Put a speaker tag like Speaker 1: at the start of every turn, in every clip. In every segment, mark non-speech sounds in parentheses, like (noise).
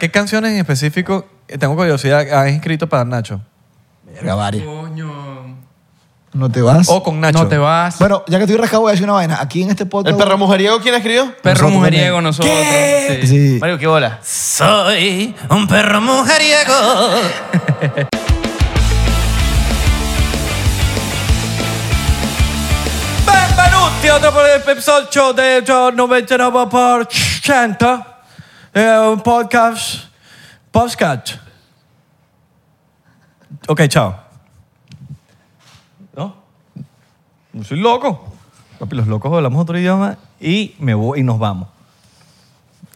Speaker 1: ¿Qué canciones en específico, eh, tengo curiosidad, has escrito para Nacho?
Speaker 2: Verga, varias.
Speaker 3: Coño.
Speaker 2: No te vas.
Speaker 1: O con Nacho.
Speaker 3: No te vas.
Speaker 2: Bueno, ya que estoy rascado, voy a decir una vaina. Aquí en este podcast.
Speaker 4: ¿El perro mujeriego quién la escribió?
Speaker 3: Perro
Speaker 2: Nosotros
Speaker 3: mujeriego nosotros. Sí.
Speaker 2: Sí.
Speaker 4: Mario, ¿qué bola?
Speaker 5: Soy un perro
Speaker 3: (laughs)
Speaker 5: mujeriego.
Speaker 1: Benvenuti a otro episodio de 99%. Eh, un podcast. Podcast. Ok, chao. ¿No? No soy loco. Papi, los locos hablamos otro idioma y, me voy, y nos vamos.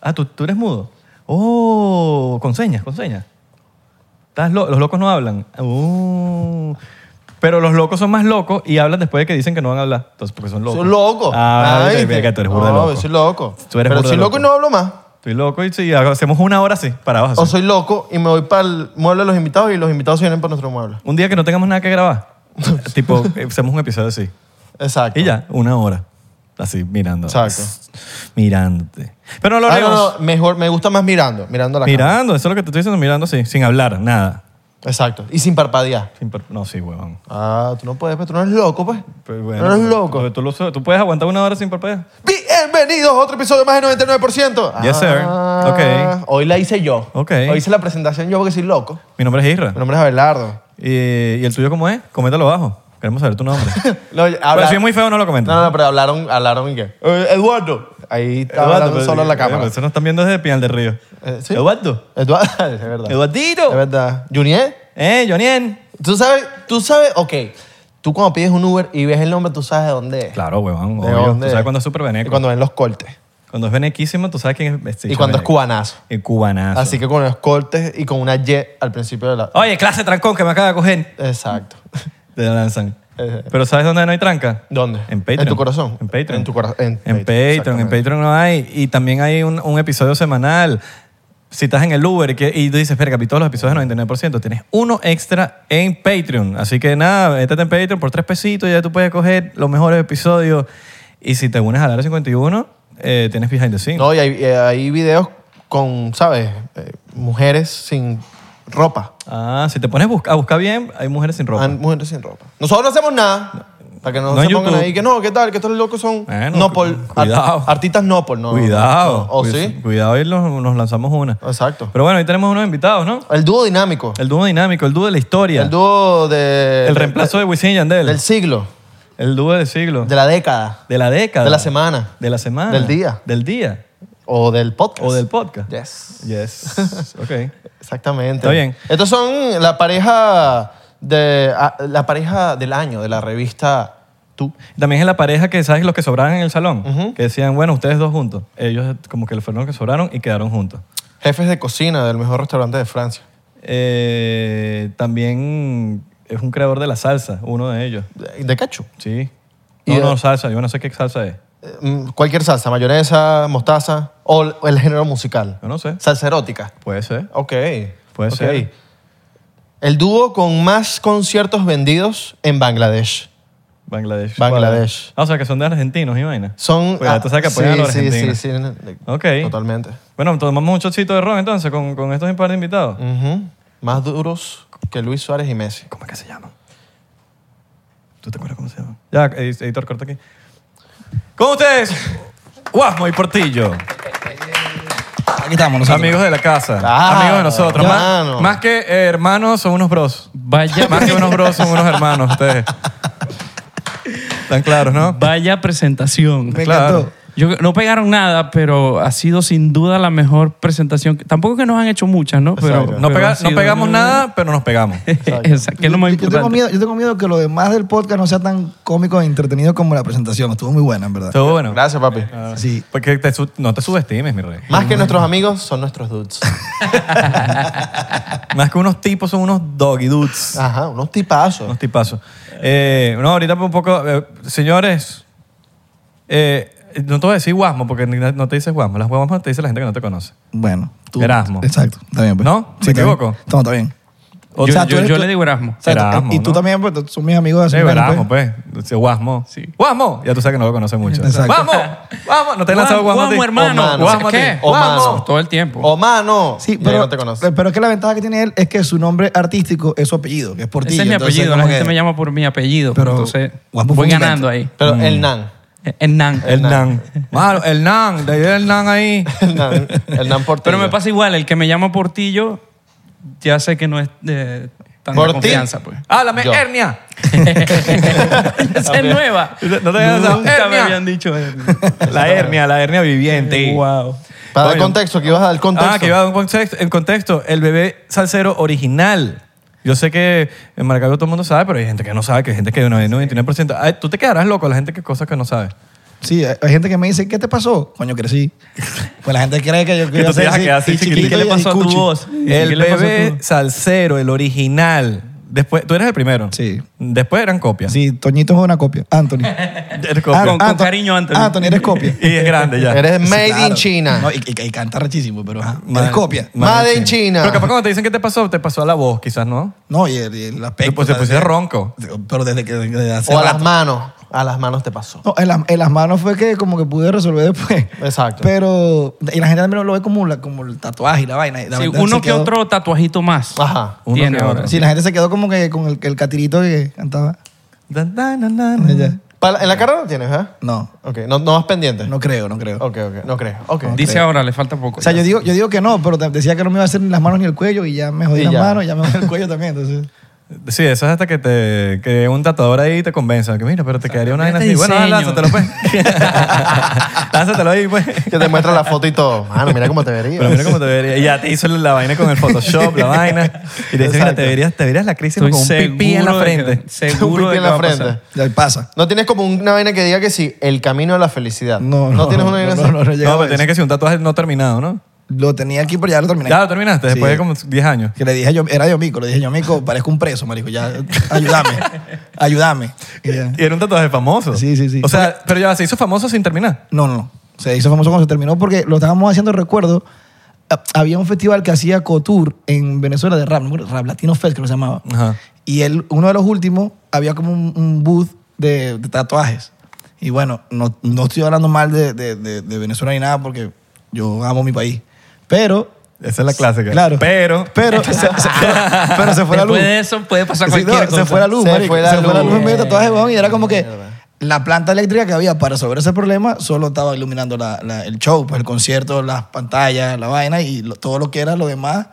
Speaker 1: Ah, ¿tú, tú eres mudo. Oh, con señas, con señas. Estás lo- los locos no hablan. Uh. Pero los locos son más locos y hablan después de que dicen que no van a hablar. Entonces, porque son locos.
Speaker 4: Soy loco.
Speaker 1: Ah,
Speaker 4: Ay,
Speaker 1: vete,
Speaker 4: que-
Speaker 1: verga, tú eres
Speaker 4: no,
Speaker 1: burda de loco.
Speaker 4: yo soy loco.
Speaker 1: Tú eres
Speaker 4: Pero
Speaker 1: burda de
Speaker 4: soy loco y
Speaker 1: loco. Ah,
Speaker 4: no hablo más.
Speaker 1: Estoy loco y sí, hacemos una hora así, para abajo. así.
Speaker 4: O soy loco y me voy para el mueble de los invitados y los invitados se vienen para nuestro mueble.
Speaker 1: Un día que no tengamos nada que
Speaker 4: (laughs)
Speaker 1: grabar, tipo, eh, hacemos un episodio así.
Speaker 4: Exacto. Ah,
Speaker 1: Y ya, una hora. Así, mirando.
Speaker 4: Exacto.
Speaker 1: Mirándote. Pero no lo
Speaker 4: Ah, no,
Speaker 1: haremos.
Speaker 4: no, mejor, me gusta más mirando, mirando a la cámara.
Speaker 1: mirando, eso es lo que te estoy diciendo, mirando así, sin hablar, nada.
Speaker 4: Exacto. Y sin parpadear.
Speaker 1: Sin per- no, sí, huevón.
Speaker 4: Ah, tú no puedes, pues tú no eres loco, pues.
Speaker 1: Pero
Speaker 4: no eres
Speaker 1: tú-
Speaker 4: loco.
Speaker 1: Tú, tú lo sabes, tú puedes aguantar una hora sin parpadear.
Speaker 4: Bienvenidos a otro episodio más de 99%.
Speaker 1: Yes, sir.
Speaker 4: Ah, Hoy la hice yo.
Speaker 1: Ok.
Speaker 4: Hoy hice la presentación yo porque soy loco.
Speaker 1: Mi nombre es Isra.
Speaker 4: Mi nombre es Abelardo.
Speaker 1: ¿Y, y el tuyo cómo es? Coméntalo abajo. Queremos saber tu
Speaker 4: (laughs)
Speaker 1: nombre.
Speaker 4: No,
Speaker 1: Pero si es muy feo, no lo comentes.
Speaker 4: No, no, pero hablaron, hablaron y qué. Eh, Eduardo. Ahí está
Speaker 1: Eduardo,
Speaker 4: hablando
Speaker 1: pero-
Speaker 4: solo en la cámara.
Speaker 1: Eso nos están viendo desde Pinal del Río.
Speaker 4: Eh, ¿sí?
Speaker 1: Eduardo.
Speaker 4: Eduardo, (laughs) es verdad.
Speaker 1: Eduardito.
Speaker 4: Es verdad. Junier,
Speaker 1: Eh, Jonien.
Speaker 4: tú sabes, tú sabes, ok. Tú cuando pides un Uber y ves el nombre, tú sabes de dónde es.
Speaker 1: Claro, huevón.
Speaker 4: ¿De
Speaker 1: obvio.
Speaker 4: dónde
Speaker 1: Tú sabes
Speaker 4: es?
Speaker 1: cuando es súper
Speaker 4: Y
Speaker 1: veneco. Cuando,
Speaker 4: cuando ven los cortes.
Speaker 1: es venequísimo, tú sabes quién es. sí,
Speaker 4: y cuando es
Speaker 1: veneco.
Speaker 4: cubanazo.
Speaker 1: El cubanazo.
Speaker 4: Así que con los cortes y con una Y al principio de la...
Speaker 1: Oye, clase de trancón que me acaba de coger.
Speaker 4: Exacto.
Speaker 1: (laughs) Te la lanzan.
Speaker 4: Eh,
Speaker 1: Pero ¿sabes dónde no hay tranca?
Speaker 4: ¿Dónde?
Speaker 1: En Patreon.
Speaker 4: En tu corazón.
Speaker 1: En Patreon.
Speaker 4: En tu corazón. En
Speaker 1: En
Speaker 4: Patreon,
Speaker 1: Patreon. En
Speaker 4: exactamente.
Speaker 1: Patreon no hay. Y también hay un, un episodio semanal. Si estás en el Uber y, que- y tú dices, verga, vi todos los episodios del 99%, tienes uno extra en Patreon. Así que nada, métete en Patreon por tres pesitos y ya tú puedes coger los mejores episodios. Y si te unes a la área 51, eh, tienes behind the scenes.
Speaker 4: No, y hay, y hay videos con, ¿sabes? Eh, mujeres sin ropa.
Speaker 1: Ah, si te pones busca- a buscar bien, hay mujeres sin ropa.
Speaker 4: Ah, mujeres sin ropa. Nosotros no hacemos nada. Para que no,
Speaker 1: No en
Speaker 4: se pongan
Speaker 1: YouTube.
Speaker 4: ahí que no, ¿qué tal? Que estos locos son
Speaker 1: Bueno,
Speaker 4: Nopol.
Speaker 1: cu- cuidado.
Speaker 4: art- artistas Nopol, ¿no? no,
Speaker 1: cuidado. pues
Speaker 4: no. ¿O
Speaker 1: Cuid-
Speaker 4: sí? Ah,
Speaker 1: Cuidado y los- nos lanzamos una.
Speaker 4: Exacto.
Speaker 1: Pero bueno, hoy tenemos unos invitados, ¿no?
Speaker 4: El dúo dinámico.
Speaker 1: El dúo dinámico, el dúo de la historia.
Speaker 4: El dúo de...
Speaker 1: El reemplazo de Wisin y Yandel.
Speaker 4: Del siglo.
Speaker 1: El dúo del siglo.
Speaker 4: De la década.
Speaker 1: De la década.
Speaker 4: De la semana.
Speaker 1: De la semana.
Speaker 4: Del día.
Speaker 1: Del día.
Speaker 4: O del podcast.
Speaker 1: O del podcast.
Speaker 4: Yes.
Speaker 1: Yes.
Speaker 4: (laughs)
Speaker 1: ok.
Speaker 4: Exactamente.
Speaker 1: Está bien.
Speaker 4: Estos son la pareja de a- la pareja del año de la revista Tú.
Speaker 1: También es la pareja que, ¿sabes? Los que sobraban en el salón.
Speaker 4: Ujú.
Speaker 1: Que decían, bueno, ustedes dos juntos. Ellos como que fueron los que sobraron y quedaron juntos.
Speaker 4: Jefes de cocina del mejor restaurante de Francia.
Speaker 1: Eh, también es un creador de la salsa, uno de ellos.
Speaker 4: De, de cacho.
Speaker 1: Sí.
Speaker 4: Y
Speaker 1: No,
Speaker 4: de-
Speaker 1: no, salsa. Yo no sé qué salsa es.
Speaker 4: Eh, mm, Cualquier salsa, mayonesa, mostaza o el, o el género musical.
Speaker 1: Yo no sé.
Speaker 4: Salsa erótica.
Speaker 1: Puede ser.
Speaker 4: Ok.
Speaker 1: Puede
Speaker 4: ok.
Speaker 1: ser.
Speaker 4: El dúo con más conciertos vendidos en Bangladesh.
Speaker 1: Bangladesh.
Speaker 4: Bangladesh.
Speaker 1: Ah, o sea, que son de argentinos y vaina.
Speaker 4: Son.
Speaker 1: Cuidado, tú sabes que apoyan a los
Speaker 4: sí, sí, sí,
Speaker 1: argentinos.
Speaker 4: sí.
Speaker 1: Ok.
Speaker 4: Totalmente.
Speaker 1: Bueno, tomamos un chocito de ron entonces con, con estos par de invitados.
Speaker 4: Ujú. Más duros que Luis Suárez y Messi.
Speaker 1: ¿Cómo es que se llaman? ¿Tú te acuerdas cómo se llaman? Ya, edi- editor, corta aquí. Con ustedes, Guasmo y Portillo.
Speaker 2: Aquí estamos nosotros.
Speaker 1: Amigos de la casa.
Speaker 4: Claro,
Speaker 1: amigos de nosotros. Más,
Speaker 4: claro.
Speaker 1: más que eh, hermanos, son unos bros.
Speaker 3: Vaya,
Speaker 1: Más que unos bros, son unos hermanos ustedes. Están claros, ¿no?
Speaker 3: vaya presentación.
Speaker 2: Me
Speaker 1: Claro.
Speaker 2: encantó.
Speaker 3: Yo, no pegaron nada, pero ha sido sin duda la mejor presentación. Tampoco que nos han hecho muchas, ¿no? Pero,
Speaker 4: Exacto.
Speaker 1: No,
Speaker 3: pero
Speaker 1: pega-
Speaker 3: ha
Speaker 1: no
Speaker 3: sido-
Speaker 1: pegamos nada, pero nos
Speaker 3: (laughs)
Speaker 1: pegamos.
Speaker 3: Exacto, que es lo más
Speaker 2: Yo- yo, tengo
Speaker 3: importante.
Speaker 2: miedo, yo tengo miedo que lo demás del podcast no sea tan cómico e entretenido como la presentación. Estuvo muy buena, en verdad.
Speaker 1: Estuvo bueno.
Speaker 4: Gracias, papi.
Speaker 1: Ah,
Speaker 2: Sí.
Speaker 1: Porque te su- no te subestimes, mi rey.
Speaker 4: Más que nuestros amigos, son
Speaker 1: (laughs)
Speaker 4: nuestros dudes.
Speaker 1: Más que unos tipos, son unos doggy dudes.
Speaker 4: Ajá, unos tipazos.
Speaker 1: Unos tipazos. Eh, no, ahorita un poco. eh, señores, eh, no te voy a decir guasmo porque ni- no te dices guasmo. Las guasmas te dice la gente que no te conoce.
Speaker 2: Bueno.
Speaker 1: Erasmo.
Speaker 2: Exacto. Está bien. pues.
Speaker 1: ¿No? ¿Me
Speaker 2: está bien.
Speaker 1: equivoco?
Speaker 2: No, está bien. O
Speaker 3: yo,
Speaker 2: sea, tú
Speaker 3: yo-
Speaker 2: eres
Speaker 3: yo
Speaker 2: tú-
Speaker 3: le digo Erasmo.
Speaker 2: O sea, tú-
Speaker 1: Erasmo,
Speaker 2: y tú
Speaker 1: ¿no?
Speaker 2: también, pues, tú- son mis amigos de hace
Speaker 1: Sí,
Speaker 2: un año,
Speaker 1: Erasmo,
Speaker 2: pues.
Speaker 1: pues. Sí, Guasmo.
Speaker 3: Sí.
Speaker 1: Guasmo. Ya tú sabes que no lo conoces mucho.
Speaker 2: Exacto.
Speaker 1: Guasmo. Guasmo. No te he lanzado
Speaker 3: Guam-
Speaker 1: Guasmo. a ti?
Speaker 3: Guamo, hermano.
Speaker 4: Omano.
Speaker 3: Guasmo,
Speaker 1: ¿Qué?
Speaker 3: ¿qué?
Speaker 4: Omano.
Speaker 3: Guasmo, Todo el tiempo.
Speaker 4: O mano.
Speaker 2: Sí,
Speaker 4: Ya
Speaker 2: pero,
Speaker 4: no te conoce.
Speaker 2: pero es que la ventaja que tiene él es que su nombre artístico es su apellido, que es Portillo.
Speaker 3: Ese es mi
Speaker 2: entonces,
Speaker 3: apellido. La
Speaker 2: como
Speaker 3: gente
Speaker 2: que-
Speaker 3: me llama por mi apellido.
Speaker 2: Pero
Speaker 3: entonces,
Speaker 2: Guasmo fue
Speaker 3: voy
Speaker 2: un
Speaker 3: ganando ahí.
Speaker 4: Pero
Speaker 1: Mm.
Speaker 4: el nan.
Speaker 3: Hernán.
Speaker 1: El Nan. Mano, el Nan. De ahí el Nan ahí.
Speaker 4: El nan.
Speaker 1: (laughs)
Speaker 4: El nan Portillo.
Speaker 3: Pero me pasa igual. El que me llama Portillo, ya sé que no es de tanta
Speaker 4: Porti-
Speaker 3: confianza,
Speaker 2: (laughs)
Speaker 3: pues.
Speaker 1: Háblame,
Speaker 4: Yo.
Speaker 1: Ah, hernia.
Speaker 3: (laughs) Esa es nueva.
Speaker 1: No te habías dado
Speaker 3: Nunca me
Speaker 1: hernia.
Speaker 3: habían dicho hernia.
Speaker 1: La hernia, la hernia viviente.
Speaker 3: Wow.
Speaker 4: Para dar
Speaker 1: Coño.
Speaker 4: contexto, que ibas a dar contexto.
Speaker 1: Ah, que iba a dar un contexto, en contexto. El bebé salsero original. Yo sé que en Maracaibo todo el mundo sabe, pero hay gente que no sabe, que hay gente que no hay 99%. Ay, tú te quedarás loco, la gente que cosas que no sabe.
Speaker 2: Sí, hay hay gente que me dice, ¿qué te pasó? Coño, crecí. Pues la gente cree
Speaker 3: (laughs)
Speaker 2: que yo
Speaker 1: Que tú te
Speaker 2: soy
Speaker 1: ibas a quedar así
Speaker 2: y
Speaker 1: chiquitito.
Speaker 2: y-
Speaker 1: ¿Qué le
Speaker 3: pasó a tu
Speaker 2: y cuchi.
Speaker 3: voz? ¿Y
Speaker 1: El
Speaker 3: qué le pasó a
Speaker 1: bebé
Speaker 3: tu-
Speaker 1: salsero, el original. Después, tú eres el primero.
Speaker 2: Sí.
Speaker 1: Después eran copias.
Speaker 2: Sí, Ah, Toñito es una copia.
Speaker 3: (laughs)
Speaker 2: Anthony.
Speaker 1: (laughs) Eres copia.
Speaker 2: An-
Speaker 3: Con- con cariño, Anthony.
Speaker 2: Anthony, eres copia.
Speaker 1: Y es grande ya.
Speaker 4: Eres
Speaker 2: Sí,
Speaker 4: (laughs) made
Speaker 2: claro.
Speaker 4: in China.
Speaker 2: No, y, y- y canta rechísimo, pero ajá,
Speaker 1: Ma-
Speaker 2: eres copia.
Speaker 1: ma-
Speaker 4: Made in China.
Speaker 1: Pero capaz cuando te dicen qué te pasó, te pasó a la voz, quizás, ¿no?
Speaker 2: No, y el, y el aspecto.
Speaker 1: Pues te
Speaker 2: o sea,
Speaker 1: pusiste ronco.
Speaker 2: Pero desde que desde hace
Speaker 4: O a las
Speaker 2: rato.
Speaker 4: manos. A las manos te pasó.
Speaker 2: No, en, las- en las manos fue que como que pude resolver después.
Speaker 4: Exacto.
Speaker 2: Pero, y la gente también lo ve como, la- como el tatuaje y la vaina. y la
Speaker 3: Sí,
Speaker 2: verdad
Speaker 3: uno
Speaker 2: se
Speaker 3: que
Speaker 2: quedó-
Speaker 3: otro tatuajito más.
Speaker 4: Ajá.
Speaker 1: Uno
Speaker 3: Tiene
Speaker 1: que
Speaker 3: ahora.
Speaker 1: otro.
Speaker 2: Sí, la gente se quedó como que con el, el catirito que cantaba.
Speaker 1: Dan, dan, dan, dan.
Speaker 2: Ella.
Speaker 4: Pa- ¿En la cara no tienes, ¿verdad?
Speaker 2: No,
Speaker 4: Ok, no, no vas pendiente.
Speaker 2: no creo, no creo.
Speaker 4: Ok, ok, no crees. Ok.
Speaker 3: Dice ahora, le falta poco.
Speaker 2: O sea,
Speaker 3: ya.
Speaker 2: yo digo, yo digo que no, pero te- decía que no me iba a hacer ni las manos ni el cuello y ya me jodí
Speaker 4: Y
Speaker 2: las
Speaker 4: ya.
Speaker 2: manos, ya me jodí el cuello también. Entonces,
Speaker 1: Sí, eso es hasta que, te, que un tatuador ahí te convenza. Que mira, pero te quedaría una
Speaker 3: mira
Speaker 1: vaina así. Bueno,
Speaker 3: este
Speaker 1: ah,
Speaker 3: diseño.
Speaker 1: lánzatelo, pues.
Speaker 2: (laughs)
Speaker 1: lánzatelo ahí, pues.
Speaker 4: Que te muestra la foto y todo. Mano, mira cómo te verías.
Speaker 1: Pero mira
Speaker 4: (laughs)
Speaker 1: cómo te vería. Y ya te hizo la vaina con el Photoshop, la vaina. Y te dice, mira, te verías, te verías la crisis
Speaker 3: Estoy
Speaker 1: con un pipí en la
Speaker 3: seguro de que-
Speaker 2: (laughs)
Speaker 1: frente.
Speaker 4: Un pipí
Speaker 3: Seguro de
Speaker 4: en
Speaker 3: que
Speaker 4: la
Speaker 3: va a pasar.
Speaker 4: frente.
Speaker 2: ya pasa.
Speaker 4: No tienes como una vaina que diga que sí, el camino de la felicidad.
Speaker 2: No, no.
Speaker 4: tienes una vaina
Speaker 2: no,
Speaker 4: así?
Speaker 2: no, no, no he
Speaker 1: No,
Speaker 2: llegado
Speaker 1: pero
Speaker 2: a eso.
Speaker 1: tienes que ser un tatuaje no terminado, ¿no?
Speaker 2: Lo tenía aquí, pero ya lo terminé.
Speaker 1: Ya lo terminaste, después
Speaker 2: Sí.
Speaker 1: de como 10 años.
Speaker 2: Que le dije a yo, era Yomico, le dije, Yomico, parezco un preso, marico, ya, ayúdame, ayúdame. Y ya.
Speaker 1: Y era un tatuaje famoso.
Speaker 2: Sí, sí, sí.
Speaker 1: O sea, pero ya se hizo famoso sin terminar.
Speaker 2: No, no, no. Se hizo famoso cuando se terminó porque lo estábamos haciendo, recuerdo, ah, había un festival que hacía Couture en Venezuela de rap, ¿no? Rap Latino Fest, creo que se llamaba.
Speaker 1: Ajá.
Speaker 2: Y él, uno de los últimos, había como un, un booth de, de tatuajes. Y bueno, no, no estoy hablando mal de, de- de- de Venezuela ni nada porque yo amo mi país. (laughs) Pero...
Speaker 1: Esa es la clásica.
Speaker 2: Claro.
Speaker 1: Pero.
Speaker 4: (laughs)
Speaker 2: Pero se, se- pero se fue la luz.
Speaker 3: Después de eso puede pasar
Speaker 2: Sí, no,
Speaker 3: cualquier cosa.
Speaker 2: Se fue la luz,
Speaker 4: Se
Speaker 2: marico.
Speaker 4: fue la
Speaker 2: se fue la
Speaker 4: luz.
Speaker 2: luz en medio de tatuaje, weón, y era como que
Speaker 4: Mierda.
Speaker 2: la planta eléctrica que había para resolver ese problema solo estaba iluminando la- la- el show, pues, el concierto, las pantallas, la vaina y lo- todo lo que era lo demás,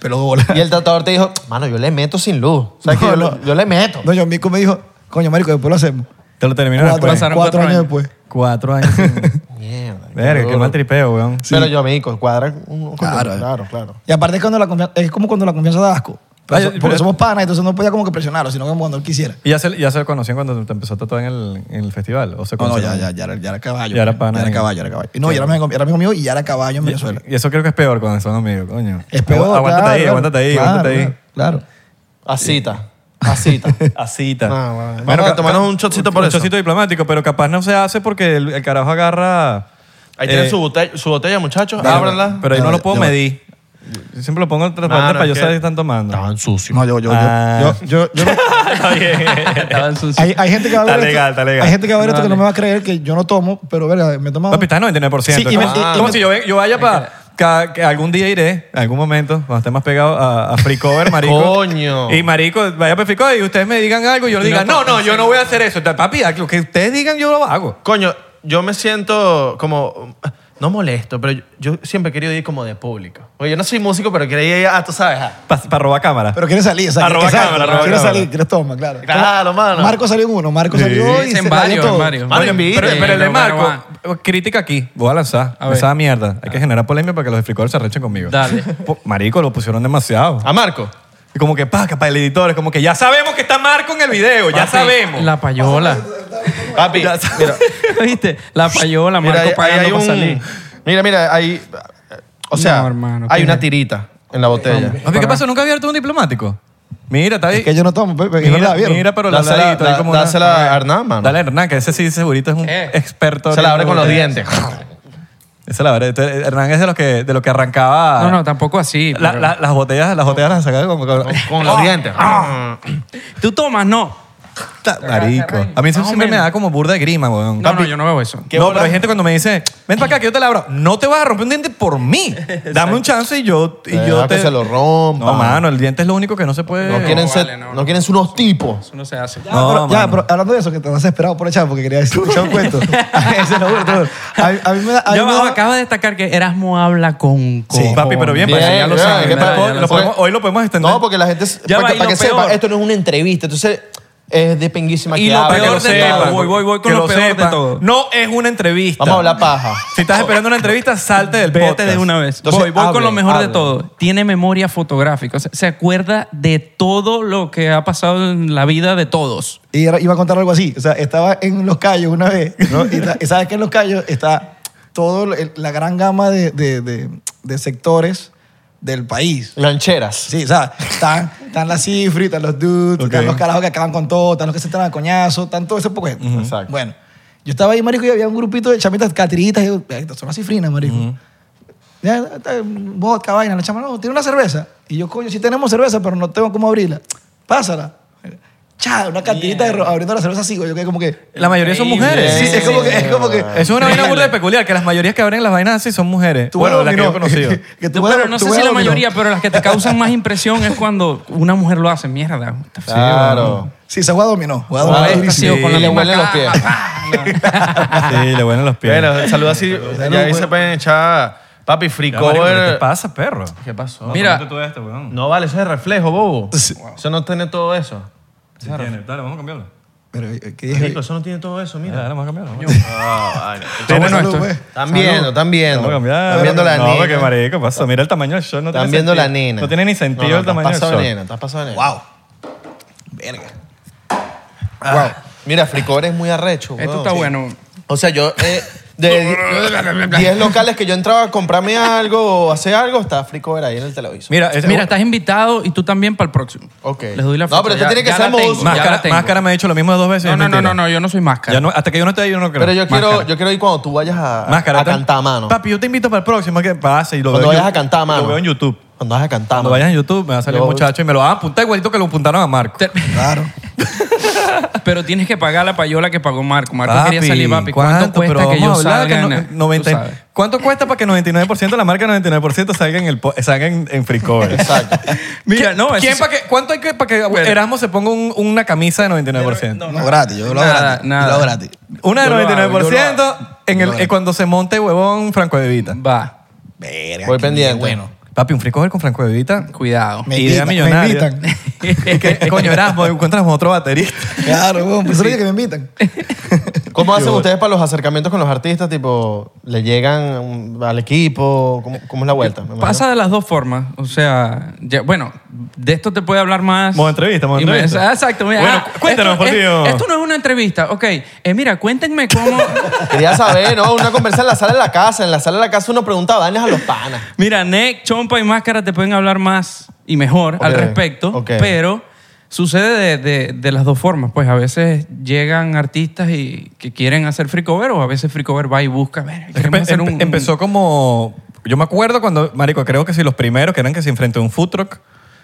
Speaker 2: pero bola.
Speaker 4: Y el tatuador te dijo, mano, yo le meto sin luz. O sea, que
Speaker 2: No,
Speaker 4: yo, lo-
Speaker 2: no.
Speaker 4: yo le meto.
Speaker 2: (laughs) No, yo Mico me dijo, coño, marico, después lo hacemos.
Speaker 1: Te lo terminó
Speaker 2: Cuatro,
Speaker 1: después.
Speaker 3: pasaron
Speaker 2: cuatro
Speaker 3: cuatro
Speaker 2: años
Speaker 3: años.
Speaker 2: después.
Speaker 1: Cuatro años.
Speaker 2: (laughs)
Speaker 1: sin-
Speaker 4: Mierda. qué
Speaker 1: Verga, qué
Speaker 4: duro.
Speaker 1: mal tripeo, weón.
Speaker 4: Pero yo, amigo, cuadra. un- claro, claro.
Speaker 2: Y aparte es, cuando la confianza, es como cuando la confianza da asco. Pero
Speaker 1: Ay,
Speaker 2: so-
Speaker 1: pero-
Speaker 2: porque somos panas, entonces no podía como que presionarlo, sino como cuando él quisiera.
Speaker 1: ¿Y ya se, ya se conocían cuando te empezó a tatuar en el, en el festival? ¿O se
Speaker 2: No, no, ya,
Speaker 1: conocieron?
Speaker 2: ya, ya, era, ya era caballo. pues.
Speaker 1: Ya era pana,
Speaker 2: ya era
Speaker 1: ya.
Speaker 2: caballo, era caballo. Y no, y era, mi amigo- era amigo mío y ya era caballo en Venezuela.
Speaker 1: Y eso creo que es peor cuando son amigos, coño.
Speaker 2: Es peor.
Speaker 1: Agu- aguántate
Speaker 2: claro,
Speaker 1: ahí,
Speaker 2: claro.
Speaker 1: aguántate ahí,
Speaker 2: Claro,
Speaker 1: aguántate ahí.
Speaker 2: Claro.
Speaker 4: A cita. A cita.
Speaker 1: Asita.
Speaker 4: No, bueno, vamos a
Speaker 1: ca-
Speaker 4: tomarnos
Speaker 1: ca-
Speaker 4: un shotcito por
Speaker 1: un
Speaker 4: eso.
Speaker 1: shotcito diplomático, pero capaz no se hace porque el, el carajo agarra...
Speaker 4: Ahí
Speaker 1: eh,
Speaker 4: tienen su botella, su botella muchachos.
Speaker 1: pero-
Speaker 4: Ábranla.
Speaker 1: Pero ahí
Speaker 2: Ya
Speaker 1: no
Speaker 2: va,
Speaker 1: lo puedo
Speaker 2: ya va.
Speaker 1: medir. Yo siempre lo pongo en transparente
Speaker 4: Mano,
Speaker 1: para
Speaker 4: es
Speaker 1: yo
Speaker 4: que-
Speaker 1: saber si están tomando.
Speaker 4: Estaban sucios.
Speaker 2: No, yo, yo, yo-
Speaker 1: Ah.
Speaker 2: yo, yo,
Speaker 1: (laughs)
Speaker 2: yo no-
Speaker 1: Está bien.
Speaker 3: Estaban sus-
Speaker 2: hay, hay gente que va a ver
Speaker 1: Está
Speaker 2: esto-
Speaker 1: legal, está legal.
Speaker 2: Hay gente que va a ver esto que no
Speaker 3: Dale.
Speaker 2: me va a creer que yo no tomo, pero verga, me he tomado.
Speaker 1: Papi, está 99%.
Speaker 2: Sí, y me-
Speaker 1: como
Speaker 2: y- y
Speaker 1: como
Speaker 2: me-
Speaker 1: si yo, ve- yo vaya para... Que algún día iré, en algún momento, cuando esté más pegado a, a Free Cover, marico.
Speaker 4: Coño.
Speaker 1: Y marico, vaya para Free Cover y ustedes me digan algo y yo le diga, no, no, yo no voy a hacer eso. Papi, lo que ustedes digan yo lo hago.
Speaker 4: Coño, yo me siento como. No molesto, pero yo, yo siempre he querido ir como de público. Oye, yo no soy músico, pero quería ir a, tú sabes, a-
Speaker 1: Para robar cámara.
Speaker 2: Pero quieres salir, o sea,
Speaker 1: Arroba
Speaker 2: exacto,
Speaker 1: cámara, arroba
Speaker 2: quieres
Speaker 1: cámara.
Speaker 2: salir, quieres tomar, claro.
Speaker 4: Claro, mano.
Speaker 2: Marco salió en uno, Marco salió hoy.
Speaker 3: Sí,
Speaker 2: y
Speaker 3: en
Speaker 2: se
Speaker 3: varios,
Speaker 2: salió todo.
Speaker 3: en varios.
Speaker 4: Mano, invita.
Speaker 1: pero, pero el de
Speaker 3: Bueno, bueno,
Speaker 1: Marco, crítica aquí, voy a lanzar
Speaker 3: A ver.
Speaker 1: esa mierda. Hay que generar polémica para que los fricores se arrechen conmigo.
Speaker 3: Dale.
Speaker 1: (laughs) Po- Marico, lo pusieron demasiado.
Speaker 4: a Marco.
Speaker 1: Y como que, pa, para el editor, es como que ya sabemos que está Marco en el video, ya
Speaker 3: Papi,
Speaker 1: sabemos.
Speaker 3: La payola.
Speaker 2: (laughs)
Speaker 4: Papi,
Speaker 1: Ya sabes.
Speaker 4: (laughs) mira,
Speaker 3: ¿Viste? La payola,
Speaker 4: mira,
Speaker 3: Marco
Speaker 4: ahí- ahí
Speaker 3: pagando
Speaker 4: hay
Speaker 3: para
Speaker 4: un-
Speaker 3: salir.
Speaker 4: Mira, mira, ahí. O sea,
Speaker 3: No, hermano,
Speaker 4: hay
Speaker 3: ¿qué
Speaker 4: una
Speaker 3: es?
Speaker 4: tirita en la botella.
Speaker 1: Papi, ¿qué pasó? ¿Nunca había abierto un diplomático? Mira, está ahí.
Speaker 2: Que yo no tomo, pero
Speaker 1: mira,
Speaker 2: no la vieron.
Speaker 1: mira, pero la
Speaker 4: Dásela-
Speaker 1: ladito, ahí
Speaker 4: da-
Speaker 1: como una-
Speaker 4: dásela a Hernán, mano.
Speaker 1: Dale a Hernán, que ese sí segurito es un
Speaker 3: Eh.
Speaker 1: experto.
Speaker 4: Se la abre con los
Speaker 1: abriendo-
Speaker 4: dientes.
Speaker 1: Esa es la verdad. Este- Hernán es de los que, de los que arrancaba.
Speaker 3: No, no, tampoco así.
Speaker 1: La-
Speaker 3: pero-
Speaker 1: la- las botellas, las botellas las sacaba como. como-
Speaker 6: Con
Speaker 4: Ah.
Speaker 6: los dientes.
Speaker 3: Tú tomas, no.
Speaker 1: Ta- Marico. A mí eso
Speaker 3: Más o
Speaker 1: siempre me
Speaker 3: menos.
Speaker 1: da como burda de grima, weón.
Speaker 3: No, no, yo no veo eso.
Speaker 1: No, pero hay gente cuando me dice, ven para acá que yo te la abro. No te vas a romper un diente por mí. Dame un chance y yo, y
Speaker 4: Eh,
Speaker 1: yo
Speaker 4: que
Speaker 1: te...
Speaker 4: se lo rompan.
Speaker 1: No, mano, el diente es lo único que no se puede...
Speaker 4: No quieren ser,
Speaker 3: vale, no,
Speaker 4: no,
Speaker 3: no.
Speaker 4: quieren ser unos tipos.
Speaker 3: Eso no se hace.
Speaker 1: No,
Speaker 2: Ah, pero, ya,
Speaker 1: mano.
Speaker 2: pero hablando de eso, que te has esperado por echar porque quería (laughs) escuchar
Speaker 1: (laughs)
Speaker 2: un cuento. Se lo juro, te lo juro. A, mí- a mí me da. a
Speaker 3: Yo
Speaker 2: mí me da-
Speaker 3: acabo de destacar que Erasmo habla con
Speaker 1: Sí,
Speaker 3: cojones.
Speaker 1: papi, pero bien,
Speaker 4: Bien,
Speaker 1: para eso ya lo
Speaker 4: bien,
Speaker 1: saben.
Speaker 4: que
Speaker 1: Lo
Speaker 4: para-
Speaker 1: podemos-
Speaker 4: ya
Speaker 1: lo
Speaker 4: lo saben.
Speaker 1: podemos- hoy lo podemos extender.
Speaker 4: No, porque la gente.
Speaker 3: Ya
Speaker 4: para
Speaker 3: va,
Speaker 4: que,
Speaker 3: y
Speaker 4: para
Speaker 3: lo
Speaker 4: que sepa,
Speaker 3: peor.
Speaker 4: esto no es una entrevista. Entonces, es de penguísima
Speaker 3: Y
Speaker 4: que
Speaker 3: lo
Speaker 4: habla,
Speaker 1: Para que
Speaker 3: peor
Speaker 1: lo
Speaker 3: de
Speaker 1: sepan.
Speaker 3: todo, voy, voy, voy con
Speaker 1: Que
Speaker 3: lo peor de
Speaker 1: sepan.
Speaker 3: todo.
Speaker 1: No es una entrevista.
Speaker 4: Vamos a hablar paja.
Speaker 1: Si estás esperando una entrevista, salte del
Speaker 3: Vete
Speaker 1: podcast.
Speaker 3: de una vez.
Speaker 4: Entonces,
Speaker 3: voy voy
Speaker 4: hable,
Speaker 3: con lo mejor
Speaker 4: hable.
Speaker 3: de todo. Tiene memoria fotográfica. O sea, se acuerda de todo lo que ha pasado en la vida de todos.
Speaker 2: Y era- iba a contar algo así. O sea, estaba en Los Cayos una vez, (laughs) ¿no? Y, ta- y sabes que en Los Cayos está toda la gran gama de, de- de- de sectores del país.
Speaker 4: Lancheras.
Speaker 2: Sí, o sea, están, están las cifras, están los dudes, están
Speaker 1: Ok.
Speaker 2: los carajos que acaban con todo, están los que se entran a coñazo, están todo ese poco de gente.
Speaker 4: Exacto.
Speaker 2: Bueno, yo estaba ahí, marico, y había un grupito de chamitas catiritas. Y yo, "Estas son las cifrinas, marico. Ya, está, vodka, vaina. La chama, no, tiene una cerveza. Y yo, coño, sí tenemos cerveza, pero no tengo cómo abrirla. Pásala. Chá, una catirita de ro- abriendo la cerveza así, güey. Yo que como que...
Speaker 1: La mayoría son mujeres.
Speaker 2: Sí, es como que... Es como que
Speaker 1: Eso es una vaina burda de peculiar, que las mayorías que abren las vainas así son mujeres.
Speaker 2: Tú
Speaker 1: bueno,
Speaker 2: ves
Speaker 1: las que yo he
Speaker 2: dominó.
Speaker 1: conocido.
Speaker 2: (laughs) Que tú
Speaker 3: No,
Speaker 2: ves-
Speaker 3: pero no
Speaker 2: tú
Speaker 3: sé
Speaker 2: ves
Speaker 3: si la
Speaker 2: dominó.
Speaker 3: mayoría, pero las que te causan más impresión es cuando una mujer lo hace. Mierda. what the fuck.
Speaker 4: Claro.
Speaker 2: Sí, esa guada dominó. Guada dominó
Speaker 4: Ah,
Speaker 3: Esta ha
Speaker 2: durísimo.
Speaker 3: sido con la
Speaker 4: Y le
Speaker 3: misma
Speaker 4: huelen los
Speaker 3: cara.
Speaker 4: pies.
Speaker 1: Sí, le huelen los pies.
Speaker 6: Bueno, saluda así. Ya ahí se pueden echar. Papi, free
Speaker 1: Ya, marico, este ¿Qué te
Speaker 6: cover.
Speaker 1: pasa, perro?
Speaker 6: ¿Qué pasó?
Speaker 3: Mira.
Speaker 1: Tómate tú esto, weón.
Speaker 6: No vale, ese es reflejo, bobo.
Speaker 2: Sí.
Speaker 6: Eso no tiene todo eso.
Speaker 1: Sí tiene. Dale, vamos a cambiarlo.
Speaker 2: Pero, eh, ¿qué dije?
Speaker 6: Rico, eso no tiene todo eso,
Speaker 1: Dale,
Speaker 6: mira.
Speaker 1: dale, vamos a cambiarlo. vamos a cambiarlo.
Speaker 6: Ah, vale.
Speaker 3: Está bueno
Speaker 2: Salud,
Speaker 3: esto.
Speaker 2: pues.
Speaker 4: Están viendo, están viendo.
Speaker 1: Vamos a cambiar.
Speaker 4: Están viendo la
Speaker 1: no,
Speaker 4: nena.
Speaker 1: porque marico, pasó. Mira el tamaño del show. No
Speaker 4: Están
Speaker 1: tiene
Speaker 4: viendo la
Speaker 1: sentido.
Speaker 4: nena.
Speaker 1: No tiene ni sentido
Speaker 4: No, no,
Speaker 1: el tamaño
Speaker 4: Estás
Speaker 1: del
Speaker 4: pasado
Speaker 1: show.
Speaker 4: de nena, estás pasado de nena.
Speaker 2: Wow. Verga.
Speaker 1: Ah.
Speaker 4: Wow. Mira, Fricor es muy arrecho.
Speaker 3: Esto
Speaker 4: weón.
Speaker 3: está
Speaker 4: Sí.
Speaker 3: bueno.
Speaker 4: O sea, yo. eh,
Speaker 3: (laughs)
Speaker 4: de 10 locales que yo entraba a comprarme algo o hacer algo, estaba Fricor ahí en el televisor.
Speaker 1: Mira, ese-
Speaker 3: Mira, estás invitado y tú también para el próximo.
Speaker 4: Ok.
Speaker 3: Les doy la
Speaker 4: No,
Speaker 3: fecha.
Speaker 4: pero usted
Speaker 3: Ya-
Speaker 4: tiene que
Speaker 3: ya
Speaker 4: ser
Speaker 3: la tengo,
Speaker 4: mozo.
Speaker 3: ya la
Speaker 1: Máscara,
Speaker 3: tengo.
Speaker 1: máscara me ha dicho lo mismo dos veces.
Speaker 3: No,
Speaker 1: es
Speaker 3: no, no,
Speaker 1: mentira.
Speaker 3: no, no, yo no soy máscara.
Speaker 1: Ya no- hasta que yo no esté ahí, yo no creo.
Speaker 4: Pero yo quiero,
Speaker 1: Máscara.
Speaker 4: yo quiero ir cuando tú vayas a,
Speaker 1: Máscara.
Speaker 4: a cantar a mano.
Speaker 1: Papi, yo te invito para el próximo que pase y lo
Speaker 4: Cuando
Speaker 1: veo. en
Speaker 4: vayas a
Speaker 1: YouTube.
Speaker 4: cantar a mano.
Speaker 1: Lo veo en YouTube.
Speaker 4: Cuando vayas a cantar a
Speaker 1: Cuando
Speaker 4: mano.
Speaker 1: vayas en YouTube me va a salir
Speaker 4: Yo-
Speaker 1: un muchacho y me lo van a apuntar igualito que lo apuntaron a Marco.
Speaker 2: Claro.
Speaker 3: Pero tienes que pagar la payola que pagó Marco. Marco quería salir, papi. ¿Cuánto,
Speaker 1: Pero
Speaker 3: cuesta que yo
Speaker 1: vamos a hablar
Speaker 3: salga?
Speaker 1: que
Speaker 3: en-
Speaker 1: no- 90
Speaker 3: tú sabes.
Speaker 1: ¿Cuánto cuesta para que 99% de la marca 99% salga en, el, po- salga en, en free cover? (laughs)
Speaker 4: (laughs) Exacto.
Speaker 3: Mira, no, eso
Speaker 1: ¿Quién
Speaker 3: sí-
Speaker 1: pa' que, ¿Cuánto hay que para que
Speaker 3: Pero-
Speaker 1: Erasmo se ponga un- una camisa de 99%?
Speaker 2: No, gratis. Yo lo hago
Speaker 3: Nada,
Speaker 2: gratis. Yo
Speaker 3: nada.
Speaker 2: lo hago gratis.
Speaker 1: Una de
Speaker 3: Yo lo hago,
Speaker 1: 99% en el, eh, cuando se monte huevón Franco de Vita.
Speaker 3: Va,
Speaker 2: Verga.
Speaker 4: Voy
Speaker 2: qué
Speaker 4: pendiente.
Speaker 2: Bueno.
Speaker 1: Papi, un free cover con Franco de Vita.
Speaker 3: cuidado.
Speaker 2: Me
Speaker 1: Idea
Speaker 2: invitan,
Speaker 1: millonaria.
Speaker 2: Me (laughs) invitan.
Speaker 1: Es que, coño, Erasmo, encontramos otro baterista.
Speaker 2: Claro, weón, por eso dije que me invitan.
Speaker 4: ¿Cómo hacen ustedes para los acercamientos con los artistas? Tipo, ¿le llegan mm, al equipo? ¿Cómo, cómo es la vuelta? Me imagino.
Speaker 3: Pasa de las dos formas. O sea, ya- bueno, de esto te puede hablar más.
Speaker 1: Modo entrevista, modo
Speaker 3: Y me-
Speaker 1: entrevista.
Speaker 3: ah, Exacto. mira,
Speaker 1: Bueno,
Speaker 3: ah,
Speaker 1: cuéntanos,
Speaker 3: esto,
Speaker 1: por
Speaker 3: es-
Speaker 1: Dios.
Speaker 3: esto no es una entrevista. Ok, eh, mira,
Speaker 1: (laughs)
Speaker 3: cuéntenme cómo.
Speaker 4: Quería saber, ¿no? Una conversa en la sala de la casa. En la sala de la casa uno pregunta vainas a los panas.
Speaker 3: mira, Neck, Chompa y Máscara te pueden hablar más y mejor al
Speaker 4: Ok,
Speaker 3: respecto.
Speaker 4: ok.
Speaker 3: Pero sucede de, de- de las dos formas. Pues a veces llegan artistas y que quieren hacer free cover o a veces free cover va y busca. "Ver,
Speaker 1: Es que
Speaker 3: queremos
Speaker 1: empe-
Speaker 3: hacer
Speaker 1: empe-
Speaker 3: un-
Speaker 1: empezó como... Yo me acuerdo cuando, marico, creo que sí, los primeros que eran que se enfrentó a un food truck.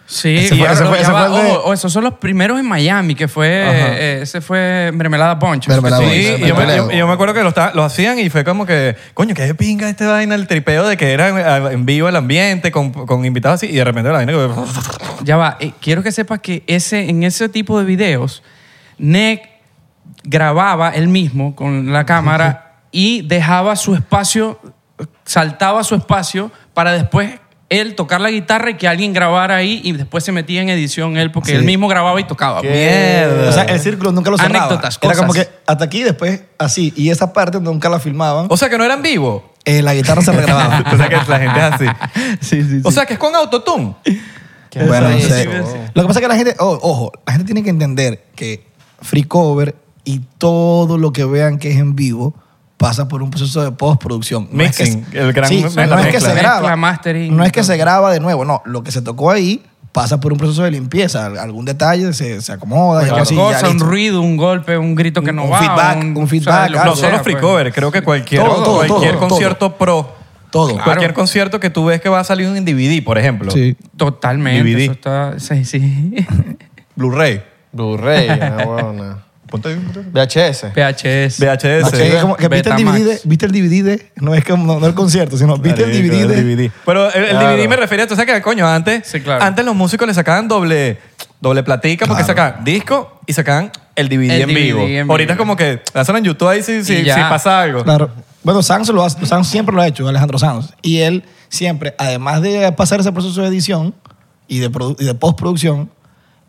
Speaker 3: Sí,
Speaker 2: Ese fue-
Speaker 3: ya
Speaker 2: ese
Speaker 3: va,
Speaker 2: fue- ese
Speaker 3: ya
Speaker 2: fue
Speaker 3: va.
Speaker 2: el de-
Speaker 3: Ojo, esos son los primeros en Miami, que fue, eh, ese fue Mermelada Punch.
Speaker 2: Mermelada
Speaker 1: Sí,
Speaker 2: Bunch.
Speaker 1: y yo, me, yo- yo me acuerdo que lo, estaba- lo hacían y fue como que, coño, qué pinga este vaina, el tripeo de que era eh, en vivo el ambiente con, con invitados así, y de repente la vaina que...
Speaker 3: Ya va, eh, quiero que sepas que ese, en ese tipo de videos, Nick grababa él mismo con la cámara y dejaba su espacio, saltaba su espacio para después él tocar la guitarra y que alguien grabara ahí y después se metía en edición él porque
Speaker 2: Sí.
Speaker 3: él mismo grababa
Speaker 2: (laughs)
Speaker 3: y tocaba.
Speaker 1: Mierda.
Speaker 2: O sea, el círculo nunca lo cerraba.
Speaker 3: Anécdotas,
Speaker 2: Era
Speaker 3: cosas.
Speaker 2: como que hasta aquí, después así. Y esa parte nunca la filmaban.
Speaker 1: O sea, que no eran vivos.
Speaker 2: Eh, la guitarra se (laughs) regrababa.
Speaker 1: (laughs) o sea, que la gente es así.
Speaker 3: Sí, sí,
Speaker 1: O sea, que es con autotune.
Speaker 2: bueno, no
Speaker 4: Eso,
Speaker 2: sé.
Speaker 4: eso.
Speaker 2: Lo que pasa es que la gente, oh, ojo, la gente tiene que entender que free cover y todo lo que vean que es en vivo pasa por un proceso de postproducción. No es que-
Speaker 1: Mixing, el gran-
Speaker 2: Sí,
Speaker 1: la
Speaker 2: no es que
Speaker 1: mezcla.
Speaker 2: se graba.
Speaker 3: Mezcla, mastering.
Speaker 2: no es que se graba de nuevo, no. Lo que se tocó ahí pasa por un proceso de limpieza. Algún detalle se, se acomoda. y
Speaker 1: Pues
Speaker 2: algo
Speaker 3: Cualquier
Speaker 2: así, ya
Speaker 3: cosa, un
Speaker 2: listo.
Speaker 3: ruido, un golpe, un grito que
Speaker 2: Un-
Speaker 3: no
Speaker 2: un
Speaker 3: va.
Speaker 2: feedback, un feedback,
Speaker 3: lo que
Speaker 2: algo.
Speaker 1: No
Speaker 2: Claro,
Speaker 3: sea,
Speaker 1: solo
Speaker 3: pues.
Speaker 1: free cover, creo que cualquier,
Speaker 2: Todo, todo,
Speaker 1: cualquier
Speaker 2: todo,
Speaker 1: concierto pro,
Speaker 2: Todo.
Speaker 1: cualquier concierto que tú ves que va a salir en DVD, por ejemplo,
Speaker 2: Sí.
Speaker 3: Totalmente.
Speaker 1: DVD.
Speaker 3: Eso está... Sí, sí. (laughs)
Speaker 1: Blu-ray, (laughs)
Speaker 4: Blu-ray, ah, huevona.
Speaker 1: ponte ahí un botón.
Speaker 4: VHS.
Speaker 3: PHS.
Speaker 1: VHS.
Speaker 2: Que es como- que viste, el
Speaker 3: Betamax.
Speaker 2: DVD, de- viste el DVD, de- no es como, no, no el concierto, sino viste el
Speaker 1: Marico,
Speaker 2: DVD. de-
Speaker 1: Pero el, el
Speaker 4: Claro.
Speaker 1: DVD me refería, tú sabes que coño, antes,
Speaker 3: Sí, claro.
Speaker 1: antes los músicos le sacaban doble, doble platica porque sacaban disco y sacaban el DVD,
Speaker 3: El
Speaker 1: en,
Speaker 3: DVD
Speaker 1: vivo.
Speaker 3: en vivo.
Speaker 1: Ahorita es como que lanzan en YouTube ahí si, si,
Speaker 3: Y ya.
Speaker 1: si pasa algo.
Speaker 2: Claro. Bueno, Sanz, lo hace- Sanz siempre lo ha hecho, Alejandro Sanz. Y él siempre, además de pasar ese proceso de edición y de, produ- y de postproducción,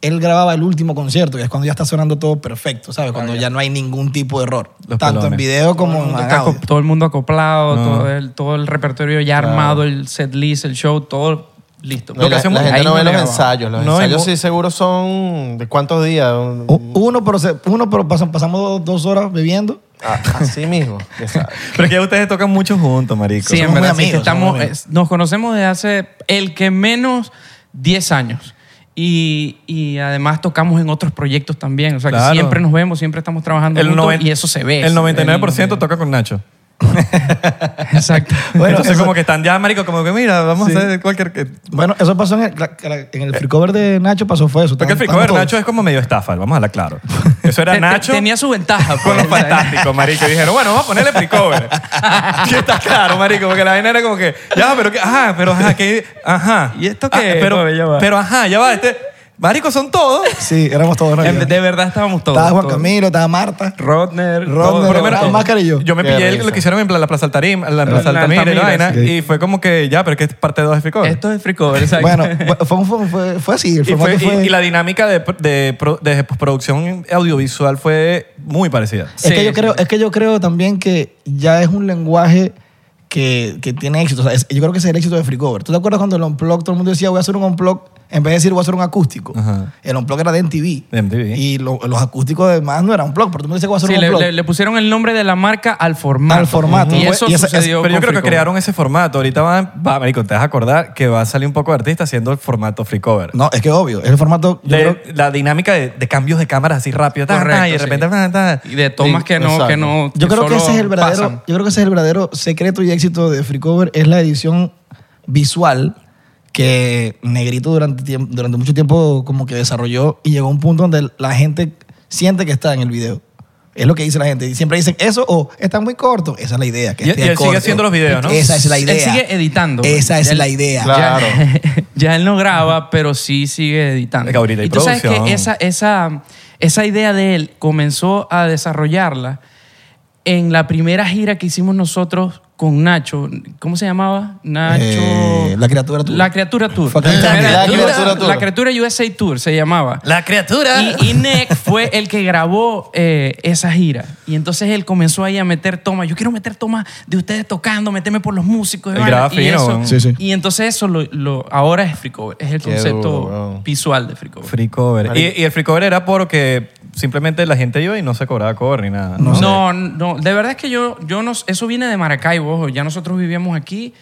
Speaker 2: él grababa el último concierto, que es cuando ya está sonando todo perfecto, ¿sabes? Cuando ya no hay ningún tipo de error.
Speaker 1: Los
Speaker 2: tanto en
Speaker 1: pelones.
Speaker 2: video como en
Speaker 3: Todo el mundo está
Speaker 2: audio.
Speaker 3: aco- todo el mundo acoplado,
Speaker 1: No.
Speaker 3: todo, el, todo el repertorio ya armado, el set list, el show, todo listo.
Speaker 4: No,
Speaker 1: que
Speaker 4: la,
Speaker 1: hacemos-
Speaker 4: la gente
Speaker 3: Ahí
Speaker 4: no ve los
Speaker 3: grababa.
Speaker 4: ensayos. Los
Speaker 1: No, y
Speaker 4: ensayos
Speaker 1: mo-
Speaker 4: sí seguro son de cuántos días. Un-
Speaker 2: U- Uno, pero, se- uno, pero pasan- pasamos dos horas bebiendo.
Speaker 4: Ah, así mismo. ya sabes.
Speaker 1: Pero es que ustedes tocan mucho juntos, marico.
Speaker 3: Sí, en
Speaker 2: muy
Speaker 3: verdad, sí,
Speaker 2: amigos,
Speaker 3: estamos-
Speaker 2: somos muy amigos.
Speaker 3: eh, nos conocemos desde hace el que menos 10 años. Y, y además tocamos en otros proyectos también. O sea,
Speaker 1: Claro.
Speaker 3: que siempre nos vemos, siempre estamos trabajando
Speaker 1: El
Speaker 3: juntos
Speaker 1: noven-
Speaker 3: y eso se ve.
Speaker 1: El
Speaker 3: se ve
Speaker 1: 99%
Speaker 3: en-
Speaker 1: toca con Nacho.
Speaker 3: (laughs) Exacto.
Speaker 2: Bueno,
Speaker 1: Entonces
Speaker 2: eso-
Speaker 1: como que están ya, marico, como que mira, vamos
Speaker 2: Sí.
Speaker 1: a hacer cualquier... que-
Speaker 2: Bueno, eso pasó en el, la- la- en el free cover de Nacho, pasó fue eso.
Speaker 1: Porque el
Speaker 2: Estamos-
Speaker 1: fricover
Speaker 2: estamos
Speaker 1: Nacho es como medio estafa, vamos a hablar claro.
Speaker 2: (laughs)
Speaker 1: Eso era
Speaker 3: Te- te-
Speaker 1: Nacho...
Speaker 3: Tenía su
Speaker 1: (laughs)
Speaker 3: ventaja. pues.
Speaker 1: con los fantásticos, marico. Y dijeron, bueno, vamos a ponerle pre-cover. (laughs) Sí, está claro, marico, porque la vaina era como que, ya, pero que, ajá, pero ajá, que, ajá.
Speaker 3: ¿Y esto qué
Speaker 1: Ah,
Speaker 3: es? Joder, ya
Speaker 1: pero,
Speaker 3: va.
Speaker 1: pero ajá, ya va, este, marico, son todos.
Speaker 2: todos. Sí, éramos todos. ¿no?
Speaker 3: En- De verdad estábamos todos.
Speaker 2: Estaba Juan
Speaker 3: todos.
Speaker 2: Camilo, estaba Marta.
Speaker 3: Rodner.
Speaker 2: Rodner,
Speaker 3: todos,
Speaker 1: Por lo menos-
Speaker 2: Juan Máscara y yo.
Speaker 1: Yo me
Speaker 4: Qué
Speaker 1: pillé el-
Speaker 4: risa.
Speaker 1: lo que hicieron en la Plaza Altarim, la Plaza
Speaker 3: La
Speaker 1: Altamira y la
Speaker 3: Altamira,
Speaker 1: vaina,
Speaker 2: sí.
Speaker 1: y fue como que, ya, pero que es parte 2 de pre-cover.
Speaker 3: Esto es free cover,
Speaker 1: (laughs)
Speaker 3: exacto.
Speaker 2: Bueno, fue, fue, fue, fue así. El
Speaker 1: Y, fue-
Speaker 2: formato fue,
Speaker 1: y- y la dinámica de, pro- de, pro- de postproducción audiovisual fue muy parecida.
Speaker 2: es, que
Speaker 3: Sí,
Speaker 2: yo
Speaker 3: sí,
Speaker 2: creo,
Speaker 3: sí.
Speaker 2: es que yo creo también que ya es un lenguaje que, que tiene éxito. O sea, es- yo creo que ese es el éxito de Free Cover. ¿Tú te acuerdas cuando el Unplug todo el mundo decía voy a hacer un Unplug en vez de decir voy a hacer un acústico?
Speaker 1: Ajá.
Speaker 2: El Unplug era de MTV.
Speaker 1: De MTV.
Speaker 2: Y lo- los acústicos además no eran Unplug, pero todo el mundo decía voy a hacer
Speaker 3: Sí,
Speaker 2: un
Speaker 3: le,
Speaker 2: Unplug.
Speaker 3: le- le pusieron el nombre de la marca al formato.
Speaker 2: Al formato.
Speaker 3: Y
Speaker 2: Ujú.
Speaker 3: eso
Speaker 2: Y esa-
Speaker 3: sucedió
Speaker 1: Pero yo creo que
Speaker 3: con Free Cover.
Speaker 1: crearon ese formato. Ahorita van, va, marico, te vas a acordar que va a salir un poco de artista haciendo el formato free cover.
Speaker 2: No, es que obvio. Es el formato... yo
Speaker 1: De-
Speaker 2: creo-
Speaker 1: la dinámica de, de cambios de cámaras así rápido. tan, tan,
Speaker 3: Correcto,
Speaker 1: y de
Speaker 3: sí.
Speaker 1: repente... tan, tan.
Speaker 3: Y de tomas
Speaker 4: Sí,
Speaker 3: que no...
Speaker 4: exacto.
Speaker 3: Que no
Speaker 2: Yo creo que
Speaker 3: solo
Speaker 2: ese es el verdadero,
Speaker 3: pasan.
Speaker 2: yo creo que ese es el verdadero secreto y éxito de Free Cover es la edición visual que Negrito durante tiemp- durante mucho tiempo como que desarrolló y llegó a un punto donde la gente siente que está en el video. Es lo que dice la gente. Y siempre dicen eso o está muy corto. Esa es la idea. Que
Speaker 1: Y-
Speaker 2: esté
Speaker 1: y él sigue
Speaker 2: corto.
Speaker 1: haciendo los videos, ¿no?
Speaker 2: Esa es la
Speaker 3: Él
Speaker 2: idea.
Speaker 3: sigue editando.
Speaker 2: Esa es
Speaker 3: Él-
Speaker 2: la idea.
Speaker 4: Claro.
Speaker 3: Ya, (laughs) ya él no graba, pero sí sigue editando.
Speaker 1: Es que ahorita hay
Speaker 3: y tú sabes
Speaker 1: producción.
Speaker 3: que esa, esa, esa idea de él comenzó a desarrollarla en la primera gira que hicimos nosotros con Nacho. ¿Cómo se llamaba? Nacho...
Speaker 2: Eh, La Criatura Tour.
Speaker 3: La Criatura Tour.
Speaker 2: Fucking Candy.
Speaker 4: La Criatura Tour.
Speaker 3: La Criatura USA Tour se llamaba.
Speaker 7: La criatura.
Speaker 3: Y, y Nick fue el que grabó eh, esa gira. Y entonces él comenzó ahí a meter tomas. Yo quiero meter tomas de ustedes tocando, meterme por los músicos. y
Speaker 1: Él
Speaker 3: vaina.
Speaker 1: graba
Speaker 3: y,
Speaker 1: fino,
Speaker 3: eso,
Speaker 1: weón.
Speaker 2: Sí, sí.
Speaker 3: y entonces eso lo, lo- ahora es Free Cover. Es el
Speaker 4: Qué
Speaker 3: concepto
Speaker 4: duro, weón.
Speaker 3: visual de Free Cover.
Speaker 1: Free cover. Y,
Speaker 4: Marico.
Speaker 1: y el free cover era porque simplemente la gente iba y no se cobraba cover ni nada.
Speaker 3: No, no, De verdad es que yo, yo no, eso viene de Maracaibo. ojo. Ya nosotros vivíamos aquí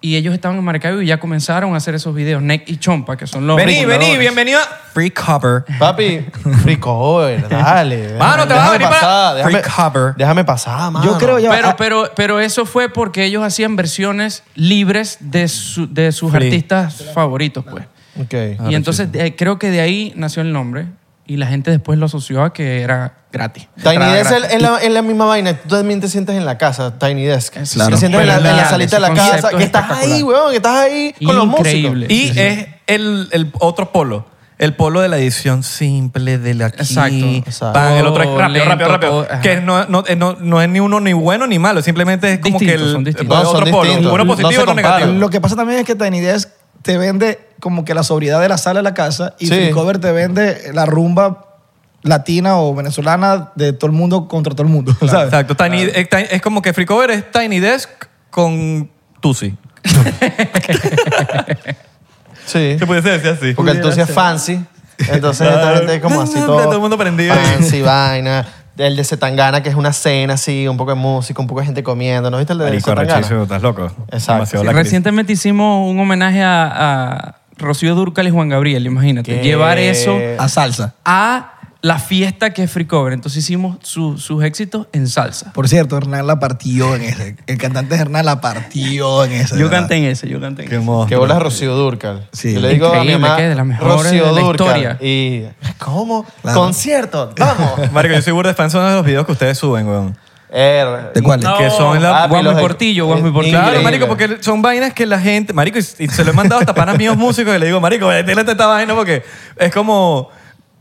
Speaker 3: y ellos estaban en Maracaibo y ya comenzaron a hacer esos videos. Nick y Chompa, que son los.
Speaker 1: Vení, vení,
Speaker 3: fundadores.
Speaker 1: bienvenido a Free Cover.
Speaker 4: Papi, free cover, dale.
Speaker 1: Mano, te vas a
Speaker 4: déjame
Speaker 1: venir para-
Speaker 4: pasar,
Speaker 1: Free
Speaker 4: déjame-
Speaker 1: cover.
Speaker 4: Déjame pasar, mano.
Speaker 2: Yo creo ya.
Speaker 1: ah,
Speaker 4: ah,
Speaker 3: Pero, pero, pero eso fue porque ellos hacían versiones libres de, su- de sus
Speaker 1: Free.
Speaker 3: artistas favoritos, pues.
Speaker 4: Ah, Ok.
Speaker 3: y entonces eh, creo que de ahí nació el nombre y la gente después lo asoció a que era gratis.
Speaker 4: Tiny
Speaker 3: Entrada
Speaker 4: Desk
Speaker 3: gratis.
Speaker 4: es, es la, es la misma vaina. Tú también te sientes en la casa, Tiny Desk.
Speaker 3: Claro.
Speaker 4: Te sientes en la, en la
Speaker 3: Genial,
Speaker 4: salita de la
Speaker 3: ese
Speaker 4: casa.
Speaker 3: concepto
Speaker 4: Que
Speaker 3: es
Speaker 4: estás ahí,
Speaker 3: espectacular.
Speaker 4: weón, que estás ahí con los músicos.
Speaker 3: Increíble.
Speaker 1: Y
Speaker 3: Sí, sí.
Speaker 1: es el, el otro polo. El polo de la edición simple, de la aquí,
Speaker 3: Exacto,
Speaker 4: exacto.
Speaker 1: pan, el otro es
Speaker 3: Todo
Speaker 1: rápido, rápido,
Speaker 3: lento,
Speaker 1: rápido.
Speaker 3: todo, ajá.
Speaker 1: que no, no, eh, no- no es ni uno ni bueno ni malo, simplemente es como
Speaker 3: Distintos,
Speaker 1: que el,
Speaker 3: son distintos.
Speaker 1: el
Speaker 4: No, son
Speaker 1: otro polo.
Speaker 4: distintos.
Speaker 1: Uno
Speaker 4: No
Speaker 1: positivo
Speaker 4: se
Speaker 1: y uno
Speaker 4: comparan.
Speaker 1: negativo.
Speaker 2: Lo que pasa también es que Tiny Desk te vende como que la sobriedad de la sala de la casa y
Speaker 4: Sí.
Speaker 2: Free Cover te vende la rumba latina o venezolana de todo el mundo contra todo el mundo. (laughs) ¿sabes?
Speaker 1: Exacto. Tiny- es, ti- es como que Free Cover es Tiny Desk con Tusi.
Speaker 4: Sí.
Speaker 1: Se pudiese decir así.
Speaker 4: Porque el tuyo es fancy. Entonces esta gente es como así
Speaker 1: Está
Speaker 4: todo.
Speaker 1: todo el mundo prendido ahí.
Speaker 4: Fancy, vaina. El de Zetangana, que es una cena así, un poco de música, un poco de gente comiendo. ¿No viste el de
Speaker 1: Marico,
Speaker 4: Zetangana?
Speaker 1: arrechísimo, estás loco.
Speaker 4: Exacto.
Speaker 1: Demasiado
Speaker 4: Sí,
Speaker 1: la crisis.
Speaker 3: Recientemente hicimos un homenaje a, a- Rocío Dúrcal y Juan Gabriel, imagínate.
Speaker 4: ¿Qué?
Speaker 3: Llevar eso
Speaker 2: A salsa.
Speaker 3: a la fiesta que es Free Cover. Entonces hicimos su- sus éxitos en salsa.
Speaker 2: Por cierto, Hernán la partió en ese. El cantante Hernán la partió en ese.
Speaker 3: Yo
Speaker 2: ¿verdad?
Speaker 3: canté en ese, yo canté en
Speaker 1: Qué
Speaker 3: ese.
Speaker 4: Que
Speaker 1: monstruo.
Speaker 4: bolas a Rocío Durcal.
Speaker 2: Sí.
Speaker 4: Yo le digo a mi
Speaker 3: Increíble,
Speaker 4: mamá,
Speaker 3: que es de las mejores
Speaker 4: Rocío
Speaker 3: de la
Speaker 4: Dúrcal.
Speaker 3: historia.
Speaker 4: Y, ¿cómo?
Speaker 2: Claro.
Speaker 4: Concierto, vamos.
Speaker 1: Marico, yo soy burda de fan son de los videos que ustedes suben, weón.
Speaker 4: Er-
Speaker 2: ¿De cuál?
Speaker 1: Que son la...
Speaker 4: Papi,
Speaker 3: Guasmo y
Speaker 4: los-
Speaker 3: Portillo, Guasmo y
Speaker 4: es
Speaker 3: Portillo.
Speaker 1: Claro,
Speaker 4: increíble.
Speaker 1: marico, porque son vainas que la gente... Marico, y, y se lo he mandado hasta panas míos músicos y le digo, marico, detélate esta vaina porque es como...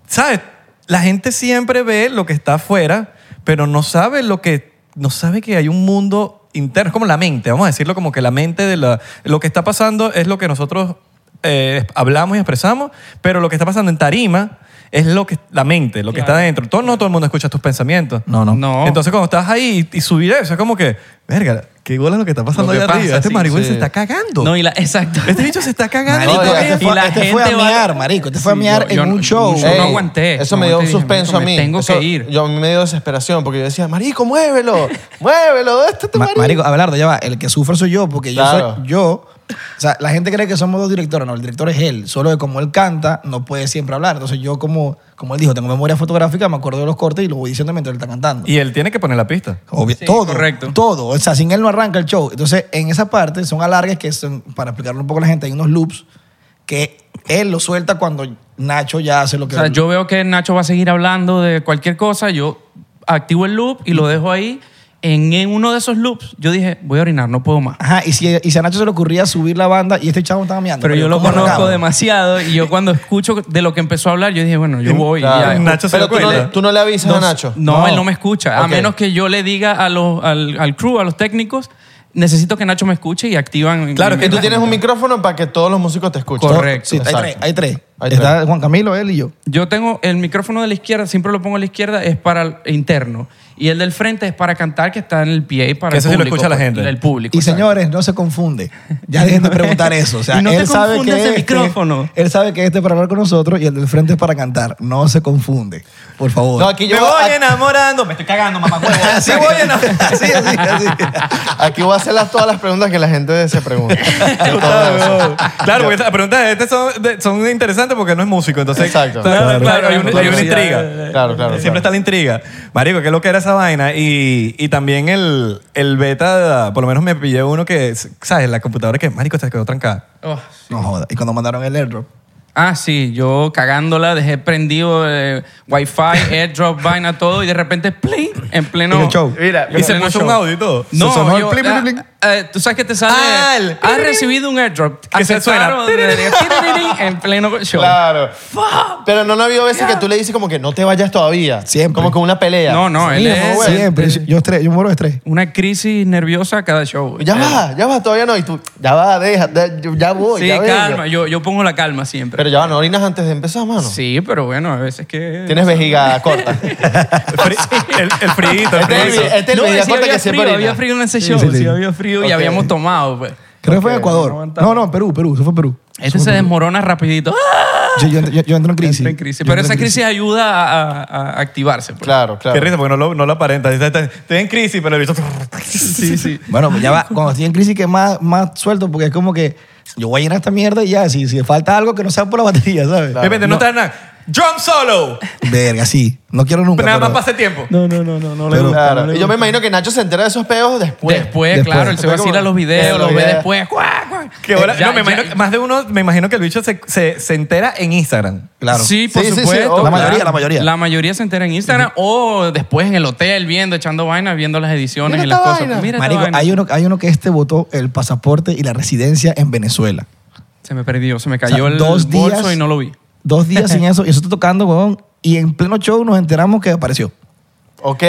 Speaker 1: ¿Sabes? La gente siempre ve lo que está afuera, pero no sabe lo que... No sabe que hay un mundo interno. Es como la mente, vamos a decirlo como que la mente de la... Lo que está pasando es lo que nosotros eh, hablamos y expresamos, pero lo que está pasando en tarima es lo que la mente, lo que está dentro. Todo, no todo el mundo escucha tus pensamientos.
Speaker 2: No, no.
Speaker 3: No.
Speaker 1: Entonces, cuando estás ahí y, y subir eso, es como que, verga, qué bola lo que está pasando
Speaker 3: Lo que
Speaker 1: allá
Speaker 3: pasa,
Speaker 1: arriba. Este
Speaker 3: sí,
Speaker 1: marigüey
Speaker 4: sí.
Speaker 1: se está cagando.
Speaker 3: No, y la, exacto.
Speaker 1: Este bicho se (laughs) está cagando.
Speaker 2: Marico,
Speaker 4: No,
Speaker 2: este,
Speaker 4: y-
Speaker 2: fue,
Speaker 3: y la
Speaker 2: este fue a
Speaker 3: gente va-
Speaker 2: miar, marico. Este fue a
Speaker 3: Sí,
Speaker 2: miar
Speaker 3: yo-
Speaker 2: en
Speaker 3: yo
Speaker 2: un
Speaker 3: no-
Speaker 2: show.
Speaker 3: yo
Speaker 4: Ey,
Speaker 3: no aguanté.
Speaker 4: Eso
Speaker 3: No
Speaker 4: me dio un
Speaker 3: aguanté, dije,
Speaker 4: suspenso
Speaker 3: marico,
Speaker 4: a
Speaker 3: me
Speaker 4: mí.
Speaker 3: tengo
Speaker 4: Eso-
Speaker 3: que ir.
Speaker 4: Yo a mí me dio desesperación porque yo decía, marico,
Speaker 3: (laughs)
Speaker 4: muévelo, muévelo, este ¿dónde está tu
Speaker 2: Ma-
Speaker 4: marico?
Speaker 2: marico, Abelardo, ya va. El que sufre soy yo, porque yo
Speaker 4: Claro.
Speaker 2: soy yo. O sea, la gente cree que somos dos directores. No, el director es él. Solo que como él canta, no puede siempre hablar. Entonces yo, como, como él dijo, tengo memoria fotográfica, me acuerdo de los cortes y lo voy diciendo mientras él está cantando.
Speaker 1: Y él tiene que poner la pista.
Speaker 2: Obvio,
Speaker 3: Sí,
Speaker 2: todo,
Speaker 3: correcto.
Speaker 2: todo. O sea, sin él no arranca el show. Entonces, en esa parte son alargues que son, para explicarlo un poco a la gente, hay unos loops que él lo suelta cuando Nacho ya hace lo
Speaker 3: O
Speaker 2: que...
Speaker 3: sea, yo veo que Nacho va a seguir hablando de cualquier cosa, yo activo el loop y lo dejo ahí. En en uno de esos loops, yo dije, voy a orinar, no puedo más.
Speaker 2: Ajá, y si, y si a Nacho se le ocurría subir la banda y este chavo estaba mirando.
Speaker 3: Pero yo lo
Speaker 2: ¿cómo
Speaker 3: conozco
Speaker 2: arrancamos?
Speaker 3: demasiado y yo cuando escucho de lo que empezó a hablar, yo dije, bueno, yo voy. y
Speaker 1: Claro.
Speaker 3: ya.
Speaker 1: Nacho se
Speaker 4: Pero
Speaker 1: dio
Speaker 4: tú no, le-
Speaker 1: cuenta.
Speaker 4: tú no le avisas a Nacho.
Speaker 3: No,
Speaker 2: No.
Speaker 3: él no me escucha.
Speaker 4: Ok.
Speaker 3: A menos que yo le diga a los, al, al crew, a los técnicos, necesito que Nacho me escuche y activan.
Speaker 1: Claro,
Speaker 3: mi-
Speaker 4: Y tú
Speaker 3: mi-
Speaker 4: tienes un micrófono para que todos los músicos te escuchen.
Speaker 3: Correcto.
Speaker 2: Sí, hay
Speaker 4: Exacto.
Speaker 2: tres, hay tres.
Speaker 4: Hay
Speaker 2: Está
Speaker 4: tres.
Speaker 2: Juan Camilo, él y yo.
Speaker 3: Yo tengo el micrófono de la izquierda, siempre lo pongo a la izquierda, es para el interno. Y el del frente es para cantar, que está en el pie para
Speaker 1: Que
Speaker 3: el
Speaker 1: eso sí lo
Speaker 3: público.
Speaker 1: escucha la
Speaker 3: pues,
Speaker 1: gente.
Speaker 3: El público.
Speaker 2: Y
Speaker 3: exacto.
Speaker 2: señores, no se confunde. Ya dejen de preguntar eso. O sea,
Speaker 3: (laughs) Y no te
Speaker 2: él sabe que
Speaker 3: confundas el
Speaker 2: este-
Speaker 3: micrófono.
Speaker 2: Él sabe que este es para hablar con nosotros y el del frente es para cantar. No se confunde. Por favor.
Speaker 4: No, aquí yo
Speaker 1: Me voy enamorando. Me estoy cagando, mamá. (laughs)
Speaker 2: así voy a Así, así, así.
Speaker 4: (laughs) Aquí voy a hacer las- todas las preguntas que la gente se
Speaker 3: (laughs)
Speaker 4: pregunta. De todo eso.
Speaker 1: claro, porque las preguntas de este son, de- son interesantes porque no es músico. Entonces,
Speaker 4: Exacto.
Speaker 1: Claro,
Speaker 3: Claro,
Speaker 1: claro,
Speaker 3: claro,
Speaker 1: hay una, hay una
Speaker 3: curiosidad.
Speaker 1: intriga.
Speaker 4: Claro, claro.
Speaker 1: Siempre está la intriga. Marico, ¿qué es lo que era esa vaina? Y, y también el, el beta, por lo menos me pillé uno que, ¿sabes? La computadora que, marico, se quedó trancada.
Speaker 3: Oh.
Speaker 2: No joda. Y cuando mandaron el airdrop.
Speaker 3: Ah, sí, yo cagándola, dejé prendido eh, Wi-Fi, (laughs) airdrop, vaina, todo, y de repente, ¡plin! en pleno
Speaker 2: En el show.
Speaker 8: Mira,
Speaker 1: Y se
Speaker 3: pleno
Speaker 1: puso un audio y todo.
Speaker 3: No,
Speaker 1: Se sonó el
Speaker 3: yo-
Speaker 1: plim, plim,
Speaker 3: ah,
Speaker 1: plim.
Speaker 3: eh, tú sabes que te sale.
Speaker 1: Ah, el
Speaker 3: has recibido un airdrop.
Speaker 1: Que se suena.
Speaker 3: Aceptaron de- en pleno show.
Speaker 4: Claro. Pero no, no había veces que tú le dices como que no te vayas todavía.
Speaker 2: Siempre.
Speaker 4: Como con una pelea.
Speaker 3: No, no, él
Speaker 4: Sí,
Speaker 3: es-
Speaker 4: como, güey,
Speaker 2: Siempre. Yo, yo estrés, yo muero de estrés.
Speaker 3: Una crisis nerviosa cada show. Eh,
Speaker 4: Ya va, ya va, todavía no. Y tú, ya va, deja, de- yo ya voy.
Speaker 3: Sí,
Speaker 4: ya vengo.
Speaker 3: calma. Yo, yo pongo la calma siempre.
Speaker 4: Pero ya va, no orinas antes de empezar, mano.
Speaker 3: sí, pero bueno, a veces que. (laughs)
Speaker 4: Tienes vejiga corta.
Speaker 1: Fri- el, el friguito, el
Speaker 4: Este es
Speaker 1: friguito.
Speaker 4: el- este es el
Speaker 3: No, y
Speaker 4: vejiga
Speaker 3: sí
Speaker 4: corta
Speaker 3: había
Speaker 4: que siempre
Speaker 3: frío, había
Speaker 4: orina.
Speaker 3: frío en ese show.
Speaker 2: sí,
Speaker 3: Sí,
Speaker 2: sí.
Speaker 3: había frío
Speaker 4: Ok.
Speaker 3: y habíamos tomado, pues.
Speaker 2: Creo que fue en Ecuador.
Speaker 3: aguantaba.
Speaker 2: No, no, Perú, Perú. Eso fue Perú.
Speaker 3: Este se desmorona rapidito. ¡Ah!
Speaker 2: Yo, yo, yo- yo entro en crisis.
Speaker 3: Entra en crisis.
Speaker 2: Yo
Speaker 3: Pero
Speaker 2: entro en
Speaker 3: esa crisis ayuda a, a- a activarse. pues.
Speaker 4: Claro, claro.
Speaker 1: Qué risa, porque no lo, no lo aparenta. Está- está- Estoy en crisis, pero el bicho...
Speaker 9: (laughs)
Speaker 3: Sí, sí.
Speaker 2: Bueno, pues ya va. Cuando estoy en crisis, que más, más suelto, porque es como que yo voy a llenar esta mierda y ya, si, si falta algo que no sea por la batería, ¿sabes?
Speaker 1: De repente, no, está nada. Drum solo.
Speaker 2: Verga, sí. No quiero nunca.
Speaker 1: Nada más
Speaker 2: pero-
Speaker 1: pase tiempo.
Speaker 3: No, no, no, no, no
Speaker 2: Pero-
Speaker 4: Claro. Y yo me imagino que Nacho se entera de esos peos después.
Speaker 3: Después, claro, él se
Speaker 4: Después,
Speaker 3: vacila
Speaker 4: como-
Speaker 3: los videos,
Speaker 4: Claro,
Speaker 3: los ve
Speaker 4: ya.
Speaker 3: después. ¡Cuac, cuac!
Speaker 1: Que ahora-
Speaker 3: Eh, Ya,
Speaker 1: no, me
Speaker 3: ya.
Speaker 1: imagino, que más de uno, me imagino que el bicho se, se, se entera en Instagram.
Speaker 2: Claro.
Speaker 3: Sí, por
Speaker 4: Sí, sí, sí,
Speaker 3: supuesto.
Speaker 4: obvio. La
Speaker 2: mayoría, la mayoría.
Speaker 3: La mayoría se entera en Instagram o después en el hotel viendo, echando vainas, viendo las ediciones
Speaker 4: Mira
Speaker 3: y las
Speaker 4: esta
Speaker 3: cosas.
Speaker 4: vaina.
Speaker 3: Mira esta
Speaker 2: Marico,
Speaker 3: vaina.
Speaker 2: hay uno, hay uno que este votó el pasaporte y la residencia en Venezuela.
Speaker 3: Se me perdió, se me
Speaker 2: O sea,
Speaker 3: cayó el
Speaker 2: dos días-
Speaker 3: bolso y no lo vi.
Speaker 2: Dos días
Speaker 3: (laughs)
Speaker 2: sin eso. Y eso está tocando, huevón. Y en pleno show nos enteramos que apareció.
Speaker 4: Ok,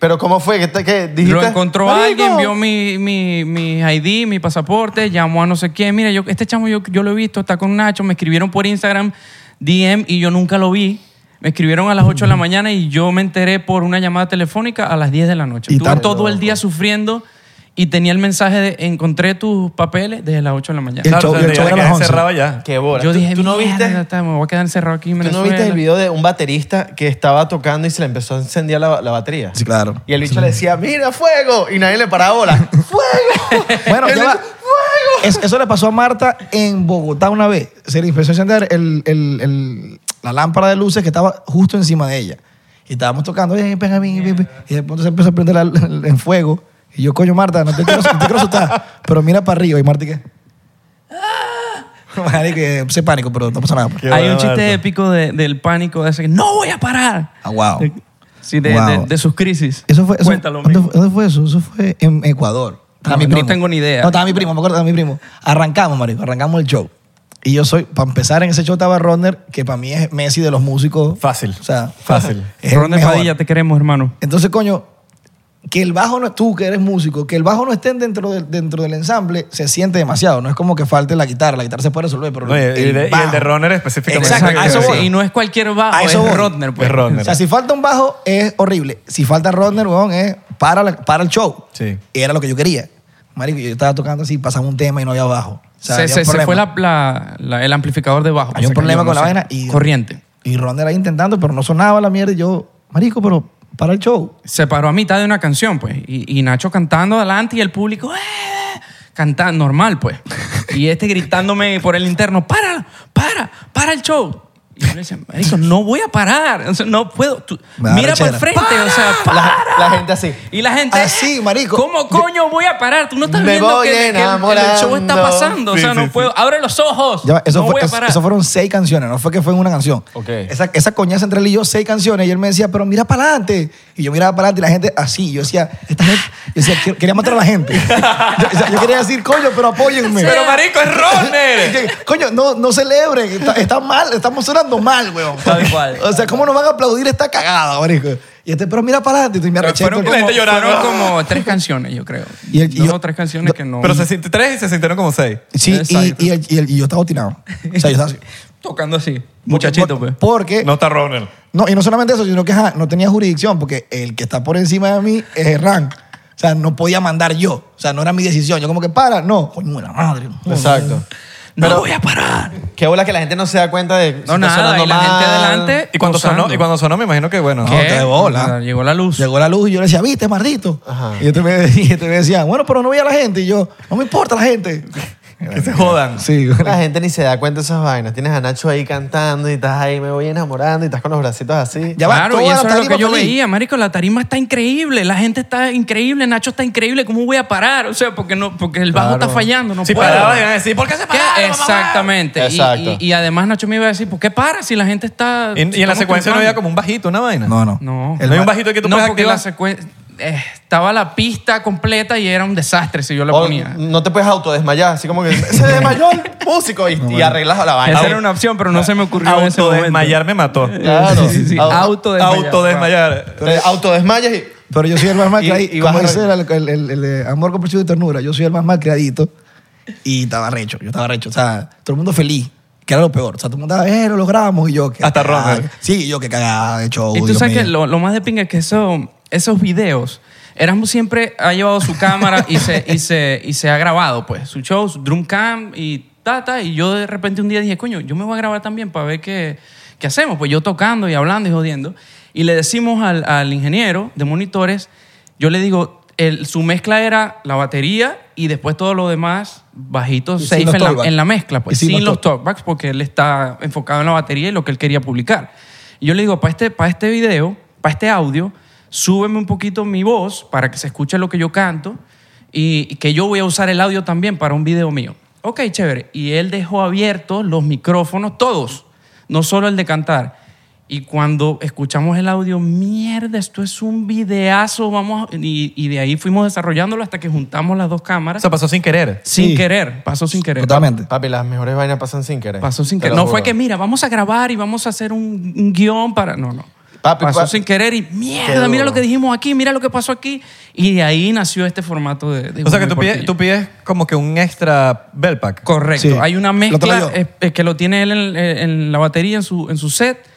Speaker 4: pero ¿cómo fue? ¿Qué, te- qué dijiste?
Speaker 3: Lo encontró
Speaker 4: Marico.
Speaker 3: alguien, vio mi, mi, mi ID, mi pasaporte, llamó a no sé quién. Mira, yo, este chamo yo, yo lo he visto, está con Nacho, me escribieron por Instagram, DM, y yo nunca lo vi. Me escribieron a las 8 de la mañana y yo me enteré por una llamada telefónica a las 10 de la noche.
Speaker 2: Y
Speaker 3: Estuve
Speaker 2: tan-
Speaker 3: todo el día sufriendo y tenía el mensaje de encontré tus papeles desde las 8 de la mañana.
Speaker 2: El show- el show era a las 11.
Speaker 1: cerraba ya.
Speaker 4: Qué bola.
Speaker 3: Yo
Speaker 4: ¿Tú-
Speaker 3: dije,
Speaker 4: ¿tú no
Speaker 3: "Mierda,
Speaker 4: viste?
Speaker 3: está, me voy a quedar encerrado aquí en
Speaker 4: ¿Tú no
Speaker 3: Venezuela.
Speaker 4: viste el video de un baterista que estaba tocando y se le empezó a encender la, la batería?
Speaker 2: Sí,
Speaker 3: (laughs)
Speaker 2: claro.
Speaker 4: Y el bicho le decía, mira, fuego. Y nadie le paraba bola. ¡Fuego!
Speaker 2: Bueno,
Speaker 4: El
Speaker 2: ya va.
Speaker 4: bicho, ¡Fuego!
Speaker 2: Es- eso le pasó a Marta en Bogotá una vez. Se le empezó a encender el- el- el- la lámpara de luces que estaba justo encima de ella. Y estábamos tocando, "Ey, pega, ven, ven, ven". y de pronto se empezó a prender la- la- en fuego. Y yo, coño, Marta, no te quiero, no te quiero asustar, pero mira para arriba. Y Marta, ¿y
Speaker 3: (laughs)
Speaker 2: ¿qué? Marico, eh, se pánico, pero no pasa nada. pues.
Speaker 3: Hay un
Speaker 9: bueno,
Speaker 3: chiste
Speaker 9: Marta.
Speaker 3: épico de- del pánico de ese que no voy a parar.
Speaker 2: Ah, wow.
Speaker 3: Eh, Sí, de,
Speaker 2: Wow.
Speaker 3: de- de sus crisis.
Speaker 2: Eso fue, eso-
Speaker 3: Cuéntalo,
Speaker 2: ¿dónde,
Speaker 3: amigo.
Speaker 2: fue- dónde fue eso? Eso fue en Ecuador. Estaba
Speaker 3: No, no tengo ni idea.
Speaker 2: No, estaba mi primo, me acuerdo, estaba mi primo. Arrancamos, marico, arrancamos el show. Y yo soy, para empezar en ese show estaba Ronner, que para mí es Messi de los músicos.
Speaker 9: Fácil.
Speaker 2: O sea,
Speaker 9: Fácil.
Speaker 2: es el
Speaker 3: Ronda
Speaker 2: mejor.
Speaker 3: Padilla, te queremos, hermano.
Speaker 2: Entonces, coño, que el bajo no, tú que eres músico, que el bajo no esté dentro, del- dentro del ensamble, se siente demasiado. No es como que falte la guitarra, la guitarra se puede resolver, pero
Speaker 9: No, y- y de- y
Speaker 2: bajo-
Speaker 9: el de Ronner específicamente.
Speaker 2: Exacto, a eso
Speaker 3: Sí,
Speaker 2: voy.
Speaker 3: Y no es cualquier
Speaker 2: A
Speaker 3: bajo,
Speaker 2: eso voy.
Speaker 3: es Rodner, pues.
Speaker 9: Es Rodner.
Speaker 2: O sea, si falta un bajo es horrible. Si falta Rodner, weón, es para, la- para el show.
Speaker 9: Sí.
Speaker 2: Y era lo que yo quería. Marico, yo estaba tocando así, pasamos un tema y no había bajo. O sea,
Speaker 3: se,
Speaker 2: había
Speaker 3: se-
Speaker 2: un
Speaker 3: se
Speaker 2: problema.
Speaker 3: fue la- la- la- el amplificador de bajo.
Speaker 2: Había un
Speaker 3: Se
Speaker 2: problema
Speaker 3: cayó,
Speaker 2: con
Speaker 3: no
Speaker 2: la
Speaker 3: sé.
Speaker 2: vaina y...
Speaker 3: Corriente.
Speaker 2: Y Rodner ahí intentando, pero no sonaba la mierda. Y yo, marico, pero para el show.
Speaker 3: Se paró a mitad de una canción, pues. Y, y Nacho cantando adelante y el público... ¡eh! Cantando normal, pues. Y este gritándome por el interno, para, para, para el show. Y yo le decía, marico, no voy a parar. O sea, no puedo. Tú-
Speaker 2: Me da
Speaker 3: mira por
Speaker 2: rechera.
Speaker 3: frente, o sea, para.
Speaker 4: La, la gente así.
Speaker 3: Y la gente.
Speaker 2: Así, Ah, marico.
Speaker 3: ¿Cómo coño voy a parar? Tú no estás
Speaker 4: Me
Speaker 3: viendo
Speaker 4: voy
Speaker 3: que, que el- el show está
Speaker 4: enamorando.
Speaker 3: pasando. o sea, no puedo. Abre los ojos.
Speaker 2: Ya va, eso,
Speaker 3: no
Speaker 2: fue-
Speaker 3: voy a
Speaker 2: eso-
Speaker 3: parar.
Speaker 2: eso fueron seis canciones, no fue que fue en una canción.
Speaker 4: Ok.
Speaker 2: Esa, esa coñaza entre él y yo, seis canciones. Y él me decía, pero mira para adelante. Y yo miraba para adelante y la gente así. Yo decía, esta gente, yo decía, "Quiero- quería matar a la gente. (laughs) yo, o sea, yo quería decir, coño, pero apóyenme.
Speaker 3: Pero marico,
Speaker 2: (laughs)
Speaker 3: es
Speaker 2: Es
Speaker 3: Rodner.
Speaker 2: que, Coño, no, no celebren. Está, está mal, estamos sonando mal, weón.
Speaker 3: Tal cual.
Speaker 2: O sea, ¿cómo nos van a aplaudir esta cagada, marico? Y este, pero mira para adelante. Y me arreché.
Speaker 9: fueron
Speaker 2: Entonces,
Speaker 9: como- gente llorando.
Speaker 3: fueron como tres canciones, yo creo.
Speaker 2: Y el- y
Speaker 3: Dos
Speaker 2: yo-
Speaker 3: o tres canciones que no.
Speaker 9: Pero se siente tres y se sintieron como seis.
Speaker 2: Sí, y,
Speaker 3: Exacto.
Speaker 2: y, el- y el- y yo estaba obstinado. O sea, yo estaba así.
Speaker 3: tocando así. Muchachito, pues.
Speaker 2: Porque.
Speaker 9: No está Ronner.
Speaker 2: No, y no solamente eso, sino que ajá, no tenía jurisdicción porque el que está por encima de mí es Herrán. O sea, no podía mandar yo. O sea, no era mi decisión. Yo como que para, no. Coño, de la madre.
Speaker 4: Exacto.
Speaker 3: No voy a parar.
Speaker 4: Qué bola que la gente no se da cuenta de. si
Speaker 3: No,
Speaker 4: está
Speaker 3: nada.
Speaker 4: sonando
Speaker 3: Y la
Speaker 4: mal.
Speaker 3: gente adelante.
Speaker 9: Y cuando, sonó, y cuando sonó, me imagino que, bueno,
Speaker 3: ¿Qué?
Speaker 2: te bola.
Speaker 3: Llegó la luz.
Speaker 2: Llegó la luz y yo le decía, viste, maldito.
Speaker 4: Ajá.
Speaker 2: Y este me, (laughs) y este me decía, bueno, pero no veía a la gente. Y yo, no me importa la gente.
Speaker 9: que se jodan.
Speaker 2: Sí, (laughs)
Speaker 4: La gente ni se da cuenta de esas vainas. Tienes a Nacho ahí cantando y estás ahí, me voy enamorando y estás con los bracitos así.
Speaker 2: Ya va,
Speaker 3: claro, y
Speaker 2: toda la
Speaker 3: eso era lo
Speaker 2: tarima
Speaker 3: que yo
Speaker 2: feliz.
Speaker 3: veía, marico, la tarima está increíble, la gente está increíble, Nacho está increíble, ¿cómo voy a parar? O sea, porque no, porque el bajo está fallando, no
Speaker 9: si
Speaker 3: puedo.
Speaker 9: paraban, iban a decir,
Speaker 1: (laughs)
Speaker 9: ¿por qué se
Speaker 3: ¿Qué?
Speaker 9: pararon? mamá?
Speaker 3: Exactamente. Y-
Speaker 4: Exacto.
Speaker 3: Y, y además Nacho me iba a decir, ¿por qué para si la gente está...
Speaker 9: Y, y en la
Speaker 3: estamos
Speaker 9: secuencia no
Speaker 3: triunfando?
Speaker 9: había como un bajito, una vaina.
Speaker 2: No, no.
Speaker 3: No.
Speaker 9: No hay un bajito que tú
Speaker 3: no,
Speaker 9: puedas
Speaker 3: porque la
Speaker 9: activar.
Speaker 3: secuencia... estaba la pista completa y era un desastre si yo la
Speaker 4: O
Speaker 3: ponía.
Speaker 4: no te puedes autodesmayar, así como que se desmayó el músico y, y arreglas la vaina.
Speaker 3: Esa era una opción, pero no se me ocurrió en ese momento.
Speaker 9: Autodesmayar me mató.
Speaker 4: Claro.
Speaker 3: Sí, sí, sí.
Speaker 4: Au-
Speaker 3: Autodesmayar.
Speaker 9: Autodesmayar.
Speaker 4: Te autodesmayas y.
Speaker 2: Pero yo
Speaker 9: (laughs)
Speaker 2: soy el más mal
Speaker 4: Y-
Speaker 2: creadito.
Speaker 4: y
Speaker 2: como
Speaker 4: baja-
Speaker 2: dice el, el- el- el de amor con precio y ternura, yo soy el más mal creadito. Y estaba recho, yo estaba recho. O sea, todo el mundo feliz, que era lo peor. O sea, todo el mundo estaba, eh, lo logramos. Y yo, que
Speaker 9: Hasta
Speaker 2: cagada.
Speaker 9: Ronald.
Speaker 2: Sí, yo que cagada de show.
Speaker 3: Y tú
Speaker 2: Dios
Speaker 3: sabes que
Speaker 2: mío.
Speaker 3: lo, lo más de pinga es que eso, esos videos, Erasmus siempre ha llevado su cámara y, se, y, se, y se ha grabado, pues, su show, su Drumcam y tata. Y yo de repente un día dije, coño, yo me voy a grabar también para ver qué, qué hacemos. Pues yo tocando y hablando y jodiendo. Y le decimos al, al ingeniero de monitores, yo le digo, el- su mezcla era la batería y después todo lo demás bajitos
Speaker 2: Y sin
Speaker 3: safe
Speaker 2: los
Speaker 3: en la,
Speaker 2: talkbacks.
Speaker 3: en la mezcla, pues,
Speaker 2: Y sin
Speaker 3: sin,
Speaker 2: los
Speaker 3: los talkbacks porque él está enfocado en la batería y lo que él quería publicar. Y yo le digo, para este, para este video, para este audio, súbeme un poquito mi voz para que se escuche lo que yo canto y, y que yo voy a usar el audio también para un video mío. Ok, chévere. Y él dejó abiertos los micrófonos, todos, no solo el de cantar. Y cuando escuchamos el audio, mierda, esto es un videazo, vamos, a-". y, y de ahí fuimos desarrollándolo hasta que juntamos las dos
Speaker 9: O
Speaker 3: cámaras.
Speaker 9: sea, pasó sin querer.
Speaker 3: sin
Speaker 2: sí.
Speaker 3: querer, pasó sin querer.
Speaker 2: Totalmente.
Speaker 4: Papi, las mejores vainas pasan sin querer.
Speaker 3: Pasó sin
Speaker 4: Te
Speaker 3: querer.
Speaker 4: lo
Speaker 3: No
Speaker 4: juro.
Speaker 3: fue que, mira, vamos a grabar y vamos a hacer un, un guión para. No, no.
Speaker 4: Papi,
Speaker 3: pasó
Speaker 4: pa-
Speaker 3: sin querer y
Speaker 4: Qué
Speaker 3: mierda,
Speaker 4: duro.
Speaker 3: mira lo que dijimos aquí, mira lo que pasó aquí. Y de ahí nació este formato de. de
Speaker 9: O sea, que
Speaker 3: Gourmet
Speaker 9: tú pides,
Speaker 3: Portillo.
Speaker 9: tú pides como que un extra bell pack.
Speaker 3: Correcto.
Speaker 2: Sí.
Speaker 3: Hay una
Speaker 2: Lo toco
Speaker 3: mezcla
Speaker 2: yo.
Speaker 3: eh, eh, que lo tiene él en, eh, en la batería, en su, en su set,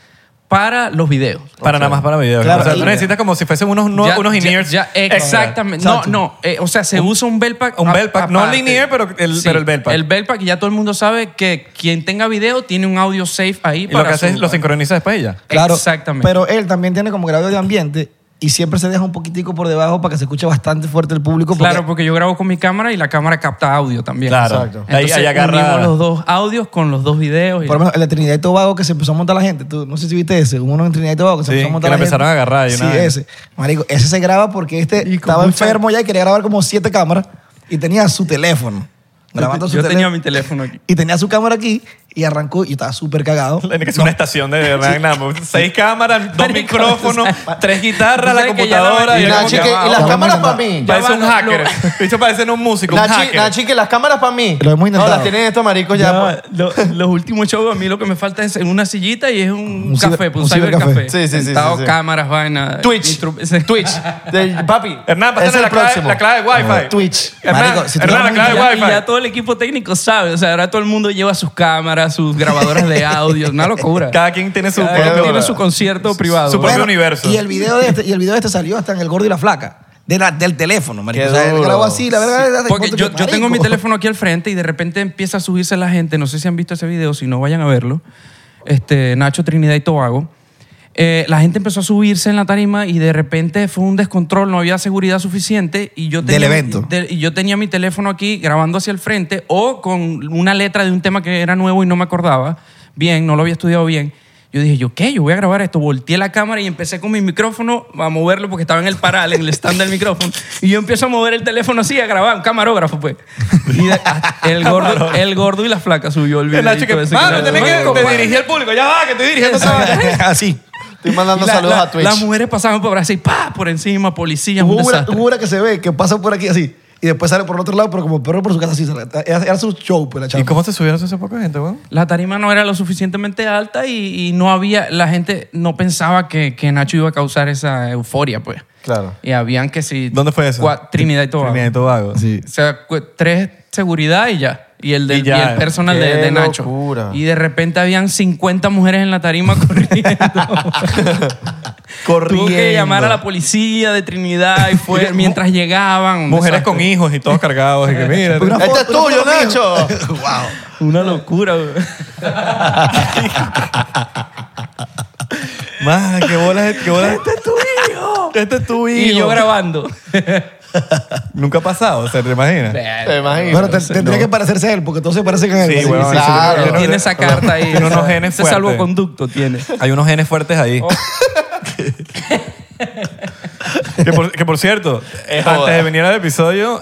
Speaker 3: para los videos.
Speaker 9: Para nada más para videos.
Speaker 2: Claro.
Speaker 9: o sea,
Speaker 2: Y-
Speaker 9: tú necesitas como si fuesen unos, no-
Speaker 3: Ya-
Speaker 9: unos
Speaker 3: ya-
Speaker 9: in-ears.
Speaker 3: ya- exactamente. No, no. eh, o sea, se usa un bell pack.
Speaker 9: un
Speaker 3: a-
Speaker 9: bell pack, no
Speaker 3: aparte.
Speaker 9: linear, pero el- pero el bell pack.
Speaker 3: El bell pack, ya todo el mundo sabe que quien tenga video tiene un audio safe ahí
Speaker 9: Y lo que
Speaker 3: para
Speaker 9: haces
Speaker 3: su-
Speaker 9: lo sincronizas después y ya.
Speaker 2: Claro.
Speaker 3: Exactamente.
Speaker 2: Pero él también tiene como grado de ambiente y siempre se deja un poquitico por debajo para que se escuche bastante fuerte el público. porque-
Speaker 3: Claro, porque yo grabo con mi cámara y la cámara capta audio también.
Speaker 1: Claro.
Speaker 4: Exacto.
Speaker 1: Ahí,
Speaker 3: Entonces
Speaker 1: ahí agarra.
Speaker 3: unimos los dos audios con los dos videos. y-
Speaker 2: Por lo menos en la Trinidad y Tobago que se empezó a montar la gente. Tú, no sé si viste ese. Hubo uno en Trinidad y Tobago que se
Speaker 1: Sí,
Speaker 2: empezó a montar
Speaker 1: que lo
Speaker 2: la gente.
Speaker 1: empezaron a agarrar y
Speaker 2: Sí,
Speaker 1: una vaina.
Speaker 2: ese. Marico, ese se graba porque este
Speaker 3: Y con
Speaker 2: estaba
Speaker 3: mucha-
Speaker 2: enfermo ya y quería grabar como siete cámaras y tenía su teléfono. Grabando
Speaker 3: yo
Speaker 2: su
Speaker 3: yo tenía
Speaker 2: teléfono.
Speaker 3: mi
Speaker 2: (laughs)
Speaker 3: teléfono aquí.
Speaker 2: Y tenía su cámara aquí y arrancó y estaba súper
Speaker 1: (laughs)
Speaker 2: cagado.
Speaker 1: Tiene que ser una estación de verdad, nada más. Seis cámaras, dos
Speaker 3: Marico,
Speaker 1: micrófonos,
Speaker 3: tú sabes-
Speaker 1: tres
Speaker 3: tú
Speaker 1: guitarras, la
Speaker 3: sabes que ya la
Speaker 1: computadora.
Speaker 3: vendí.
Speaker 1: Y
Speaker 4: Y
Speaker 1: era como
Speaker 4: Nachi,
Speaker 1: que,
Speaker 4: que,
Speaker 1: "Ah,
Speaker 4: y las
Speaker 2: vamos a
Speaker 4: cámaras
Speaker 2: mandar.
Speaker 4: para mí.
Speaker 3: Ya
Speaker 1: Parece
Speaker 3: va,
Speaker 1: un
Speaker 3: lo-
Speaker 1: hacker.
Speaker 3: lo-
Speaker 1: (laughs) Dicho, parece un músico, un
Speaker 4: Nachi,
Speaker 1: hacker.
Speaker 4: Nachi, que las cámaras para mí.
Speaker 2: Lo hemos intentado.
Speaker 4: No, las tienen estos maricos ya.
Speaker 3: Ya,
Speaker 4: pues.
Speaker 3: lo- los últimos shows a mí lo que me falta es en una sillita y es un,
Speaker 2: Un ciber-
Speaker 3: café, pues,
Speaker 2: un
Speaker 3: un cybercafé.
Speaker 2: cibercafé.
Speaker 4: Sí, sí, sí, sí,
Speaker 3: Sentado,
Speaker 4: sí.
Speaker 3: cámaras, vaina.
Speaker 4: Twitch.
Speaker 3: instru- (laughs) sí.
Speaker 4: Twitch. De- papi.
Speaker 1: Hernán,
Speaker 4: ese es
Speaker 1: pásame
Speaker 4: el
Speaker 1: la clave,
Speaker 4: próximo.
Speaker 1: la clave de Wi-Fi.
Speaker 2: Twitch.
Speaker 1: Hernán,
Speaker 2: Marico, si tú
Speaker 1: Hernán,
Speaker 2: lo
Speaker 1: la clave de
Speaker 3: Ya, y
Speaker 1: Wi-Fi.
Speaker 3: ya Ah, todo el equipo técnico sabe. O sea, ahora todo el mundo lleva sus cámaras, sus grabadoras de audio. Una locura.
Speaker 1: Cada quien tiene su
Speaker 3: Cada
Speaker 1: propio-
Speaker 3: quien tiene su concierto privado.
Speaker 1: su propio universo.
Speaker 2: Y el video de este, y el video de este salió hasta en el gordo y la flaca. De la- del teléfono, marico.
Speaker 4: Qué
Speaker 2: O sea, él
Speaker 4: duro.
Speaker 2: grabó así, la verdad. la-
Speaker 3: Porque
Speaker 2: foto
Speaker 3: yo,
Speaker 2: que,
Speaker 3: yo tengo mi
Speaker 2: marico.
Speaker 3: teléfono aquí al frente y de repente empieza a subirse la gente. No sé si han visto ese video, si no vayan a verlo. Este, Nacho Trinidad y Tobago. Eh, la gente empezó a subirse en la tarima y de repente fue un descontrol, no había seguridad suficiente y yo tenía,
Speaker 2: Del evento.
Speaker 3: de- y yo tenía mi teléfono aquí grabando hacia el frente o con una letra de un tema que era nuevo y no me acordaba bien, no lo había estudiado bien. Yo dije, ¿yo qué? Yo voy a grabar esto. Volteé la cámara y empecé con mi micrófono a moverlo porque estaba en el paral, en el stand del micrófono. Y yo empiezo a mover el teléfono así, a grabar, un camarógrafo, pues. Y de- ah, el, gordo, el gordo y la flaca subió el video.
Speaker 1: El Nachi que, mano, tenés que te dirigí al público. Ya va, que estoy dirigiendo esta vaina.
Speaker 2: (laughs) así.
Speaker 4: Estoy mandando
Speaker 3: La-
Speaker 4: saludos
Speaker 3: la-
Speaker 4: a Twitch.
Speaker 3: Las mujeres pasaban por así, pa, por encima, policía, un
Speaker 2: Hubo una,
Speaker 3: desastre.
Speaker 2: hubo una que se ve que pasa por aquí así y después sale por el otro lado, pero como perro por su casa así. sale. Era, era su show, pues la chava.
Speaker 1: ¿Y cómo se subieron esa poca gente, weón?
Speaker 3: La tarima no era lo suficientemente alta y, y no había, la gente no pensaba que, que Nacho iba a causar esa euforia, pues.
Speaker 4: Claro.
Speaker 3: Y habían que si...
Speaker 1: ¿Dónde fue eso?
Speaker 3: Cua- Trinidad y Tobago.
Speaker 1: Trinidad y Tobago.
Speaker 2: Sí.
Speaker 3: O sea, cu- tres seguridad y ya. Y el, del,
Speaker 1: Y ya.
Speaker 3: y el personal de,
Speaker 4: Qué
Speaker 3: de Nacho.
Speaker 4: locura.
Speaker 3: Y de repente habían 50 mujeres en la
Speaker 1: (laughs)
Speaker 3: tarima corriendo.
Speaker 1: Corriendo.
Speaker 3: Tuvo que llamar a la policía de Trinidad
Speaker 1: (laughs)
Speaker 3: y fue mientras llegaban. un
Speaker 1: Mujeres
Speaker 3: desastre.
Speaker 1: con hijos y todos cargados. y que, mira,
Speaker 2: Pero una
Speaker 4: Este
Speaker 2: foto-
Speaker 4: es tuyo,
Speaker 2: una foto
Speaker 4: Nacho.
Speaker 2: mío. (laughs) wow.
Speaker 3: Una locura, güey.
Speaker 1: Más, qué bolas, qué bolas. Este es tu hijo. Este es tu hijo.
Speaker 3: Y yo
Speaker 1: (laughs)
Speaker 3: grabando.
Speaker 1: Nunca ha pasado, o sea, ¿te imaginas?
Speaker 4: Te imagino.
Speaker 2: Bueno, te- tendría que parecerse a él porque todos se parecen a él.
Speaker 1: Sí,
Speaker 2: así.
Speaker 1: huevón,
Speaker 2: Sí, sí.
Speaker 4: claro.
Speaker 1: sí, sí.
Speaker 3: tiene esa carta ahí.
Speaker 1: Tiene unos
Speaker 3: ¿sabes?
Speaker 1: genes
Speaker 3: Ese
Speaker 1: fuertes.
Speaker 3: salvoconducto tiene.
Speaker 1: Hay unos genes fuertes ahí.
Speaker 3: Oh.
Speaker 1: (laughs) que, por, que por cierto, eh, antes de venir al episodio,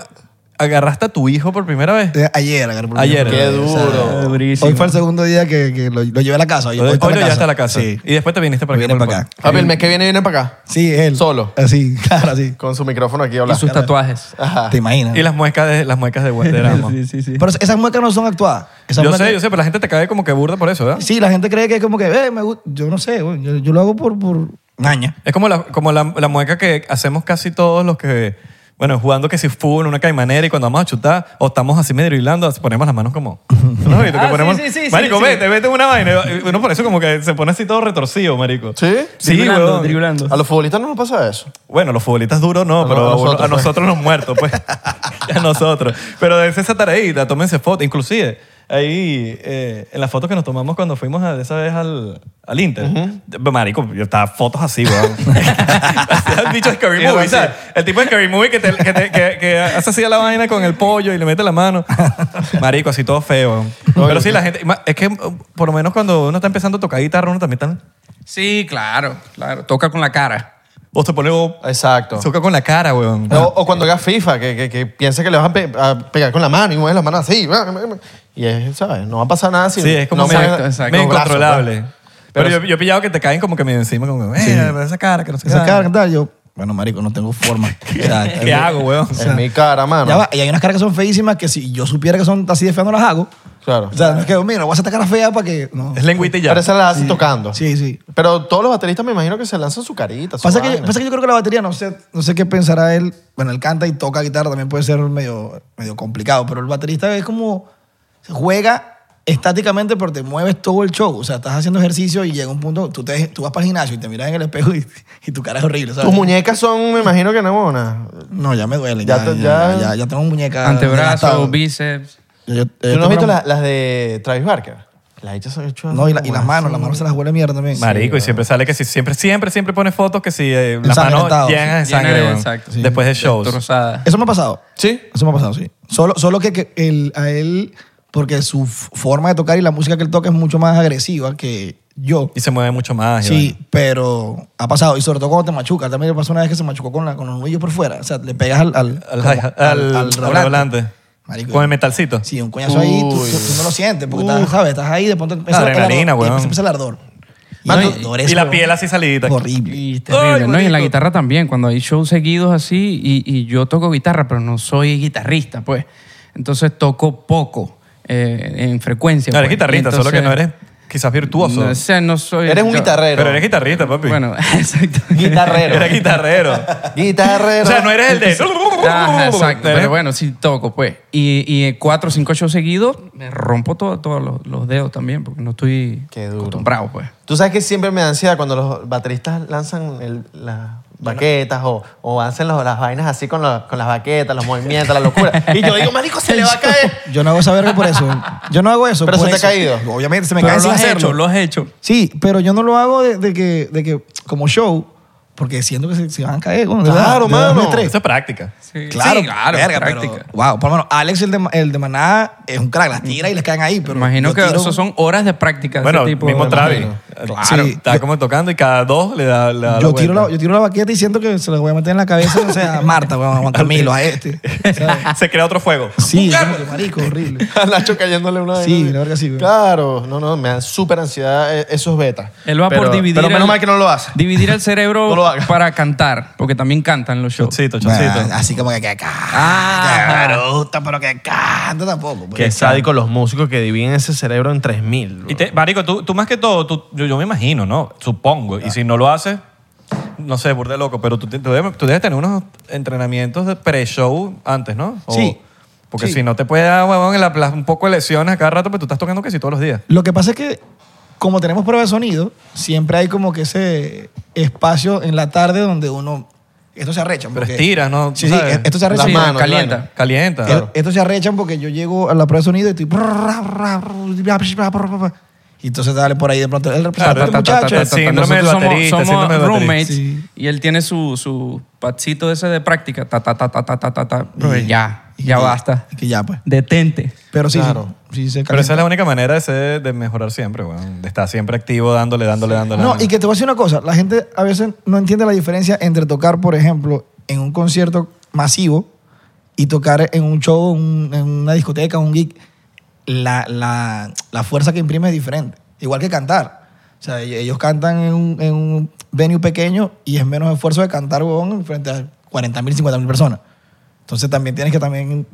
Speaker 1: agarraste a tu hijo por primera vez.
Speaker 2: Eh, Ayer, agarré por
Speaker 1: Ayer.
Speaker 2: ejemplo.
Speaker 4: Qué
Speaker 2: O sea,
Speaker 4: duro.
Speaker 3: Durísimo.
Speaker 2: Hoy fue el segundo día que, que lo, lo llevé a la casa. Hoy,
Speaker 1: Hoy,
Speaker 2: está
Speaker 1: ya está a la casa.
Speaker 2: Sí,
Speaker 1: Y después te viniste para
Speaker 2: Viene
Speaker 1: por el
Speaker 2: para acá.
Speaker 1: podcast.
Speaker 4: Papi, el mes que viene viene para acá.
Speaker 2: sí él.
Speaker 4: Solo.
Speaker 2: Así, (laughs) claro, así.
Speaker 4: Con su micrófono aquí
Speaker 3: Y
Speaker 4: hablando.
Speaker 3: sus tatuajes.
Speaker 4: Ajá.
Speaker 2: Te imaginas.
Speaker 1: Y las muecas de las muecas de Guanderamo.
Speaker 3: sí, sí.
Speaker 2: Pero esas muecas no son actuadas. Esas
Speaker 1: Yo
Speaker 2: muecas-
Speaker 1: sé, yo sé, pero la gente te cae como que burda por eso, ¿verdad?
Speaker 2: Sí, la gente cree que es como que, eh, me gusta. Yo no sé, güey. yo, yo lo hago por, por maña.
Speaker 1: Es como, la, como la, la mueca que hacemos casi todos los que, bueno, jugando que si fútbol, una caimanera y cuando vamos a chutar o estamos así medio hilando, ponemos las manos como... ¿No has visto? Que
Speaker 3: Ah,
Speaker 1: ponemos,
Speaker 3: sí, sí, sí, sí,
Speaker 1: marico,
Speaker 3: sí.
Speaker 1: vete, vete en una vaina. Y Uno por eso como que se pone así todo retorcido, marico.
Speaker 4: ¿Sí?
Speaker 1: Sí,
Speaker 3: Driblando,
Speaker 1: huevón.
Speaker 3: driblando.
Speaker 4: A los futbolistas no nos pasa eso.
Speaker 1: Bueno, los futbolistas duros no,
Speaker 4: No,
Speaker 1: pero
Speaker 4: a
Speaker 1: a uno-
Speaker 4: nosotros,
Speaker 1: a nosotros,
Speaker 4: pues.
Speaker 1: nos muertos,
Speaker 4: (laughs)
Speaker 1: pues. (laughs) a nosotros. Pero dense esa tareita, tómense fotos. Inclusive, ahí, eh, en las fotos que nos tomamos cuando fuimos a- esa vez al, al Inter, marico, yo estaba fotos así,
Speaker 4: (laughs)
Speaker 1: weón. (laughs) Así, Han dicho Scary
Speaker 4: Era
Speaker 1: Movie,
Speaker 4: así.
Speaker 1: ¿sabes? El tipo de Scary Movie que, te- que te- que- que hace así a la vaina con el pollo y le mete la
Speaker 4: (laughs)
Speaker 1: mano. Marico, así todo feo, weón. Pero sí, la gente... Es que, uh, por lo menos cuando uno está empezando a tocar guitarra, uno también está...
Speaker 3: Sí, claro, claro. Toca con la cara.
Speaker 1: O se pone... o-
Speaker 4: Exacto.
Speaker 1: se toca con la cara, weón.
Speaker 4: O, o cuando hagas FIFA, que, que, que piensa que le vas a, pe- a pegar con la mano y mueves la mano así. Y es, ¿sabes? No va a pasar nada si
Speaker 1: Sí, es como
Speaker 4: no
Speaker 1: medio,
Speaker 4: mueves
Speaker 3: exacto, exacto.
Speaker 1: medio
Speaker 4: los brazos,
Speaker 1: incontrolable.
Speaker 4: pues.
Speaker 1: pero
Speaker 4: Pero
Speaker 1: yo, yo he pillado que te caen como que medio encima, como que, eh, esa cara, que no sé
Speaker 2: Esa
Speaker 1: qué. Ah,
Speaker 2: cara, ¿qué tal? Yo, bueno, marico, no tengo forma.
Speaker 1: (laughs)
Speaker 2: O sea,
Speaker 1: ¿Qué hago, weón?
Speaker 4: En mi cara, mano.
Speaker 2: Ya va, y hay unas caras que son feísimas que si yo supiera que son así de feas no las hago.
Speaker 4: Claro.
Speaker 2: O sea, no es que, "Oh, mira, voy a hacer esta cara fea para que. No.
Speaker 1: Es lengüita y ya.
Speaker 4: Pero esa la haces tocando.
Speaker 2: Sí, sí.
Speaker 4: Pero todos los bateristas me imagino que se lanzan su carita. su
Speaker 2: Pasa que, yo,
Speaker 4: vaina.
Speaker 2: pasa que yo creo que la batería, no sé, no sé qué pensará él. Bueno, él canta y toca guitarra, también puede ser medio, medio complicado, pero el baterista es como. se Juega estáticamente, pero te mueves todo el show. O sea, estás haciendo ejercicio y llega un punto, tú, te, tú vas para el gimnasio y te miras en el espejo y, y tu cara es horrible, ¿sabes?
Speaker 4: Tus muñecas son, me imagino que no, una.
Speaker 2: No, ya me duele. Ya,
Speaker 4: Ya
Speaker 2: ya,
Speaker 4: te-
Speaker 2: ya,
Speaker 4: ya-
Speaker 2: ya tengo muñeca.
Speaker 3: Antebrazo,
Speaker 2: desgastada.
Speaker 3: bíceps.
Speaker 2: Yo- yo- yo
Speaker 4: ¿Tú no
Speaker 2: tengo
Speaker 4: has visto
Speaker 2: una-
Speaker 4: la- las de Travis Barker? Las hechas son hechas.
Speaker 2: No, y, la- y las manos, las manos se las huele mierda también.
Speaker 1: Marico, y siempre sale que si, siempre, siempre, siempre pone fotos que si eh, las manos
Speaker 2: Ensangrentado,
Speaker 1: llenas de
Speaker 3: Llena
Speaker 1: sangre,
Speaker 3: de-
Speaker 1: weón.
Speaker 3: exacto, sí.
Speaker 1: Después de shows.
Speaker 3: Destrozada.
Speaker 2: Eso me ha pasado.
Speaker 4: ¿Sí?
Speaker 2: Eso me ha pasado, sí. Solo, solo que, que él- a él, porque su f- forma de tocar y la música que él toca es mucho más agresiva que yo.
Speaker 1: Y se mueve mucho más. y
Speaker 2: Sí, pero ha pasado. Y sobre todo cuando te machuca. También le pasó una vez que se machucó con, la, con los nudillos por fuera. O sea, le pegas al... Al,
Speaker 1: vaina. Al,
Speaker 2: como-
Speaker 1: hi-hat- al, al
Speaker 2: redoblante.
Speaker 1: redoblante.
Speaker 2: Marico.
Speaker 1: Con el metalcito.
Speaker 2: Sí, un coñazo ahí, tú, tú- tú no lo sientes, porque estás, ¿sabes? Estás ahí, de pronto empieza el
Speaker 1: Adrenalina,
Speaker 2: ardor,
Speaker 1: weón.
Speaker 2: empieza el ardor.
Speaker 1: Mano,
Speaker 2: el dolor es,
Speaker 1: y la
Speaker 2: weón,
Speaker 1: piel así salidita.
Speaker 2: Horrible.
Speaker 3: Y terrible, ¿no? Y en la guitarra también, cuando hay shows seguidos así, y, y yo toco guitarra, pero no soy guitarrista, pues. Entonces toco poco eh, en frecuencia.
Speaker 1: No, eres
Speaker 3: pues.
Speaker 1: guitarrista,
Speaker 3: Entonces,
Speaker 1: solo que no eres quizás virtuoso.
Speaker 3: No sé, no soy.
Speaker 4: Eres un
Speaker 3: yo-
Speaker 4: guitarrero.
Speaker 1: Pero eres guitarrista, papi.
Speaker 3: Bueno, (laughs) exacto.
Speaker 4: Guitarrero.
Speaker 1: Eres guitarrero.
Speaker 10: (laughs)
Speaker 4: Guitarrero.
Speaker 1: o sea, no eres el de...
Speaker 3: (laughs) Ajá, ah, exacto.
Speaker 1: Eres-
Speaker 3: Pero bueno, sí toco, pues. Y, y en cuatro o cinco shows seguidos, me rompo todo- todos los, los dedos también, porque no estoy
Speaker 4: Qué duro.
Speaker 3: acostumbrado, pues.
Speaker 4: Tú sabes que siempre me da ansiedad cuando los bateristas lanzan el- las baquetas o, o hacen los- las vainas así con, los- con las baquetas, los movimientos, la locura. Y yo digo, marico, se le va a caer.
Speaker 10: (laughs)
Speaker 2: Yo no hago esa verga por eso. Yo no hago eso.
Speaker 4: Pero
Speaker 2: por
Speaker 4: se te ha
Speaker 2: eso.
Speaker 4: caído.
Speaker 2: Obviamente se me
Speaker 3: Pero
Speaker 2: cae
Speaker 3: lo
Speaker 2: sin
Speaker 3: has
Speaker 2: hacerlo.
Speaker 3: hecho, lo has hecho.
Speaker 2: Sí, pero yo no lo hago de, de que, de que como show, porque siento que se, se van a caer. Bueno,
Speaker 4: Claro, mano.
Speaker 1: Eso es práctica.
Speaker 3: Sí,
Speaker 2: Claro,
Speaker 3: claro,
Speaker 2: verga,
Speaker 3: práctica.
Speaker 2: pero- wow, por lo menos Alex, el de, Ma- el de Maná, es un crack, las tira y les caen ahí. Pero
Speaker 3: Imagino
Speaker 2: yo
Speaker 3: que
Speaker 2: tiro-
Speaker 3: eso son horas de práctica. de
Speaker 1: Bueno,
Speaker 3: ese tipo,
Speaker 1: mismo
Speaker 3: me
Speaker 1: Travis.
Speaker 3: imagino.
Speaker 1: Claro.
Speaker 2: Sí.
Speaker 1: Está
Speaker 2: Yo-
Speaker 1: como tocando y cada dos le da, le da la
Speaker 2: Yo tiro, la,
Speaker 1: vuelta.
Speaker 2: yo tiro la baqueta y siento que se las voy a meter en la cabeza, o sea, a Marta, weón, a
Speaker 3: (laughs)
Speaker 2: Juan Camilo, a este.
Speaker 1: (laughs)
Speaker 2: ¿sabes?
Speaker 1: Se crea otro fuego.
Speaker 2: Sí, como que, marico, horrible.
Speaker 4: A Nacho cayéndole una
Speaker 2: Sí,
Speaker 4: vaina.
Speaker 2: la verdad que sí, güey.
Speaker 4: Claro, no, no, me dan súper ansiedad eh, esos betas.
Speaker 3: Él va por
Speaker 10: Pero-
Speaker 3: dividir.
Speaker 10: pero menos
Speaker 3: el-
Speaker 10: mal que no lo hace.
Speaker 3: Dividir el cerebro
Speaker 10: No lo haga.
Speaker 3: para cantar, porque también cantan los shows.
Speaker 1: Chocito,
Speaker 2: Bueno,
Speaker 1: chocito.
Speaker 2: así como que, que acá.
Speaker 3: Ah.
Speaker 2: Claro, pero que canta tampoco. pues.
Speaker 10: Qué sádico los músicos que dividen ese cerebro en 3000. bro.
Speaker 1: Y te, marico, tú, tú más que todo, tú- yo, yo me imagino, ¿no? Supongo. Y si no lo haces, no sé, burde loco, pero tú, te- tú debes, tú debes tener unos entrenamientos de pre-show antes, ¿no? O-
Speaker 2: Sí.
Speaker 1: Porque
Speaker 2: Sí.
Speaker 1: si no te puede dar, huevón, en la pla- un poco de lesiones a cada rato, pero tú estás tocando casi todos los días.
Speaker 2: Lo que pasa es que, como tenemos prueba de sonido, siempre hay como que ese espacio en la tarde donde uno. Esto se arrecha.
Speaker 1: Pero estiras, ¿no? Tú
Speaker 2: Sí, sí,
Speaker 1: sabes.
Speaker 2: esto se arrecha.
Speaker 4: Las
Speaker 3: Sí,
Speaker 4: manos,
Speaker 3: calienta.
Speaker 4: vaina.
Speaker 1: Calienta.
Speaker 2: Eh, Estos se arrechan porque yo llego a la prueba de sonido y estoy. Y entonces dale por ahí de pronto. El
Speaker 1: Claro,
Speaker 2: representante,
Speaker 1: ta, ta, ta,
Speaker 2: muchacho.
Speaker 1: ta, ta. síndrome
Speaker 3: Nosotros
Speaker 1: del
Speaker 3: somos-
Speaker 1: baterista,
Speaker 3: somos,
Speaker 1: síndrome del
Speaker 3: roommates
Speaker 1: baterista.
Speaker 2: Sí.
Speaker 3: y él tiene su, su patcito ese de práctica. Ta, ta, ta, ta, ta, ta, ta, ta. Bro,
Speaker 2: Y-
Speaker 3: ya,
Speaker 2: y
Speaker 3: ya
Speaker 2: que-
Speaker 3: basta.
Speaker 2: y Que ya, pues.
Speaker 3: Detente.
Speaker 2: Pero sí,
Speaker 4: Claro.
Speaker 2: sí, sí, se
Speaker 1: pero esa es
Speaker 2: calienta.
Speaker 1: la única manera de, ser- de mejorar siempre, weón. De estar siempre activo, dándole, dándole, dándole.
Speaker 2: No,
Speaker 1: dándole.
Speaker 2: y que te voy a decir una cosa. La gente a veces no entiende la diferencia entre tocar, por ejemplo, en un concierto masivo y tocar en un show, un- en una discoteca, un gig. La, la- la fuerza que imprime es diferente. Igual que cantar. O sea, e- ellos cantan en un, en un venue pequeño y es menos esfuerzo de cantar, huevón, frente a 40 mil, 50 mil personas. Entonces también tienes que también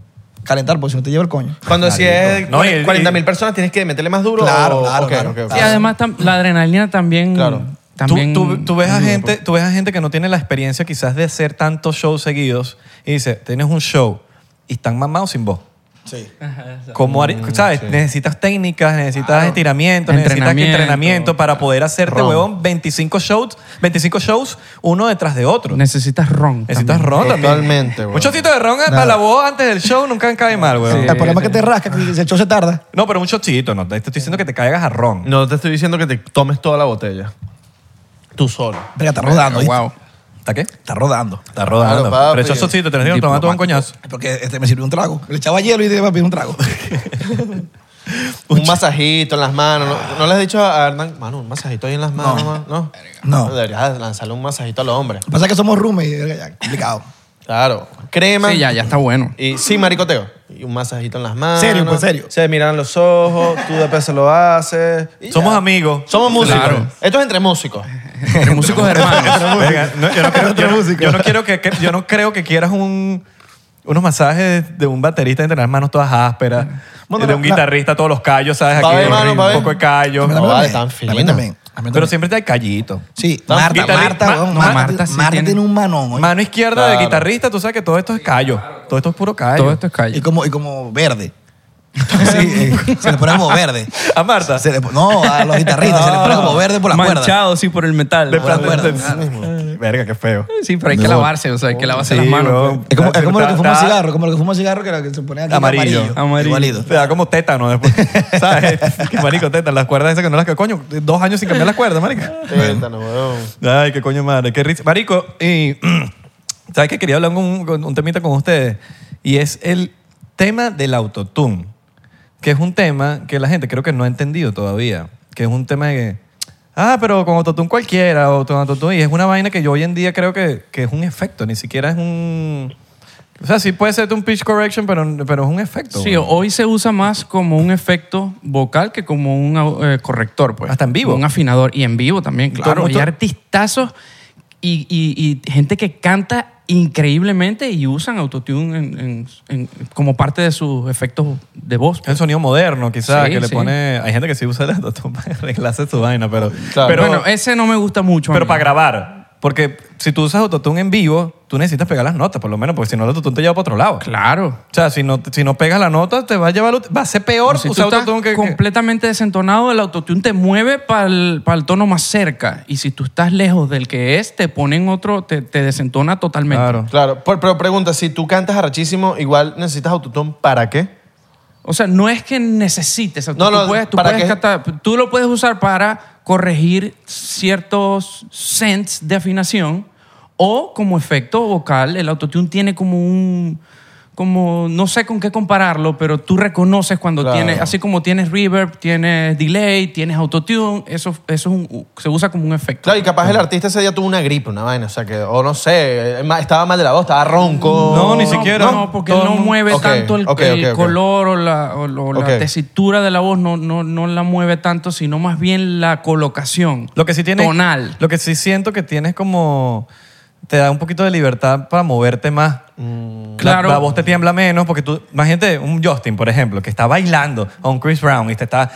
Speaker 2: calentar, porque si no te lleva el coño.
Speaker 10: Cuando si es
Speaker 1: No, y-
Speaker 10: 40 mil personas tienes que meterle más duro.
Speaker 2: Claro,
Speaker 10: o-
Speaker 2: claro,
Speaker 10: ok,
Speaker 2: claro.
Speaker 10: ok, ok.
Speaker 3: Y además tam- la adrenalina también.
Speaker 4: Claro.
Speaker 1: Tú-
Speaker 3: también
Speaker 1: tú, tú ves a
Speaker 3: ayuda,
Speaker 1: gente, tú ves a gente que no tiene la experiencia quizás de hacer tantos shows seguidos y dice, tienes un show y están mamados sin voz.
Speaker 2: Sí.
Speaker 1: Como, hari-
Speaker 3: Mm,
Speaker 1: ¿sabes? Necesitas técnicas, necesitas estiramientos, necesitas que
Speaker 3: Entrenamiento.
Speaker 1: entrenamiento para poder hacerte, huevón, 25 shows, 25 shows uno detrás de otro.
Speaker 3: pues. Necesitas ron.
Speaker 1: necesitas
Speaker 3: también.
Speaker 1: ron también.
Speaker 4: Totalmente, huevón.
Speaker 1: Un shotcito de ron para la voz antes del show nunca cae mal, huevón.
Speaker 2: El problema es que te rasca, que el show se tarda.
Speaker 1: No, pero un shotcito, no. Te estoy diciendo que te caigas a ron.
Speaker 10: No te estoy diciendo que te tomes toda la botella. Tú solo.
Speaker 2: Verga, está rodando. ¿viste?
Speaker 3: Wow.
Speaker 1: ¿Está qué?
Speaker 2: Está rodando.
Speaker 1: Está rodando.
Speaker 4: Claro, papi.
Speaker 1: pero esos shotcitos te lo digo, toma todo un coñazo.
Speaker 2: Porque este me sirvió un trago. Le echaba hielo y te iba a pedir un trago.
Speaker 4: Un masajito en las manos. ¿No, ¿No le has dicho a Hernán, mano, un masajito ahí en las manos? No. ¿no?
Speaker 2: No.
Speaker 4: Deberías lanzarle un masajito al hombre.
Speaker 2: Pasa que somos rumes y verga, ya, complicado.
Speaker 4: Claro. Crema.
Speaker 3: Sí, ya, ya está bueno.
Speaker 4: Y sí, maricoteo. Y un masajito en las manos.
Speaker 2: Serio, pues, serio.
Speaker 4: Se miran los ojos, tú después se lo haces. y
Speaker 1: Somos
Speaker 4: ya.
Speaker 1: amigos.
Speaker 4: Somos músicos.
Speaker 3: Claro.
Speaker 4: Esto es entre músicos.
Speaker 3: Entre músicos
Speaker 1: (laughs)
Speaker 3: hermanos.
Speaker 1: Venga, no, yo, no creo, yo no- yo no quiero que, que- yo no creo que quieras un, unos masajes de un baterista entre las manos todas ásperas,
Speaker 2: Bueno,
Speaker 1: de
Speaker 2: la-
Speaker 1: un
Speaker 2: la-
Speaker 1: guitarrista todos los callos, ¿sabes?
Speaker 4: Pa'
Speaker 1: Aquí,
Speaker 4: ver, mano, pa'
Speaker 1: un
Speaker 4: ver.
Speaker 1: poco de callos.
Speaker 4: No, vale, tan
Speaker 2: también,
Speaker 4: filina.
Speaker 2: también, también.
Speaker 1: Pero siempre está el callito.
Speaker 2: Sí, Marta,
Speaker 1: Guitarri-
Speaker 2: Marta,
Speaker 1: Ma-
Speaker 2: weón,
Speaker 3: no,
Speaker 2: Marta,
Speaker 3: Marta sí
Speaker 2: Marta
Speaker 3: tiene-
Speaker 2: tiene... un manón. oye.
Speaker 1: Mano izquierda de guitarrista, tú sabes que todo esto es callo. Todo esto es puro callo.
Speaker 3: Todo esto es calle.
Speaker 2: Y como, y como verde. (laughs)
Speaker 11: Sí, eh, se le pone como verde.
Speaker 1: A Marta.
Speaker 11: Se le po- no, a los guitarristas se le pone como verde por las cuerdas.
Speaker 3: Manchado, sí, por el metal.
Speaker 1: De
Speaker 11: Por las
Speaker 1: plata-
Speaker 11: cuerdas.
Speaker 1: Ay, Verga, qué feo.
Speaker 3: Sí, pero hay que
Speaker 11: No.
Speaker 3: lavarse, o sea, hay que lavarse las
Speaker 1: Sí,
Speaker 3: manos.
Speaker 1: weón.
Speaker 11: pues.
Speaker 2: Es como, es como lo que
Speaker 1: Ta-
Speaker 2: fuma un
Speaker 1: ta-
Speaker 2: cigarro, como lo que fuma un cigarro que, era que se pone aquí
Speaker 1: Amarillo.
Speaker 3: Amarillo.
Speaker 11: Igualito.
Speaker 1: Te da como tétano después. (laughs) ¿Sabes? Qué marico, tétano. Las cuerdas esas que no las... Coño, dos años sin cambiar las cuerdas, marica.
Speaker 4: Tétano, weón.
Speaker 1: Ay, qué coño madre, qué risa. Marico, y (clears throat) ¿sabes que Quería hablar con un, con un temita con ustedes y es el tema del autotune, que es un tema que la gente creo que no ha entendido todavía, que es un tema de que, ah, pero con autotune cualquiera, o con autotune, y es una vaina que yo hoy en día creo que, que es un efecto, ni siquiera es un... O sea, sí puede ser un pitch correction, pero, pero es un efecto.
Speaker 3: Sí,
Speaker 1: güey.
Speaker 3: hoy se usa más como un efecto vocal que como un au- eh, corrector, pues.
Speaker 1: Hasta en vivo.
Speaker 3: Un afinador. Y en vivo también, claro.
Speaker 1: Todo
Speaker 3: Hay
Speaker 1: mucho-
Speaker 3: artistazos y, y- y gente que canta increíblemente y usan autotune en- en- en- como parte de sus efectos de voz.
Speaker 1: El sonido moderno, quizás,
Speaker 3: Sí,
Speaker 1: que le
Speaker 3: sí.
Speaker 1: pone... Hay gente que sí usa el autotune para arreglarse su vaina, pero...
Speaker 4: Claro.
Speaker 1: pero
Speaker 3: bueno, ese no me gusta mucho. a
Speaker 1: Pero
Speaker 3: mí.
Speaker 1: para grabar. Porque si tú usas autotune en vivo, tú necesitas pegar las notas, por lo menos, porque si no, el autotune te lleva para otro lado.
Speaker 3: Claro.
Speaker 1: O sea, si no, si no pegas la nota, te va a llevar. Va a ser peor
Speaker 3: si tú
Speaker 1: usar
Speaker 3: estás
Speaker 1: autotune que. que-
Speaker 3: completamente desentonado, el autotune te mueve para el, tono más cerca. Y si tú estás lejos del que es, te ponen otro, te, te desentona totalmente.
Speaker 1: Claro.
Speaker 4: Claro, por- pero pregunta, si tú cantas arrachísimo, igual necesitas autotune, ¿para qué?
Speaker 3: O sea, no es que necesites. o sea,
Speaker 4: No,
Speaker 3: tú,
Speaker 4: no,
Speaker 3: puedes, tú,
Speaker 4: ¿para
Speaker 3: puedes
Speaker 4: qué?
Speaker 3: catar- tú lo puedes usar para corregir ciertos cents de afinación o como efecto vocal. El autotune tiene como un... Como, no sé con qué compararlo, pero tú reconoces cuando
Speaker 4: Claro.
Speaker 3: tienes, así como tienes reverb, tienes delay, tienes autotune, eso, eso es un- se usa como un efecto.
Speaker 4: Claro, y capaz el artista ese día tuvo una gripe, una vaina, o sea que, o no sé, eh, ma- estaba mal de la voz, estaba ronco.
Speaker 1: No, ni siquiera.
Speaker 3: No, porque
Speaker 1: Todo
Speaker 3: no
Speaker 1: el mundo-
Speaker 3: mueve
Speaker 4: Ok,
Speaker 3: tanto el,
Speaker 4: ok,
Speaker 3: el
Speaker 4: ok, ok.
Speaker 3: color o la, o lo- la
Speaker 4: Ok.
Speaker 3: tesitura de la voz, no, no, no la mueve tanto, sino más bien la colocación
Speaker 1: Lo que sí tiene.
Speaker 3: tonal.
Speaker 1: Lo que sí siento que tienes como. Te da un poquito de libertad para moverte más. La-
Speaker 3: Mm. Claro.
Speaker 1: La, voz te tiembla menos porque tú. Imagínate un Justin, por ejemplo, que está bailando a un Chris Brown y te está.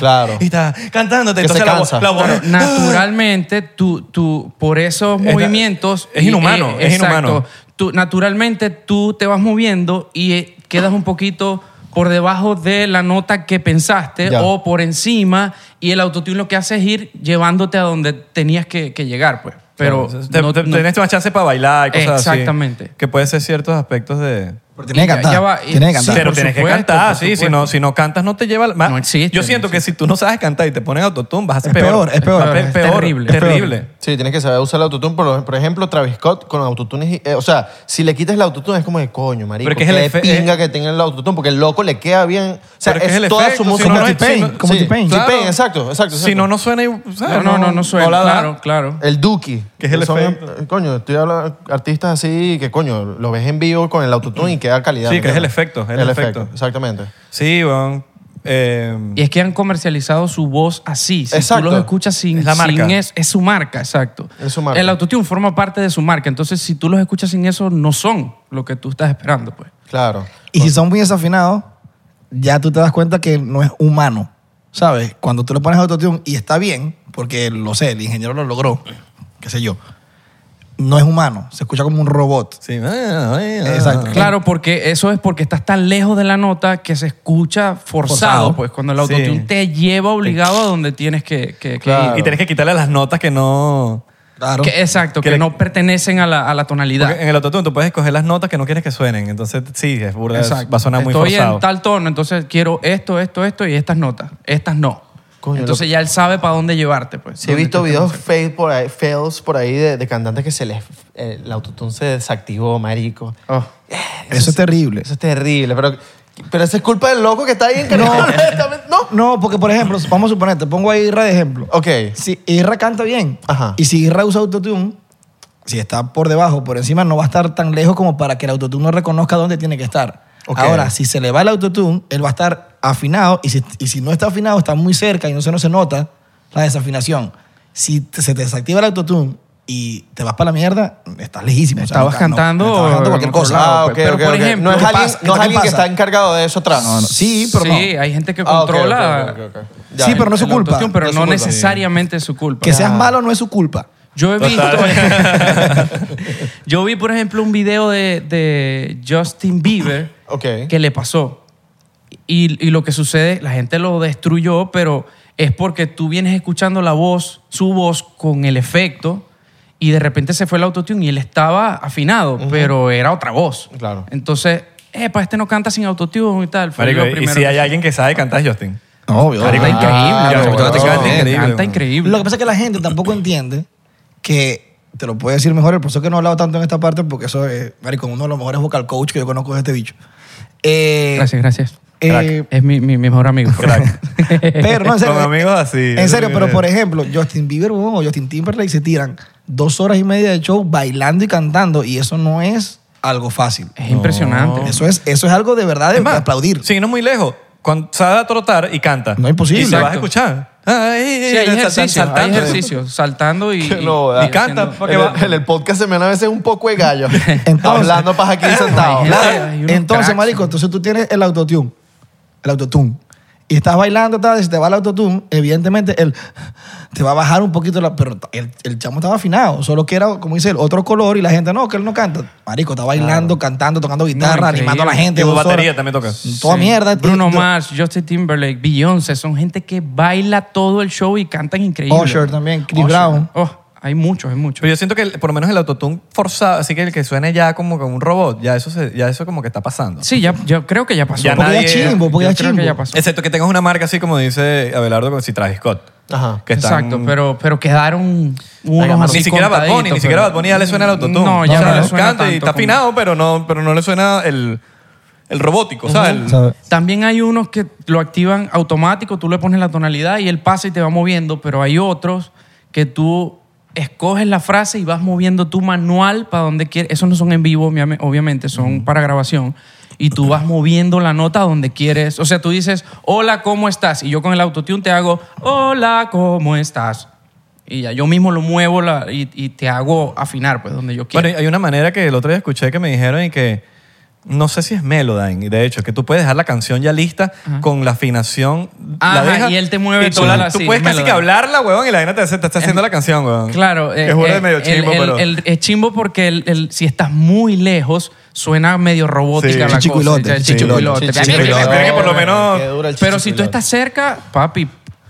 Speaker 4: Claro.
Speaker 1: Y está cantándote.
Speaker 4: Que se
Speaker 1: entonces la voz-
Speaker 4: cansa.
Speaker 1: la voz- (laughs)
Speaker 3: Claro, naturalmente, tú, tú, por esos
Speaker 1: Es la-
Speaker 3: movimientos...
Speaker 1: es
Speaker 3: y-
Speaker 1: inhumano,
Speaker 3: eh,
Speaker 1: es inhumano.
Speaker 3: Tú, naturalmente, tú te vas moviendo y eh, quedas un poquito por debajo de la nota que pensaste
Speaker 4: Ya.
Speaker 3: o por encima y el autotune lo que hace es ir llevándote a donde tenías que, que llegar, pues. Pero
Speaker 1: Te-
Speaker 3: no-
Speaker 1: te-
Speaker 3: no-
Speaker 1: tenés más chance para bailar y cosas así.
Speaker 3: Exactamente.
Speaker 1: Que puede ser ciertos aspectos de...
Speaker 11: Porque tiene que
Speaker 3: Ya-
Speaker 11: cantar.
Speaker 3: ya va, y-
Speaker 11: tiene que cantar.
Speaker 3: sí,
Speaker 1: pero
Speaker 3: por
Speaker 1: tienes que
Speaker 3: supuesto,
Speaker 1: cantar,
Speaker 3: por
Speaker 1: sí. Si
Speaker 3: supuesto.
Speaker 1: no, si no cantas, no te lleva... Más.
Speaker 3: No existe,
Speaker 1: Yo siento
Speaker 3: no
Speaker 1: que si tú no sabes cantar y te ponen autotune, vas a ser
Speaker 11: Es peor, es peor.
Speaker 1: Va a ser
Speaker 3: Es
Speaker 1: peor,
Speaker 3: terrible.
Speaker 1: terrible.
Speaker 4: Sí, tienes que saber usar el autotune. Por, por ejemplo, Travis Scott con autotune. es- eh, o sea, si le quitas el autotune es como de coño, marico.
Speaker 1: Pero que es el
Speaker 4: qué
Speaker 1: efe-
Speaker 4: pinga
Speaker 1: eh.
Speaker 4: que tenga el autotune porque el loco le queda bien. O sea,
Speaker 1: Pero que
Speaker 4: es,
Speaker 1: es el
Speaker 4: toda
Speaker 1: efecto,
Speaker 4: su música.
Speaker 1: si no, no
Speaker 4: Sí,
Speaker 1: es- si no-
Speaker 2: como T-Pain.
Speaker 4: T-Pain,
Speaker 1: Claro.
Speaker 4: exacto,
Speaker 1: Si
Speaker 4: exacto, exacto.
Speaker 1: no, no suena... y- ¿sabes?
Speaker 3: No, no, no, no suena.
Speaker 1: la da.
Speaker 3: Claro, claro.
Speaker 4: El Duki.
Speaker 1: Que es el
Speaker 4: Son,
Speaker 1: efecto.
Speaker 4: eh, Coño, estoy hablando de artistas así que, coño, lo ves en vivo con el autotune y queda calidad.
Speaker 1: Sí,
Speaker 4: ¿me
Speaker 1: que es el
Speaker 4: entiendes?
Speaker 1: efecto, es el efecto.
Speaker 4: Exactamente.
Speaker 1: Sí, weón. Eh,
Speaker 3: Y es que han comercializado su voz así. Si
Speaker 4: Exacto.
Speaker 3: tú los escuchas sin,
Speaker 1: Es la marca.
Speaker 3: sin eso, es su marca, exacto.
Speaker 4: Es su marca.
Speaker 3: El autotune forma parte de su marca. Entonces, si tú los escuchas sin eso, no son lo que tú estás esperando, pues.
Speaker 4: Claro.
Speaker 2: Y si son muy desafinados, ya tú te das cuenta que no es humano. ¿Sabes? Cuando tú le pones autotune y está bien, porque lo sé, el ingeniero lo logró, qué sé yo, no es humano, se escucha como un robot.
Speaker 1: sí. ah, Exacto.
Speaker 2: Exacto.
Speaker 3: Claro, porque eso es porque estás tan lejos de la nota que se escucha forzado,
Speaker 1: Forzado.
Speaker 3: pues cuando el
Speaker 1: Sí.
Speaker 3: autotune te lleva obligado a donde tienes que, que- que
Speaker 4: Claro.
Speaker 3: ir.
Speaker 1: Y tienes que quitarle las notas que no...
Speaker 2: Claro.
Speaker 3: Que- exacto, que,
Speaker 1: Que le-
Speaker 3: no pertenecen a la, a la tonalidad.
Speaker 1: Porque en el autotune tú puedes escoger las notas que no quieres que suenen. Entonces, sí, es burda. es-
Speaker 3: Exacto.
Speaker 1: Va a sonar muy
Speaker 3: Estoy
Speaker 1: forzado.
Speaker 3: en tal tono, entonces quiero esto, esto, esto y estas notas. Estas no.
Speaker 4: Coño,
Speaker 3: entonces ya él sabe para dónde llevarte. Pues,
Speaker 4: Sí, he
Speaker 3: Dónde
Speaker 4: visto
Speaker 3: tú te
Speaker 4: videos
Speaker 3: vas.
Speaker 4: fail por ahí, fails por ahí de, de cantantes que se les, eh, el autotune se desactivó, marico.
Speaker 3: Oh.
Speaker 2: Eso es terrible.
Speaker 4: Eso es terrible, pero, pero eso es culpa del loco que está ahí en no. (laughs) no.
Speaker 2: No, porque por ejemplo, vamos a suponer, te pongo a Irra de ejemplo.
Speaker 4: Ok.
Speaker 2: Si Irra canta bien
Speaker 4: Ajá.
Speaker 2: y si Irra usa autotune, si está por debajo, por encima, no va a estar tan lejos como para que el autotune no reconozca dónde tiene que estar.
Speaker 4: Ok.
Speaker 2: Ahora, si se le va el autotune, él va a estar afinado y si, y si no está afinado, está muy cerca y no se, no se nota la desafinación. Si te- se te desactiva el autotune y te vas para la mierda, estás lejísimo. o sea,
Speaker 3: Estabas
Speaker 2: no está- no-
Speaker 3: cantando
Speaker 2: estabas cantando
Speaker 3: en
Speaker 2: cualquier
Speaker 3: otro
Speaker 2: cosa.
Speaker 3: lado,
Speaker 4: Ah,
Speaker 3: pues.
Speaker 4: ok,
Speaker 3: Pero,
Speaker 4: ok,
Speaker 3: por
Speaker 4: ok. no
Speaker 3: ejemplo,
Speaker 4: es
Speaker 2: ¿qué
Speaker 4: alguien,
Speaker 2: pasa? ¿Qué
Speaker 4: no es
Speaker 2: también
Speaker 4: alguien que
Speaker 2: pasa?
Speaker 4: está encargado de eso atrás.
Speaker 2: No, no, Sí, pero
Speaker 3: sí,
Speaker 2: no.
Speaker 3: hay gente que
Speaker 4: Ah, ok,
Speaker 3: controla.
Speaker 4: ok, ok, ok, ok.
Speaker 2: Sí, pero no es su
Speaker 3: el
Speaker 2: culpa.
Speaker 3: autotune, Pero
Speaker 4: No
Speaker 3: no,
Speaker 4: es su culpa.
Speaker 3: necesariamente es su culpa.
Speaker 2: Que seas malo no es su culpa.
Speaker 3: Yo he visto. (laughs) yo vi, por ejemplo, un video de, de Justin Bieber
Speaker 4: Ok.
Speaker 3: que le pasó. Y, y lo que sucede, la gente lo destruyó, pero es porque tú vienes escuchando la voz, su voz, con el efecto, y de repente se fue el autotune y él estaba afinado, pero era otra voz.
Speaker 4: Claro.
Speaker 3: Entonces, epa, este no canta sin autotune y tal. Fue
Speaker 1: Marico,
Speaker 3: lo
Speaker 1: y
Speaker 3: primero
Speaker 1: si
Speaker 3: que-
Speaker 1: hay alguien que sabe cantar es Justin.
Speaker 11: Obvio.
Speaker 3: Canta
Speaker 1: claro,
Speaker 3: increíble.
Speaker 1: claro,
Speaker 3: bro.
Speaker 1: canta increíble,
Speaker 3: Canta
Speaker 1: bro.
Speaker 3: increíble.
Speaker 2: Lo que pasa es que la
Speaker 1: (coughs)
Speaker 2: gente tampoco entiende que, te lo puede decir mejor, el profesor que no he hablado tanto en esta parte, porque eso es, marico, uno de los mejores vocal coach que yo conozco es este bicho. Eh,
Speaker 1: Ah,
Speaker 3: Gracias, gracias.
Speaker 2: eh,
Speaker 3: Es mi, mi- mi mejor amigo. (laughs)
Speaker 2: pero, no, en
Speaker 1: (laughs)
Speaker 2: serio.
Speaker 1: Con amigos así,
Speaker 2: En
Speaker 1: eso
Speaker 2: serio,
Speaker 1: sí
Speaker 2: pero
Speaker 1: es.
Speaker 2: por ejemplo, Justin Bieber huevón, o Justin Timberlake se tiran dos horas y media de show bailando y cantando, y eso no es algo fácil.
Speaker 3: Es impresionante.
Speaker 2: Eso es, eso es algo de verdad de
Speaker 1: Eh, Es más,
Speaker 2: aplaudir.
Speaker 1: Si no muy lejos, cuando sale a trotar y canta.
Speaker 2: No es imposible.
Speaker 1: Y se vas a
Speaker 3: Exacto.
Speaker 1: escuchar. Ay,
Speaker 3: Sí, hay
Speaker 1: sal-
Speaker 3: ejercicio, hay
Speaker 1: saltando.
Speaker 3: ejercicio, saltando y, y-
Speaker 4: No,
Speaker 3: y
Speaker 4: ah,
Speaker 1: canta,
Speaker 3: haciendo-
Speaker 1: porque
Speaker 4: en,
Speaker 1: va-
Speaker 4: el, en el podcast se me van a veces un poco de
Speaker 2: (laughs)
Speaker 4: gallo. hablando para aquí sentado.
Speaker 3: Ay,
Speaker 4: Claro.
Speaker 3: hay unos
Speaker 2: Entonces,
Speaker 3: cracks.
Speaker 2: marico, entonces tú tienes el autotune. El autotune. Y estás bailando, tal, y se te va el autotune, evidentemente el te va a bajar un poquito la... Pero el, el chamo estaba afinado, solo que era, como dice él, otro color y la gente, no, que él no canta. Marico, está bailando, cantando, tocando guitarra,
Speaker 3: increíble.
Speaker 2: animando a la gente.
Speaker 1: Y
Speaker 2: dos
Speaker 1: batería
Speaker 2: horas. Mm.
Speaker 1: también toca.
Speaker 2: Toda
Speaker 3: Sí.
Speaker 2: mierda.
Speaker 3: Bruno
Speaker 2: Y-
Speaker 3: Mars, Justin Timberlake, Beyoncé, son gente que baila todo el show y cantan increíble.
Speaker 2: Usher también, Chris
Speaker 3: Usher.
Speaker 2: Brown.
Speaker 3: Oh, hay muchos, hay muchos.
Speaker 1: Pero yo siento que el- por lo menos el autotune forzado, así que el que suene ya como como un robot, ya eso, se- ya eso como que está pasando.
Speaker 3: Sí, ya, yo creo que ya pasó.
Speaker 1: Ya
Speaker 2: Porque ya
Speaker 1: nadie-
Speaker 2: es chimbo, porque ya
Speaker 3: Yo
Speaker 2: es
Speaker 3: creo
Speaker 2: chimbo.
Speaker 3: que ya pasó.
Speaker 1: Excepto que tengas una marca así como dice Abelardo, como si Travis Scott.
Speaker 2: Ah.
Speaker 4: Ajá.
Speaker 1: Que están-
Speaker 3: Exacto, pero, pero quedaron unos así
Speaker 1: Ni siquiera Bad Bunny, ni
Speaker 3: contaditos,
Speaker 1: siquiera
Speaker 3: pero-
Speaker 1: Bad Bunny ya le suena el autotune.
Speaker 3: No, ya
Speaker 1: O sea,
Speaker 3: no le suena
Speaker 1: canta y
Speaker 3: tanto
Speaker 1: está
Speaker 3: como-
Speaker 1: afinado, pero no, pero no le suena el, el robótico, ¿sabes? El-
Speaker 2: ¿sabes?
Speaker 3: También hay unos que lo activan automático, tú le pones la tonalidad y él pasa y te va moviendo, pero hay otros que tú escoges la frase y vas moviendo tu manual para donde quieres. Esos no son en vivo, obviame- obviamente, son para grabación. Y tú vas moviendo la nota donde quieres. O sea, tú dices, hola, ¿cómo estás? Y yo con el autotune te hago, hola, ¿cómo estás? Y ya yo mismo lo muevo la- y, y te hago afinar, pues, donde yo quiero.
Speaker 1: Bueno, hay una manera que el otro día escuché que me dijeron y que no sé si es Melodyne, y de hecho, que tú puedes dejar la canción ya lista con la afinación. la
Speaker 3: Ajá,
Speaker 1: dejas,
Speaker 3: y él te mueve
Speaker 1: y tú,
Speaker 3: toda
Speaker 1: la-
Speaker 3: la-
Speaker 1: tú
Speaker 3: sí,
Speaker 1: puedes casi
Speaker 3: Melodyne.
Speaker 1: que hablarla, huevón, y la vaina te, hace- te está haciendo la canción, huevón.
Speaker 3: Claro, eh,
Speaker 1: es burda de
Speaker 3: eh,
Speaker 1: medio
Speaker 3: el-
Speaker 1: chimbo,
Speaker 3: el-
Speaker 1: pero.
Speaker 3: el- es chimbo porque el- el- si estás muy lejos, suena medio robótica
Speaker 1: Sí.
Speaker 3: la
Speaker 2: Chichicuilote,
Speaker 3: cosa. Ya,
Speaker 2: chichicuilote.
Speaker 3: chichicuilote.
Speaker 1: Chichicuilote. Pero que por lo menos-
Speaker 4: Qué dura el
Speaker 3: Pero si tú
Speaker 4: chichicuilote.
Speaker 3: estás cerca, papi,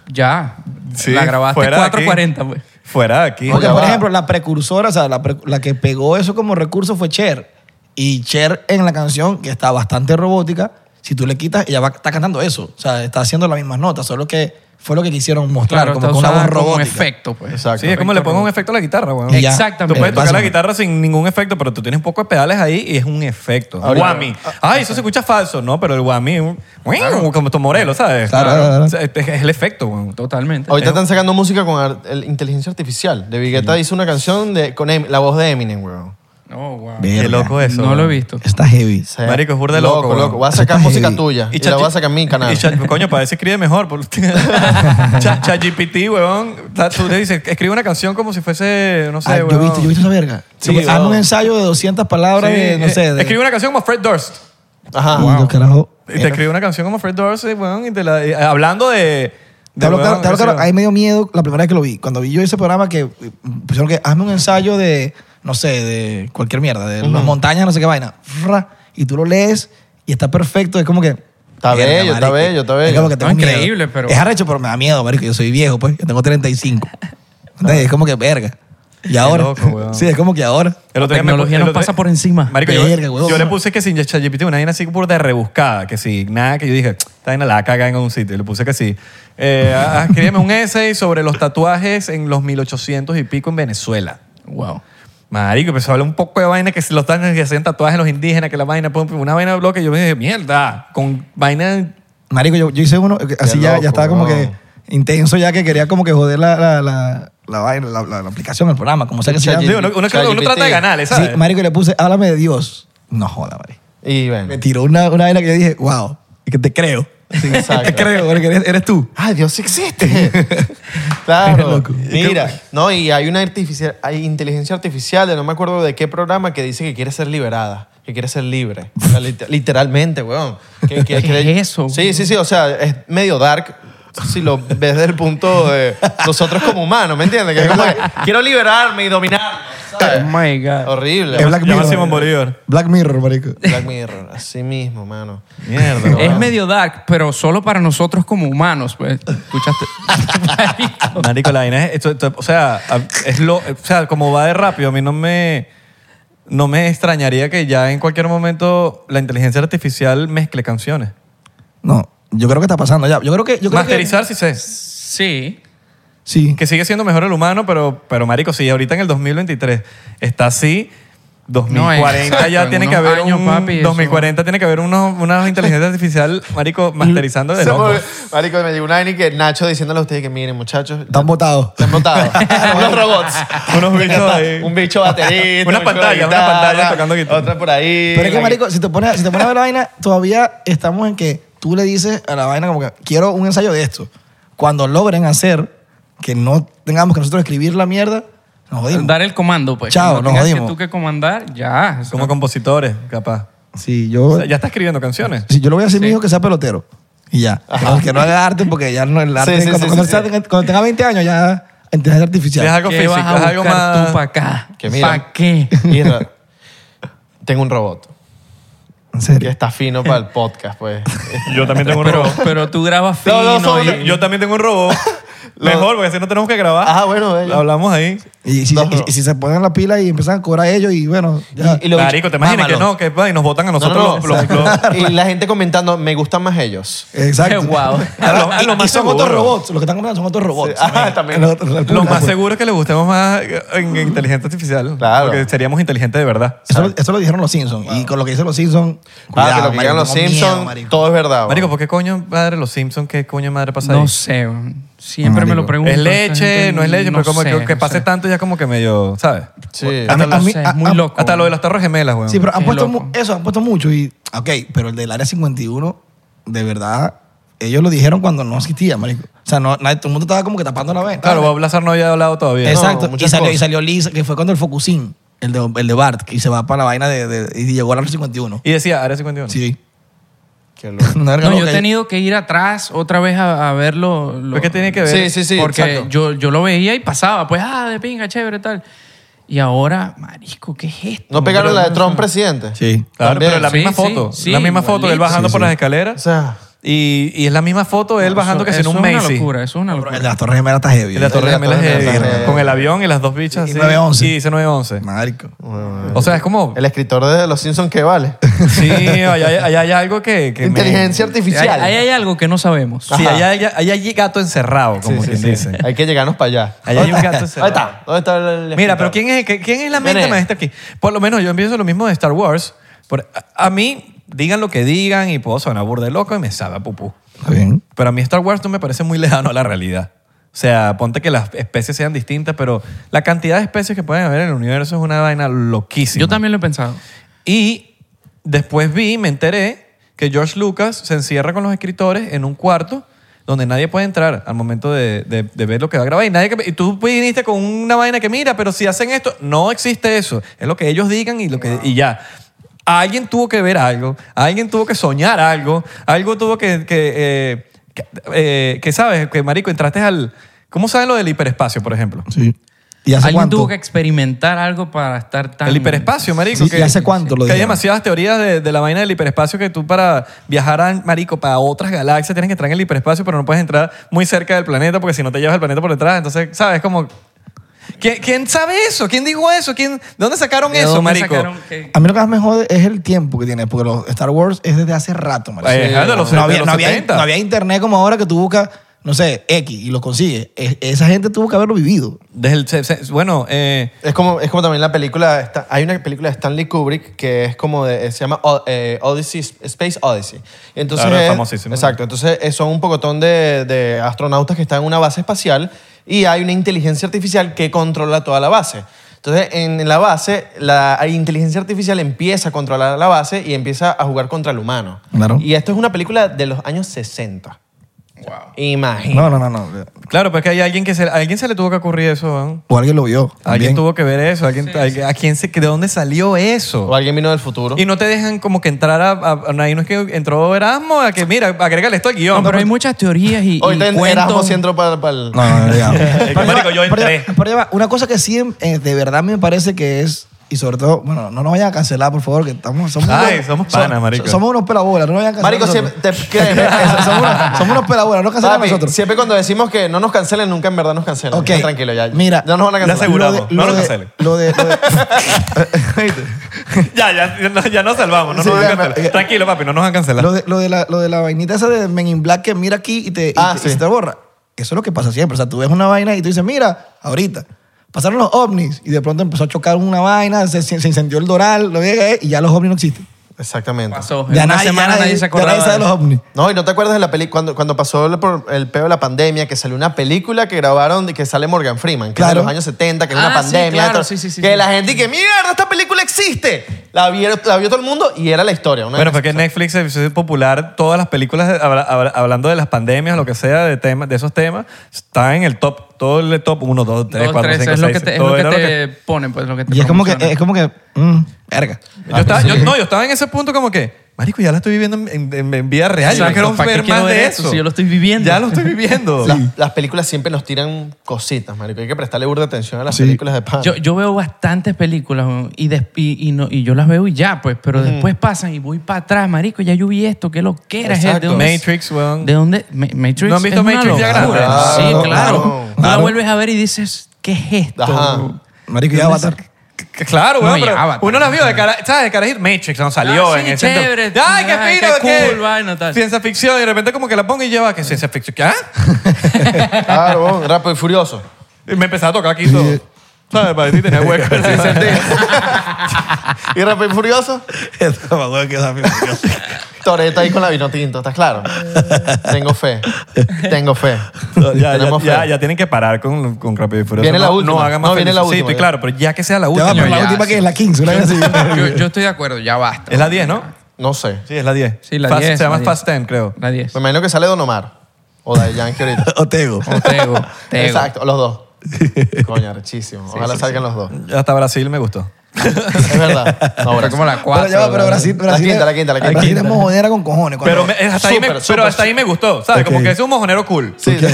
Speaker 3: ya.
Speaker 1: Sí,
Speaker 3: la grabaste
Speaker 1: fuera de aquí.
Speaker 3: 4.40, pues.
Speaker 1: Fuera de aquí.
Speaker 2: Porque,
Speaker 4: Ya
Speaker 2: por
Speaker 4: va.
Speaker 2: ejemplo, la precursora, o sea, la, pre- la que pegó eso como recurso fue Cher. Y Cher en la canción, que está bastante robótica, si tú le quitas, ella va, está cantando eso. O sea, está haciendo las mismas notas, solo que fue lo que quisieron mostrar,
Speaker 3: Claro,
Speaker 2: como
Speaker 3: está
Speaker 2: con una voz
Speaker 3: usada como un
Speaker 2: robótica.
Speaker 3: efecto, pues.
Speaker 4: Exacto.
Speaker 1: Sí, es como le pongo un efecto a la guitarra, huevón.
Speaker 2: Y ya.
Speaker 1: Tú
Speaker 3: Exactamente.
Speaker 1: puedes tocar la
Speaker 2: Básicamente.
Speaker 1: guitarra sin ningún efecto, pero tú tienes un poco de pedales ahí y es un efecto.
Speaker 4: Ahorita-
Speaker 1: Guami.
Speaker 2: ah,
Speaker 1: Ay, eso se escucha falso, ¿no? Pero el guami, un- como tu Morelo, ¿sabes?
Speaker 2: Claro, claro, claro.
Speaker 1: O sea, Es es el efecto, huevón.
Speaker 3: Totalmente.
Speaker 4: Ahorita están sacando música con ar- el- inteligencia artificial. De Vigueta hizo una canción de, con Em- la voz de Eminem, weón.
Speaker 3: Oh, wow.
Speaker 1: Qué loco eso.
Speaker 3: No lo he
Speaker 1: huevón.
Speaker 3: visto.
Speaker 2: Está heavy.
Speaker 4: O sea,
Speaker 1: Marico, es burda de loco,
Speaker 4: Loco,
Speaker 1: weón.
Speaker 4: loco. Voy a
Speaker 1: (laughs)
Speaker 4: sacar
Speaker 2: Eso está
Speaker 4: música
Speaker 2: heavy.
Speaker 4: tuya y,
Speaker 1: Chat-
Speaker 4: la voy a sacar en mi canal.
Speaker 1: Y Chat- coño, para eso escribe mejor. por-
Speaker 2: (laughs)
Speaker 1: Chat- ChatGPT, weón. ta- Tú le dices, escribe una canción como si fuese, no sé,
Speaker 2: Ah, yo,
Speaker 1: weón.
Speaker 2: he visto, yo he visto esa verga.
Speaker 1: Sí,
Speaker 2: Como que
Speaker 1: weón.
Speaker 2: Hazme un ensayo de 200 palabras,
Speaker 1: Sí,
Speaker 2: de, no
Speaker 1: eh,
Speaker 2: sé. De,
Speaker 1: Escribe una canción como Fred Durst.
Speaker 4: Ajá.
Speaker 2: Y yo, carajo.
Speaker 1: Y te escribe una canción como Fred Durst, weón, y te la, y- hablando de... de,
Speaker 2: Te hablo
Speaker 1: weón,
Speaker 2: claro, te hablo
Speaker 1: qué sé
Speaker 2: claro,
Speaker 1: yo.
Speaker 2: ahí me dio miedo la primera vez que lo vi. Cuando vi yo ese programa que eh, pusieron que hazme un ensayo de, no sé, de cualquier mierda, de las montañas, no sé qué vaina. Fra, Y tú lo lees y está perfecto. Es como que...
Speaker 4: Está
Speaker 2: Verga,
Speaker 4: bello, está
Speaker 2: marico.
Speaker 4: bello, está
Speaker 2: Es
Speaker 4: bello.
Speaker 2: como que tengo
Speaker 3: No,
Speaker 2: miedo.
Speaker 3: increíble, pero-
Speaker 2: Es arrecho, pero me da miedo, marico. Yo soy viejo, pues. Yo tengo 35. Entonces, es como que verga. Y ahora...
Speaker 1: loco, weón.
Speaker 2: (laughs) sí, es como que ahora...
Speaker 1: El otro día me
Speaker 3: tecnología
Speaker 1: pu- el
Speaker 3: nos
Speaker 1: otro día-
Speaker 3: pasa por encima.
Speaker 1: Marico, yo,
Speaker 2: Verga, huevón.
Speaker 1: yo le puse que sin ChatGPT una vaina así burda de rebuscada, que sí, nada que yo dije, está en la caga en algún sitio. Y le puse que sí. Eh, ah, escríbeme un essay sobre los tatuajes en los 1800 y pico en Venezuela.
Speaker 3: Wow.
Speaker 1: Marico, empezó a hablar un poco de vaina que si los tatuajes que hacían tatuajes los indígenas, que la vaina, pum, pum, una vaina de bloque. Yo me dije, mierda, con vaina.
Speaker 2: Marico, yo, yo hice uno, que así ya,
Speaker 4: loco,
Speaker 2: ya estaba como
Speaker 4: bro.
Speaker 2: que intenso ya que quería como que joder la, la, la, la, vaina, la, la- la aplicación, el programa, como sea que se
Speaker 4: Chat
Speaker 2: llame.
Speaker 4: G-
Speaker 1: Digo, uno, uno- uno
Speaker 4: ChatGPT.
Speaker 1: trata de ganarle, ¿sabes?
Speaker 2: Sí, marico, y le puse, háblame de Dios. No joda, marico.
Speaker 4: Y bueno.
Speaker 2: Me tiró una, una vaina que yo dije, wow, y que te creo. (laughs)
Speaker 4: Sí,
Speaker 2: Te
Speaker 4: exacto.
Speaker 2: creo, porque eres, eres tú.
Speaker 4: ¡Ay, Ah, Dios sí
Speaker 3: (laughs)
Speaker 4: existe! claro.
Speaker 2: Loco.
Speaker 4: Mira, no, y hay una artificial, hay inteligencia artificial, de no me acuerdo de qué programa, que dice que quiere ser liberada, que quiere ser libre. O sea, lit- literalmente, weón. Que- que-
Speaker 3: ¿Qué
Speaker 4: que-
Speaker 3: es eso?
Speaker 4: Sí, sí, sí, o sea, es medio dark. Si lo ves desde el punto de nosotros como humanos, ¿me entiendes? Que es como que quiero liberarme y dominar.
Speaker 3: Oh my God.
Speaker 4: Horrible.
Speaker 2: Es Black
Speaker 1: Llama
Speaker 2: Mirror.
Speaker 1: a Simón Bolívar.
Speaker 2: Black Mirror, marico.
Speaker 4: Black Mirror, así mismo, mano.
Speaker 1: Mierda.
Speaker 3: Es
Speaker 1: weón.
Speaker 3: medio dark, pero solo para nosotros como humanos, pues. ¿Escuchaste? Marico.
Speaker 1: (laughs) Marico, la vaina es, esto- esto- o sea, a- es lo, o sea, como va de rápido, a mí no me, no me extrañaría que ya en cualquier momento la inteligencia artificial mezcle canciones.
Speaker 2: No, yo creo que está pasando ya. Yo creo que. Yo creo
Speaker 1: Masterizar sí sé,
Speaker 3: sí.
Speaker 2: Que, sí.
Speaker 1: que sigue siendo mejor el humano, pero, pero marico, sí, ahorita en el 2023 está así. 2040
Speaker 3: exacto,
Speaker 1: ya
Speaker 3: en
Speaker 1: tiene
Speaker 3: unos
Speaker 1: que haber
Speaker 3: años,
Speaker 1: un,
Speaker 3: papi, eso-
Speaker 1: 2040 tiene que haber unos, una inteligencia artificial, marico, masterizando de
Speaker 4: Se
Speaker 1: loco.
Speaker 4: me- Marico, me llegó una vaina y que Nacho diciéndole a ustedes que miren, muchachos.
Speaker 2: Están votados. (laughs)
Speaker 1: (laughs)
Speaker 4: Están botados. Unos robots.
Speaker 1: Unos bichos ahí.
Speaker 4: Un bicho baterista.
Speaker 1: Una
Speaker 4: un bicho de
Speaker 1: pantalla, una
Speaker 4: guitarra,
Speaker 1: pantalla tocando guitarra.
Speaker 4: Otra por ahí.
Speaker 2: Pero es que,
Speaker 4: La-
Speaker 2: marico, si te pones, si te pones a ver la vaina, todavía estamos en que tú le dices a la vaina como que quiero un ensayo de esto. Cuando logren hacer que no tengamos que nosotros escribir la mierda, nos jodimos.
Speaker 3: Dar el comando, pues.
Speaker 2: Chao,
Speaker 3: Cuando
Speaker 2: nos
Speaker 3: tengas
Speaker 2: jodimos.
Speaker 3: Que tú que comandar, ya. eso
Speaker 1: Como compositores, capaz.
Speaker 2: Sí, yo,
Speaker 1: O sea, ya está escribiendo canciones.
Speaker 2: sí, yo le voy a decir a mi hijo que sea pelotero. Y ya. Que no haga arte porque ya no el arte.
Speaker 4: sí,
Speaker 2: cuando,
Speaker 4: sí,
Speaker 2: cuando
Speaker 4: sí,
Speaker 2: sea- cuando tenga 20 años ya inteligencia
Speaker 1: Es
Speaker 2: artificial.
Speaker 1: algo físico, es algo más...
Speaker 3: tú para acá?
Speaker 4: Que mira.
Speaker 1: (laughs)
Speaker 3: ¿Para qué?
Speaker 4: Mira, tengo un robot
Speaker 2: En
Speaker 4: que
Speaker 2: serio.
Speaker 4: está fino para el
Speaker 2: (laughs)
Speaker 4: podcast, pues.
Speaker 1: Yo también tengo un
Speaker 3: Pero,
Speaker 1: robot.
Speaker 3: pero tú grabas fino.
Speaker 4: No, no, son-
Speaker 3: y-
Speaker 1: Yo, yo también tengo un
Speaker 4: (laughs)
Speaker 1: robot. Mejor, porque así no tenemos que grabar.
Speaker 4: Ah, bueno, bello.
Speaker 1: Lo hablamos ahí.
Speaker 2: Y si,
Speaker 4: No,
Speaker 2: y-
Speaker 4: no.
Speaker 2: y si se ponen la pila y empiezan a cobrar ellos y bueno, ya.
Speaker 4: los
Speaker 1: Marico,
Speaker 4: bichos-
Speaker 1: ¿te imaginas
Speaker 4: mámalo.
Speaker 1: que no? Que pa, y nos votan a
Speaker 4: No, no,
Speaker 1: nosotros
Speaker 4: no, (laughs)
Speaker 1: los... los, los-
Speaker 4: exacto. Y la gente comentando, me gustan más ellos.
Speaker 2: Exacto.
Speaker 4: (laughs)
Speaker 3: (laughs) Qué
Speaker 1: (laughs) a
Speaker 3: guau.
Speaker 1: lo-
Speaker 4: Ah,
Speaker 1: a lo
Speaker 2: (laughs) Y
Speaker 1: más
Speaker 2: son
Speaker 1: seguro.
Speaker 2: otros robots. Los que están comprando son otros robots.
Speaker 4: Sí. Ah, también.
Speaker 2: Los- los- los-
Speaker 1: Lo más seguro es que le gustemos más eh, en inteligencia artificial.
Speaker 4: Claro.
Speaker 1: Porque seríamos inteligentes de verdad.
Speaker 2: Eso, lo- eso lo dijeron los Simpsons. Y con lo que dicen los Simpsons.
Speaker 4: Ah, que lo que digan los Simpsons, todo es verdad.
Speaker 1: Marico,
Speaker 4: Marico,
Speaker 1: ¿por qué coño madre los Simpsons? ¿Qué coño madre pasa ahí?
Speaker 3: No sé, weón. siempre me lo pregunto.
Speaker 1: ¿Es
Speaker 3: esta
Speaker 1: leche?
Speaker 3: gente,
Speaker 1: ¿No es leche?
Speaker 3: no
Speaker 1: pero como
Speaker 3: sé,
Speaker 1: que, que
Speaker 3: no
Speaker 1: pase
Speaker 3: sé.
Speaker 1: tanto ya como que medio, ¿sabes?
Speaker 4: sí.
Speaker 3: Hasta
Speaker 2: A mí- a
Speaker 3: lo
Speaker 2: mí-
Speaker 3: sé,
Speaker 2: a-
Speaker 3: es muy
Speaker 2: a-
Speaker 3: loco.
Speaker 1: Hasta lo de los tarros gemelas, weón.
Speaker 2: Sí, pero han
Speaker 3: Qué
Speaker 2: puesto
Speaker 3: loco.
Speaker 2: mu- eso, han puesto mucho. Y, ok, pero el del área 51, de verdad, ellos lo dijeron cuando no existía, marico. O sea, no, nadie- todo el mundo estaba como que tapando la venta.
Speaker 1: Claro, Bob Lazar no había hablado todavía.
Speaker 2: Exacto.
Speaker 4: No,
Speaker 2: y,
Speaker 4: muchas
Speaker 2: salió, y
Speaker 4: cosas.
Speaker 2: salió Lisa, que fue cuando el Focusin, el de, el de Bart, y se va para la vaina de, de- y llegó al área 51.
Speaker 1: Y decía, área 51.
Speaker 2: Sí.
Speaker 4: Qué loco.
Speaker 2: (laughs) Una verga
Speaker 3: No, yo
Speaker 2: loca.
Speaker 3: he tenido que ir atrás otra vez a, a verlo. lo-
Speaker 1: ¿Pero Pues, qué tiene que ver?
Speaker 4: Sí, sí, sí.
Speaker 3: Porque
Speaker 4: exacto.
Speaker 3: yo, yo lo veía y pasaba, pues, ah, de pinga, chévere, tal. Y ahora, marisco, ¿qué es esto?
Speaker 4: ¿No pegaron la de
Speaker 3: Pero-
Speaker 4: Trump presidente?
Speaker 2: Sí.
Speaker 1: Claro,
Speaker 4: También.
Speaker 1: pero la
Speaker 3: Sí,
Speaker 1: misma
Speaker 3: sí,
Speaker 1: foto.
Speaker 3: sí,
Speaker 1: la misma foto de él
Speaker 3: igualito.
Speaker 1: bajando
Speaker 4: Sí,
Speaker 1: por
Speaker 4: sí.
Speaker 1: las
Speaker 4: O
Speaker 1: escaleras.
Speaker 4: sea,
Speaker 1: y, y es la misma foto de él bajando que si en
Speaker 3: Eso
Speaker 1: un
Speaker 3: Es una
Speaker 1: Macy.
Speaker 3: locura, eso es una
Speaker 2: Pero
Speaker 3: locura.
Speaker 2: El de las Torres Gemelas está heavy.
Speaker 1: Y la torre
Speaker 4: El de la
Speaker 1: gemela
Speaker 4: Torre
Speaker 1: es
Speaker 4: Gemela.
Speaker 1: heavy. Con el avión y las dos bichas.
Speaker 2: Y
Speaker 1: así.
Speaker 2: 911.
Speaker 1: Y dice 911.
Speaker 2: Marico.
Speaker 1: O sea, es como...
Speaker 4: el escritor de Los Simpsons
Speaker 1: (laughs)
Speaker 4: que vale.
Speaker 1: Sí, allá, hay- allá hay algo que... que me-
Speaker 4: Inteligencia
Speaker 3: Ahí,
Speaker 4: artificial.
Speaker 3: ahí hay algo que no sabemos.
Speaker 1: Sí, allá, hay- allá hay gato encerrado, como
Speaker 4: Sí,
Speaker 1: quien
Speaker 4: sí, sí.
Speaker 1: dice.
Speaker 4: Hay que llegarnos para allá.
Speaker 1: Allá hay un gato
Speaker 4: ¿Dónde
Speaker 1: encerrado.
Speaker 4: está? ¿Dónde está el- el
Speaker 1: Mira,
Speaker 4: escritor?
Speaker 1: pero ¿quién es, qué- quién es la mente
Speaker 4: ¿Quién es?
Speaker 1: maestra aquí? Por lo menos yo empiezo lo mismo de Star Wars. Por- a, a mí, digan lo que digan y puedo sonar burda de loco y me sabe a pupú.
Speaker 2: Está bien.
Speaker 1: Pero a mí Star Wars no me parece muy lejano a la realidad. O sea, ponte que las especies sean distintas, pero la cantidad de especies que pueden haber en el universo es una vaina loquísima.
Speaker 3: Yo también lo he pensado.
Speaker 1: Y después vi, me enteré, que George Lucas se encierra con los escritores en un cuarto donde nadie puede entrar al momento de, de- de ver lo que va a grabar. Y, nadie que- y tú viniste con una vaina que, mira, pero si hacen esto, no existe eso. Es lo que ellos digan y, lo que, y ya. Alguien tuvo que ver algo, alguien tuvo que soñar algo, algo tuvo que, que, eh, que, eh, que, sabes, que marico, entraste al... ¿Cómo sabes lo del hiperespacio, por ejemplo?
Speaker 2: Sí. ¿Y hace
Speaker 3: Alguien
Speaker 2: cuánto?
Speaker 3: tuvo que experimentar algo para estar tan...
Speaker 1: El hiperespacio, marico.
Speaker 2: Sí, ¿y hace cuánto lo
Speaker 1: Que hay
Speaker 2: dijeron?
Speaker 1: demasiadas teorías de, de la vaina del hiperespacio que tú para viajar, a, marico, para otras galaxias tienes que entrar en el hiperespacio, pero no puedes entrar muy cerca del planeta porque si no te llevas el planeta por detrás. Entonces, ¿sabes? Como... ¿Quién, quién sabe eso? ¿Quién dijo eso? ¿Quién, ¿De dónde sacaron
Speaker 3: ¿De
Speaker 1: eso,
Speaker 3: dónde
Speaker 1: marico?
Speaker 3: sacaron que-
Speaker 2: A mí lo que más me jode es el tiempo que tiene, porque los Star Wars es desde hace rato, marico.
Speaker 1: Eh, ajá, de los-
Speaker 2: no,
Speaker 1: de
Speaker 2: había,
Speaker 1: los
Speaker 2: no había-
Speaker 1: 70.
Speaker 2: no había internet como ahora que tú buscas, no sé, X y lo consigues. Es- esa gente tuvo que haberlo vivido.
Speaker 1: Desde el se- se- bueno, eh,
Speaker 4: Es como, es como también la película, esta- hay una película de Stanley Kubrick que es como de, se llama O- eh, Odyssey, Space Odyssey. Entonces
Speaker 1: Claro, es
Speaker 4: es-
Speaker 1: famosísimo.
Speaker 4: Exacto, entonces eh, son un pocotón de, de astronautas que están en una base espacial y hay una inteligencia artificial que controla toda la base. Entonces en la base, la inteligencia artificial empieza a controlar la base y empieza a jugar contra el humano.
Speaker 2: Claro.
Speaker 4: Y esto es una película de los años 60. Imagínate.
Speaker 2: No, no, no, no.
Speaker 1: Claro, pero es que hay alguien que se, a alguien se le tuvo que ocurrir eso, ¿no?
Speaker 2: O alguien lo vio.
Speaker 1: Alguien
Speaker 2: también.
Speaker 1: tuvo que ver eso. alguien- alguien- ¿A quién se, ¿De dónde salió eso?
Speaker 4: O alguien vino del futuro.
Speaker 1: Y no te dejan como que entrar a... a- a- ahí no es que entró Erasmo, a que mira, agrégale esto al guión. pues,
Speaker 3: No, pero hay muchas teorías y, y
Speaker 4: Hoy te
Speaker 3: cuentos.
Speaker 4: Erasmo entró para, para el...
Speaker 2: No, no, no, ya.
Speaker 1: Eh, que, (laughs) marico, yo
Speaker 2: Pero ya-
Speaker 1: entré.
Speaker 2: pero ya va, una cosa que sí, eh, de verdad me parece que es, y sobre todo, bueno, no nos vayan a cancelar, por favor, que estamos... Somos
Speaker 1: Ay,
Speaker 2: unos-
Speaker 1: somos
Speaker 2: so-
Speaker 1: panas, marico.
Speaker 2: Somos unos pelabolas, no nos vayan a cancelar
Speaker 4: Marico, siempre
Speaker 2: nosotros.
Speaker 4: te
Speaker 2: (laughs)
Speaker 4: crees.
Speaker 2: somos, (laughs) unos, somos unos pelabolas, no cancelan a
Speaker 4: Papi,
Speaker 2: nosotros.
Speaker 4: siempre cuando decimos que no nos cancelen, nunca en verdad nos cancelan.
Speaker 2: Ok.
Speaker 4: Ya, Tranquilo, ya.
Speaker 2: Mira.
Speaker 4: No nos van a
Speaker 1: Le
Speaker 4: cancelar.
Speaker 1: aseguro. aseguramos,
Speaker 2: Lo de-
Speaker 1: no
Speaker 2: lo
Speaker 1: lo
Speaker 2: de-
Speaker 1: cancelen.
Speaker 2: Lo de... Lo
Speaker 1: (laughs)
Speaker 2: de
Speaker 1: ya, ya, no- ya nos salvamos. No
Speaker 2: Sí,
Speaker 1: nos
Speaker 2: ya,
Speaker 1: van a cancelar.
Speaker 2: ya.
Speaker 1: Tranquilo, papi, no nos van a cancelar.
Speaker 2: Lo de, lo, de la, lo de la vainita esa de Men in Black que mira aquí y te, y
Speaker 4: Ah,
Speaker 2: te- y
Speaker 4: sí.
Speaker 2: se te borra. Eso es lo que pasa siempre. O sea, tú ves una vaina y tú dices, mira, ahorita. Pasaron los ovnis y de pronto empezó a chocar una vaina, se, se incendió el Doral, lo llegué, y ya los ovnis no existen.
Speaker 4: Exactamente.
Speaker 3: Pasó. En
Speaker 2: Ya
Speaker 3: una
Speaker 2: nadie- ya
Speaker 3: semana nadie,
Speaker 2: nadie-
Speaker 3: se
Speaker 2: ya
Speaker 3: acordaba.
Speaker 2: nadie sabe
Speaker 3: de
Speaker 2: los ovnis.
Speaker 4: No, y no te acuerdas de la película, cuando, cuando pasó el, por- el peo de la pandemia, que salió una película que grabaron de que sale Morgan Freeman, que es
Speaker 2: Claro.
Speaker 4: de los años 70, que era
Speaker 3: Ah,
Speaker 4: una
Speaker 3: sí,
Speaker 4: pandemia.
Speaker 3: claro,
Speaker 4: todo-
Speaker 3: sí, sí, sí,
Speaker 4: que
Speaker 3: sí.
Speaker 4: la gente y que mierda, esta película existe. La vio, la vio todo el mundo y era la historia. una
Speaker 1: Bueno,
Speaker 4: vez-
Speaker 1: porque Netflix se hizo popular, todas las películas de- habla- habla- hablando de las pandemias, lo que sea, de, tema, de esos temas, está en el top, todo el top 1, 2, 3,
Speaker 3: Dos,
Speaker 1: 4,
Speaker 3: tres,
Speaker 1: 5, 6.
Speaker 3: es lo que te, es lo que te ponen, pues, lo que te
Speaker 2: Y es como que,
Speaker 3: promocionan.
Speaker 2: es como que, mm, verga.
Speaker 3: Ah,
Speaker 1: Yo estaba,
Speaker 3: pues
Speaker 1: yo, no, yo estaba en ese punto como que, marico, ya la estoy viviendo en, en- en- en vida real.
Speaker 3: Exacto,
Speaker 1: yo no quiero
Speaker 3: ¿para qué
Speaker 1: ver
Speaker 3: quiero
Speaker 1: más
Speaker 3: ver
Speaker 1: de
Speaker 3: esto
Speaker 1: eso.
Speaker 3: si yo lo estoy viviendo?
Speaker 1: Ya lo estoy viviendo.
Speaker 4: La- Las películas siempre nos tiran cositas, marico. Hay que prestarle burda atención a las
Speaker 2: Sí.
Speaker 4: películas de pan.
Speaker 3: Yo, yo veo bastantes películas weón, y, des- y, y no, y yo las veo y ya, pues, pero después pasan y voy para atrás, marico, ya yo vi esto, qué loquera es
Speaker 4: Exacto.
Speaker 3: ¿De dónde-
Speaker 1: Matrix, weón.
Speaker 3: ¿De dónde? Ma- Matrix.
Speaker 1: ¿No han visto
Speaker 3: es una
Speaker 1: Matrix ya grande?
Speaker 3: locura.
Speaker 4: Claro,
Speaker 3: sí, claro.
Speaker 4: claro. Ah,
Speaker 3: Tú la vuelves a ver y dices, ¿qué es esto?
Speaker 4: Ajá.
Speaker 3: weón?
Speaker 2: Marico, ya
Speaker 3: ¿Dónde
Speaker 2: Avatar.
Speaker 1: Que- Claro,
Speaker 3: No,
Speaker 1: weón,
Speaker 3: y
Speaker 1: pero
Speaker 3: Avatar.
Speaker 1: uno las vio de cara, ¿sabes? De cara Matrix, no salió
Speaker 3: Ah,
Speaker 1: en
Speaker 3: sí,
Speaker 1: el centro.
Speaker 3: chévere.
Speaker 1: Ay, qué
Speaker 3: Ay,
Speaker 1: fino,
Speaker 3: qué cool, vaina, tal.
Speaker 1: Ciencia ficción, y de repente como que la pongo y lleva, ¿qué ciencia ficción? ¿Qué? ¿Ah?
Speaker 4: Claro, vos, rápido y furioso.
Speaker 1: Y me empezaba a tocar aquí todo.
Speaker 2: eh,
Speaker 1: ¿Sabes? Para decir, tenía hueco.
Speaker 2: (laughs)
Speaker 4: y rápido y furioso, Toreta ahí con la vino tinto, ¿estás claro? Tengo fe. Tengo fe.
Speaker 1: ya, ya,
Speaker 4: Tenemos fe.
Speaker 1: ya, ya tienen que parar con, con Rápido y Furioso.
Speaker 4: Viene la
Speaker 1: No-
Speaker 4: última.
Speaker 1: No hagan más
Speaker 4: No, viene la
Speaker 1: felices. Sí,
Speaker 4: última,
Speaker 1: estoy
Speaker 4: ya.
Speaker 1: claro, pero ya que sea la
Speaker 2: Ya va,
Speaker 1: última.
Speaker 2: pero la
Speaker 3: ya,
Speaker 2: última
Speaker 3: sí.
Speaker 2: que es la 15, una vez así.
Speaker 3: (laughs) Yo,
Speaker 4: (laughs)
Speaker 3: yo estoy de acuerdo, ya basta.
Speaker 1: Es la 10, ¿no?
Speaker 4: No sé.
Speaker 1: Sí, es la 10.
Speaker 3: Sí, la
Speaker 1: Fast-
Speaker 3: 10,
Speaker 1: Se llama
Speaker 3: la 10.
Speaker 1: Fast 10, creo.
Speaker 3: La 10.
Speaker 4: Me imagino que sale Don Omar. O Daddy Yankee ahorita.
Speaker 2: Otego.
Speaker 3: Tego, Tego.
Speaker 4: Exacto, los dos. Coño, arrechísimo. Ojalá salgan los dos.
Speaker 1: Hasta Brasil me gustó.
Speaker 4: Es verdad. No,
Speaker 3: Ahora
Speaker 4: ahora
Speaker 3: como la
Speaker 2: Pero
Speaker 3: 4.
Speaker 2: ya va, pero Brasil, Brasil.
Speaker 4: La quinta, la quinta, la quinta.
Speaker 2: Brasil es mojonera con cojones.
Speaker 1: Pero me- es hasta, ahí me,
Speaker 4: Súper,
Speaker 1: pero
Speaker 4: súper,
Speaker 1: hasta ahí me gustó, ¿sabes? Como que es un mojonero cool.
Speaker 4: Sí, sí.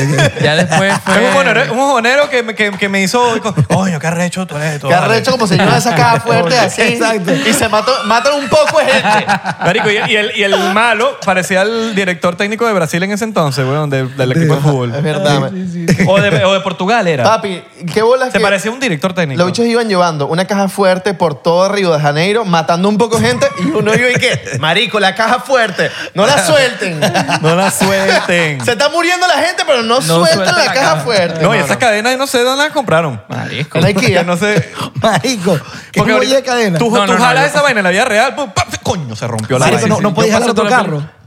Speaker 1: (laughs)
Speaker 3: Ya después
Speaker 1: Es un
Speaker 3: fue...
Speaker 1: mojonero, un mojonero que, me- que, que me hizo... Coño, qué arrecho tú eres. tú,
Speaker 4: Que
Speaker 1: vale".
Speaker 4: arrecho como se lleva esa caja fuerte así. Exacto. Y se mató, matan un poco de gente.
Speaker 1: Marico, y, y el, y el malo parecía el director técnico de Brasil en ese entonces, weón, de- del equipo de fútbol.
Speaker 4: (laughs) Es verdad. man.
Speaker 1: O de, o de Portugal era.
Speaker 4: Papi, qué bolas
Speaker 1: Se
Speaker 4: que
Speaker 1: parecía a un director técnico.
Speaker 4: los bichos iban llevando una caja fuerte por todo Río de Janeiro, matando un poco de gente y uno iba
Speaker 1: (laughs)
Speaker 4: y que, marico, la caja fuerte, no la suelten.
Speaker 1: No la suelten.
Speaker 4: (laughs) Se está muriendo la gente, pero no, suelten,
Speaker 3: suelten
Speaker 4: la,
Speaker 3: la
Speaker 4: caja,
Speaker 3: caja.
Speaker 4: fuerte.
Speaker 1: No, y esas cadenas no sé de dónde las compraron.
Speaker 3: Marisco.
Speaker 4: En la Ikea.
Speaker 1: Ya no sé.
Speaker 2: Marico, que es
Speaker 1: Porque
Speaker 2: como
Speaker 1: ahorita
Speaker 2: de cadena.
Speaker 1: Tú,
Speaker 3: No,
Speaker 1: tú
Speaker 3: no, no,
Speaker 1: jalas
Speaker 3: yo-
Speaker 1: esa vaina en la vida real. pum, pa, coño, se rompió la
Speaker 2: Marico,
Speaker 1: vaina.
Speaker 2: no, no puedes
Speaker 3: Yo
Speaker 2: jalar
Speaker 3: paso
Speaker 2: otro
Speaker 3: toda la
Speaker 2: carro.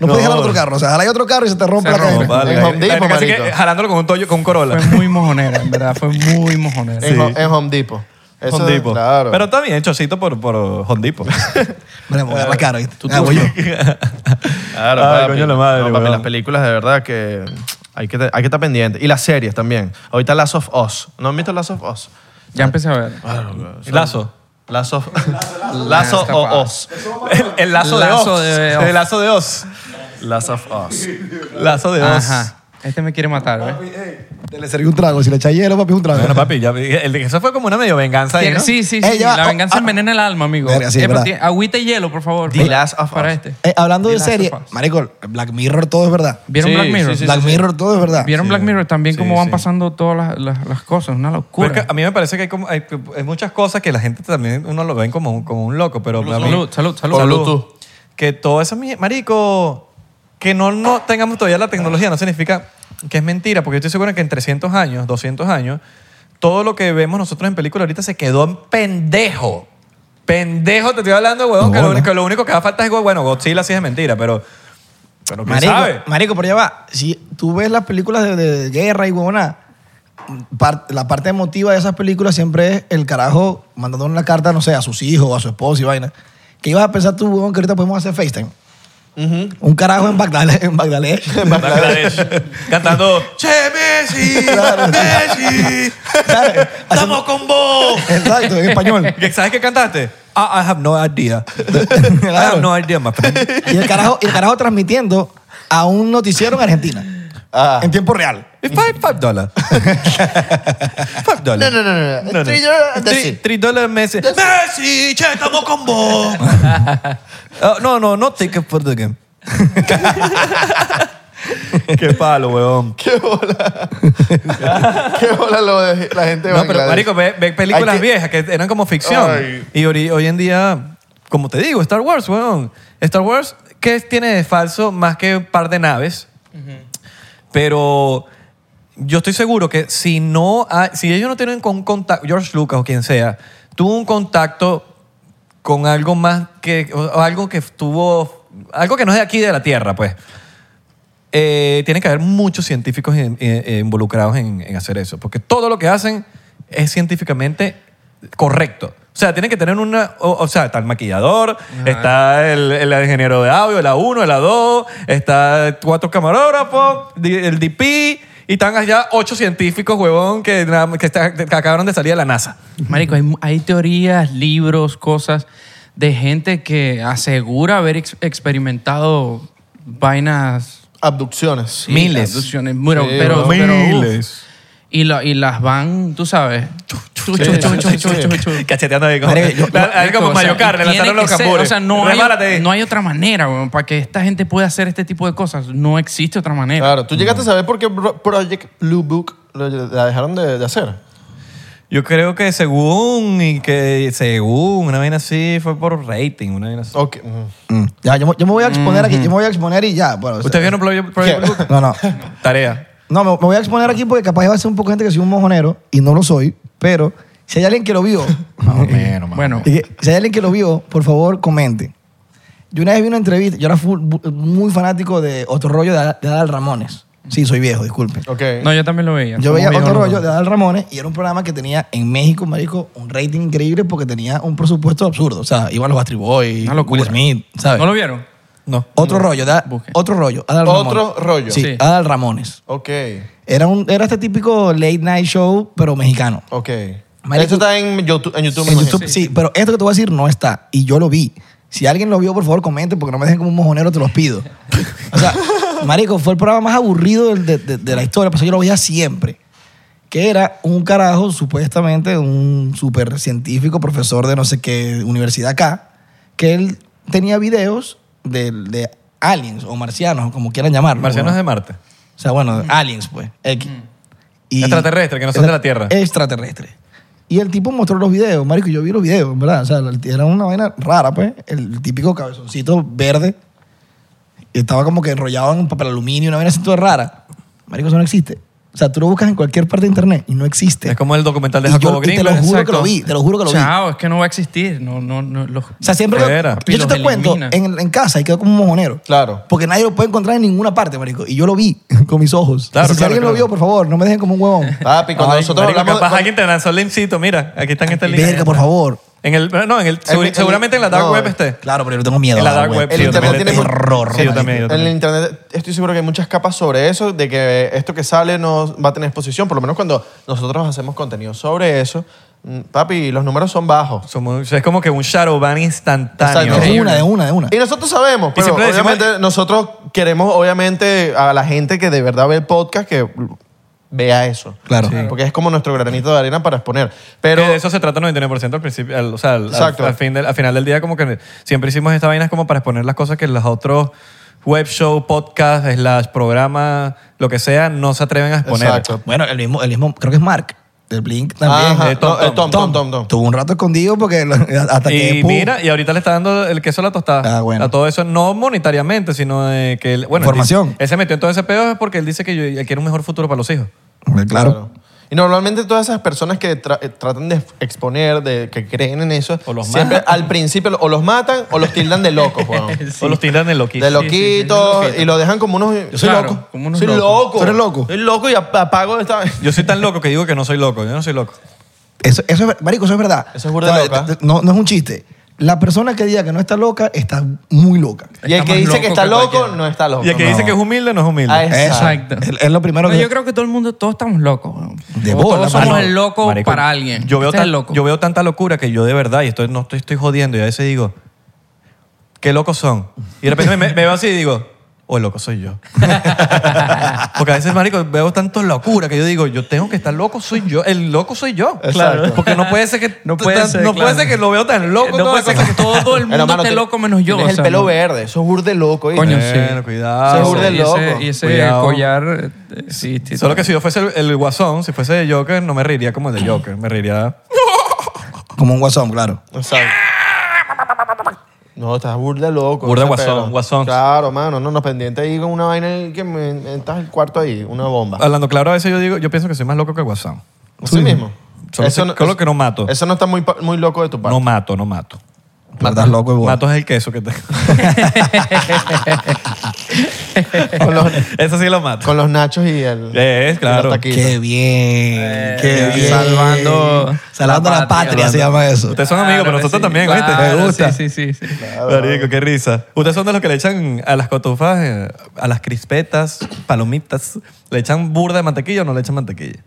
Speaker 2: No, puedes jalar otro carro. O sea, jalar otro carro y se te rompe
Speaker 3: Se
Speaker 2: la cadena.
Speaker 3: rompe.
Speaker 1: Vale,
Speaker 4: En
Speaker 1: la-
Speaker 4: Home
Speaker 1: la-
Speaker 4: Depot,
Speaker 1: casi que
Speaker 4: marico.
Speaker 1: jalándolo con un Toyo, con un Corolla.
Speaker 3: Fue muy mojonera, en verdad. Fue muy mojonera.
Speaker 4: En, Ho- en Home Depot. Eso,
Speaker 1: Home Depot.
Speaker 4: Claro.
Speaker 1: Pero está bien, chocito por, por Home Depot.
Speaker 2: Mira, me voy a la cara, ¿viste? Ah, voy yo.
Speaker 1: (laughs)
Speaker 10: Claro,
Speaker 1: Ay,
Speaker 10: papi.
Speaker 1: coño la madre,
Speaker 10: No, papi,
Speaker 1: weón.
Speaker 10: las películas de verdad que hay que, hay que estar pendiente. Y las series también. Ahorita Last of Us. ¿No han visto Last of Us?
Speaker 3: Ya empecé a ver. (laughs)
Speaker 1: Lazo.
Speaker 10: Last of... (laughs) Last of Us.
Speaker 1: El, el lazo,
Speaker 3: Lazo
Speaker 1: de
Speaker 3: de
Speaker 1: Oz.
Speaker 3: Oz.
Speaker 1: El lazo de Oz.
Speaker 10: Last of Us.
Speaker 1: Lazo de Oz.
Speaker 3: Ajá. Este me quiere matar, ¿eh?
Speaker 2: Le serví un trago. Si le echáis hielo, papi, es un trago.
Speaker 1: Bueno, papi, ya, el- eso fue como una medio venganza ahí,
Speaker 3: Tiene-
Speaker 1: ¿no?
Speaker 3: Sí, sí, sí.
Speaker 2: Eh, ya va.
Speaker 3: la
Speaker 2: Oh,
Speaker 3: venganza
Speaker 2: ah.
Speaker 3: envenena el alma, amigo. Eh,
Speaker 2: Verga, sí, es
Speaker 3: pero
Speaker 2: verdad.
Speaker 3: tiene- agüita y hielo, por favor.
Speaker 10: The Last of
Speaker 3: para
Speaker 10: Us.
Speaker 3: este.
Speaker 2: Eh, hablando
Speaker 3: The
Speaker 2: de
Speaker 3: Last of
Speaker 2: serie,
Speaker 3: Us.
Speaker 2: marico, Black Mirror todo es verdad.
Speaker 3: ¿Vieron Black Mirror?
Speaker 2: Black Mirror todo es verdad.
Speaker 3: ¿Vieron Black Mirror también
Speaker 1: Sí,
Speaker 3: cómo van
Speaker 1: sí.
Speaker 3: pasando todas las, las- las cosas? Una
Speaker 1: Pero
Speaker 3: locura.
Speaker 1: es que a mí me parece que hay, como, hay, hay muchas cosas que la gente también, uno lo ven como, un- como un loco, pero... a mí-
Speaker 3: salud, salud, salud. Salud.
Speaker 1: Que todo eso, mi- marico, que no, no tengamos todavía la tecnología no significa que es mentira, porque yo estoy seguro que en 300 años, 200 años, todo lo que vemos nosotros en película ahorita se quedó en pendejo. Pendejo, te estoy hablando, huevón, que, lo
Speaker 2: Hola.
Speaker 1: único, que lo único que hace falta es, bueno, Godzilla sí es mentira, pero... Pero quién
Speaker 2: Marico, (laughs)
Speaker 1: sabe.
Speaker 2: marico, pero ya va. Si tú ves las películas de, de guerra y huevona, par- la parte emotiva de esas películas siempre es el carajo mandando una carta, no sé, a sus hijos, a su esposa y vaina. ¿Qué ibas a pensar tú, huevón, que ahorita podemos hacer FaceTime? Un carajo en Bagdale- en
Speaker 5: (laughs)
Speaker 2: Bagdalesh. (laughs)
Speaker 1: Bangladesh. Cantando.
Speaker 5: Che, Messi, Messi,
Speaker 2: Claro, haciendo-
Speaker 5: estamos con vos.
Speaker 2: Exacto, en español.
Speaker 1: ¿Sabes qué cantaste? I, I have no idea. (laughs) I have no idea, my (laughs) friend.
Speaker 2: Y el carajo, y el carajo transmitiendo a un noticiero en Argentina.
Speaker 4: Ah.
Speaker 2: En tiempo real.
Speaker 1: It's Five, five dollars. (laughs) five
Speaker 10: No,
Speaker 1: dollars.
Speaker 10: no, no, no. no. Three
Speaker 1: Three-
Speaker 10: dollars, that's it.
Speaker 1: Three dollars Messi.
Speaker 5: Messi, che, estamos con
Speaker 1: (laughs)
Speaker 5: vos.
Speaker 1: Oh, no, no, no ticket for the (laughs) game. Qué palo, weón.
Speaker 4: Qué bola lo de la gente de
Speaker 1: No, pero
Speaker 4: Bangladesh.
Speaker 1: marico, ve, ve películas
Speaker 4: Hay que-
Speaker 1: viejas que eran como ficción.
Speaker 4: Ay.
Speaker 1: Y hoy, hoy en día, como te digo, Star Wars, weón. Star Wars, ¿qué tiene de falso más que un par de naves? Pero yo estoy seguro que si no hay- si ellos no tienen con contacto, George Lucas o quien sea, tuvo un contacto con algo más que, o- o algo que tuvo, algo que no es de aquí de la Tierra, pues. Eh, tiene que haber muchos científicos in- eh, involucrados en, en hacer eso, porque todo lo que hacen es científicamente correcto. O sea, tienen que tener una... O, o sea, está el maquillador, está el, el ingeniero de audio, el A1, el A2, está cuatro camarógrafos, di- el DP, y están allá ocho científicos, huevón, que, nada- que, está- que acabaron de salir de la NASA.
Speaker 3: Marico, hay, hay teorías, libros, cosas de gente que asegura haber ex- experimentado vainas.
Speaker 4: Abducciones.
Speaker 3: sí, abducciones, bueno,
Speaker 4: Sí,
Speaker 3: pero,
Speaker 4: bro.
Speaker 3: pero, uf. y, la- y las van, tú sabes. chu, chu, chu, chu, chu, chu, chu.
Speaker 1: Cacheteando ahí como,
Speaker 2: Marico, yo-
Speaker 1: la- ahí
Speaker 3: Marico,
Speaker 1: como
Speaker 3: o sea,
Speaker 1: Mario Kart, le
Speaker 3: tiene
Speaker 1: lanzaron
Speaker 3: que
Speaker 1: los
Speaker 3: ser,
Speaker 1: tambores.
Speaker 3: O sea, no
Speaker 1: Remárate ahí.
Speaker 3: hay, no hay otra manera, weón, para que esta gente pueda hacer este tipo de cosas. No existe otra manera.
Speaker 4: Claro, ¿tú llegaste a saber por qué Bro- Project Blue Book lo- la dejaron de, de hacer?
Speaker 1: Yo creo que según y que según una vaina así fue por rating, una vaina así.
Speaker 4: Ok. mm.
Speaker 2: Ya, yo, me- yo me voy a exponer aquí. Yo me voy a exponer y ya. Bueno, o sea,
Speaker 1: ¿Ustedes vieron Project Project Blue Book?
Speaker 2: No, no.
Speaker 1: Tarea.
Speaker 2: No, me, me voy a exponer aquí porque capaz va a ser un poco gente que soy un mojonero y no lo soy, pero si hay alguien que lo
Speaker 3: (laughs)
Speaker 2: vio,
Speaker 3: bueno,
Speaker 2: y que- si hay alguien que lo vio, por favor, comente. Yo una vez vi una entrevista, yo era full- bu- muy fanático de otro rollo de, Adal- de Adal Ramones. Sí, soy viejo, disculpen.
Speaker 4: Ok.
Speaker 3: no, yo también lo veía.
Speaker 2: Yo
Speaker 3: Somos
Speaker 2: veía
Speaker 3: viejos
Speaker 2: otro
Speaker 3: los
Speaker 2: rollo
Speaker 3: dos.
Speaker 2: de Adal Ramones y era un programa que tenía en México, marico, un rating increíble porque tenía un presupuesto absurdo. O sea, iban los Bastry Boys,
Speaker 3: Una locura.
Speaker 2: Will Smith, ¿sabes?
Speaker 3: ¿No lo vieron?
Speaker 1: No.
Speaker 2: Otro rollo, da-
Speaker 3: Busquen.
Speaker 2: otro rollo. Adal
Speaker 4: Otro
Speaker 2: Ramones.
Speaker 4: rollo.
Speaker 2: Sí,
Speaker 3: Sí.
Speaker 2: Adal Ramones.
Speaker 4: Ok.
Speaker 2: Era, un, era este típico late night show, pero mexicano.
Speaker 4: Ok.
Speaker 2: Marico-
Speaker 4: Esto está en YouTube. En YouTube, me
Speaker 2: En
Speaker 4: imagino.
Speaker 2: YouTube, sí, pero esto que te voy a decir no está. Y yo lo vi. Si alguien lo vio, por favor, comente, porque no me dejen como un mojonero, te los pido.
Speaker 1: (laughs)
Speaker 2: O sea, marico, fue el programa más aburrido de, de- de la historia, por eso yo lo veía siempre. Que era un carajo, supuestamente, un super científico, profesor de no sé qué universidad acá, que él tenía videos de, de aliens o marcianos, como quieran llamarlo.
Speaker 1: Marcianos
Speaker 2: ¿no?
Speaker 1: de Marte.
Speaker 2: O sea, bueno, aliens, pues. X. Y-
Speaker 1: Extraterrestre, que no son de la Tierra.
Speaker 2: Extraterrestre. Y el tipo mostró los videos, marico, yo vi los videos, en verdad. O sea, el- era una vaina rara, pues. El típico cabezoncito verde. Estaba como que enrollado en papel aluminio, una vaina así toda rara. Marico, eso no existe. O sea, tú lo buscas en cualquier parte de internet y no existe.
Speaker 1: Es como el documental de
Speaker 2: Y yo-
Speaker 1: Jacobo
Speaker 2: y te lo
Speaker 1: Greenberg.
Speaker 2: juro que
Speaker 3: exacto.
Speaker 2: lo vi, te lo juro que lo vi.
Speaker 3: Chao, es que no va a existir. No, no, no, los-
Speaker 2: O sea, siempre...
Speaker 1: Era.
Speaker 2: Yo te,
Speaker 3: Los
Speaker 2: te cuento,
Speaker 3: elimina.
Speaker 2: en, en casa y quedó como un mojonero.
Speaker 4: Claro.
Speaker 2: Porque nadie lo puede encontrar en ninguna parte, marico. Y yo lo vi (laughs) con mis ojos.
Speaker 1: Claro,
Speaker 2: Entonces, si
Speaker 1: claro,
Speaker 2: alguien lo
Speaker 1: claro.
Speaker 2: vio, por favor, no me dejen como
Speaker 1: (laughs)
Speaker 2: un huevón.
Speaker 4: Papi, cuando nosotros
Speaker 1: Marico,
Speaker 4: hablamos...
Speaker 1: capaz
Speaker 4: cuando-
Speaker 1: alguien te lanzó el linkcito. Mira, aquí está en este link.
Speaker 2: Verga, por favor.
Speaker 1: En el, no, en el,
Speaker 4: El- el-
Speaker 1: seguramente en la dark
Speaker 4: no,
Speaker 1: web este. esté.
Speaker 2: Claro, pero yo tengo miedo.
Speaker 1: En la
Speaker 2: ah,
Speaker 1: dark
Speaker 2: güey.
Speaker 1: web.
Speaker 4: El
Speaker 1: sí, yo
Speaker 4: internet
Speaker 1: también
Speaker 4: tiene
Speaker 1: le-
Speaker 2: terror,
Speaker 1: Sí, yo
Speaker 2: marico.
Speaker 1: también. yo
Speaker 4: En el
Speaker 1: también.
Speaker 4: internet estoy seguro que hay muchas capas sobre eso, de que esto que sale no va a tener exposición, por lo menos cuando nosotros hacemos contenido sobre eso. mm, Papi, los números son bajos.
Speaker 1: Somos- es como que un shadow ban instantáneo.
Speaker 4: Exacto.
Speaker 2: De una, de una, de una.
Speaker 4: Y nosotros sabemos, pero
Speaker 1: siempre decimos-
Speaker 4: obviamente nosotros queremos obviamente a la gente que de verdad ve el podcast que vea eso.
Speaker 2: Claro.
Speaker 4: Sí. Porque es como nuestro granito de arena para exponer. Pero
Speaker 1: Que de eso se trata el 99% al principio, al- o sea, al, al-
Speaker 4: Exacto.
Speaker 1: al fin del- al final del día como que siempre hicimos esta vaina es como para exponer las cosas que los otros web show, podcast, slash programa, lo que sea, no se atreven a exponer.
Speaker 4: Exacto.
Speaker 2: Bueno, el mismo, el mismo, creo que es Mark, del Blink también.
Speaker 4: Ajá,
Speaker 1: de Tom
Speaker 4: no, eh, Tom, Tom, Tom, Tom.
Speaker 2: Tuvo un rato escondido porque lo- (laughs) hasta que.
Speaker 1: Y
Speaker 2: pum. eh,
Speaker 1: mira, y ahorita le está dando el queso a la tostada.
Speaker 2: Ah, bueno.
Speaker 1: A todo eso, no monetariamente, sino de que... Él, bueno, él
Speaker 2: Información.
Speaker 1: dice- Él, se metió en todo ese pedo porque él dice que yo- él quiere un mejor futuro para los hijos.
Speaker 2: Hombre, Claro.
Speaker 4: Claro. Y normalmente todas esas personas que tra- eh, tratan de exponer, de, que creen en eso,
Speaker 1: O los
Speaker 4: siempre
Speaker 1: matan.
Speaker 4: al principio o los matan o los tildan de
Speaker 1: (laughs)
Speaker 4: locos, weón.
Speaker 1: O los tildan de loquito.
Speaker 4: De loquitos y lo dejan como unos... Yo
Speaker 3: soy Claro, loco. como unos
Speaker 4: soy
Speaker 3: locos.
Speaker 4: loco.
Speaker 2: ¿Tú eres loco?
Speaker 4: Soy loco y ap- apago esta...
Speaker 1: Yo soy tan loco que digo que no soy loco. Yo no soy loco.
Speaker 2: Eso, eso es, ver- marico, eso es verdad.
Speaker 4: Eso es burda de
Speaker 2: No,
Speaker 4: loca.
Speaker 2: No, no es un chiste. La persona que diga que no está loca está muy loca.
Speaker 4: Y el
Speaker 3: Está
Speaker 4: que
Speaker 3: más
Speaker 4: dice
Speaker 3: loco
Speaker 4: que está
Speaker 3: que
Speaker 4: loco,
Speaker 3: cualquiera.
Speaker 4: no está loco.
Speaker 1: Y el que dice que es humilde, no es humilde.
Speaker 4: Ah, exacto.
Speaker 3: Exacto.
Speaker 2: Es, es lo primero
Speaker 3: No,
Speaker 2: que
Speaker 3: yo creo que todo el mundo, todos estamos locos. weón.
Speaker 2: De
Speaker 3: todos
Speaker 2: bola,
Speaker 3: somos
Speaker 2: mano.
Speaker 3: el loco
Speaker 1: Marico,
Speaker 3: para alguien.
Speaker 1: Yo veo,
Speaker 3: Este es
Speaker 1: tan-
Speaker 3: el loco.
Speaker 1: yo veo tanta locura que yo de verdad, y estoy, no estoy, estoy jodiendo, y a veces digo, qué locos son. Y de repente me, me veo así y digo, oh, el loco soy yo. (laughs) Porque a veces, marico, veo tanto locura que yo digo, yo tengo que estar loco, soy yo. El loco soy yo.
Speaker 4: Exacto.
Speaker 1: Porque no puede ser que,
Speaker 10: No puede ser,
Speaker 1: no puede
Speaker 10: claro.
Speaker 1: ser que lo veo tan loco.
Speaker 3: Eh, no
Speaker 1: todas
Speaker 3: puede ser
Speaker 1: esas
Speaker 3: que
Speaker 1: cosas.
Speaker 3: todo el mundo
Speaker 4: (laughs) Hermano,
Speaker 3: esté
Speaker 4: tú-
Speaker 3: loco menos yo.
Speaker 4: tienes
Speaker 3: o sea,
Speaker 4: el pelo
Speaker 3: no.
Speaker 4: verde, eso es burde loco. ¿viste?
Speaker 3: Coño,
Speaker 1: Bueno,
Speaker 3: (laughs) sí.
Speaker 4: Se
Speaker 1: cuidado.
Speaker 4: burda el
Speaker 3: y ese,
Speaker 4: loco.
Speaker 3: y ese
Speaker 1: Cuidado.
Speaker 3: collar. eh, sí, sí,
Speaker 1: Solo que si yo fuese el, el guasón, si fuese el Joker, no me reiría como el de Joker. Me reiría...
Speaker 2: Como un guasón, claro.
Speaker 4: Exacto. No, estás burda loco.
Speaker 1: Burda
Speaker 4: ese
Speaker 1: guasón,
Speaker 4: pelo.
Speaker 1: guasón.
Speaker 4: Claro, mano, no, no, pendiente ahí con una vaina que me, estás en el cuarto ahí, una
Speaker 3: Ah,
Speaker 4: bomba.
Speaker 1: Hablando claro, a veces yo digo, yo pienso que soy más loco que el guasón.
Speaker 4: Así mismo.
Speaker 1: Solo que- solo que no mato.
Speaker 4: Eso no está muy, pa- muy loco de tu parte.
Speaker 1: No mato, no mato.
Speaker 2: Tú Estás loco y bola.
Speaker 1: Mato es el queso que te...
Speaker 4: (laughs) con, los,
Speaker 1: Eso sí lo mato.
Speaker 4: con los nachos y el.
Speaker 1: Es, claro.
Speaker 4: y los taquitos.
Speaker 11: Qué bien, qué bien.
Speaker 3: salvando
Speaker 11: Salvando
Speaker 3: la
Speaker 11: la patria,
Speaker 3: patria,
Speaker 11: se llama eso.
Speaker 1: Ustedes son amigos, pero nosotros también, ¿oíste?
Speaker 3: Me
Speaker 1: Me
Speaker 3: gusta.
Speaker 1: gusta.
Speaker 3: Sí, sí, sí. sí.
Speaker 1: Marico, qué risa. Ustedes son de los que le echan a las cotufas, eh, a las crispetas, palomitas, le echan burda de mantequilla o no le echan mantequilla.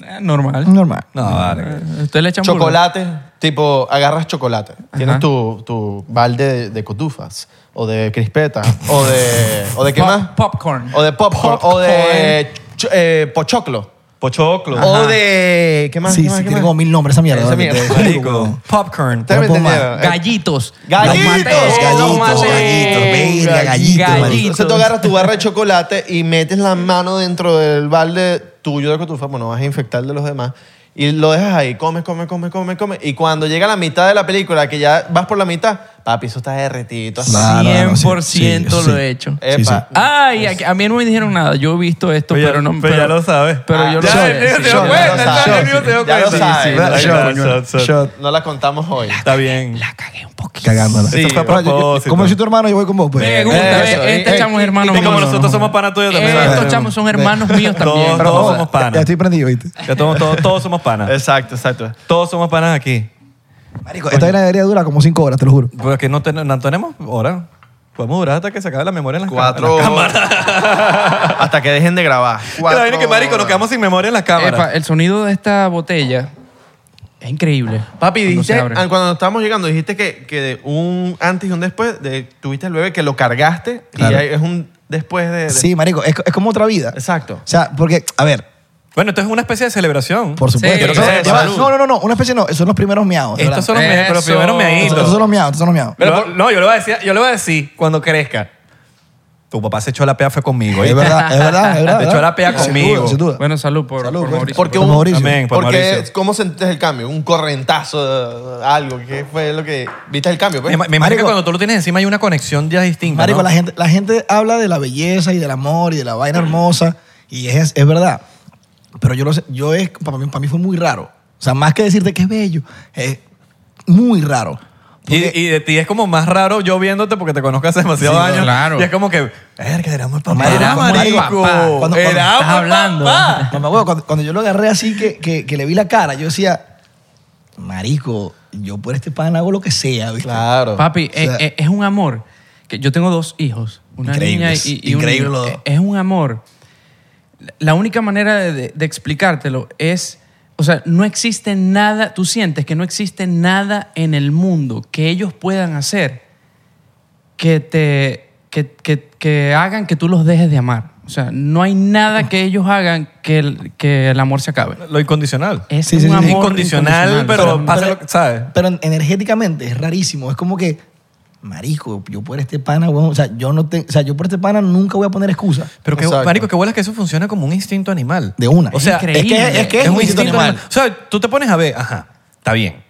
Speaker 3: Eh, Normal.
Speaker 2: Normal.
Speaker 1: No, vale.
Speaker 3: Eh, Usted le echa
Speaker 4: Chocolate, tipo, agarras chocolate. Tienes
Speaker 3: Ajá.
Speaker 4: tu, tu balde de, de cotufas, o de crispetas, o de. ¿O de qué
Speaker 3: Pop-
Speaker 4: más?
Speaker 3: popcorn.
Speaker 4: O de popcorn, o de ch- eh, pochoclo.
Speaker 1: Pochoclo.
Speaker 4: O de. ¿Qué más?
Speaker 2: Sí,
Speaker 4: ¿Qué más?
Speaker 2: sí,
Speaker 4: ¿Qué
Speaker 2: tiene
Speaker 4: más?
Speaker 2: como mil nombres esa mierda.
Speaker 4: Esa
Speaker 2: ¿no?
Speaker 4: mierda.
Speaker 2: Te-
Speaker 1: Marico. Popcorn.
Speaker 4: Ustedes me
Speaker 2: No puedo más.
Speaker 4: entendieron. Eh,
Speaker 3: Gallitos.
Speaker 4: ¡Gallitos!
Speaker 3: Los
Speaker 4: ¡Gallitos,
Speaker 3: los
Speaker 11: Gallito,
Speaker 3: mates.
Speaker 11: gallito, verga,
Speaker 3: Gallito.
Speaker 11: gallito, marico.
Speaker 4: Entonces tú agarras tu barra de chocolate y metes la mano dentro del balde tuyo de cotufa, pues no vas a infectar de los demás. Y lo dejas ahí, comes, comes, comes, comes, comes. Y cuando llega la mitad de la película, que ya vas por la mitad, papi, eso está derretito. Así.
Speaker 2: Claro, claro, sí, sí,
Speaker 3: 100%
Speaker 2: sí.
Speaker 3: lo he hecho.
Speaker 2: Sí, sí.
Speaker 4: Epa.
Speaker 3: Ay, aquí- a mí no me dijeron nada. Yo he visto esto,
Speaker 1: Pero Pues ya-
Speaker 3: pero no.
Speaker 1: pero ya lo sabes.
Speaker 3: Pero
Speaker 4: Ah,
Speaker 3: yo lo
Speaker 4: ya,
Speaker 3: sé.
Speaker 4: el niño
Speaker 3: sí,
Speaker 4: se
Speaker 3: yo
Speaker 4: dio
Speaker 3: lo
Speaker 4: cuenta,
Speaker 3: sé.
Speaker 4: ya el niño se dio Ya lo cuenta. sabes.
Speaker 1: Sí, sí,
Speaker 4: Shot,
Speaker 1: ahí está,
Speaker 2: shot,
Speaker 1: shot, shot.
Speaker 2: shot,
Speaker 4: No la contamos hoy.
Speaker 1: Está bien.
Speaker 3: La cagué un poquito.
Speaker 2: Cagándola.
Speaker 1: Sí,
Speaker 2: Esto fue a
Speaker 1: yo- yo-
Speaker 2: propósito. como soy tu hermano, yo voy con vos. Pues.
Speaker 3: Me gusta.
Speaker 4: Eso,
Speaker 3: ve, Este
Speaker 4: eh,
Speaker 3: chamo
Speaker 4: eh,
Speaker 3: es hermano
Speaker 1: Y
Speaker 3: mío. Eh,
Speaker 1: como nosotros somos pana tuya también. Eh,
Speaker 3: Estos chamos son hermanos míos también.
Speaker 1: Todos, todos somos
Speaker 2: Ya, ya
Speaker 1: panas.
Speaker 2: estoy prendido, ¿viste?
Speaker 1: Ya todos, todos, todos somos panas.
Speaker 10: Exacto, exacto.
Speaker 1: Todos somos panas aquí.
Speaker 2: Marico, esta vaina debería durar como cinco horas, te lo juro.
Speaker 1: Pero es que no, ten- no tenemos hora. Podemos durar hasta que se acabe la memoria en las
Speaker 10: Cuatro.
Speaker 1: ca- en las cámaras. (laughs)
Speaker 4: (laughs)
Speaker 10: Hasta que dejen de grabar.
Speaker 1: Que la vaina que, marico, nos quedamos sin memoria en las cámaras.
Speaker 2: eh.
Speaker 3: Epa, el sonido de esta botella es increíble.
Speaker 10: Papi,
Speaker 3: Cuando se
Speaker 10: dijiste,
Speaker 3: abre.
Speaker 10: ah, cuando estábamos llegando, dijiste que, que de un antes y un después de, tuviste el bebé, que lo cargaste
Speaker 2: Claro.
Speaker 10: y ahí es un después de... de-
Speaker 2: Sí, marico, es, es como otra vida.
Speaker 10: Exacto.
Speaker 2: O sea, porque, a ver,
Speaker 1: Bueno, esto es una especie de celebración.
Speaker 2: por supuesto.
Speaker 3: Sí,
Speaker 2: no,
Speaker 3: sí,
Speaker 2: ya va,
Speaker 10: salud.
Speaker 2: no, no, no, una especie no, son los primeros miados.
Speaker 1: Estos son los
Speaker 3: Eso.
Speaker 1: me- pero primero meaditos.
Speaker 2: Estos son los miados, estos son los miados.
Speaker 1: Lo- no, yo le voy a decir, yo le voy a decir cuando crezca. Tu papá se echó la pea fue conmigo.
Speaker 2: Es
Speaker 1: ¿oíste?
Speaker 2: verdad, es verdad, es verdad.
Speaker 1: De hecho, la pega
Speaker 2: Sin duda,
Speaker 1: conmigo.
Speaker 2: Sin duda.
Speaker 3: Bueno, salud por,
Speaker 2: Salud,
Speaker 3: por
Speaker 2: pues.
Speaker 3: Mauricio.
Speaker 4: Porque
Speaker 2: Por
Speaker 4: un-
Speaker 2: Mauricio.
Speaker 1: Amén, por
Speaker 4: Porque,
Speaker 1: pues, Mauricio.
Speaker 4: ¿cómo sentiste el cambio? ¿Un correntazo? eh, ¿Algo? ¿Qué fue lo que...? ¿Viste el cambio? pues?
Speaker 1: Me, me imagino que
Speaker 2: Marico.
Speaker 1: cuando tú lo tienes encima hay una conexión ya distinta.
Speaker 2: Marico,
Speaker 1: ¿no?
Speaker 2: la, gente, la gente habla de la belleza y del amor y de la vaina hermosa y es, es verdad. Pero yo lo sé, yo es, para mí, para mí fue muy raro. O sea, más que decirte que es bello, es muy raro. Porque-
Speaker 1: Y, y de ti es como más raro yo viéndote porque te conozco hace demasiados
Speaker 3: Sí,
Speaker 1: años.
Speaker 3: claro.
Speaker 1: Y es como que, verga, éramos papá.
Speaker 2: Marico, marico, papá. Cuando- cuando
Speaker 1: éramos
Speaker 3: estás hablando.
Speaker 1: papá.
Speaker 2: No me acuerdo, cuando, cuando yo lo agarré así que, que, que le vi la cara, yo decía, marico, yo por este pan hago lo que sea, ¿viste?
Speaker 4: Claro.
Speaker 3: Papi,
Speaker 2: sea-
Speaker 3: eh, eh, es un amor. que Yo tengo dos hijos, una
Speaker 11: Increíbles,
Speaker 3: niña y, y un
Speaker 11: increíble
Speaker 3: niño.
Speaker 11: los dos.
Speaker 3: Eh, Es un amor. La única manera de, de- de explicártelo es, o sea, no existe nada, tú sientes que no existe nada en el mundo que ellos puedan hacer que te que, que- que hagan que tú los dejes de amar. O sea, no hay nada que ellos hagan que el, que el amor se acabe.
Speaker 1: Lo incondicional.
Speaker 3: Es
Speaker 2: Sí,
Speaker 3: un
Speaker 2: sí, sí.
Speaker 3: amor
Speaker 1: Incondicional, pero pasa lo que- ¿sabes?
Speaker 2: Pero en- energéticamente es rarísimo. Es como que, marico, yo por este pana, weón, o sea, yo no te, o sea, yo por este pana nunca voy a poner excusa.
Speaker 1: Pero que,
Speaker 4: Exacto.
Speaker 1: marico, que vuelas que eso funciona como un instinto animal.
Speaker 2: De una.
Speaker 1: O sea,
Speaker 3: Es increíble.
Speaker 1: es que es, que es un instinto animal.
Speaker 2: animal.
Speaker 1: O sea, tú te pones a ver, ajá, está bien.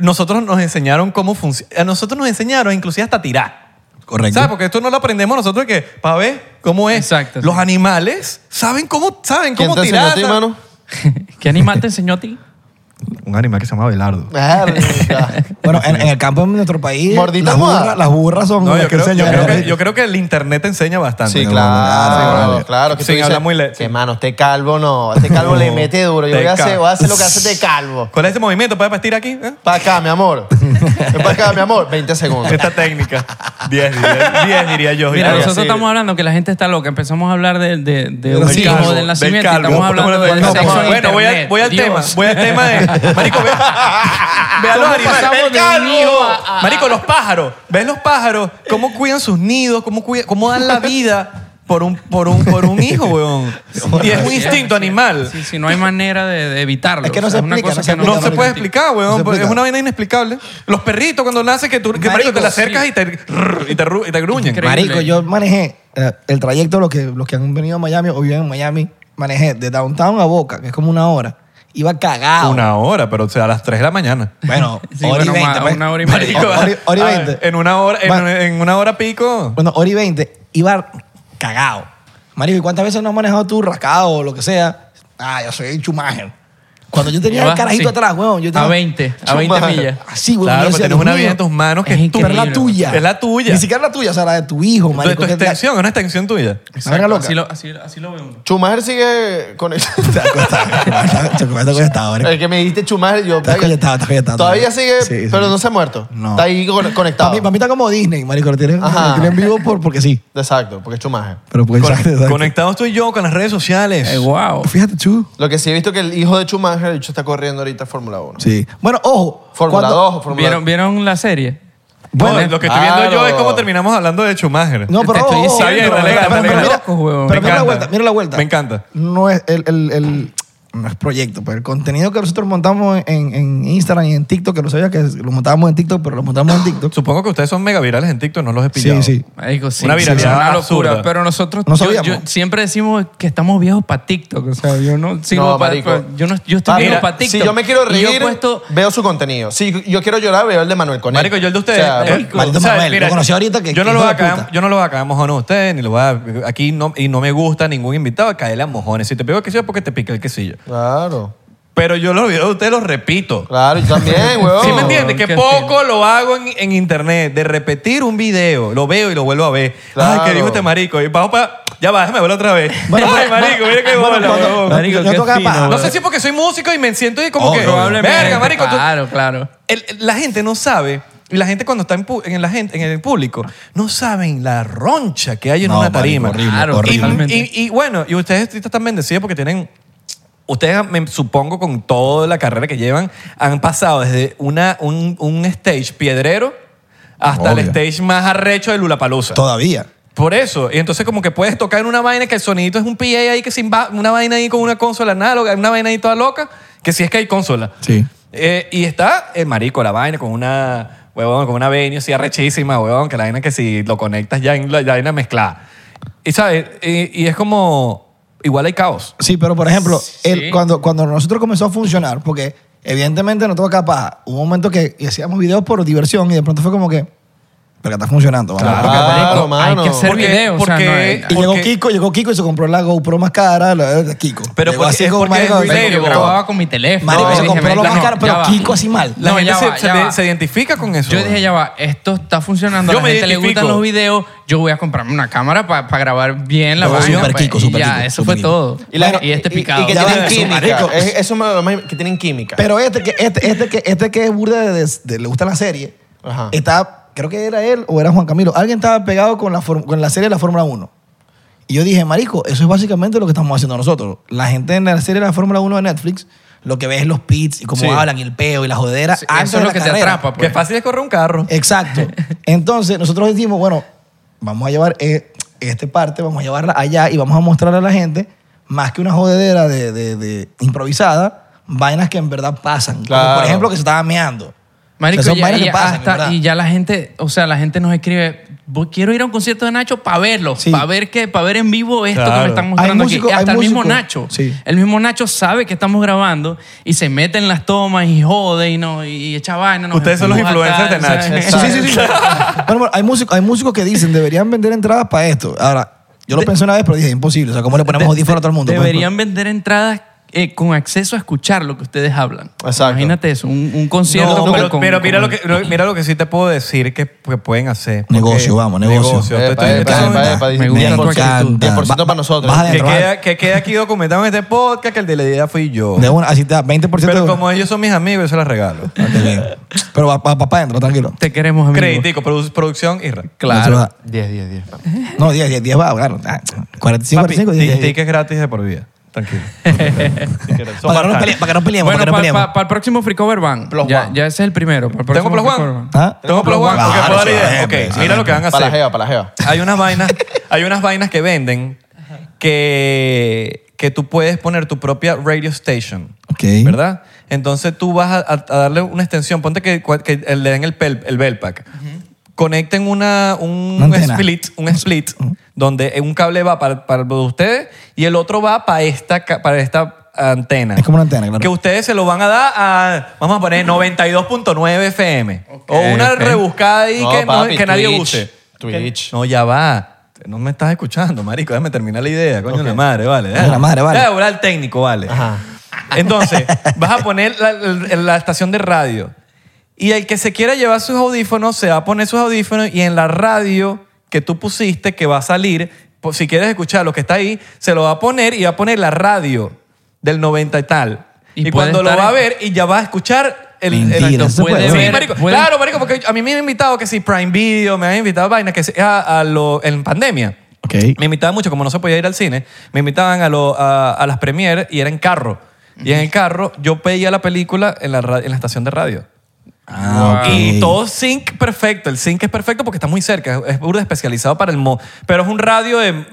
Speaker 1: Nosotros nos enseñaron cómo funciona. A nosotros nos enseñaron inclusive hasta tirar.
Speaker 11: Correcto.
Speaker 1: ¿Sabes? Porque esto no lo aprendemos nosotros que para ver cómo es.
Speaker 3: Exacto, sí.
Speaker 1: Los animales saben cómo saben
Speaker 4: ¿Quién
Speaker 1: cómo
Speaker 4: te
Speaker 1: tirar. (laughs)
Speaker 4: enseñó a ti,
Speaker 1: ¿sabes?
Speaker 4: mano?
Speaker 3: ¿Qué animal te enseñó a ti?
Speaker 9: un animal que se llama Belardo.
Speaker 4: Verga.
Speaker 2: Bueno, en, en el campo de nuestro país,
Speaker 4: Mordita
Speaker 2: las
Speaker 4: mojada.
Speaker 2: burras, las burras son
Speaker 1: No,
Speaker 2: las
Speaker 1: yo creo,
Speaker 2: enseñan,
Speaker 1: yo, creo
Speaker 2: ¿verdad?
Speaker 1: que, yo creo que el internet te enseña bastante.
Speaker 4: Sí,
Speaker 1: ¿no?
Speaker 4: claro,
Speaker 9: vale.
Speaker 4: claro. Que
Speaker 1: Sin hablar muy le-
Speaker 4: Que mano, este calvo no, este calvo le mete duro. Yo
Speaker 1: Te
Speaker 4: voy a hacer,
Speaker 1: ca-
Speaker 4: voy a hacer lo que hace este calvo.
Speaker 1: ¿Cuál es ese movimiento? ¿Puedes vestir aquí? ¿Eh?
Speaker 4: Para acá, mi amor. Para acá, mi amor.
Speaker 1: (laughs)
Speaker 4: 20 segundos.
Speaker 1: Esta técnica. 10, 10, 10 diría yo.
Speaker 3: Mira,
Speaker 1: Yo-
Speaker 3: nosotros
Speaker 4: sí.
Speaker 3: estamos hablando que la gente está loca. Empezamos a hablar de, de, de un
Speaker 1: Del
Speaker 3: hijo,
Speaker 1: calvo,
Speaker 3: del nacimiento.
Speaker 1: del calvo.
Speaker 3: Estamos hablando
Speaker 1: No,
Speaker 3: del
Speaker 1: no,
Speaker 3: sexo en
Speaker 1: Bueno, voy, a-
Speaker 3: internet.
Speaker 1: voy al
Speaker 3: Dios.
Speaker 1: tema. Voy al tema
Speaker 3: (laughs)
Speaker 1: de. Marico, ve. Ve a los
Speaker 3: ¿Cómo
Speaker 1: animales.
Speaker 3: pasamos
Speaker 1: ve el
Speaker 3: de un
Speaker 1: calvo.
Speaker 3: nido a- a-
Speaker 1: Marico, los pájaros. ¿Ves los pájaros? ¿Cómo cuidan sus nidos? ¿Cómo, cuida- cómo dan la vida por un, por un, por un hijo, weón? Y es un
Speaker 3: Sí,
Speaker 1: instinto
Speaker 3: sí.
Speaker 1: animal.
Speaker 3: Sí, sí, no hay manera de, de evitarlo.
Speaker 2: Es que no se
Speaker 3: una
Speaker 2: explica,
Speaker 3: cosa
Speaker 2: no se
Speaker 3: que
Speaker 1: No se
Speaker 2: marico.
Speaker 1: puede explicar,
Speaker 2: No
Speaker 1: weón.
Speaker 2: se
Speaker 1: porque Es
Speaker 2: explica.
Speaker 1: una vaina inexplicable. Los perritos cuando nacen que tú que, marico,
Speaker 2: Marico,
Speaker 1: te la acercas
Speaker 3: sí.
Speaker 1: y te y te, ru- y te gruñen.
Speaker 3: Increíble.
Speaker 2: Marico, yo manejé eh, el trayecto, los que, los que han venido a Miami o viven en Miami, manejé de downtown a Boca, que es como una hora. Iba cagado.
Speaker 1: Una hora, pero o sea, a las 3 de la mañana.
Speaker 2: Bueno,
Speaker 1: (laughs)
Speaker 3: Sí,
Speaker 2: hora
Speaker 3: bueno,
Speaker 2: y
Speaker 3: ma-
Speaker 2: veinte. pues.
Speaker 3: una hora y media.
Speaker 2: Hora- hora y- hora y
Speaker 1: Ah,
Speaker 2: veinte.
Speaker 1: En una hora, en,
Speaker 2: Ma-
Speaker 1: en una hora pico.
Speaker 2: Bueno, hora y veinte. Iba cagado. Marico, ¿y cuántas veces no has manejado tú rascado o lo que sea? Ah, yo soy chumaje. Cuando yo tenía el
Speaker 3: Vas
Speaker 2: carajito
Speaker 3: así.
Speaker 2: atrás, weón. Yo
Speaker 3: A
Speaker 2: tenía-
Speaker 3: 20, a 20
Speaker 2: Chumaje.
Speaker 3: millas.
Speaker 2: Así, weón.
Speaker 1: claro,
Speaker 2: yo
Speaker 1: pero
Speaker 2: decía,
Speaker 1: tienes
Speaker 2: Dios
Speaker 1: una
Speaker 2: mío.
Speaker 1: vida en tus manos que
Speaker 3: Es
Speaker 1: es,
Speaker 2: Pero
Speaker 1: tuya.
Speaker 2: es la
Speaker 3: increíble.
Speaker 2: tuya.
Speaker 1: Es la tuya. este,
Speaker 2: Ni siquiera la tuya, o sea, la de tu hijo,
Speaker 1: Tu, tu
Speaker 2: marico. que la-
Speaker 1: extensión, es una extensión tuya.
Speaker 2: La verga loca.
Speaker 3: Así lo, así, así lo veo uno.
Speaker 4: Schumacher sigue con
Speaker 2: (laughs)
Speaker 4: el... (laughs)
Speaker 2: Está acostado, está acostado, ahora.
Speaker 4: el que me dijiste Schumacher, yo...
Speaker 2: Está conectado, está conectado.
Speaker 4: Todavía sigue,
Speaker 2: Sí, sí.
Speaker 4: pero no se ha muerto.
Speaker 2: No.
Speaker 4: Está ahí con- conectado.
Speaker 2: Para mí, pa' mí está como Disney, marico. Lo tienen,
Speaker 4: Ajá.
Speaker 2: lo tienen vivo por, porque sí.
Speaker 4: Exacto, porque es Schumacher.
Speaker 2: Pero porque
Speaker 1: Con-
Speaker 2: (laughs) exacto, exacto.
Speaker 1: conectados tú y yo con las redes sociales.
Speaker 3: Eh, wow.
Speaker 2: Fíjate tú.
Speaker 4: Lo que sí he visto que el hijo de Schumacher, el bicho está corriendo ahorita Fórmula 1.
Speaker 2: Sí. Bueno, ojo.
Speaker 4: Fórmula
Speaker 2: cuando-
Speaker 4: 2 o Fórmula
Speaker 3: ¿Vieron, ¿Vieron la serie?
Speaker 1: Bueno, lo que estoy viendo yo
Speaker 4: claro.
Speaker 1: es cómo terminamos hablando de Schumacher.
Speaker 2: eh, No, pero oh, ojo,
Speaker 3: Te estoy
Speaker 2: ojo,
Speaker 1: Está
Speaker 3: diciendo,
Speaker 1: bien,
Speaker 2: pero-
Speaker 1: dale,
Speaker 2: pero-
Speaker 1: dale,
Speaker 2: pero-
Speaker 1: dale,
Speaker 2: pero
Speaker 1: dale.
Speaker 2: mira-
Speaker 3: locos, huevón.
Speaker 2: Pero
Speaker 1: Me
Speaker 2: mira la
Speaker 1: encanta.
Speaker 2: vuelta, mira la vuelta.
Speaker 1: Me encanta.
Speaker 2: No es el, el, el- no es proyecto, pero el contenido que nosotros montamos en, en Instagram y en TikTok, que no sabía que lo montábamos en TikTok, pero lo montamos
Speaker 1: (laughs)
Speaker 2: en TikTok.
Speaker 1: Este, Supongo que ustedes son mega virales en TikTok, no los he
Speaker 2: Sí,
Speaker 1: pillado.
Speaker 2: sí.
Speaker 3: Marico, sí,
Speaker 1: Una
Speaker 3: sí,
Speaker 1: viralidad
Speaker 3: es una locura.
Speaker 1: absurda.
Speaker 3: Pero nosotros
Speaker 2: No
Speaker 3: yo-
Speaker 2: sabíamos.
Speaker 3: yo siempre decimos que estamos viejos para TikTok. O sea, yo no sigo
Speaker 4: No,
Speaker 3: pa-
Speaker 4: marico.
Speaker 3: pa- yo, no, yo estoy
Speaker 4: Ah,
Speaker 3: viejo
Speaker 4: mira,
Speaker 3: para TikTok.
Speaker 4: Si yo me quiero
Speaker 3: Y
Speaker 4: reír,
Speaker 3: yo he puesto...
Speaker 4: veo su contenido. Si yo quiero llorar, veo el de Manuel Conejo.
Speaker 1: Marico, yo el de ustedes.
Speaker 4: O sea,
Speaker 1: eh,
Speaker 2: marico. Maldito Manuel, lo conocí ahorita que-
Speaker 1: yo, no
Speaker 2: que
Speaker 1: lo
Speaker 2: hijo
Speaker 1: voy
Speaker 2: de
Speaker 1: a cagar,
Speaker 2: puta.
Speaker 1: yo no lo voy a cagar mojón a ustedes, ni lo voy a. Aquí no, y no me gusta ningún invitado a caerle a mojones. Si te pego el quesillo, es porque te pica el quesillo.
Speaker 4: Claro,
Speaker 1: Pero yo los videos de ustedes los repito.
Speaker 4: claro, yo también, (laughs) weón.
Speaker 1: ¿Sí me entiendes? Que
Speaker 3: qué
Speaker 1: poco lo hago en, en internet, de repetir un video. Lo veo y lo vuelvo a ver.
Speaker 4: Claro.
Speaker 1: Ay, que dijo este marico. Y bajo para. Ya va, déjame verlo otra vez. Ay, marico, mira qué bola, huevón.
Speaker 2: cuando-
Speaker 3: Marico,
Speaker 2: yo
Speaker 3: qué
Speaker 2: tocaba
Speaker 3: fino,
Speaker 2: paja.
Speaker 1: No sé si es porque soy músico y me siento y como
Speaker 2: Oh,
Speaker 1: que.
Speaker 3: probablemente,
Speaker 1: Verga, marico. tú-
Speaker 3: Eh, Claro, claro.
Speaker 1: el- el- la gente no sabe, y la gente cuando está en, pu- en la gente, en el público, no saben la roncha que hay en
Speaker 2: No,
Speaker 1: una tarima.
Speaker 2: marico, horrible,
Speaker 3: Claro,
Speaker 1: Y-
Speaker 3: totalmente.
Speaker 1: y, y bueno, y ustedes ahorita están bendecidos porque tienen. Ustedes, ah, me supongo, con toda la carrera que llevan, han pasado desde una, un, un stage piedrero hasta el
Speaker 2: Obvio.
Speaker 1: stage más arrecho de Lulapalooza.
Speaker 2: Todavía.
Speaker 1: Por eso. Y entonces como que puedes tocar en una vaina que el sonidito es un PA ahí que sin va- una vaina ahí con una consola análoga, una vaina ahí toda loca, que si es que hay consola.
Speaker 2: Sí.
Speaker 1: Eh, y está el marico, la vaina con una, huevón, con una venue así arrechísima, huevón, que la vaina que si lo conectas ya en la, la vaina mezclada. Y sabes, y, y es como, igual hay caos.
Speaker 2: Sí, pero por ejemplo, el-
Speaker 3: Sí.
Speaker 2: cuando, cuando nosotros comenzó a funcionar, porque evidentemente no todo capaz, hubo un momento que hacíamos videos por diversión y de pronto fue como que, pero está funcionando. ¿vale?
Speaker 4: Claro,
Speaker 3: Marico,
Speaker 4: mano.
Speaker 3: Hay que hacer
Speaker 1: Porque-
Speaker 3: videos. o sea,
Speaker 1: porque-
Speaker 3: no hay-
Speaker 2: Y
Speaker 1: ¿Por
Speaker 2: llegó
Speaker 1: qué?
Speaker 2: Kiko, llegó Kiko y se compró la GoPro más cara, la de Kiko.
Speaker 1: Pero
Speaker 2: Llegó
Speaker 1: porque- es
Speaker 2: como,
Speaker 1: porque es
Speaker 2: marico,
Speaker 1: relatable.
Speaker 3: Marico, yo grababa con mi teléfono.
Speaker 2: Marico, se
Speaker 3: Dije,
Speaker 2: compró lo
Speaker 3: "Venga,
Speaker 2: más
Speaker 3: no,
Speaker 2: caro,
Speaker 3: ya
Speaker 2: pero
Speaker 3: va".
Speaker 2: Kiko así mal.
Speaker 1: La
Speaker 3: No,
Speaker 1: gente
Speaker 3: ya
Speaker 1: se,
Speaker 3: va,
Speaker 1: se
Speaker 3: ya
Speaker 1: de-
Speaker 3: va.
Speaker 1: se identifica con eso.
Speaker 3: Yo dije, ya va, esto está funcionando, a
Speaker 1: Yo
Speaker 3: la
Speaker 1: me
Speaker 3: gente le
Speaker 1: identifico.
Speaker 3: gustan los videos, yo voy a comprarme una cámara para grabar bien la
Speaker 2: No,
Speaker 3: vaina.
Speaker 2: super
Speaker 3: pues,
Speaker 2: Kiko,
Speaker 3: y
Speaker 2: super
Speaker 3: ya,
Speaker 2: Kiko,
Speaker 3: eso
Speaker 2: super
Speaker 3: fue
Speaker 2: Kiko.
Speaker 3: todo.
Speaker 4: Y,
Speaker 3: Y,
Speaker 4: la-
Speaker 3: este
Speaker 4: y- y
Speaker 3: picado.
Speaker 4: que
Speaker 2: Ya
Speaker 4: tienen
Speaker 2: va, eso,
Speaker 4: química.
Speaker 2: marico.
Speaker 4: Es- eso me lo imagino, que tienen química.
Speaker 2: Pero este que, este, este que, este que es burda de, de- de- le gusta la serie,
Speaker 4: Ajá.
Speaker 2: estaba, creo que era él o era Juan Camilo. Alguien estaba pegado con la, for- con la serie de la Fórmula 1. Y yo dije, marico, eso es básicamente lo que estamos haciendo nosotros. La gente en la serie de la Fórmula 1 de Netflix, lo que ve es los pits y cómo hablan y el peo y la jodera
Speaker 3: Sí,
Speaker 2: antes
Speaker 3: eso
Speaker 2: de
Speaker 3: es lo
Speaker 2: la
Speaker 3: que te
Speaker 2: carrera.
Speaker 3: atrapa.
Speaker 1: Que fácil es correr un carro.
Speaker 2: Exacto. Entonces, nosotros decimos, bueno, vamos a llevar eh, este parte, vamos a llevarla allá y vamos a mostrarle a la gente, más que una jodedera de, de- de improvisada, vainas que en verdad pasan. Como,
Speaker 4: Claro.
Speaker 2: por ejemplo, que se estaba meando.
Speaker 3: Marico,
Speaker 2: O sea, son
Speaker 3: ya-
Speaker 2: vainas
Speaker 3: y,
Speaker 2: que pasan, en
Speaker 3: hasta-
Speaker 2: verdad.
Speaker 3: y ya la gente, o sea, la gente nos escribe, "Voy- quiero ir a un concierto de Nacho para verlo,
Speaker 2: Sí.
Speaker 3: para ver qué, para ver en vivo esto que
Speaker 1: Claro.
Speaker 3: me están
Speaker 2: Hay
Speaker 3: mostrando
Speaker 2: músicos-
Speaker 3: aquí.
Speaker 2: hay
Speaker 3: Hasta el mismo
Speaker 2: músicos.
Speaker 3: Nacho.
Speaker 2: Sí.
Speaker 3: El mismo Nacho sabe que estamos grabando y se mete en las tomas y jode y no, y echa vaina. nos
Speaker 1: Ustedes son los
Speaker 3: empuja,
Speaker 1: influencers de
Speaker 3: tal, o sea,
Speaker 1: Nacho.
Speaker 2: Sí, sí, sí.
Speaker 3: (laughs)
Speaker 2: sí. Bueno, bueno, hay, músicos, hay músicos que dicen, deberían vender entradas para esto. Ahora, yo lo pensé una vez, pero dije, imposible. O sea, ¿cómo le ponemos
Speaker 3: de-
Speaker 2: audífonos a todo el mundo?
Speaker 3: Deberían vender entradas eh, con acceso a escuchar lo que ustedes hablan.
Speaker 4: Exacto.
Speaker 3: Imagínate eso, un, un concierto.
Speaker 1: No,
Speaker 3: con-
Speaker 1: pero,
Speaker 3: con-
Speaker 1: pero mira,
Speaker 3: con-
Speaker 1: lo que, lo- mira lo que sí te puedo decir que, que pueden hacer. porque-
Speaker 2: Negocio, vamos, negocio.
Speaker 1: Esto-
Speaker 4: Epa,
Speaker 1: esto-
Speaker 4: epa,
Speaker 1: esto-
Speaker 4: epa, epa,
Speaker 3: me gusta tu
Speaker 4: 10%,
Speaker 3: actitud.
Speaker 4: 10% para nosotros.
Speaker 2: Vas a
Speaker 1: que,
Speaker 2: robar.
Speaker 1: queda, que queda aquí documentado en este podcast que el de la idea fui yo.
Speaker 2: De una, así te da 20% de
Speaker 1: Pero
Speaker 2: una.
Speaker 1: como ellos son mis amigos, yo se las regalo.
Speaker 2: Ok, bien. Pero va, va, para adentro, tranquilo.
Speaker 3: Te queremos, amigo.
Speaker 1: Crédito, producción y ra-
Speaker 2: Eso
Speaker 3: Claro.
Speaker 2: va.
Speaker 4: 10, 10, 10.
Speaker 2: No, 10, 10, 10 va, claro. Ah, 45,
Speaker 1: Papi,
Speaker 2: 45, 10,
Speaker 1: ti-
Speaker 2: 10, 10.
Speaker 1: tickets gratis de por vida. Tranquilo.
Speaker 2: Para que no pele- para que no peleemos,
Speaker 3: Bueno,
Speaker 2: para que no
Speaker 3: para
Speaker 2: peleemos.
Speaker 3: el próximo Free Cover Band.
Speaker 4: Plus
Speaker 3: ya,
Speaker 4: one.
Speaker 3: ya ese es el primero. Pa'l próximo
Speaker 1: ¿Tengo plus
Speaker 3: Free
Speaker 1: one?
Speaker 3: Cover Band.
Speaker 2: ¿Ah?
Speaker 1: Tengo plus one porque
Speaker 2: Claro,
Speaker 1: puedo dar
Speaker 2: sí,
Speaker 1: idea.
Speaker 2: hombre,
Speaker 1: Ok,
Speaker 2: sí,
Speaker 1: mira lo que van a
Speaker 4: Para la
Speaker 1: hacer.
Speaker 4: jeva, para la jeva.
Speaker 1: Hay unas vainas,
Speaker 4: (laughs)
Speaker 1: hay unas vainas que venden que, que tú puedes poner tu propia radio station.
Speaker 2: Ok.
Speaker 1: ¿Verdad? Entonces tú vas a, a- a darle una extensión. Ponte que, cua- que le den el, pel- el bell pack. Conecten una, un
Speaker 2: Una antena.
Speaker 1: split, un split, donde eh, un cable va para, para ustedes y el otro va para esta, ca- para esta antena.
Speaker 2: Es como una antena, claro.
Speaker 1: Que ustedes se lo van a dar a, vamos a poner 92.9 FM. o una
Speaker 3: ok.
Speaker 1: rebuscada ahí que, no-
Speaker 4: papi,
Speaker 1: que nadie
Speaker 4: Twitch,
Speaker 1: use.
Speaker 4: Twitch.
Speaker 1: No, ya va. No me estás escuchando, marico. Déjame terminar la idea, coño de la madre, vale.
Speaker 2: Coño de la madre, vale.
Speaker 1: Déjame hablar al técnico, vale. (laughs) Entonces, vas a poner la, la- la estación de radio. Y el que se quiera llevar sus audífonos, se va a poner sus audífonos y en la radio que tú pusiste, que va a salir, por si quieres escuchar lo que está ahí, se lo va a poner y va a poner la radio del 90 y tal.
Speaker 3: Y
Speaker 1: Y,
Speaker 3: puede
Speaker 1: cuando lo
Speaker 3: estar
Speaker 1: va a
Speaker 3: en-
Speaker 1: ver y ya va a escuchar el... el-
Speaker 2: Mentira,
Speaker 1: el-
Speaker 2: eso se puede
Speaker 1: Sí,
Speaker 3: ver.
Speaker 1: marico.
Speaker 3: Puede-
Speaker 1: Claro, marico, porque a mí me han invitado que si Prime Video, me han invitado vainas que si- a, a lo, en pandemia.
Speaker 2: Ok.
Speaker 1: Me invitaban mucho, como no se podía ir al cine, me invitaban a, lo- a, a las premieres y era en carro. Y en el carro yo pedía la película en la, ra- en la estación de radio.
Speaker 2: Ah, ok.
Speaker 1: Y todo sync perfecto. El sync es perfecto porque está muy cerca. Es burda especializado para el mo. Pero es un radio de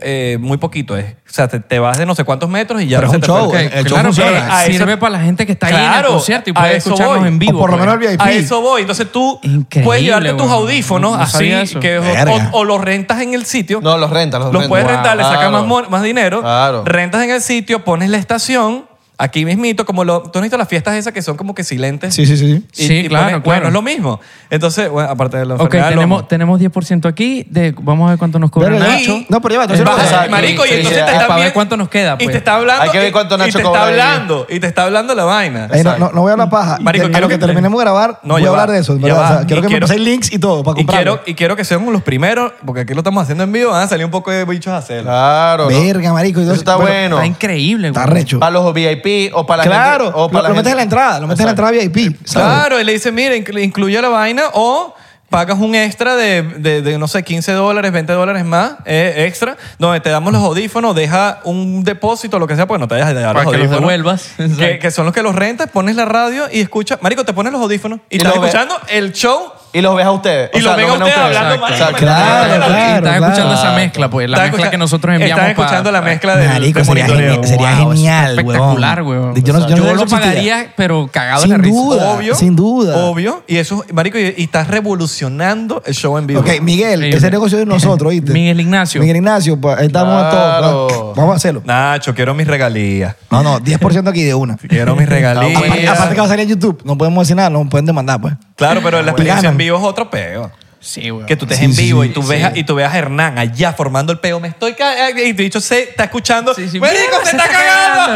Speaker 1: eh, muy poquito. Es. O sea, te, te vas de no sé cuántos metros y ya
Speaker 2: Pero es
Speaker 1: se
Speaker 2: un
Speaker 1: te
Speaker 2: show,
Speaker 1: fue.
Speaker 2: eh. El show
Speaker 3: claro,
Speaker 2: funciona.
Speaker 3: pero
Speaker 1: Eh, a
Speaker 3: sirve
Speaker 1: eso-
Speaker 3: para la gente que está ahí en el
Speaker 1: Claro,
Speaker 3: concierto y
Speaker 1: a
Speaker 3: puede
Speaker 1: eso
Speaker 3: escucharnos
Speaker 1: voy.
Speaker 3: en vivo.
Speaker 2: O por lo
Speaker 3: pues.
Speaker 2: menos el VIP.
Speaker 1: A eso voy. Entonces tú
Speaker 3: Increíble,
Speaker 1: puedes llevarte tus
Speaker 3: weón.
Speaker 1: audífonos
Speaker 3: No
Speaker 1: así
Speaker 3: sabía eso.
Speaker 1: que,
Speaker 2: Verga.
Speaker 1: o, o los rentas en el sitio.
Speaker 4: No, los rentas, los,
Speaker 1: los
Speaker 4: rentas.
Speaker 1: puedes rentar, le
Speaker 4: Wow,
Speaker 1: sacas más,
Speaker 4: claro.
Speaker 1: mon- más dinero.
Speaker 4: Claro.
Speaker 1: Rentas en el sitio, pones la estación. Aquí mismito, como lo, tú has visto las fiestas esas que son como que silentes.
Speaker 2: Sí, sí, sí.
Speaker 1: Y-
Speaker 3: Sí,
Speaker 1: y
Speaker 3: claro,
Speaker 1: pones-
Speaker 3: claro.
Speaker 1: Bueno, es lo mismo. Entonces, bueno, aparte de la
Speaker 3: Ok,
Speaker 1: enfermedad del
Speaker 3: tenemos,
Speaker 1: lomo.
Speaker 3: tenemos 10% aquí. De, vamos a ver cuánto nos cobra
Speaker 2: Verga,
Speaker 3: Nacho.
Speaker 2: Nacho. No, pero ya va, tú
Speaker 3: Es
Speaker 2: haces lo
Speaker 1: Vas a-
Speaker 3: baja,
Speaker 4: Exacto.
Speaker 1: marico, y
Speaker 4: Sí,
Speaker 1: entonces
Speaker 4: sí,
Speaker 1: te
Speaker 4: es
Speaker 1: está
Speaker 3: para ver
Speaker 1: viendo-
Speaker 3: cuánto nos queda,
Speaker 1: Y
Speaker 3: pues.
Speaker 1: te está hablando.
Speaker 4: Hay que ver
Speaker 1: y-
Speaker 4: cuánto
Speaker 1: Y
Speaker 4: Nacho
Speaker 1: te está
Speaker 4: cobra ahí.
Speaker 1: hablando. Y te está hablando la vaina.
Speaker 2: Ey, no, no, no voy a hablar paja.
Speaker 1: Marico,
Speaker 2: Que- a
Speaker 1: quiero
Speaker 2: lo que,
Speaker 1: que-
Speaker 2: terminemos de grabar,
Speaker 1: No,
Speaker 2: voy
Speaker 1: ya
Speaker 2: a hablar
Speaker 1: va,
Speaker 2: de eso. en
Speaker 1: ya
Speaker 2: verdad.
Speaker 1: va.
Speaker 2: O sea, quiero
Speaker 1: Y
Speaker 2: que
Speaker 1: quiero-
Speaker 2: me paséis links y todo para
Speaker 1: Y
Speaker 2: comprarlo.
Speaker 1: quiero, y quiero que sean los primeros, porque aquí lo estamos haciendo en vivo, van a salir un poco de bichos a hacerlo.
Speaker 4: Claro. ¿no?
Speaker 2: Verga, marico. y todo
Speaker 4: Eso está bueno.
Speaker 3: Está increíble,
Speaker 2: Está
Speaker 3: güey.
Speaker 2: recho.
Speaker 4: Para los VIP o para la
Speaker 2: Claro.
Speaker 4: gente- o
Speaker 2: Lo,
Speaker 4: para
Speaker 2: lo
Speaker 4: la
Speaker 2: metes en la
Speaker 4: gente-
Speaker 2: entrada. Lo metes en la entrada VIP. ¿sabes?
Speaker 1: Claro, y le dice, mira, inclu- incluye la vaina o pagas un extra de, de- de, no sé, 15 dólares, 20 dólares más eh, extra, donde te damos los audífonos, deja un depósito, lo que sea, pues no te dejas de dar
Speaker 3: Para
Speaker 1: los
Speaker 3: que los
Speaker 1: audífonos.
Speaker 3: devuelvas. (laughs)
Speaker 1: Que, que son los que los rentas, pones la radio y escuchas. Marico, te pones los audífonos y, estás
Speaker 4: lo ves.
Speaker 1: escuchando el show.
Speaker 4: Y los ves a ustedes.
Speaker 1: Y los ven a ustedes hablando,
Speaker 4: Exacto.
Speaker 1: marico,
Speaker 4: Exacto.
Speaker 2: Claro,
Speaker 1: Claro,
Speaker 3: Y
Speaker 2: claro.
Speaker 3: estás escuchando
Speaker 2: claro.
Speaker 3: esa mezcla, pues. La
Speaker 1: Estás
Speaker 3: mezcla
Speaker 1: escucha-
Speaker 3: que nosotros enviamos
Speaker 1: Estás escuchando la
Speaker 3: para-
Speaker 1: mezcla de,
Speaker 2: Marico,
Speaker 1: de
Speaker 2: sería,
Speaker 1: monitoreo.
Speaker 2: geni- sería
Speaker 3: Wow, eso
Speaker 2: genial,
Speaker 3: es espectacular, weón.
Speaker 2: Yo, no, yo,
Speaker 3: Yo
Speaker 2: no
Speaker 3: lo
Speaker 2: existiría.
Speaker 3: pagaría, pero cagado de
Speaker 2: Sin
Speaker 3: risa.
Speaker 2: duda.
Speaker 1: Obvio.
Speaker 2: sin duda.
Speaker 1: Obvio. Y eso, marico, y, y estás revolucionando el show en vivo.
Speaker 2: Ok, Miguel,
Speaker 3: Increíble.
Speaker 2: ese negocio es de nosotros, ¿viste?
Speaker 3: Miguel Ignacio.
Speaker 2: Miguel Ignacio, pues, ahí estamos a
Speaker 4: Claro.
Speaker 2: todos. claro. Vamos a hacerlo.
Speaker 1: Nacho, quiero mis regalías.
Speaker 2: No, no, 10% aquí de una.
Speaker 1: Quiero
Speaker 2: (laughs)
Speaker 1: mis regalías.
Speaker 2: Ah, Aparte, aparte que va a salir en YouTube, no podemos decir nada, no nos pueden demandar, pues.
Speaker 1: Claro, pero la
Speaker 2: Porque
Speaker 1: experiencia en
Speaker 2: ganan.
Speaker 1: vivo es otro peo.
Speaker 3: Sí, güey.
Speaker 1: Que tú estés en vivo y, tú veas, y tú veas a Hernán allá formando el peo. Me estoy cagando. Y dicho, se está escuchando.
Speaker 3: Sí, sí.
Speaker 1: ¡Marico,
Speaker 3: Mierda,
Speaker 1: se,
Speaker 3: (laughs)
Speaker 1: está cagando!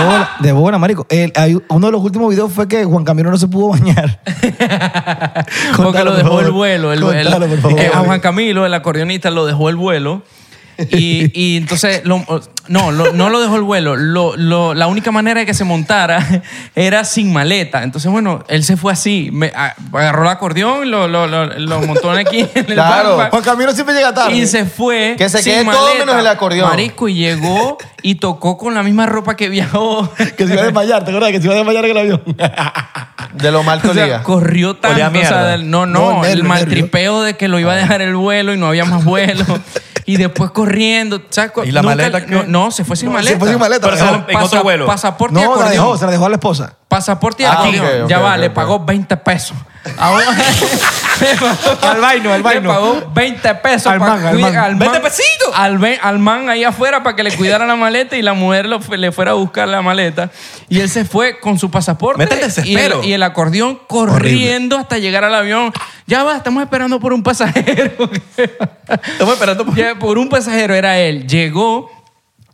Speaker 2: De bola, de bola, marico. El- hay- uno de los últimos videos fue que Juan Camilo no se pudo bañar.
Speaker 3: (laughs) Porque
Speaker 2: Contalo,
Speaker 3: lo
Speaker 2: por
Speaker 3: dejó
Speaker 2: favor.
Speaker 3: el vuelo. El, el-
Speaker 2: Contalo, por favor.
Speaker 3: eh, a Juan Camilo, el acordeonista, lo dejó el vuelo. Y, y entonces, lo- no, lo- no lo dejó el vuelo. Lo- lo- la única manera de que se montara (laughs) era sin maleta. Entonces, bueno, él se fue así. Me, a- agarró el acordeón, lo, lo, lo, lo montó aquí en el
Speaker 4: Claro.
Speaker 3: backpack.
Speaker 2: Juan Camilo siempre llega tarde.
Speaker 3: Y se fue.
Speaker 4: Que se
Speaker 3: sin
Speaker 4: quede todo
Speaker 3: maleta.
Speaker 4: menos el acordeón.
Speaker 3: Marico, y llegó y tocó con la misma ropa que viajó.
Speaker 2: Que se iba a desmayar, ¿te acuerdas? Que se iba a desmayar en el avión.
Speaker 4: De lo mal que
Speaker 3: O sea,
Speaker 4: olía.
Speaker 3: corrió tanto.
Speaker 1: Olía a
Speaker 3: o sea,
Speaker 1: mierda.
Speaker 3: del- no, no,
Speaker 2: No,
Speaker 3: el
Speaker 2: nervio, Ah.
Speaker 3: maltripeo de que lo iba a dejar el vuelo y no había más
Speaker 2: (laughs)
Speaker 3: vuelo. y después corriendo. ¿sabes?
Speaker 1: ¿Y la
Speaker 3: Nunca-
Speaker 1: maleta qué?
Speaker 3: no, no, se fue sin
Speaker 2: No, se
Speaker 3: maleta.
Speaker 2: fue sin maleta,
Speaker 1: Pero se la dejó. en otro vuelo.
Speaker 3: Pasaporte y
Speaker 2: No, la
Speaker 3: acordeón.
Speaker 2: dejó, se la dejó a la esposa.
Speaker 3: Pasaporte y
Speaker 4: Ah,
Speaker 3: acordeón.
Speaker 4: ok,
Speaker 3: ya
Speaker 4: ok,
Speaker 3: va,
Speaker 4: ok,
Speaker 3: le
Speaker 4: ok.
Speaker 3: pagó 20 pesos. Ahora- (laughs)
Speaker 2: Al vaino, al vaino.
Speaker 3: Le pagó 20 pesos.
Speaker 2: Al
Speaker 3: para
Speaker 2: man, al
Speaker 3: cuidar-
Speaker 2: man.
Speaker 1: ¡20 pesitos!
Speaker 3: Al, ve- al man ahí afuera para que le cuidara la maleta y la mujer lo fue- le fuera a buscar la maleta. Y él se fue con su pasaporte
Speaker 1: Mete el
Speaker 3: y,
Speaker 1: desespero.
Speaker 3: el, y el acordeón corriendo hasta llegar al avión. Ya va, estamos esperando por un pasajero.
Speaker 1: Estamos esperando por-
Speaker 3: Ya, por un pasajero era él. Llegó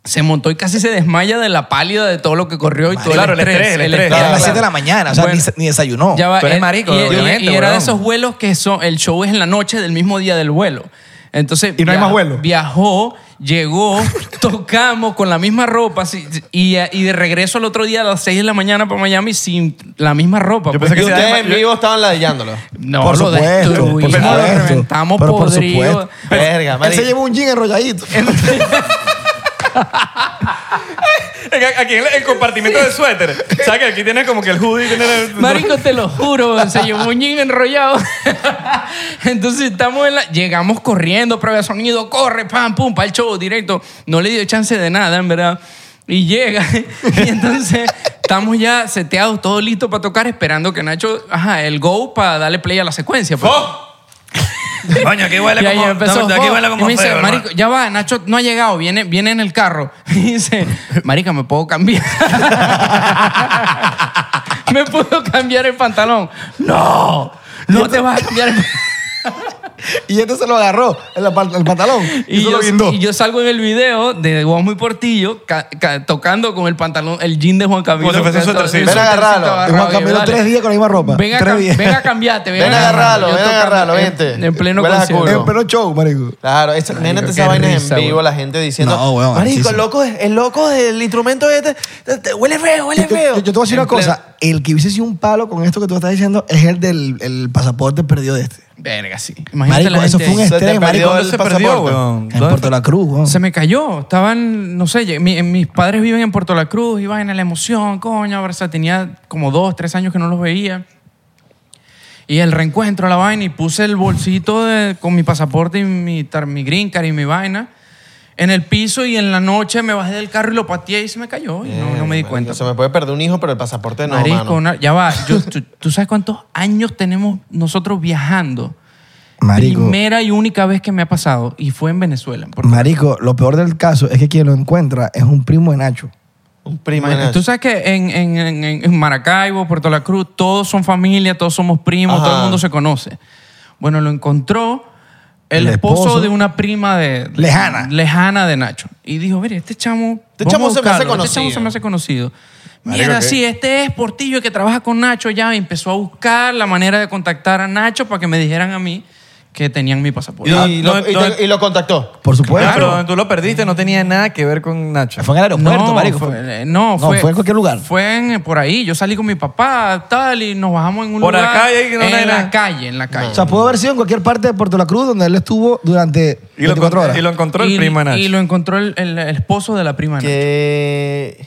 Speaker 3: se montó y casi se desmaya de la pálida de todo lo que corrió y todo
Speaker 1: Claro,
Speaker 3: el
Speaker 1: el
Speaker 3: estrés.
Speaker 1: estrés, el estrés.
Speaker 2: Era a las
Speaker 3: claro.
Speaker 2: 7 de la mañana, o sea,
Speaker 3: Bueno.
Speaker 2: ni, se- ni desayunó.
Speaker 3: Ya va,
Speaker 1: Tú eres
Speaker 3: él-
Speaker 1: marico,
Speaker 3: y- y-
Speaker 1: obviamente,
Speaker 3: Y, era de
Speaker 1: weón.
Speaker 3: esos vuelos que son, el show es en la noche del mismo día del vuelo. Entonces,
Speaker 2: Y no hay más vuelo.
Speaker 3: Viajó, llegó, (laughs) tocamos con la misma ropa sí, sí, y, y de regreso al otro día a las 6 de la mañana para Miami sin la misma ropa.
Speaker 1: Yo
Speaker 3: pues.
Speaker 1: pensé que
Speaker 4: Y
Speaker 1: se llama-
Speaker 4: ustedes en vivo
Speaker 1: (laughs)
Speaker 4: estaban ladillándolo.
Speaker 3: no,
Speaker 2: por
Speaker 3: lo
Speaker 2: supuesto, por
Speaker 3: destruimos,
Speaker 2: supuesto.
Speaker 3: lo reventamos
Speaker 2: Pero por
Speaker 3: podrido.
Speaker 2: supuesto. Él
Speaker 4: Verga,
Speaker 2: se
Speaker 4: marico.
Speaker 2: llevó un jean
Speaker 3: (laughs)
Speaker 2: enrolladito. (laughs)
Speaker 1: (laughs) Aquí en el, el compartimiento de
Speaker 3: (laughs)
Speaker 1: suéter. ¿Sabes que aquí tienes como que el hoodie? Tiene el-
Speaker 3: Marico, te lo juro, se llevó un jean enrollado. (laughs) Entonces estamos en la... Llegamos corriendo, prueba de sonido, corre, pam, pum, para el show directo. No le dio chance de nada, en verdad. Y llega, (laughs) y entonces estamos ya seteados, todo listo para tocar, esperando que Nacho, ajá, el go para darle play a la secuencia. pues.
Speaker 1: ¡Oh! Coño, aquí huele
Speaker 3: Y ahí
Speaker 1: como,
Speaker 3: empezó,
Speaker 1: no, aquí
Speaker 3: "Jo".
Speaker 1: huele
Speaker 3: y
Speaker 1: como
Speaker 3: me dice,
Speaker 1: feo, hermano.
Speaker 3: Marico, ya va, Nacho no ha llegado, viene, viene en el carro. (laughs) Y dice, Marica, ¿me puedo cambiar? (laughs) ¿Me puedo cambiar el pantalón? No, no te vas a cambiar el
Speaker 2: y este se lo agarró, el, pa- el pantalón. (laughs) Y, se lo guindó.
Speaker 3: y yo salgo en el video de Guasmo y Portillo ca- ca- tocando con el pantalón, el jean de Juan Camilo.
Speaker 1: Como si fuese un
Speaker 3: Todo-
Speaker 1: suétercito.
Speaker 3: el
Speaker 4: Ven a
Speaker 3: suétercito
Speaker 4: agarrarlo.
Speaker 3: agarrado,
Speaker 2: Y Juan
Speaker 3: yo,
Speaker 2: Camilo
Speaker 3: Ah, dale.
Speaker 2: tres días con la misma ropa.
Speaker 3: Ven a,
Speaker 2: tres
Speaker 3: cam-
Speaker 2: días. (laughs)
Speaker 3: ven a cambiarte. Ven,
Speaker 4: Ven
Speaker 3: a
Speaker 4: a agarrarlo, ven
Speaker 3: Yo
Speaker 4: a
Speaker 3: tocando
Speaker 4: agarrarlo,
Speaker 3: en- En,
Speaker 4: vente.
Speaker 3: pleno
Speaker 4: Huelas a
Speaker 3: concierto.
Speaker 4: culo.
Speaker 2: En pleno show, marico.
Speaker 4: Claro, esa, nena,
Speaker 3: qué
Speaker 4: esa vaina es
Speaker 3: risa,
Speaker 4: en vivo,
Speaker 3: güey.
Speaker 4: la gente diciendo.
Speaker 2: No, weón,
Speaker 4: Marico,
Speaker 2: arrechísimo.
Speaker 4: el loco, es- el loco del instrumento este. te- te- Huele feo, huele
Speaker 2: Yo te,
Speaker 4: feo.
Speaker 2: yo- yo te voy a decir una cosa. El que hubiese sido un palo con esto que tú estás diciendo es el del el pasaporte perdido de este.
Speaker 3: Verga, sí. Imagínate
Speaker 2: Marico,
Speaker 3: la
Speaker 2: eso
Speaker 3: gente
Speaker 2: fue un
Speaker 3: ahí.
Speaker 4: Se te
Speaker 2: estrés,
Speaker 4: perdió
Speaker 2: marico.
Speaker 4: el
Speaker 1: se perdió,
Speaker 4: pasaporte.
Speaker 1: weón?
Speaker 2: En Puerto La Cruz, weón.
Speaker 3: Se me cayó. Estaban, no sé, ye- mi- mis padres viven en Puerto La Cruz, iban en la emoción, coño, abraza. Tenía como dos, tres años que no los veía. Y el reencuentro, la vaina, y puse el bolsito de- con mi pasaporte y mi, tar- mi green card y mi vaina en el piso y en la noche me bajé del carro y lo pateé y se me cayó y no, no me di
Speaker 4: Marico,
Speaker 3: cuenta.
Speaker 4: Se me puede perder un hijo, pero el pasaporte no,
Speaker 3: Marico,
Speaker 4: mano.
Speaker 3: una- ya va. Yo- tú, tú sabes cuántos años tenemos nosotros viajando?
Speaker 2: Marico.
Speaker 3: Primera y única vez que me ha pasado y fue en Venezuela. en Puerto
Speaker 2: Marico, lo peor del caso es que quien lo encuentra es un primo de Nacho.
Speaker 4: Un primo.
Speaker 3: Imagínate,
Speaker 4: nena.
Speaker 3: Tú sabes que en, en- en- en Maracaibo, Puerto La Cruz, todos son familia, todos somos primos,
Speaker 4: Ajá.
Speaker 3: todo el mundo se conoce. Bueno, lo encontró el,
Speaker 2: El
Speaker 3: esposo,
Speaker 2: esposo.
Speaker 3: de una prima de,
Speaker 2: Lejana.
Speaker 3: lejana de Nacho. Y dijo, mire, este chamo...
Speaker 4: Este
Speaker 3: vamos
Speaker 4: chamo
Speaker 3: a
Speaker 4: se me hace
Speaker 3: buscarlo, Este chamo
Speaker 4: conocido".
Speaker 3: se me hace conocido. Mira,
Speaker 4: ¿qué?
Speaker 3: sí, este es Portillo que trabaja con Nacho ya. Y empezó a buscar la manera de contactar a Nacho para que me dijeran a mí que tenían mi pasaporte.
Speaker 4: Y, lo,
Speaker 1: No,
Speaker 4: y
Speaker 1: no,
Speaker 4: te- y lo contactó.
Speaker 2: Por supuesto.
Speaker 1: Pero donde tú lo perdiste no tenía nada que ver con Nacho.
Speaker 2: Fue en el aeropuerto,
Speaker 3: no,
Speaker 2: marico.
Speaker 3: Fue, eh, no,
Speaker 2: No, fue en cualquier lugar.
Speaker 3: Fue en- eh, por ahí. Yo salí con mi papá, tal, y nos bajamos en un
Speaker 1: Por la
Speaker 3: lugar.
Speaker 1: calle, que no
Speaker 3: en
Speaker 1: hay
Speaker 3: la
Speaker 1: nada.
Speaker 3: calle, en la calle.
Speaker 2: O sea, pudo haber sido en cualquier parte de Puerto La Cruz donde él estuvo durante
Speaker 1: Y lo,
Speaker 2: 24 horas.
Speaker 1: y lo encontró
Speaker 3: Y-
Speaker 1: el primo de Nacho.
Speaker 3: Y lo encontró el, el- el esposo de la prima de Nacho.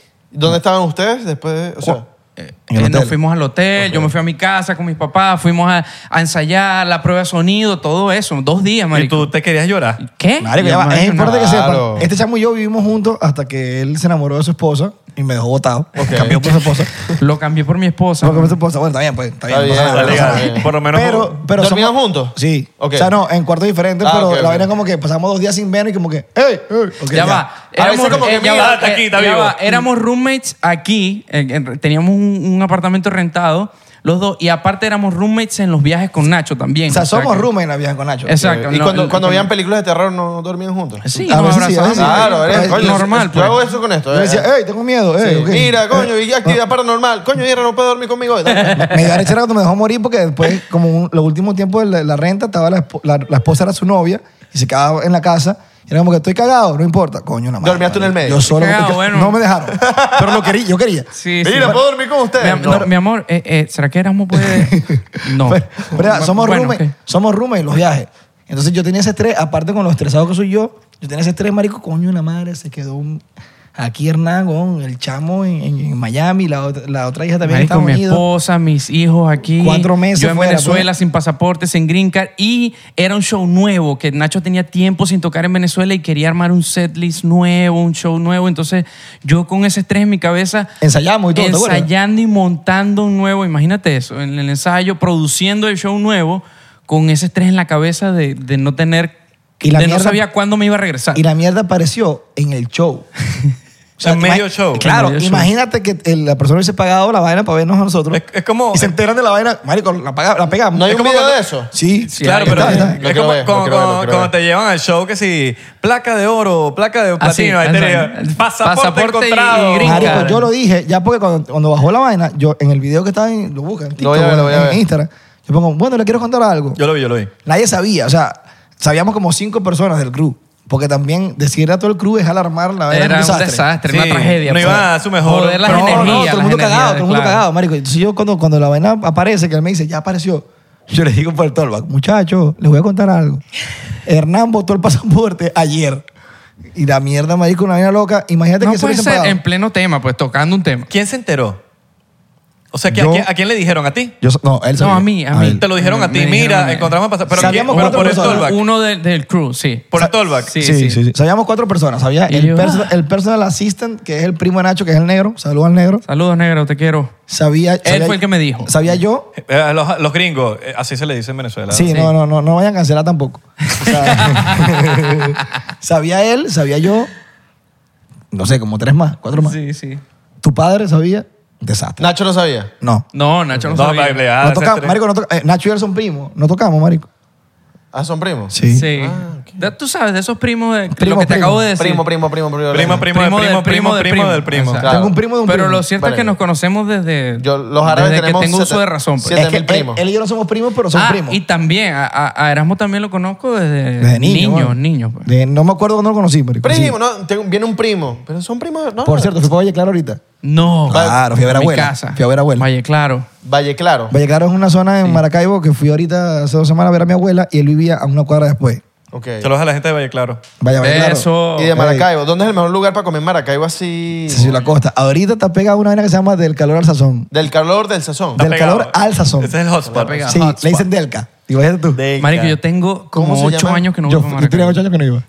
Speaker 4: Que- ¿Dónde estaban ustedes después de.? O sea,
Speaker 3: Eh,
Speaker 2: En el
Speaker 3: eh, nos
Speaker 2: hotel.
Speaker 3: fuimos al hotel, yo me fui a mi casa con mis papás, fuimos a, a ensayar la prueba de sonido, todo eso, dos días,
Speaker 1: y
Speaker 3: marico.
Speaker 1: tú te querías llorar.
Speaker 3: ¿Qué?
Speaker 2: ¿Eh? Marico,
Speaker 3: ¿Eh? Y
Speaker 2: ya
Speaker 3: yo,
Speaker 2: va, es
Speaker 3: marico, no.
Speaker 2: importante que
Speaker 4: Claro.
Speaker 2: sepan. Este chamo y yo vivimos juntos hasta que él se enamoró de su esposa y me dejó botado.
Speaker 4: Ok.
Speaker 2: Cambió por su esposa.
Speaker 3: (laughs) Lo cambié por mi esposa.
Speaker 2: Porque por su esposa, bueno, está bien, pues. Está,
Speaker 4: Está
Speaker 2: bien, no pasa
Speaker 4: bien,
Speaker 2: nada,
Speaker 4: está
Speaker 2: no pasa
Speaker 4: legal.
Speaker 2: nada.
Speaker 1: Por lo menos-
Speaker 2: Pero, pero
Speaker 4: ¿Dormían
Speaker 2: somos-
Speaker 4: juntos?
Speaker 2: Sí.
Speaker 4: Ok.
Speaker 2: O sea, no, en cuartos diferentes,
Speaker 4: Ah,
Speaker 2: pero
Speaker 4: ok,
Speaker 2: la
Speaker 4: ok.
Speaker 2: vaina es como que pasamos dos días sin vernos y como que, ¡ey! ey, ok,
Speaker 3: ya, va.
Speaker 4: A veces como que
Speaker 3: eh, ya
Speaker 4: mira,
Speaker 3: va,
Speaker 1: está aquí,
Speaker 3: eh,
Speaker 1: está
Speaker 3: ya
Speaker 1: vivo.
Speaker 3: va. Éramos roommates aquí, en- en- teníamos un, un apartamento rentado, los dos, y aparte éramos roommates en los viajes con Nacho también.
Speaker 2: O sea, somos
Speaker 3: que-
Speaker 2: roommates en la viaje con Nacho.
Speaker 3: Exacto.
Speaker 4: y
Speaker 3: no,
Speaker 4: cuando,
Speaker 3: el-
Speaker 4: cuando
Speaker 3: el-
Speaker 4: veían películas de terror, no, no dormían juntos.
Speaker 3: Sí,
Speaker 2: A
Speaker 3: nos
Speaker 2: veces Ah, pues sí, a
Speaker 3: abrazamos.
Speaker 2: veces sí.
Speaker 4: Claro,
Speaker 2: Ah,
Speaker 4: eres,
Speaker 2: es
Speaker 4: coño,
Speaker 3: normal,
Speaker 4: Yo hago
Speaker 3: pues.
Speaker 4: eso con esto.
Speaker 2: Yo le
Speaker 4: eh.
Speaker 2: decía, ¡ey, tengo miedo! ey,
Speaker 4: Sí,
Speaker 2: ok. Eh, (laughs)
Speaker 4: Mira, coño, y actividad paranormal. Coño, Ira no puede dormir conmigo hoy.
Speaker 2: Me dio arrechera cuando me dejó morir porque después, como un- los últimos tiempos de la, la renta, estaba la, espo- la- la esposa era su novia y se quedaba en la casa. Y era como que estoy cagado, no importa. Coño, nada más.
Speaker 4: Dormías tú en el medio.
Speaker 2: Yo solo.
Speaker 3: Cagado,
Speaker 2: yo-
Speaker 3: bueno.
Speaker 2: No me dejaron. Pero lo quería, yo quería.
Speaker 3: Sí, sí.
Speaker 4: Mira, ¿puedo dormir con
Speaker 3: Mi,
Speaker 4: ustedes?
Speaker 3: am- no, mi amor, eh, eh, ¿será que
Speaker 2: (laughs)
Speaker 3: Erasmo puede...? No.
Speaker 2: Pero- pero ya, somos
Speaker 3: Bueno,
Speaker 2: roommates
Speaker 3: ok.
Speaker 2: somos roommates en los viajes. Entonces yo tenía ese estrés, aparte con lo estresado que soy yo, yo tenía ese estrés, marico, coño, una madre, se quedó un- aquí Hernán, weón, el chamo en, en- en Miami, la, ot- la otra hija también en
Speaker 3: Marico,
Speaker 2: Estados
Speaker 3: mi
Speaker 2: Unidos.
Speaker 3: esposa, mis hijos aquí.
Speaker 2: Cuatro meses
Speaker 3: Yo en
Speaker 2: fuera,
Speaker 3: Venezuela
Speaker 2: pues.
Speaker 3: sin pasaporte, sin green card. Y era un show nuevo que Nacho tenía tiempo sin tocar en Venezuela y quería armar un setlist nuevo, un show nuevo. Entonces yo con ese estrés en mi cabeza...
Speaker 2: Ensayamos y todo, ¿te acuerdas?
Speaker 3: Ensayando y montando un nuevo, imagínate eso, en el ensayo, produciendo el show nuevo con ese estrés en la cabeza de, de no tener...
Speaker 2: Y la
Speaker 3: de no
Speaker 2: mierda-
Speaker 3: sabía cuándo me iba a regresar. (laughs)
Speaker 2: Y la mierda apareció en el show.
Speaker 1: sea, en medio
Speaker 2: ima-
Speaker 1: show.
Speaker 2: Claro,
Speaker 3: En medio show.
Speaker 2: imagínate que el- la persona hubiese pagado la vaina para vernos a nosotros.
Speaker 1: Es, es como...
Speaker 2: y se enteran de la vaina. Marico, la, paga- la pegamos.
Speaker 4: ¿No hay
Speaker 2: Es
Speaker 4: un
Speaker 2: como
Speaker 4: video
Speaker 2: cuando-
Speaker 4: de eso?
Speaker 2: Sí,
Speaker 1: Claro, pero
Speaker 2: Está, está.
Speaker 1: es
Speaker 4: Lo quiero
Speaker 1: como
Speaker 4: ver, lo
Speaker 1: como-
Speaker 4: quiero ver, lo
Speaker 1: como-
Speaker 4: quiero
Speaker 1: como
Speaker 4: ver.
Speaker 1: te llevan al show que si placa de oro, placa de
Speaker 3: Ah, sí,
Speaker 1: platino, ahí te
Speaker 3: exacto.
Speaker 1: llevan, pasaporte,
Speaker 3: Pasaporte y-
Speaker 1: encontrado.
Speaker 3: y gringa.
Speaker 2: Marico,
Speaker 3: Claro.
Speaker 2: yo lo dije, ya porque cuando, cuando bajó la vaina, yo en el video que estaba en, lo buscan, en TikTok,
Speaker 4: Lo voy a ver, lo voy a
Speaker 2: en
Speaker 4: ver.
Speaker 2: Instagram, yo pongo, bueno, le quiero contar algo.
Speaker 1: Yo lo vi, yo lo vi.
Speaker 2: Nadie sabía, o sea, sabíamos como cinco personas del crew, porque también decir a todo el crew es alarmar la vaina.
Speaker 3: Era un
Speaker 2: es
Speaker 3: desastre, una
Speaker 1: Sí,
Speaker 3: tragedia.
Speaker 1: no
Speaker 3: pues.
Speaker 1: iba a su mejor,
Speaker 3: Joder las
Speaker 1: pero-
Speaker 2: No, no,
Speaker 3: energías.
Speaker 2: todo el
Speaker 3: las
Speaker 2: mundo cagado,
Speaker 3: energías,
Speaker 2: todo el mundo
Speaker 3: claro.
Speaker 2: cagado, marico. Entonces yo cuando, cuando la vaina aparece, que él me dice, ya apareció, yo le digo por el tollback, muchachos, les voy a contar algo. Hernán botó el pasaporte ayer. Y la mierda, marico, una vaina loca. Imagínate
Speaker 3: No
Speaker 2: que se lo
Speaker 3: puede
Speaker 2: hubiesen
Speaker 3: ser
Speaker 2: pagado.
Speaker 3: en pleno tema, pues tocando un tema.
Speaker 1: ¿Quién se enteró? O sea, ¿que-
Speaker 2: Yo-
Speaker 1: ¿a, quién, a quién le dijeron? ¿A ti?
Speaker 2: Yo so- no, él
Speaker 3: No,
Speaker 2: sabía.
Speaker 3: a mí, a
Speaker 2: él.
Speaker 3: mí.
Speaker 1: Te lo dijeron
Speaker 3: Me-
Speaker 1: a ti,
Speaker 3: me
Speaker 1: mira,
Speaker 3: dijeron a mí.
Speaker 1: encontramos pasaporte. Pero,
Speaker 2: Sabíamos
Speaker 1: ¿quién- pero por
Speaker 2: cuatro
Speaker 1: el
Speaker 2: personas.
Speaker 1: tollback.
Speaker 3: Uno del- del crew, sí.
Speaker 1: Por
Speaker 2: Sa-
Speaker 1: el tollback.
Speaker 3: Sí,
Speaker 2: Sí, sí, sí. Sabíamos cuatro personas. Sabía
Speaker 3: Y
Speaker 2: el,
Speaker 3: yo- ah.
Speaker 2: perso- el personal assistant, que es el primo de Nacho, que es el negro. Saludos al negro.
Speaker 3: Saludos, negro, te quiero.
Speaker 2: Sabía. Él
Speaker 3: fue el que me dijo.
Speaker 2: Sabía yo.
Speaker 1: Eh, los, los gringos, eh, así se le dice en Venezuela.
Speaker 2: Sí, no, no, no, no vayan a cancelar tampoco. O sea,
Speaker 3: (laughs)
Speaker 2: sabía él, sabía yo. No sé, como tres más, cuatro más.
Speaker 3: Sí, sí.
Speaker 2: Tu padre sabía. Desastre.
Speaker 4: Nacho no sabía.
Speaker 2: No.
Speaker 3: No, Nacho no,
Speaker 1: No,
Speaker 3: sabía.
Speaker 1: le- le- ah,
Speaker 2: No
Speaker 1: ese
Speaker 2: tocamos,
Speaker 1: tres.
Speaker 2: marico, no toca- eh, Nacho y él son primos. No tocamos, marico.
Speaker 4: Ah, son primos.
Speaker 3: Sí. Da- Tú sabes, de esos primos, de,
Speaker 2: Primo,
Speaker 3: lo que te
Speaker 2: primo.
Speaker 3: acabo de decir.
Speaker 4: Primo, primo, primo, primo.
Speaker 1: Primo, primo, primo, primo,
Speaker 3: del
Speaker 1: primo,
Speaker 3: del
Speaker 1: primo, del primo.
Speaker 3: Exacto.
Speaker 4: Claro.
Speaker 2: Tengo un primo de un
Speaker 3: Pero
Speaker 2: primo.
Speaker 3: lo cierto
Speaker 4: Vale.
Speaker 3: es que nos conocemos desde,
Speaker 4: Yo- los árabes
Speaker 3: desde que
Speaker 4: tenemos
Speaker 3: tengo
Speaker 4: siete-
Speaker 3: uso de razón. pues.
Speaker 4: siete-
Speaker 2: Es que
Speaker 4: también primo.
Speaker 2: Él, él y yo no somos primos, pero son
Speaker 3: ah,
Speaker 2: primos.
Speaker 3: y también a, a- a Erasmo también lo conozco desde,
Speaker 2: Desde niño.
Speaker 3: niños,
Speaker 2: weón.
Speaker 3: niños, pues.
Speaker 2: De- no me acuerdo cuando lo conocí, marico. Sí.
Speaker 4: Primo, no, tengo- viene un primo. Pero son primos, no.
Speaker 2: Por cierto, fui para Valle Claro ahorita.
Speaker 3: No.
Speaker 2: Oh, Claro, fui a ver
Speaker 3: Ah. mi
Speaker 2: abuela,
Speaker 3: casa.
Speaker 2: fui a ver abuela.
Speaker 3: Valle Claro.
Speaker 4: Valle Claro.
Speaker 2: Valle Claro es una zona en Maracaibo que fui ahorita hace dos semanas a ver a mi abuela y él vivía a una cuadra después.
Speaker 4: Ok.
Speaker 1: Saludos a la gente de Valle Claro.
Speaker 2: Vaya, Valle Claro.
Speaker 3: Eso.
Speaker 4: Y de Maracaibo. ¿Dónde es el mejor lugar para comer Maracaibo así?
Speaker 2: Sí, sí, la costa. Ahorita está pegada una vaina que se llama del calor al sazón.
Speaker 4: Del calor del sazón.
Speaker 1: Está
Speaker 2: del
Speaker 1: pegado.
Speaker 2: calor al sazón.
Speaker 1: Ese es el hotspot.
Speaker 3: pegado.
Speaker 2: Sí, le dicen delca. Digo, fíjate tú.
Speaker 3: Marico, yo tengo
Speaker 4: ¿Cómo
Speaker 3: como
Speaker 4: se
Speaker 3: ocho
Speaker 4: llama?
Speaker 3: años que no
Speaker 2: yo,
Speaker 3: voy para
Speaker 2: yo tenía
Speaker 3: Maracaibo.
Speaker 2: ocho años que no iba.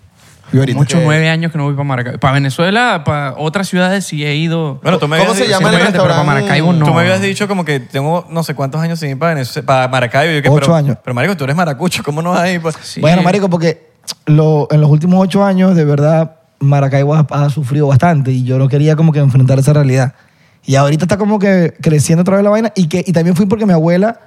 Speaker 2: Fui ahorita.
Speaker 3: Muchos nueve años que no voy para Maracaibo. Para Venezuela, para otras ciudades sí he ido.
Speaker 1: Bueno, tú me
Speaker 4: ¿Cómo
Speaker 1: habías
Speaker 4: se
Speaker 1: dicho-
Speaker 4: llama el
Speaker 3: Simplemente, pero para
Speaker 4: restaurante?
Speaker 3: Maracaibo no.
Speaker 1: Tú me habías dicho como que tengo no sé cuántos años sin ir para, Venez- para Maracaibo. Y yo que,
Speaker 2: Ocho
Speaker 1: pero,
Speaker 2: años.
Speaker 1: Pero, Marico, tú eres maracucho, ¿cómo no vas a ir? Pues?
Speaker 3: Sí.
Speaker 2: Bueno, marico, porque lo- en los últimos ocho años, de verdad, Maracaibo ha, ha sufrido bastante y yo no quería como que enfrentar esa realidad. Y ahorita está como que creciendo otra vez la vaina y, que, y también fui porque mi abuela,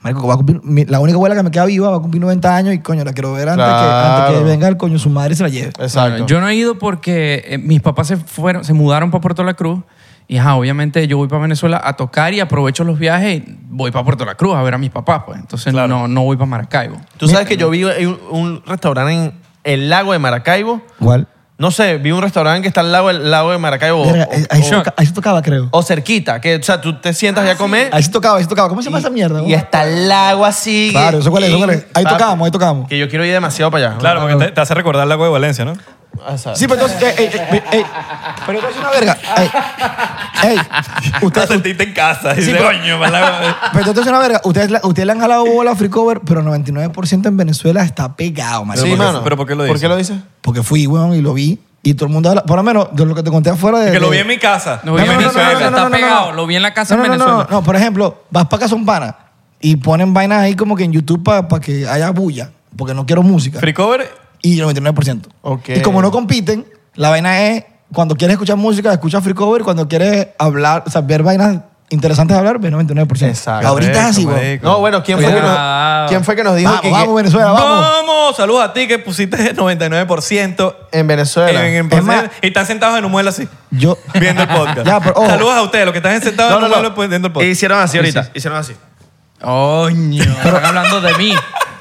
Speaker 2: marico, va a cumplir, mi- la única abuela que me queda viva va a cumplir 90 años y coño, la quiero ver antes, que, antes
Speaker 4: Claro.
Speaker 2: que venga el coño su madre y se la lleve.
Speaker 4: Exacto.
Speaker 3: Yo no he ido porque eh, mis papás se fueron, se mudaron para Puerto La Cruz. Y ajá, obviamente yo voy para Venezuela a tocar y aprovecho los viajes y voy para Puerto La Cruz a ver a mis papás, pues. Entonces no, no voy para Maracaibo.
Speaker 4: Tú sabes que yo vi un, un restaurante en el lago de Maracaibo.
Speaker 2: Igual.
Speaker 4: No sé, vi un restaurante que está al lado del lago de Maracaibo. o-
Speaker 2: Verga, eh, ahí, se
Speaker 4: o,
Speaker 2: toca- ahí se tocaba, creo.
Speaker 4: o cerquita. Que, o sea, tú te sientas ya a comer.
Speaker 2: Ahí se tocaba, ahí se tocaba. ¿Cómo se llama esa mierda?
Speaker 4: Y
Speaker 2: güey?
Speaker 4: está el lago así.
Speaker 2: Claro, eso cuál es, eso cuál es. Ahí
Speaker 4: Papi,
Speaker 2: tocábamos, ahí tocábamos.
Speaker 4: Que yo quiero ir demasiado para allá. Ah,
Speaker 1: Claro, porque te, te hace recordar el lago de Valencia, ¿no?
Speaker 4: Exacto.
Speaker 2: Sí, pero entonces. eh, Ey, ey, ey, ey, pero entonces una verga. Ey, ey,
Speaker 1: Te
Speaker 2: ustedes,
Speaker 1: sentiste en casa. Y dices, coño, para el lago".
Speaker 2: pero entonces una verga. Ustedes, la- ustedes le han jalado bola a Free Cover, pero el 99% en Venezuela está pegado, marico.
Speaker 4: Sí,
Speaker 1: ¿por qué-
Speaker 4: mano.
Speaker 1: pero por qué lo
Speaker 4: ¿Por
Speaker 1: dices?
Speaker 4: qué lo dices?
Speaker 2: Porque fui, weón, y lo vi. Y todo el mundo habla. Por lo menos, de lo que te conté afuera de.
Speaker 1: que lo vi
Speaker 2: de-
Speaker 1: en mi casa.
Speaker 3: No, vi
Speaker 1: en
Speaker 3: en
Speaker 1: Venezuela.
Speaker 3: Venezuela. Está pegado, lo vi en la casa
Speaker 2: no,
Speaker 3: en
Speaker 2: no, no,
Speaker 3: Venezuela.
Speaker 2: No, no, por ejemplo, vas para casa un pana y ponen vainas ahí como que en YouTube para que haya bulla, porque no quiero música.
Speaker 1: Free cover
Speaker 2: y el 99%.
Speaker 4: Ok.
Speaker 2: Y como no compiten, la vaina es cuando quieres escuchar música, escucha free cover, cuando quieres hablar, o sea, ver vainas interesantes de hablar, ve 99%.
Speaker 4: Exacto.
Speaker 2: Ahorita es así,
Speaker 1: Correcto,
Speaker 2: güey.
Speaker 1: marico.
Speaker 4: No, bueno, ¿quién fue, que
Speaker 3: Cuidado.
Speaker 4: nos, ¿quién fue que nos dijo
Speaker 2: Vamos,
Speaker 4: que
Speaker 2: vamos, Venezuela, vamos.
Speaker 1: Vamos, saludos a ti que pusiste 99%
Speaker 4: en
Speaker 1: en,
Speaker 4: Venezuela?
Speaker 1: en-
Speaker 2: Es más-
Speaker 1: y están sentados en un mueble así,
Speaker 2: Yo.
Speaker 1: viendo el podcast.
Speaker 2: (laughs) Ya, pero ojo.
Speaker 1: Saludos a ustedes, los que están sentados
Speaker 4: No,
Speaker 1: en
Speaker 4: no,
Speaker 1: un mueble pues, viendo el
Speaker 4: no.
Speaker 1: podcast.
Speaker 4: Hicieron así ahorita. Hicieron así.
Speaker 3: Oño, están hablando de mí.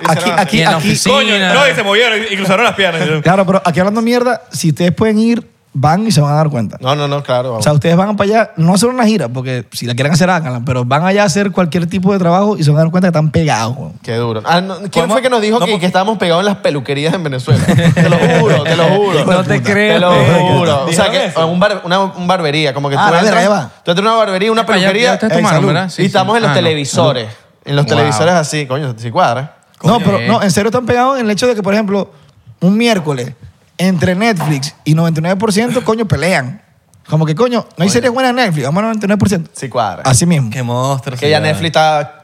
Speaker 2: Aquí, aquí,
Speaker 3: Y en la
Speaker 2: aquí.
Speaker 3: oficina.
Speaker 1: Coño, no, y se movieron y cruzaron las
Speaker 2: (laughs)
Speaker 1: piernas.
Speaker 2: Claro, pero aquí hablando mierda, si ustedes pueden ir, van y se van a dar cuenta.
Speaker 4: No, no, no, claro.
Speaker 2: O
Speaker 4: vamos.
Speaker 2: sea, ustedes van para allá, no a hacer una gira, porque si la quieren hacer, háganla, pero van allá a hacer cualquier tipo de trabajo y se van a dar cuenta que están pegados. güey.
Speaker 4: Qué duro. Ah, no, ¿Quién
Speaker 1: ¿Podemos-
Speaker 4: fue que nos dijo
Speaker 1: no,
Speaker 4: que,
Speaker 1: po-
Speaker 4: que estábamos pegados en las peluquerías en Venezuela? (laughs) te lo juro, te lo juro.
Speaker 3: No te
Speaker 4: Te
Speaker 3: creo.
Speaker 4: lo
Speaker 3: Te creo.
Speaker 4: juro. O sea, que
Speaker 1: eso.
Speaker 4: un bar- una un barbería, como que
Speaker 2: Ah,
Speaker 4: tú
Speaker 2: la verga,
Speaker 4: entras,
Speaker 2: ahí va.
Speaker 4: tú entras a una barbería, una
Speaker 3: Ya, ya
Speaker 4: peluquería
Speaker 3: ustedes tomaron,
Speaker 4: salud.
Speaker 3: ¿verdad? Sí,
Speaker 4: y
Speaker 3: sí.
Speaker 4: estamos en los
Speaker 3: Ah, no.
Speaker 4: televisores. En los
Speaker 3: Wow.
Speaker 4: televisores así, coño, si cuadra.
Speaker 2: No,
Speaker 3: Coño,
Speaker 2: pero
Speaker 3: eh.
Speaker 2: no, en serio están pegados en el hecho de que, por ejemplo, un miércoles entre Netflix y 99%, coño, pelean. Como que, coño, no hay series buenas en Netflix, vamos al 99%.
Speaker 4: Si cuadra.
Speaker 2: Así mismo.
Speaker 1: Qué monstruo.
Speaker 4: que ya
Speaker 1: señor.
Speaker 4: Netflix está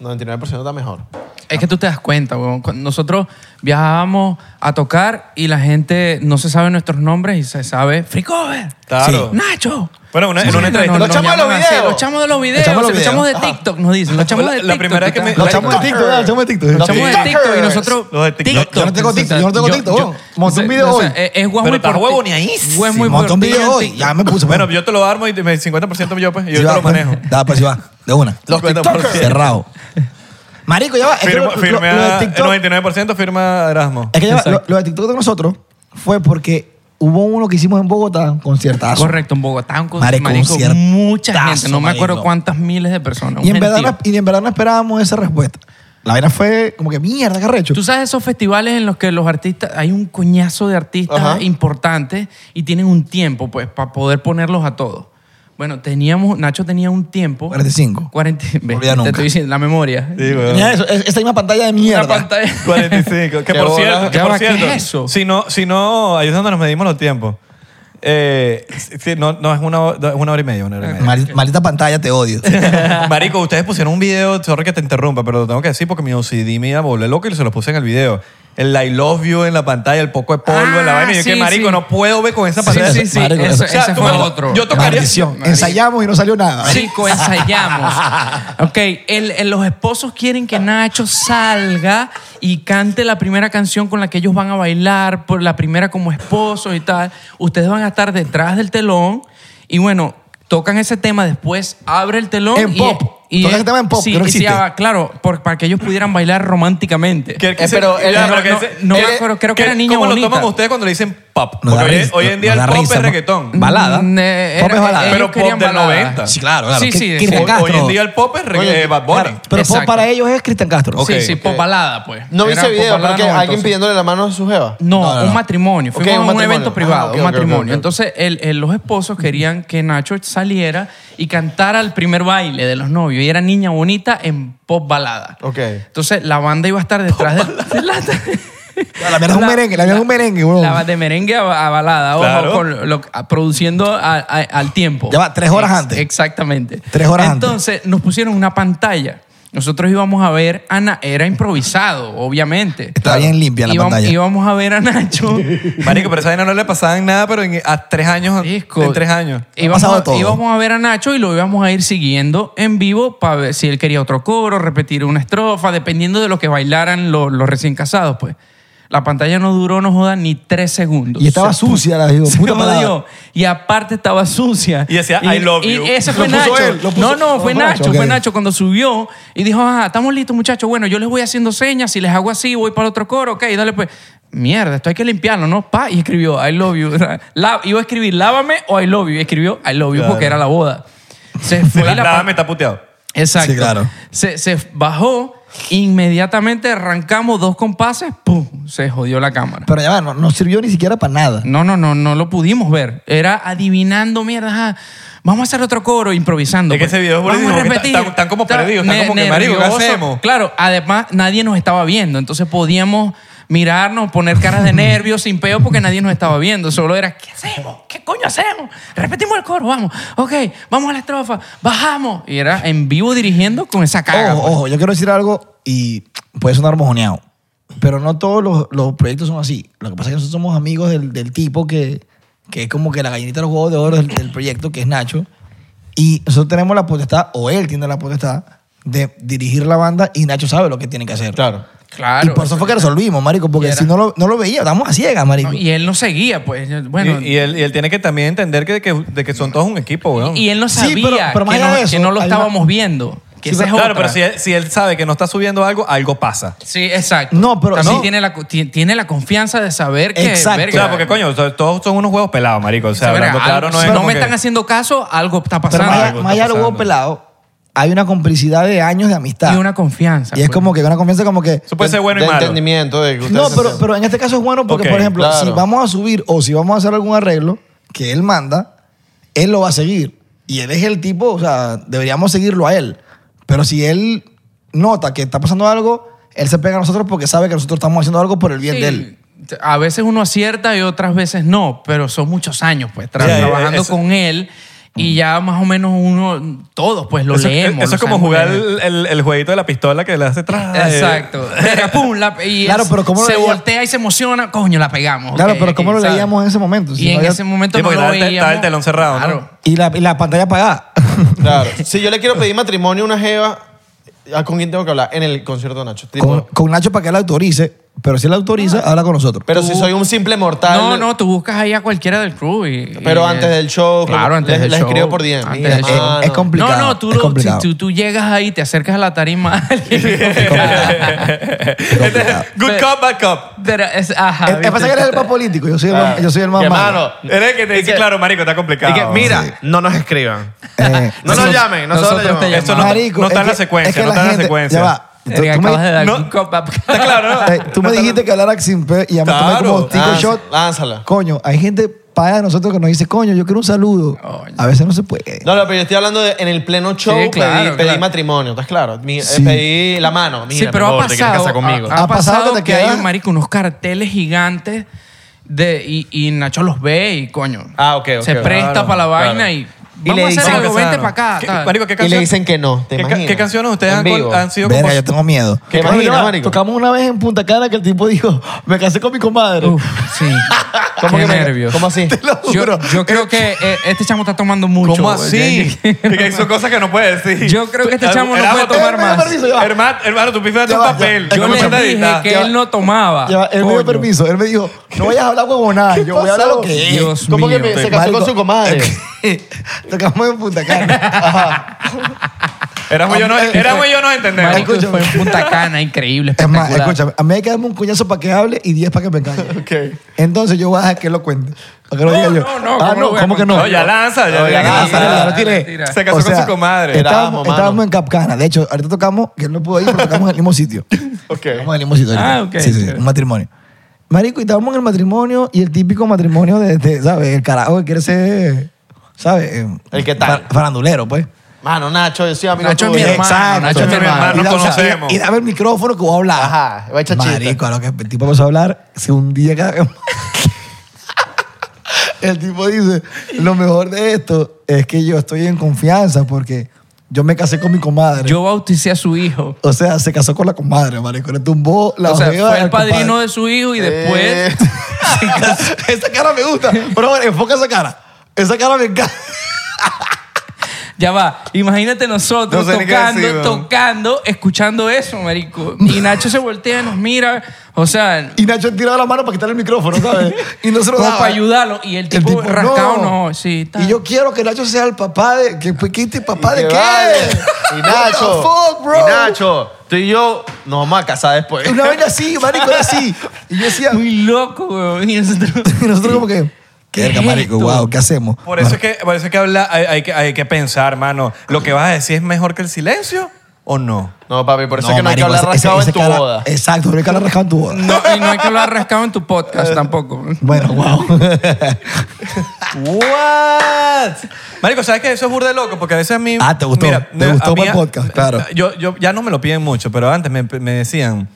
Speaker 4: 99% está mejor.
Speaker 3: Es que tú te das cuenta, weón. Cuando Nosotros viajábamos a tocar y la gente no se sabe nuestros nombres y se sabe Fricover.
Speaker 1: Claro.
Speaker 3: Nacho.
Speaker 1: Bueno, una- en una entrevista-
Speaker 3: nos-
Speaker 4: Los
Speaker 3: nos
Speaker 4: chamos de los
Speaker 3: llaman así,
Speaker 4: videos.
Speaker 3: Los chamos de los videos. Los
Speaker 2: chamos
Speaker 3: chamos
Speaker 2: de los
Speaker 3: de,
Speaker 2: videos.
Speaker 3: TikTok nos dicen. Los chamos
Speaker 1: La-
Speaker 3: de
Speaker 1: la
Speaker 3: TikTok.
Speaker 1: primera
Speaker 3: ¿tú
Speaker 1: que
Speaker 3: te
Speaker 1: me-
Speaker 3: das
Speaker 2: Los
Speaker 1: la-
Speaker 2: chamos de TikTok, dale, los chamos de TikTok.
Speaker 3: Los chamos de TikTok y nosotros.
Speaker 1: Los de TikTok.
Speaker 2: Yo no tengo TikTok, yo no tengo TikTok, weón. Monté un video hoy.
Speaker 3: Es, es
Speaker 1: Pero
Speaker 3: guas muy
Speaker 1: estás
Speaker 3: por ti-
Speaker 1: huevo ni ahí.
Speaker 3: Guas muy
Speaker 2: Monté un
Speaker 3: por ti en
Speaker 2: video hoy.
Speaker 3: TikTok.
Speaker 2: Ya me puse.
Speaker 1: Bueno, yo te lo armo y te- me- 50% yo, pues, y yo
Speaker 2: Sí
Speaker 1: te
Speaker 2: va,
Speaker 1: lo
Speaker 2: pues.
Speaker 1: manejo.
Speaker 2: (laughs) Da, pues sí va. De una.
Speaker 1: Los TikTokers.
Speaker 2: Cerrado. Marico, ya va. Es que
Speaker 1: Firma,
Speaker 2: lo- lo-
Speaker 1: firme
Speaker 2: lo de
Speaker 1: a-
Speaker 2: TikTok-
Speaker 1: 99% firma Erasmo.
Speaker 2: Es que ya va, lo, lo de TikTok de nosotros fue porque hubo uno que hicimos en Bogotá, un conciertazo.
Speaker 3: Correcto, en Bogotá, un
Speaker 2: Marico,
Speaker 3: concierto, marico,
Speaker 2: conciertazo,
Speaker 3: mucha gente, no me acuerdo
Speaker 2: marico.
Speaker 3: cuántas miles de personas.
Speaker 2: Y
Speaker 3: un
Speaker 2: en, verdad,
Speaker 3: gentío.
Speaker 2: no- y en verdad no esperábamos esa respuesta. La vaina fue como que mierda, carrecho.
Speaker 3: Tú sabes esos festivales en los que los artistas, hay un coñazo de artistas
Speaker 4: Ajá.
Speaker 3: importantes y tienen un tiempo, pues, para poder ponerlos a todos. Bueno, teníamos, Nacho tenía un tiempo.
Speaker 2: 45.
Speaker 3: 40, ve,
Speaker 2: olvida
Speaker 3: (laughs) Te
Speaker 2: nunca.
Speaker 3: estoy diciendo, la memoria.
Speaker 1: Sí, weón.
Speaker 2: Mira eso, es- esta misma pantalla de mierda.
Speaker 3: Una pantalla.
Speaker 1: (laughs) 45. Que
Speaker 4: Qué
Speaker 1: por
Speaker 4: bola.
Speaker 1: cierto, que
Speaker 3: Ya
Speaker 1: por
Speaker 3: va, ¿qué
Speaker 1: cierto.
Speaker 3: es eso?
Speaker 1: Si no, si no, ahí es donde nos medimos los tiempos. Eh, si- no, no, es una, hora- es una hora y media, una
Speaker 3: Ah,
Speaker 1: hora y media.
Speaker 2: Mal- maldita pantalla, te
Speaker 3: (laughs)
Speaker 2: odio.
Speaker 1: (laughs) Marico, ustedes pusieron un video, sorry que te interrumpa, pero lo tengo que decir porque mi OCD me iba a volver loco y se los puse en el video. El I love you en la pantalla, el poco de polvo en la
Speaker 3: Ah,
Speaker 1: vaina. Y yo
Speaker 3: sí,
Speaker 1: que, marico,
Speaker 3: sí.
Speaker 1: no puedo ver con esa
Speaker 3: Sí,
Speaker 1: pantalla.
Speaker 3: sí, sí.
Speaker 2: Marico,
Speaker 3: eso-
Speaker 2: o sea,
Speaker 3: ese
Speaker 1: tú
Speaker 3: fue
Speaker 1: me-
Speaker 3: otro.
Speaker 1: yo tocaría-
Speaker 2: Maldición. Ensayamos y no salió nada.
Speaker 3: Sí,
Speaker 2: (laughs)
Speaker 3: coensayamos. ok, el- el- los esposos quieren que Nacho salga y cante la primera canción con la que ellos van a bailar, por la primera como esposos y tal. Ustedes van a estar detrás del telón y bueno, tocan ese tema, después abre el telón.
Speaker 2: En
Speaker 3: y,
Speaker 2: pop.
Speaker 3: y-
Speaker 2: Tocan ese tema en pop,
Speaker 3: Sí,
Speaker 2: que no
Speaker 3: y sí,
Speaker 2: existe.
Speaker 3: ah, claro, por- para que ellos pudieran bailar románticamente.
Speaker 1: Que- que
Speaker 4: Eh,
Speaker 1: se-
Speaker 4: pero él-
Speaker 1: ya,
Speaker 3: no,
Speaker 1: pero que
Speaker 3: no,
Speaker 1: se-
Speaker 3: no me
Speaker 1: que-
Speaker 3: acuerdo, creo que era niña
Speaker 1: ¿Cómo
Speaker 3: bonita.
Speaker 1: lo toman ustedes cuando le dicen pop?
Speaker 2: Nos da
Speaker 1: Porque hoy,
Speaker 2: risa,
Speaker 1: hoy en día
Speaker 2: nos
Speaker 1: el
Speaker 2: da
Speaker 1: pop
Speaker 2: risa,
Speaker 1: es
Speaker 2: ¿no?
Speaker 1: reggaetón.
Speaker 2: Balada.
Speaker 3: Mm, eh,
Speaker 2: Pop es
Speaker 3: era-
Speaker 2: balada.
Speaker 3: ellos
Speaker 1: Pero pop
Speaker 3: querían
Speaker 1: del
Speaker 3: balada.
Speaker 1: 90.
Speaker 2: Sí, claro, claro.
Speaker 3: Sí,
Speaker 2: ¿Qué-
Speaker 3: sí,
Speaker 2: qué
Speaker 3: sí.
Speaker 1: Hoy,
Speaker 2: Cristian
Speaker 1: hoy en
Speaker 2: Castro.
Speaker 1: día el pop es regga-
Speaker 4: Oye,
Speaker 1: eh, Bad Bunny.
Speaker 2: Claro, pero pop
Speaker 3: Exacto.
Speaker 2: para ellos es Cristian Castro.
Speaker 1: Ok.
Speaker 3: sí, sí, pop balada, pues.
Speaker 4: No vi
Speaker 3: Era
Speaker 4: ese
Speaker 3: pop
Speaker 4: video,
Speaker 3: balada
Speaker 4: pero que alguien
Speaker 3: 90.
Speaker 4: pidiéndole la mano a su jeva.
Speaker 3: No,
Speaker 2: No, no, no.
Speaker 3: un matrimonio. Fuimos
Speaker 4: Ok, un
Speaker 3: a un
Speaker 4: matrimonio.
Speaker 3: evento
Speaker 4: Ah,
Speaker 3: privado,
Speaker 4: ok,
Speaker 3: un
Speaker 4: ok, ok,
Speaker 3: matrimonio.
Speaker 4: ok.
Speaker 3: Entonces, el- el- los esposos querían que Nacho saliera y cantara el primer baile de los novios. Y era niña bonita en pop balada.
Speaker 4: Ok.
Speaker 3: Entonces, la banda iba a estar detrás del- (laughs) de la...
Speaker 2: La mierda es un merengue, la mierda es un merengue, weón.
Speaker 3: La de merengue a, a balada, ojo,
Speaker 1: Claro.
Speaker 3: con lo- a- produciendo a- a- al tiempo.
Speaker 2: Ya va, tres horas antes.
Speaker 3: Exactamente.
Speaker 2: Tres horas antes.
Speaker 3: Entonces, entonces nos pusieron una pantalla. Nosotros íbamos a ver a Na- era improvisado, obviamente.
Speaker 2: Está bien limpia la
Speaker 3: Íbam-
Speaker 2: pantalla.
Speaker 3: Íbamos a ver
Speaker 2: (laughs)
Speaker 3: a Nacho.
Speaker 1: Marico, pero esa vaina no le pasaban nada, pero en, a tres años.
Speaker 3: Disco.
Speaker 1: En tres años.
Speaker 3: Íbamos,
Speaker 2: pasado
Speaker 3: a-
Speaker 2: todo.
Speaker 3: íbamos a ver a Nacho y lo íbamos a ir siguiendo en vivo para ver si él quería otro coro, repetir una estrofa, dependiendo de lo que bailaran lo- los recién casados, pues. La pantalla no duró, no joda, ni tres segundos.
Speaker 2: Y estaba
Speaker 3: Se-
Speaker 2: sucia la digo,
Speaker 3: se
Speaker 2: puta palabra.
Speaker 3: jodió. Y aparte estaba sucia.
Speaker 1: Y decía, "I love you".
Speaker 3: Y ese fue
Speaker 2: Lo puso
Speaker 3: Nacho.
Speaker 2: él, lo puso-
Speaker 3: no, no,
Speaker 2: lo
Speaker 3: fue
Speaker 2: puso
Speaker 3: Nacho.
Speaker 2: Nacho,
Speaker 3: Fue
Speaker 2: ok.
Speaker 3: Nacho cuando subió y dijo, ah, estamos listos, muchachos. Bueno, yo les voy haciendo señas. Si les hago así, voy para otro coro. Ok, dale pues. Mierda, esto hay que limpiarlo, ¿no? Pa, y escribió, I love you. (laughs) La- iba a escribir, lávame o I love you. Y escribió, I love you porque era la boda.
Speaker 1: (laughs)
Speaker 3: Se fue
Speaker 1: La,
Speaker 3: la
Speaker 1: nada
Speaker 3: pa-
Speaker 1: me está puteado.
Speaker 3: Exacto.
Speaker 2: Sí, claro.
Speaker 3: Se, se bajó, inmediatamente arrancamos dos compases, ¡pum! Se jodió la cámara.
Speaker 2: Pero ya va, no, no sirvió ni siquiera para nada.
Speaker 3: No, no, no, no lo pudimos ver. Era adivinando mierdas. ah, vamos a hacer otro coro improvisando.
Speaker 1: Es que
Speaker 3: pues.
Speaker 1: ese video es
Speaker 3: Vamos a
Speaker 1: buenísimo, que
Speaker 3: repetir.
Speaker 1: están- están como
Speaker 3: Está-
Speaker 1: perdidos, están
Speaker 3: ne-
Speaker 1: como que, marico, ¿qué
Speaker 3: nervioso.
Speaker 1: hacemos?
Speaker 3: Claro, además nadie nos estaba viendo, entonces podíamos mirarnos, poner caras
Speaker 1: (laughs)
Speaker 3: de nervios sin peo porque nadie nos estaba viendo. Solo era, ¿qué hacemos? ¿Qué coño hacemos? Repetimos el coro, vamos. Ok, vamos a la estrofa, bajamos. Y era en vivo dirigiendo con esa caga.
Speaker 2: Ojo,
Speaker 3: pues.
Speaker 2: ojo, yo quiero decir algo y puede sonar mojoneado, pero no todos los, los proyectos son así. Lo que pasa es que nosotros somos amigos del, del tipo que, que es como que la gallinita de los huevos de oro del, del proyecto, que es Nacho, y nosotros tenemos la potestad, o él tiene la potestad, de dirigir la banda y Nacho sabe lo que tiene que hacer.
Speaker 4: Claro.
Speaker 3: Claro.
Speaker 2: y por eso fue que resolvimos, marico, porque
Speaker 3: Y era-
Speaker 2: si no lo, no lo veía, estábamos a ciegas, marico.
Speaker 3: No, y él no seguía, pues. Bueno,
Speaker 1: y, y él, y él tiene que también entender que, que- de que son todos un equipo, weón.
Speaker 3: Y él no
Speaker 2: Sí,
Speaker 3: sabía
Speaker 2: pero- pero más
Speaker 3: que,
Speaker 2: allá
Speaker 3: no,
Speaker 2: de eso,
Speaker 3: que no lo
Speaker 2: hay una-
Speaker 3: estábamos viendo. Que
Speaker 2: Sí, pero-
Speaker 3: esa es
Speaker 1: claro,
Speaker 3: otra.
Speaker 1: pero si, él- si él sabe que no está subiendo algo, algo pasa.
Speaker 3: Sí, exacto.
Speaker 2: No, pero
Speaker 3: También
Speaker 2: no.
Speaker 3: Tiene, la, co- ti- tiene la confianza de saber que.
Speaker 2: Exacto.
Speaker 1: O sea, porque coño, to- todos son unos huevos pelados, marico. O sea,
Speaker 3: verga,
Speaker 1: hablando claro, no
Speaker 3: algo-
Speaker 1: es
Speaker 3: si no
Speaker 1: como
Speaker 3: me
Speaker 1: que-
Speaker 3: están haciendo caso, algo está
Speaker 2: pero
Speaker 3: pasando.
Speaker 2: más allá-
Speaker 1: algo
Speaker 2: más allá
Speaker 1: está
Speaker 2: del huevo
Speaker 1: pasando.
Speaker 2: pelado, hay una complicidad de años de amistad.
Speaker 3: y una confianza.
Speaker 2: Y es
Speaker 3: pues.
Speaker 2: como que una confianza como que...
Speaker 1: Eso puede ser bueno
Speaker 4: de
Speaker 1: y malo.
Speaker 4: entendimiento. De que ustedes
Speaker 2: No,
Speaker 4: se
Speaker 2: pero,
Speaker 4: entiendan.
Speaker 2: pero en este caso es bueno porque,
Speaker 1: Ok,
Speaker 2: por ejemplo,
Speaker 4: claro.
Speaker 2: si vamos a subir o si vamos a hacer algún arreglo que él manda, él lo va a seguir. Y él es el tipo, o sea, deberíamos seguirlo a él. Pero si él nota que está pasando algo, él se pega a nosotros porque sabe que nosotros estamos haciendo algo por el bien
Speaker 3: Sí,
Speaker 2: de él.
Speaker 3: A veces uno acierta y otras veces no, pero son muchos años, pues, tra-
Speaker 1: Sí,
Speaker 3: trabajando
Speaker 1: es-
Speaker 3: con él. y ya más o menos uno, todos pues lo
Speaker 1: eso,
Speaker 3: leemos.
Speaker 1: eso
Speaker 3: lo
Speaker 1: es como
Speaker 3: sabemos
Speaker 1: jugar
Speaker 3: leer.
Speaker 1: el, el- el jueguito de la pistola que le hace
Speaker 3: (laughs)
Speaker 1: atrás. eh. (laughs)
Speaker 3: Exacto. Verga, pum, la- y
Speaker 2: Eh, Claro,
Speaker 3: es-
Speaker 2: pero ¿cómo lo
Speaker 3: se
Speaker 2: leía?
Speaker 3: voltea y se emociona, coño, la pegamos.
Speaker 2: Claro,
Speaker 3: ok,
Speaker 2: pero ¿cómo
Speaker 3: ok,
Speaker 2: lo
Speaker 3: ¿sabes?
Speaker 2: leíamos en ese momento? Si
Speaker 3: Y
Speaker 2: no
Speaker 3: en
Speaker 2: había-
Speaker 3: ese momento
Speaker 1: Sí,
Speaker 3: no
Speaker 1: porque
Speaker 3: lo
Speaker 1: estaba el te-
Speaker 3: veíamos.
Speaker 1: estaba el telón cerrado, ¿no?
Speaker 3: Claro.
Speaker 2: Y la, y la pantalla apagada.
Speaker 4: Claro. si yo le quiero pedir matrimonio a una jeva, ¿a ¿con quién tengo que hablar? En el concierto de Nacho. Tipo,
Speaker 2: con, con Nacho para que él la autorice. Pero si él la autoriza,
Speaker 3: Ah.
Speaker 2: habla con nosotros.
Speaker 4: pero si soy un simple mortal.
Speaker 3: No, no, tú buscas ahí a cualquiera del club. y-
Speaker 4: Pero
Speaker 3: y-
Speaker 4: antes del show,
Speaker 3: Claro,
Speaker 4: como-
Speaker 3: antes
Speaker 4: les-
Speaker 3: del
Speaker 4: les
Speaker 3: show.
Speaker 4: escribo por DM.
Speaker 3: Antes
Speaker 4: Mira,
Speaker 3: del show.
Speaker 4: mano.
Speaker 2: Es complicado.
Speaker 3: No, no, tú,
Speaker 2: es
Speaker 3: lo-
Speaker 2: complicado.
Speaker 3: si tú, tú llegas ahí, te acercas a la tarima. (laughs)
Speaker 2: complicado.
Speaker 1: Este Good cop, bad cop.
Speaker 3: Pero es- ajá,
Speaker 2: Es- es
Speaker 3: ¿viste?
Speaker 2: Eh, pasa que él es el más político. Yo soy el más, yo soy el más
Speaker 10: Que,
Speaker 2: malo.
Speaker 10: mano,
Speaker 1: Eres el que te dice, claro, marico, está complicado.
Speaker 10: y que, mira,
Speaker 2: sí.
Speaker 10: Ah, no nos escriban.
Speaker 2: Eh,
Speaker 10: No nos llamen, nosotros,
Speaker 3: nosotros te
Speaker 10: le llamamos.
Speaker 1: Eso no,
Speaker 2: marico,
Speaker 1: no está
Speaker 2: es
Speaker 1: en la
Speaker 2: que-
Speaker 1: secuencia,
Speaker 2: es que
Speaker 1: no está en la
Speaker 2: gente-
Speaker 1: secuencia.
Speaker 2: Ya va. Tú,
Speaker 3: Verga,
Speaker 2: tú me,
Speaker 3: acabas de dar
Speaker 1: no.
Speaker 3: un cop up.
Speaker 1: Está claro, ¿no?
Speaker 2: eh, tú me dijiste que hablara sin pe y ya me tomé
Speaker 1: Claro.
Speaker 2: como cinco
Speaker 4: Lanza-
Speaker 2: shots.
Speaker 4: Ah, lánzala.
Speaker 2: Coño, hay gente para de nosotros que nos dice, coño, yo quiero un saludo. A veces no se puede.
Speaker 4: No, no, pero yo estoy hablando de en el pleno show
Speaker 3: Sí, claro,
Speaker 4: pedí, pedí
Speaker 3: claro.
Speaker 4: matrimonio, ¿estás claro? Mi- eh,
Speaker 2: Sí.
Speaker 4: Pedí la mano, mira,
Speaker 3: sí, pero
Speaker 4: mi
Speaker 3: ha
Speaker 4: amor, te quieres
Speaker 3: pasado. Ah,
Speaker 4: casar conmigo.
Speaker 3: Ha, ha
Speaker 2: Ha pasado
Speaker 3: pasado
Speaker 2: que te
Speaker 3: que
Speaker 2: quedas-
Speaker 3: hay, marico, unos carteles gigantes de, y, y Nacho los ve y, coño,
Speaker 4: Ah, ok, ok,
Speaker 3: se
Speaker 4: claro,
Speaker 3: presta para la vaina
Speaker 4: claro.
Speaker 3: y
Speaker 4: Y
Speaker 3: vamos
Speaker 4: le
Speaker 3: a hacer
Speaker 4: dicen-
Speaker 3: algo,
Speaker 4: Vamos a
Speaker 3: vente
Speaker 4: casarnos.
Speaker 3: para acá.
Speaker 1: ¿Qué-
Speaker 3: tal.
Speaker 1: marico, ¿qué
Speaker 4: y le
Speaker 1: canción-
Speaker 4: dicen que no, ¿te
Speaker 1: ¿Qué, ca-
Speaker 4: imaginas?
Speaker 1: qué canciones ustedes
Speaker 4: En
Speaker 1: han, con-
Speaker 4: vivo.
Speaker 1: han sido
Speaker 2: Verga,
Speaker 1: como...
Speaker 2: yo tengo miedo.
Speaker 4: ¿Te
Speaker 2: Coño,
Speaker 4: imaginas,
Speaker 2: no,
Speaker 4: marico?
Speaker 2: Tocamos una vez en Punta Cana que el tipo dijo, me casé con mi comadre.
Speaker 3: Uf, sí.
Speaker 4: (laughs) ¿Cómo
Speaker 3: Qué
Speaker 4: que me-
Speaker 3: nervios.
Speaker 4: ¿Cómo (laughs) así?
Speaker 3: Yo, yo creo que eh, este chamo está tomando mucho.
Speaker 1: ¿Cómo así? Que-
Speaker 4: (laughs)
Speaker 1: que son cosas que no puedes decir.
Speaker 3: Yo creo que este chamo no puede tomar
Speaker 2: me da
Speaker 3: más.
Speaker 2: permiso, ya va.
Speaker 1: Hermano, hermano, tú pifiaste
Speaker 2: Ya
Speaker 1: un
Speaker 2: va, ya.
Speaker 1: papel.
Speaker 3: Yo
Speaker 1: no me
Speaker 3: le
Speaker 1: mandas a
Speaker 3: dije
Speaker 1: editar.
Speaker 3: que él no tomaba.
Speaker 2: Ya va, él me
Speaker 3: Coño.
Speaker 2: dio permiso. Él me dijo, no vayas a hablar huevonada. Yo voy a hablar lo que es.
Speaker 3: Dios
Speaker 4: ¿Cómo que
Speaker 3: mío.
Speaker 4: me- se casó
Speaker 2: Marico.
Speaker 4: con su comadre?
Speaker 2: Tocamos en Punta Cana. Ajá.
Speaker 1: Éramos yo no, éramos yo no entendemos.
Speaker 3: Marico,
Speaker 2: Escúchame.
Speaker 3: fue en Punta Cana, increíble,
Speaker 2: Es
Speaker 3: espectacular.
Speaker 2: más, escúchame, a mí hay que darme un cuñazo para que hable y 10 para que me engañe. Entonces yo voy a dejar que lo cuente. Para que lo
Speaker 3: No,
Speaker 2: diga yo.
Speaker 3: no, no,
Speaker 2: ah,
Speaker 3: ¿cómo lo
Speaker 2: no,
Speaker 3: voy a
Speaker 2: ¿cómo que no?
Speaker 1: No, ya lanza, ya,
Speaker 4: No,
Speaker 1: ya
Speaker 4: ya
Speaker 2: Ah,
Speaker 4: lanza.
Speaker 1: lanza.
Speaker 2: ya, ya lo
Speaker 3: mentira,
Speaker 2: tiene.
Speaker 3: mentira.
Speaker 1: Se casó
Speaker 2: O
Speaker 1: con
Speaker 2: sea,
Speaker 1: su comadre.
Speaker 4: era-
Speaker 2: Estábamos,
Speaker 4: Estábamos, mano.
Speaker 2: estábamos en Capcana. De hecho, ahorita tocamos, que él no pudo ir, pero tocamos en el mismo sitio.
Speaker 4: Ok.
Speaker 2: Tocamos en el mismo sitio. ahorita.
Speaker 3: Ah, ok,
Speaker 2: Sí, sí,
Speaker 3: chévere.
Speaker 2: un matrimonio. Marico, y estábamos en el matrimonio y el típico matrimonio de, de, ¿sabes? El carajo que quiere ser, ¿sabes? Eh,
Speaker 4: El que tal.
Speaker 2: fa- Farandulero, pues.
Speaker 4: Mano, Nacho, yo soy amigo
Speaker 3: Nacho es
Speaker 4: tuyo.
Speaker 3: mi hermano,
Speaker 2: Exacto.
Speaker 3: Nacho es mi hermano.
Speaker 1: nos
Speaker 2: Y da- o sea,
Speaker 1: conocemos.
Speaker 2: Y, y dame el micrófono que voy a hablar.
Speaker 4: Ajá, va a echar chiste.
Speaker 2: Marico, a lo que el tipo empezó a hablar, se hundía cada vez más. (laughs) El tipo dice, lo mejor de esto es que yo estoy en confianza porque yo me casé con mi comadre.
Speaker 3: Yo bauticé a su hijo.
Speaker 2: O sea, se casó con la comadre, marico. Le tumbó la
Speaker 3: o sea,
Speaker 2: ojeva
Speaker 3: fue el
Speaker 2: al (laughs)
Speaker 3: padrino
Speaker 2: compadre. Eh.
Speaker 3: de su hijo y después...
Speaker 2: Esa cara me gusta. Pero bueno, enfoca esa cara. Esa cara me encanta. (laughs)
Speaker 3: Ya va, imagínate nosotros
Speaker 1: No sé ni qué
Speaker 3: tocando,
Speaker 1: decir, weón.
Speaker 3: tocando, escuchando eso, marico. Y Nacho se voltea, nos mira, o sea,
Speaker 2: Y Nacho tiraba la mano para quitar el micrófono, ¿sabes? Y no se lo
Speaker 3: como
Speaker 2: daba.
Speaker 3: para ayudarlo. Y el
Speaker 2: El
Speaker 3: tipo,
Speaker 2: tipo,
Speaker 3: rascado, no, sí. tal.
Speaker 2: Y yo quiero que Nacho sea el papá de. ¿Qué, qué este papá de
Speaker 4: Y
Speaker 2: qué?
Speaker 4: que vale.
Speaker 2: (laughs)
Speaker 4: Y Nacho.
Speaker 2: What the fuck, bro?
Speaker 4: Y Nacho. Tú y yo nos vamos a casar después.
Speaker 2: Una vez así, marico, era así. Y yo decía.
Speaker 3: Muy loco, weón. Y nosotros...
Speaker 2: (laughs) Y nosotros, como que. ¿Qué,
Speaker 3: ¿Qué
Speaker 2: verga,
Speaker 3: es
Speaker 2: marico?
Speaker 3: esto?
Speaker 2: Wow, ¿qué hacemos?
Speaker 1: Por eso es que, por eso es que habla, hay, hay que hay que pensar, mano. ¿Lo que vas a decir es mejor que el silencio o no?
Speaker 4: No, papi, por eso es que no hay que
Speaker 2: marico,
Speaker 4: hablar
Speaker 2: ese-
Speaker 4: rascado
Speaker 2: ese
Speaker 4: en tu
Speaker 2: cara-
Speaker 4: boda.
Speaker 2: Exacto, no hay que hablar rascado en tu boda.
Speaker 3: No, y no hay que hablar rascado en tu
Speaker 2: (laughs)
Speaker 3: podcast tampoco.
Speaker 2: Bueno, wow.
Speaker 1: What? Marico, ¿sabes que eso es burda de loco? Porque a veces a mí...
Speaker 2: Ah, ¿te gustó? ¿Te
Speaker 1: me-
Speaker 2: gustó
Speaker 1: a mí-
Speaker 2: para el podcast? Claro.
Speaker 1: (laughs) Yo, yo, ya no me lo piden mucho, pero antes me, me decían...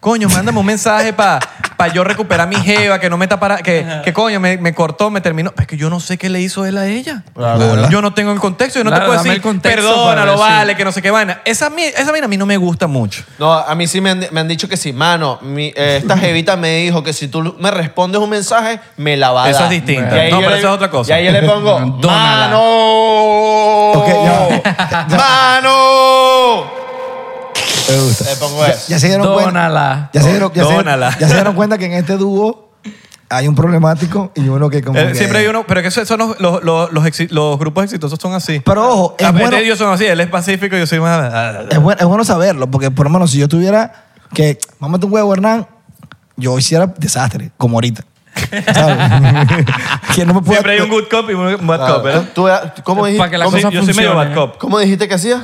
Speaker 1: Coño, mándame un mensaje para pa yo recuperar mi jeva, que no me está para... Que, que coño, me, me cortó, me terminó. Es que yo no sé qué le hizo él a ella.
Speaker 2: Bola.
Speaker 1: Yo no tengo el contexto, yo no
Speaker 3: Claro,
Speaker 1: te puedo
Speaker 3: dame
Speaker 1: decir,
Speaker 3: el contexto para
Speaker 1: perdónalo,
Speaker 3: decir".
Speaker 1: vale, que no sé qué vaina. Esa, mi- esa vaina a mí no me gusta mucho.
Speaker 4: No, a mí sí me han, me han dicho que sí. Mano, mi- eh, esta jevita me dijo que si tú me respondes un mensaje, me la va a
Speaker 1: Eso
Speaker 4: dar.
Speaker 1: es distinto.
Speaker 4: Y ahí
Speaker 1: No,
Speaker 4: yo
Speaker 1: pero
Speaker 4: le-
Speaker 1: eso es otra cosa.
Speaker 4: Y ahí yo le pongo,
Speaker 3: Dónala.
Speaker 4: ¡Mano!
Speaker 2: Ok, ya.
Speaker 4: (laughs) ¡Mano!
Speaker 2: Me gusta.
Speaker 4: Le Eh, pongo eso.
Speaker 2: Ya se dieron
Speaker 3: Dónala.
Speaker 2: cuenta. Ya se dieron, ya se-
Speaker 1: Dónala.
Speaker 2: ya se dieron cuenta que en este dúo hay un problemático y uno que como
Speaker 1: Eh,
Speaker 2: que-
Speaker 1: siempre hay uno... Pero que eso, son los, los, los, los exi- los grupos exitosos son así.
Speaker 2: Pero ojo, es
Speaker 1: A veces
Speaker 2: bueno,
Speaker 1: ellos son así, él es pacífico y yo soy más...
Speaker 2: es, bueno, es bueno saberlo, porque por lo menos si yo tuviera que, mámate un huevo, Hernán, yo hiciera desastre, como ahorita. ¿Sabes? (laughs) que no me pueda-
Speaker 1: Siempre hay un good cop y un bad cop, ¿verdad?
Speaker 4: Ah, ¿Tú, tú- ¿Cómo
Speaker 3: Para que
Speaker 4: dijiste?
Speaker 3: la
Speaker 1: Sí, yo
Speaker 3: cosa
Speaker 1: soy
Speaker 3: funcione.
Speaker 1: medio bad cop.
Speaker 4: ¿Cómo dijiste
Speaker 1: (laughs)
Speaker 4: que hacías?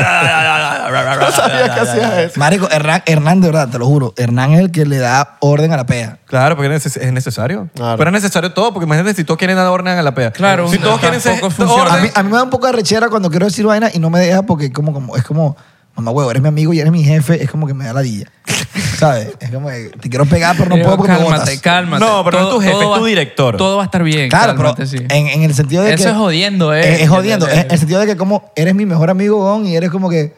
Speaker 4: No sabía que hacías eso.
Speaker 2: Marico, Hernán, Hernán, de verdad, te lo juro, Hernán es el que le da orden a la pea.
Speaker 1: Claro, porque es neces- es necesario.
Speaker 4: Claro.
Speaker 1: Pero es necesario todo, porque imagínate si todos quieren dar orden a la pea.
Speaker 3: Claro,
Speaker 1: si
Speaker 3: un-
Speaker 1: todos quieren ser
Speaker 3: tampoco funciona.
Speaker 2: A mí,
Speaker 1: orden.
Speaker 2: a mí me da un poco de rechera cuando quiero decir vaina y no me deja porque como, como, es como, mamá huevo, eres mi amigo y eres mi jefe, es como que me da la dilla. (laughs) ¿sabes? Es como, que te quiero pegar, pero no puedo
Speaker 3: Pero
Speaker 2: porque me
Speaker 3: Eh, cálmate,
Speaker 2: botas.
Speaker 3: cálmate.
Speaker 1: No, pero no es tu jefe, es
Speaker 3: va-
Speaker 1: tu director.
Speaker 3: Todo va a estar bien.
Speaker 2: Claro,
Speaker 3: cálmate,
Speaker 2: pero
Speaker 3: sí.
Speaker 2: en, en el sentido de
Speaker 3: Eso
Speaker 2: que...
Speaker 3: es jodiendo, eh.
Speaker 2: Es, es jodiendo. Es- en el sentido de que como eres mi mejor amigo, weón, y eres como que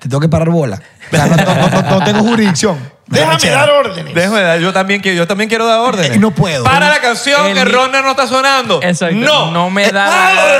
Speaker 2: te tengo que parar bola. O sea, no, no- no- no tengo
Speaker 4: (laughs)
Speaker 2: jurisdicción. Me da
Speaker 5: Déjame
Speaker 2: rechera.
Speaker 5: dar órdenes.
Speaker 1: Déjame dar, yo también, quiero- yo también quiero dar órdenes.
Speaker 2: Eh, no puedo.
Speaker 1: Para la canción
Speaker 3: El
Speaker 1: que
Speaker 3: mi-
Speaker 1: Ronda no está sonando.
Speaker 3: Exacto.
Speaker 1: No.
Speaker 3: No me da.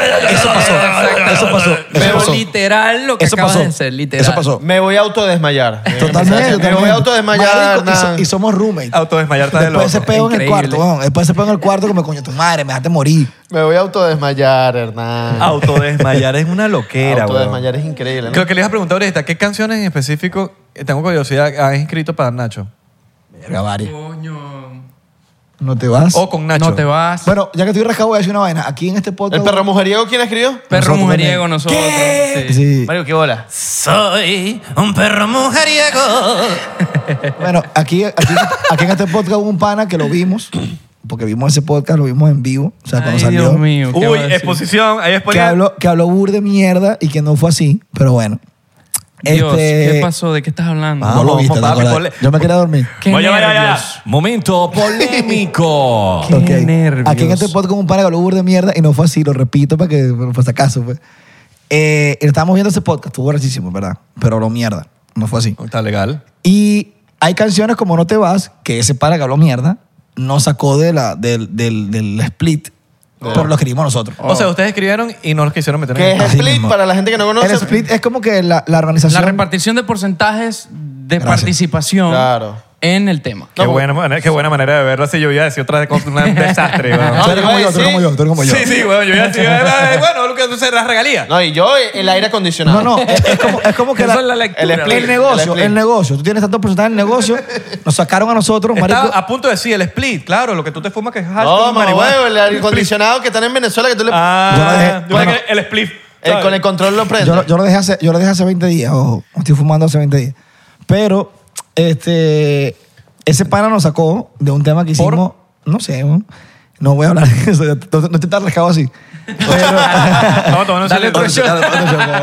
Speaker 2: (laughs) Eso pasó.
Speaker 3: Exacto.
Speaker 2: Eso pasó. Eso
Speaker 3: Pero
Speaker 2: pasó.
Speaker 3: literal lo que
Speaker 2: Eso
Speaker 3: acabas
Speaker 2: pasó.
Speaker 3: de hacer, literal.
Speaker 2: Eso pasó.
Speaker 4: Me voy a autodesmayar.
Speaker 2: (laughs) Totalmente.
Speaker 4: Me voy
Speaker 2: totalmente.
Speaker 4: a autodesmayar.
Speaker 2: Marico, y so-
Speaker 4: Hernán.
Speaker 2: Y, somos roommates.
Speaker 1: Autodesmayarte de
Speaker 2: Después ese
Speaker 1: loco.
Speaker 2: peo en el
Speaker 3: Increíble.
Speaker 2: cuarto, weón. Después ese peo en el cuarto como, coño, tu madre, me dejaste morir.
Speaker 4: Me voy a autodesmayar, Hernán.
Speaker 1: Autodesmayar es una loquera, weón.
Speaker 4: (laughs) autodesmayar es increíble. ¿no?
Speaker 1: Creo que le ibas a preguntar ahorita, ¿qué canciones en específico eh, tengo curiosidad has escrito para Nacho?
Speaker 2: Verga, varias.
Speaker 3: Coño.
Speaker 2: No te vas.
Speaker 3: Oh.
Speaker 1: O con Nacho.
Speaker 3: No te vas.
Speaker 2: Bueno, ya que estoy rascado, voy a decir una vaina. Aquí en este podcast.
Speaker 4: ¿El perro mujeriego quién escribió?
Speaker 3: Perro
Speaker 2: Nosotros
Speaker 3: mujeriego nosotros. Sí.
Speaker 2: Sí.
Speaker 10: Mario, qué bola.
Speaker 5: Soy un perro mujeriego.
Speaker 2: Bueno, aquí, aquí, aquí en este podcast hubo un pana que lo vimos, porque vimos ese podcast, lo vimos en vivo, o sea, cuando
Speaker 3: Ay,
Speaker 2: salió.
Speaker 3: Dios mío. ¿qué
Speaker 1: Uy,
Speaker 3: voy a decir?
Speaker 1: exposición, ahí
Speaker 2: Que
Speaker 1: exponía.
Speaker 2: habló, que habló bur de mierda y que no fue así, pero bueno.
Speaker 3: Dios,
Speaker 2: Este-
Speaker 3: ¿qué pasó? ¿De qué estás hablando?
Speaker 2: No lo
Speaker 1: Vamos,
Speaker 2: viste, ¿te
Speaker 1: papi,
Speaker 2: acuerdas?
Speaker 1: ponle-
Speaker 2: Yo me quería dormir.
Speaker 3: Qué
Speaker 1: Vaya, vaya, vaya.
Speaker 3: nervios.
Speaker 1: Momento polémico.
Speaker 3: Qué
Speaker 2: Ok.
Speaker 3: nervios.
Speaker 2: Aquí en este podcast hubo un pana que habló bur de mierda y no fue así, lo repito para que, por si acaso, pues. Eh, estábamos viendo ese podcast, estuvo rarísimo, ¿verdad? Pero lo mierda, no fue así.
Speaker 1: Está legal.
Speaker 2: Y hay canciones como No te vas, que ese pana que habló mierda, no sacó de la, del, del, del split,
Speaker 1: Oh.
Speaker 2: pero lo escribimos nosotros.
Speaker 1: O sea, ustedes escribieron y no los quisieron meter
Speaker 4: ¿Qué
Speaker 1: en
Speaker 4: es
Speaker 2: Así
Speaker 4: Split?
Speaker 2: mismo.
Speaker 4: Para la gente que no conoce.
Speaker 2: El split es como que la, la
Speaker 3: La
Speaker 2: organización.
Speaker 3: repartición de porcentajes de
Speaker 2: Gracias.
Speaker 3: participación
Speaker 4: Claro.
Speaker 3: en el tema.
Speaker 1: Qué, buena manera, qué buena manera de verlo. Si yo iba a decir otra cosa, un desastre.
Speaker 2: Tú
Speaker 1: weón.
Speaker 4: No,
Speaker 2: eres como yo, tú eres como yo, tú eres como yo.
Speaker 1: sí, sí, bueno, yo iba a decir, eh, bueno, lo que tú se las regalías.
Speaker 4: No, y yo el aire acondicionado.
Speaker 2: No, no, es, es como, es como que
Speaker 3: Eso
Speaker 2: la-
Speaker 3: es la lectura.
Speaker 2: el,
Speaker 4: El
Speaker 2: negocio, el,
Speaker 4: split.
Speaker 2: negocio. Tú tienes tanto porcentaje del negocio, nos sacaron a nosotros,
Speaker 1: Estaba
Speaker 2: marico.
Speaker 1: a punto de decir el split, claro, lo que tú te fumas que es hash
Speaker 4: No,
Speaker 1: con
Speaker 4: mamá,
Speaker 1: marihuana.
Speaker 4: huevo, el aire
Speaker 1: Split.
Speaker 4: acondicionado que están en Venezuela que tú le.
Speaker 1: Ah,
Speaker 2: Yo
Speaker 1: yo
Speaker 2: lo dejé-
Speaker 1: dejé el split.
Speaker 4: el-
Speaker 1: ¿sabes?
Speaker 4: con el control lo prende.
Speaker 2: Yo, lo- yo lo dejé hace, yo lo dejé hace 20 días, ojo. me Estoy fumando hace 20 días. Pero, este, ese pana nos sacó de un tema que hicimos, no sé, ¿no? No voy a hablar de eso, no, no estoy tan rascado así.
Speaker 1: (laughs) Vamos a tomar un
Speaker 3: Dale
Speaker 1: shot.
Speaker 3: otro shot.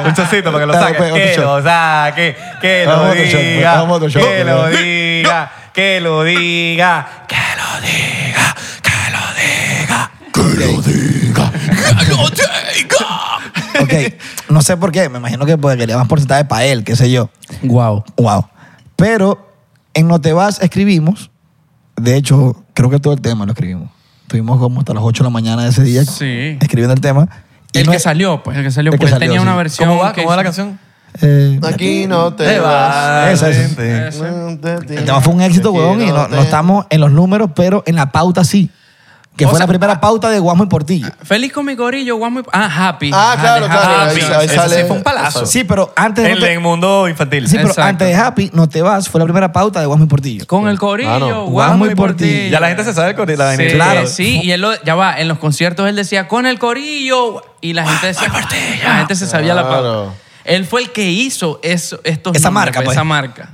Speaker 1: Un shotcito para que lo
Speaker 2: Dale,
Speaker 1: saque.
Speaker 2: pues, otro
Speaker 1: que
Speaker 2: shot.
Speaker 1: lo saque. Que
Speaker 2: Vamos
Speaker 1: lo
Speaker 2: otro shot, pues,
Speaker 1: diga.
Speaker 2: vamos otro shot.
Speaker 1: Que
Speaker 2: No.
Speaker 1: lo diga. Que lo diga. Que lo diga. Que lo diga.
Speaker 2: ok, no sé por qué, me imagino que porque quería más porcentaje para él, qué sé yo.
Speaker 3: Wow.
Speaker 2: Wow. Pero en No Te Vas escribimos, de hecho, creo que todo el tema lo escribimos. Estuvimos como hasta las 8 de la mañana de ese día
Speaker 3: Sí.
Speaker 2: escribiendo el tema. Y
Speaker 3: El
Speaker 2: no-
Speaker 3: que salió, pues el que salió,
Speaker 2: El que
Speaker 3: pues él
Speaker 2: salió,
Speaker 3: tenía
Speaker 2: sí.
Speaker 3: una versión.
Speaker 1: ¿Cómo va?
Speaker 3: que
Speaker 1: ¿Cómo va la
Speaker 3: hizo-
Speaker 1: canción?
Speaker 2: eh,
Speaker 4: Aquí no te vas.
Speaker 2: Esa, esa.
Speaker 1: Vente.
Speaker 2: El tema fue un éxito,
Speaker 4: Aquí
Speaker 2: huevón, y no,
Speaker 4: te-
Speaker 2: no estamos en los números, pero en la pauta sí. Que
Speaker 3: O
Speaker 2: fue
Speaker 3: sea- ah,
Speaker 2: la primera pauta de Guamo y Portillo.
Speaker 3: Feliz con mi corillo, guau, muy... Ah, happy.
Speaker 4: Ah, claro,
Speaker 3: Dale, happy.
Speaker 4: claro.
Speaker 1: Happy.
Speaker 4: Ahí, ahí
Speaker 1: Ese
Speaker 4: sale.
Speaker 1: sí fue un palazo.
Speaker 2: Sí, pero antes de,
Speaker 1: En
Speaker 2: no te-
Speaker 1: el mundo infantil.
Speaker 2: sí, pero
Speaker 3: Exacto.
Speaker 2: antes de Happy, No Te Vas, fue la primera pauta de Guamo y Portillo.
Speaker 3: Con el corillo,
Speaker 4: Claro.
Speaker 3: guau,
Speaker 2: Guau, muy
Speaker 3: muy
Speaker 2: por
Speaker 3: por
Speaker 2: ti.
Speaker 3: ti.
Speaker 1: Ya la gente se sabe con la
Speaker 3: Sí,
Speaker 1: vainilla.
Speaker 3: claro. sí, y él lo- ya va, en los conciertos él decía con el corillo y la gente decía, la gente se sabía la
Speaker 4: Claro.
Speaker 3: palabra. Él fue el que hizo eso, estos
Speaker 2: Esa
Speaker 3: nombres,
Speaker 2: marca,
Speaker 3: pues,
Speaker 2: pues.
Speaker 3: esa marca.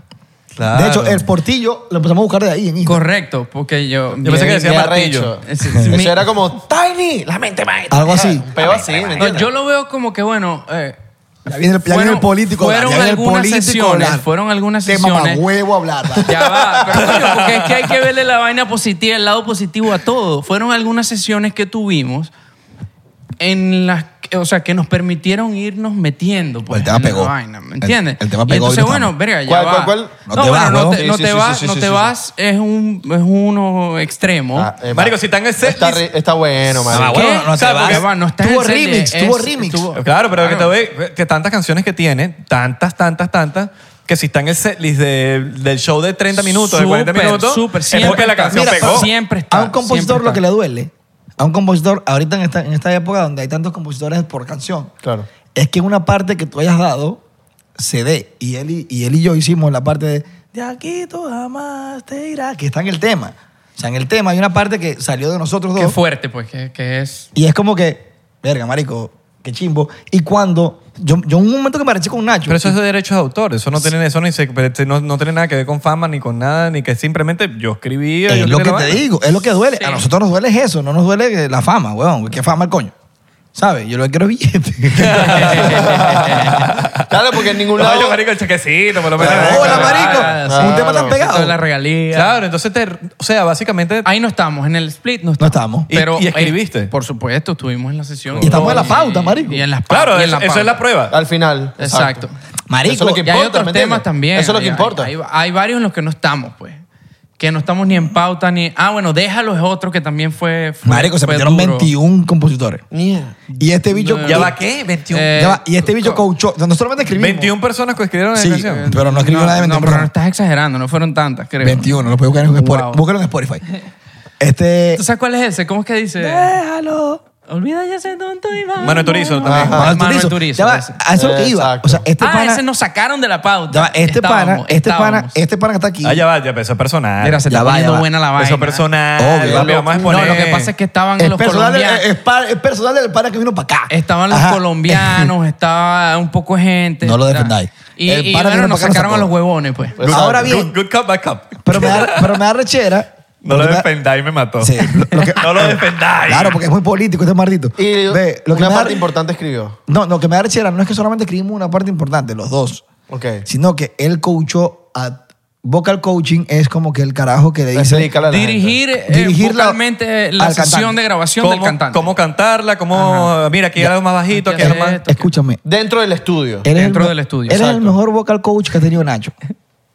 Speaker 1: Claro.
Speaker 2: De hecho, el Portillo lo empezamos a buscar de ahí en Instagram.
Speaker 3: Correcto, porque yo
Speaker 1: Yo pensé que decía
Speaker 4: Qué
Speaker 1: martillo.
Speaker 4: arrecho.
Speaker 3: Es- es- mi-
Speaker 4: Eso era como Tiny, la mente maestra.
Speaker 2: Algo así.
Speaker 4: Pero así, ¿me
Speaker 3: no,
Speaker 4: entiendes?
Speaker 3: yo lo veo como que bueno, eh,
Speaker 2: Ya viene el, ya viene el político.
Speaker 3: fueron
Speaker 2: ya viene el
Speaker 3: algunas
Speaker 2: político
Speaker 3: sesiones,
Speaker 2: hablar.
Speaker 3: fueron algunas
Speaker 2: Qué
Speaker 3: sesiones.
Speaker 2: mamahuevo hablar. ¿verdad?
Speaker 3: (laughs) Ya va, pero coño, porque es que hay que verle la vaina positiva, el lado positivo a todo. Fueron algunas sesiones que tuvimos en las, que- o sea, que nos permitieron irnos metiendo. Pues,
Speaker 2: El tema
Speaker 3: en la
Speaker 2: pegó.
Speaker 3: vaina, ¿me
Speaker 2: El-
Speaker 3: entiendes?
Speaker 2: el tema
Speaker 3: Y
Speaker 2: pegó,
Speaker 3: entonces,
Speaker 2: ahorita
Speaker 3: bueno,
Speaker 2: estamos.
Speaker 3: verga, ya
Speaker 4: ¿Cuál,
Speaker 3: va.
Speaker 4: cuál, cuál?
Speaker 2: No te vas,
Speaker 3: bueno, no
Speaker 2: huevón.
Speaker 3: te, no
Speaker 4: Sí,
Speaker 3: te
Speaker 4: sí,
Speaker 3: vas,
Speaker 4: sí, sí,
Speaker 3: no
Speaker 4: sí,
Speaker 3: te
Speaker 4: sí.
Speaker 3: vas es un es uno extremo.
Speaker 4: Ah, eh,
Speaker 1: Marico,
Speaker 4: va.
Speaker 1: si están en set
Speaker 4: Está,
Speaker 1: list-
Speaker 4: re- está bueno,
Speaker 3: ¿Qué?
Speaker 2: Ah,
Speaker 4: marico.
Speaker 1: bueno, no te
Speaker 3: O sea,
Speaker 1: vas.
Speaker 3: porque, bueno, no estás
Speaker 2: Tuvo
Speaker 3: en serie,
Speaker 2: remix,
Speaker 3: es-
Speaker 2: tuvo remix.
Speaker 1: Claro, pero que te ve que tantas canciones que tiene, tantas, tantas, tantas, que si está en el setlist de- del show de 30 minutos, de 40
Speaker 3: Súper,
Speaker 1: minutos,
Speaker 3: súper,
Speaker 1: es
Speaker 3: siempre
Speaker 1: porque la
Speaker 3: está.
Speaker 1: canción
Speaker 3: Mira,
Speaker 1: pegó.
Speaker 3: Siempre está,
Speaker 2: A un compositor
Speaker 3: siempre
Speaker 2: lo
Speaker 3: está.
Speaker 2: que le duele, a un compositor, ahorita en esta, en esta época donde hay tantos compositores por canción,
Speaker 4: Claro. (laughs)
Speaker 2: es que una parte que tú hayas dado se dé. Y él y, y él y yo hicimos la parte de De aquí tú jamás te irás, que está en el tema. O sea, en el tema hay una parte que salió de nosotros
Speaker 3: Qué
Speaker 2: dos.
Speaker 3: fuerte, pues, que, que es.
Speaker 2: Y es como que, verga, marico, qué chimbo. Y cuando, yo, yo en un momento que me arreché con Nacho.
Speaker 1: Pero eso es de derechos de autor, eso no tiene, eso ni se- pero este no, no tiene nada que ver con fama ni con nada, ni que simplemente yo escribía. yo
Speaker 2: es lo
Speaker 1: escribía
Speaker 2: que
Speaker 1: la
Speaker 2: te
Speaker 1: vaina.
Speaker 2: digo, es lo que duele.
Speaker 3: Sí.
Speaker 2: A nosotros nos duele es eso, no nos duele la fama, weón. ¿Qué fama el coño? ¿Sabes? Yo lo que quiero es
Speaker 3: (laughs)
Speaker 2: billete. (laughs)
Speaker 4: Claro, porque en ningún lado.
Speaker 1: Coño, marico, el chequecito, por lo menos.
Speaker 4: Claro,
Speaker 2: ¡Hola,
Speaker 4: claro.
Speaker 2: marico!
Speaker 4: Ah,
Speaker 2: un tema tan
Speaker 4: claro.
Speaker 2: pegado.
Speaker 3: Esto de la regalía.
Speaker 1: Claro, entonces te, o sea, básicamente
Speaker 3: Ahí no estamos, en el split no
Speaker 2: No
Speaker 3: estamos.
Speaker 2: estamos.
Speaker 1: Y- y escribiste.
Speaker 3: eh, por supuesto, estuvimos en la sesión.
Speaker 2: Y estamos en la
Speaker 3: Y-
Speaker 2: pauta, marico.
Speaker 3: Y en las
Speaker 1: Claro,
Speaker 3: pautas, y en
Speaker 1: eso,
Speaker 3: la
Speaker 1: eso es la
Speaker 3: pauta.
Speaker 1: prueba.
Speaker 4: Al final.
Speaker 3: Exacto.
Speaker 2: Marico,
Speaker 4: Eso es lo que
Speaker 3: y hay
Speaker 4: importa, ¿me
Speaker 3: otros
Speaker 4: entiendes?
Speaker 3: temas también.
Speaker 4: Eso es lo que
Speaker 3: Hay-
Speaker 4: importa.
Speaker 3: Hay, hay varios en los que no estamos, pues. Que no estamos ni en pauta ni. Ah, bueno, déjalo es otro que también fue. fue-
Speaker 2: Marico, se
Speaker 3: fue
Speaker 2: metieron
Speaker 3: duro.
Speaker 2: 21 compositores.
Speaker 4: Mierda.
Speaker 2: Y este bicho.
Speaker 3: No.
Speaker 1: ¿Ya va qué? 21.
Speaker 3: Eh,
Speaker 2: Ya va, Y este bicho coachó. No solamente escribimos.
Speaker 1: 21 personas que escribieron la
Speaker 2: Sí, eh,
Speaker 1: canción.
Speaker 2: pero no escribió nada de 21
Speaker 3: No, pero no estás exagerando, no fueron tantas, creo.
Speaker 2: 21, lo puedes buscar en Spotify.
Speaker 3: Wow.
Speaker 2: Búscalo en
Speaker 3: (laughs)
Speaker 2: Spotify. Este.
Speaker 3: ¿Tú sabes cuál es ese? ¿Cómo es que dice?
Speaker 2: Déjalo.
Speaker 3: Olvida ya ese tonto y va.
Speaker 1: Manuel Turizo
Speaker 3: Bueno,
Speaker 1: también.
Speaker 2: Manuel
Speaker 3: Manuel
Speaker 2: Turizo.
Speaker 3: Turizo,
Speaker 2: Ya va,
Speaker 3: ese.
Speaker 2: a eso es lo que iba.
Speaker 4: Exacto.
Speaker 2: O sea, este
Speaker 3: ah,
Speaker 2: pana.
Speaker 3: ese nos sacaron de la pauta.
Speaker 2: ya va, este pana,
Speaker 3: Estábamos,
Speaker 2: este pana,
Speaker 3: estábamos.
Speaker 2: este pana que está aquí.
Speaker 1: Ah, ya va, ya empezó personal.
Speaker 3: Mira, se
Speaker 2: Ya
Speaker 3: está
Speaker 2: va, ya
Speaker 3: poniendo
Speaker 2: va.
Speaker 3: buena la vaina.
Speaker 1: Eso personal.
Speaker 2: Obvio.
Speaker 1: papi, vamos a
Speaker 3: No,
Speaker 1: exponer.
Speaker 3: lo que pasa es que estaban
Speaker 2: es,
Speaker 3: los
Speaker 2: personal del,
Speaker 3: colombianos.
Speaker 2: es, pa- es personal del pana que vino para acá.
Speaker 3: Estaban los
Speaker 2: Ajá. (laughs)
Speaker 3: colombianos, estaba un poco de gente.
Speaker 2: No lo
Speaker 3: Era-
Speaker 2: defendáis.
Speaker 3: Y,
Speaker 2: El
Speaker 3: y
Speaker 2: pana
Speaker 3: bueno,
Speaker 2: vino
Speaker 3: nos
Speaker 2: para acá, nos
Speaker 3: sacaron a
Speaker 2: sacó.
Speaker 3: los huevones, pues.
Speaker 2: Ahora
Speaker 1: Good-
Speaker 2: bien,
Speaker 1: Good, cup, bad cup.
Speaker 2: pero me da, pero me da rechera.
Speaker 1: No lo
Speaker 2: porque me-
Speaker 1: defendáis, me mató.
Speaker 2: Sí, lo- lo que-
Speaker 1: (laughs)
Speaker 2: eh,
Speaker 1: no lo defendáis.
Speaker 2: Claro, porque es muy político este maldito.
Speaker 4: Y
Speaker 2: Ve, lo que
Speaker 4: una
Speaker 2: me da-
Speaker 4: parte importante escribió.
Speaker 2: No, lo que me da rechera no es que solamente escribimos una parte importante, los dos.
Speaker 4: Ok.
Speaker 2: Sino que él coachó a. Vocal coaching es como que el carajo que le dice.
Speaker 4: Explícale a la gente.
Speaker 3: Dirigir, eh,
Speaker 2: Dirigir la-
Speaker 3: vocalmente la,
Speaker 2: al
Speaker 3: sesión
Speaker 2: cantante.
Speaker 3: de grabación del
Speaker 1: ¿Cómo,
Speaker 3: cantante.
Speaker 1: cómo cantarla, cómo. Mira, aquí algo más bajito, aquí
Speaker 3: Aquí
Speaker 1: algo más.
Speaker 3: esto,
Speaker 2: Escúchame,
Speaker 4: Dentro del estudio.
Speaker 2: Eres
Speaker 3: Dentro
Speaker 2: el me-
Speaker 3: del estudio,
Speaker 2: Eres el
Speaker 4: exacto.
Speaker 2: mejor vocal coach que ha tenido Nacho.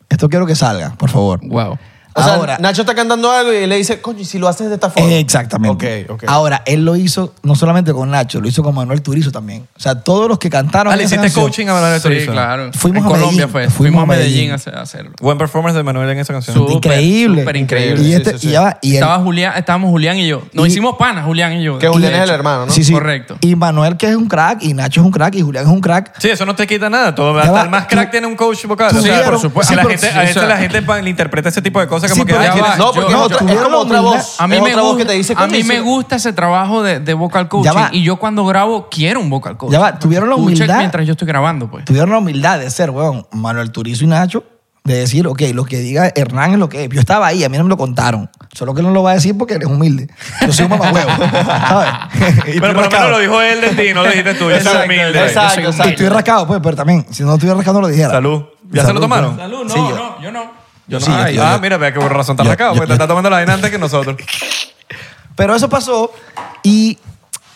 Speaker 2: Esto quiero que salga, por favor.
Speaker 3: Wow.
Speaker 4: O sea,
Speaker 2: Ahora,
Speaker 4: Nacho está cantando algo y le dice, coño, ¿y si lo haces de esta forma?
Speaker 2: Eh, exactamente.
Speaker 4: Ok, ok.
Speaker 2: Ahora, él lo hizo no solamente con Nacho, lo hizo con Manuel Turizo también. O sea, todos los que cantaron.
Speaker 1: Ah, le
Speaker 2: esa
Speaker 1: hiciste
Speaker 2: canción-
Speaker 1: coaching a Manuel
Speaker 3: Sí,
Speaker 1: Turizo.
Speaker 3: claro.
Speaker 2: Fuimos
Speaker 3: en
Speaker 2: a
Speaker 3: Colombia
Speaker 2: Medellín,
Speaker 3: fue.
Speaker 2: fuimos
Speaker 3: Fuimos,
Speaker 2: a
Speaker 3: a Medellín
Speaker 2: Medellín.
Speaker 3: a hacer- a hacerlo.
Speaker 1: Buen performance de Manuel en esa canción.
Speaker 3: Súper,
Speaker 2: Increíble.
Speaker 3: súper increíble.
Speaker 2: Y,
Speaker 4: Sí,
Speaker 2: este,
Speaker 4: sí, sí.
Speaker 2: y ya va, y él-
Speaker 3: Estaba Julián, estábamos Julián y yo. Nos
Speaker 2: Y-
Speaker 3: hicimos panas, Julián y yo.
Speaker 4: Que Julián
Speaker 3: De
Speaker 4: es el
Speaker 3: hecho.
Speaker 4: hermano, ¿no?
Speaker 2: sí, sí.
Speaker 3: Correcto.
Speaker 2: Y Manuel, que es un crack, y Nacho es un crack, y Julián es un crack.
Speaker 1: Sí, eso no te quita nada. Todo,
Speaker 2: va,
Speaker 1: hasta el más
Speaker 2: tú-
Speaker 1: crack tiene un coach vocal.
Speaker 2: tú vieron-
Speaker 1: por supuesto.
Speaker 2: sí,
Speaker 1: a la
Speaker 2: pero-
Speaker 1: gente, a veces
Speaker 3: o sea-
Speaker 1: la gente pa- le interpreta ese tipo de cosas como
Speaker 2: Sí,
Speaker 1: que. "Ah,
Speaker 2: pero
Speaker 1: ay,
Speaker 2: ya
Speaker 1: ¿quién
Speaker 2: va,
Speaker 1: es?
Speaker 4: No, porque es
Speaker 3: Yo-
Speaker 4: otra- es
Speaker 2: tuvieron
Speaker 4: como otra
Speaker 2: humildad.
Speaker 4: voz.
Speaker 3: A mí,
Speaker 4: es
Speaker 3: me
Speaker 4: otra voz
Speaker 3: gusta,
Speaker 4: que te dice,
Speaker 3: a
Speaker 4: coño,
Speaker 3: mí
Speaker 4: ¿y si
Speaker 3: me
Speaker 4: lo-
Speaker 3: gusta ese trabajo de, de vocal coaching.
Speaker 2: va.
Speaker 3: Y yo cuando grabo quiero un vocal coach.
Speaker 2: Ya va, tuvieron la humildad.
Speaker 3: mientras yo estoy grabando, pues.
Speaker 2: Tuvieron la humildad de ser, weón, Manuel Turizo y Nacho, de decir, ok, lo que diga Hernán es lo que es. Yo estaba ahí, a mí no me lo contaron. Solo que él no lo va a decir porque él es humilde. Yo soy un mamahuevo, ¿sabes?
Speaker 1: (laughs)
Speaker 2: Y
Speaker 1: Pero
Speaker 2: estoy
Speaker 1: por lo menos
Speaker 2: rascado.
Speaker 1: lo dijo él de ti, no lo dijiste
Speaker 2: (laughs)
Speaker 1: tú. Yo soy
Speaker 4: Exacto,
Speaker 1: humilde.
Speaker 4: exacto,
Speaker 3: Yo soy
Speaker 4: exacto.
Speaker 2: Estoy rascado, pues, pero también, si no estuviera rascado, no lo dijera.
Speaker 1: Salud. ¿Ya se lo tomaron?
Speaker 2: pues.
Speaker 3: Salud, no,
Speaker 2: Sí, yo.
Speaker 3: no, yo no.
Speaker 1: Yo no.
Speaker 2: Sí, yo
Speaker 1: Ay,
Speaker 2: estoy-
Speaker 1: ah,
Speaker 2: yo-
Speaker 1: mira, vea que por razón está
Speaker 2: yo-
Speaker 1: arrancado,
Speaker 2: yo-
Speaker 1: porque pues, te está tomando la vaina antes que nosotros.
Speaker 2: Pero eso pasó y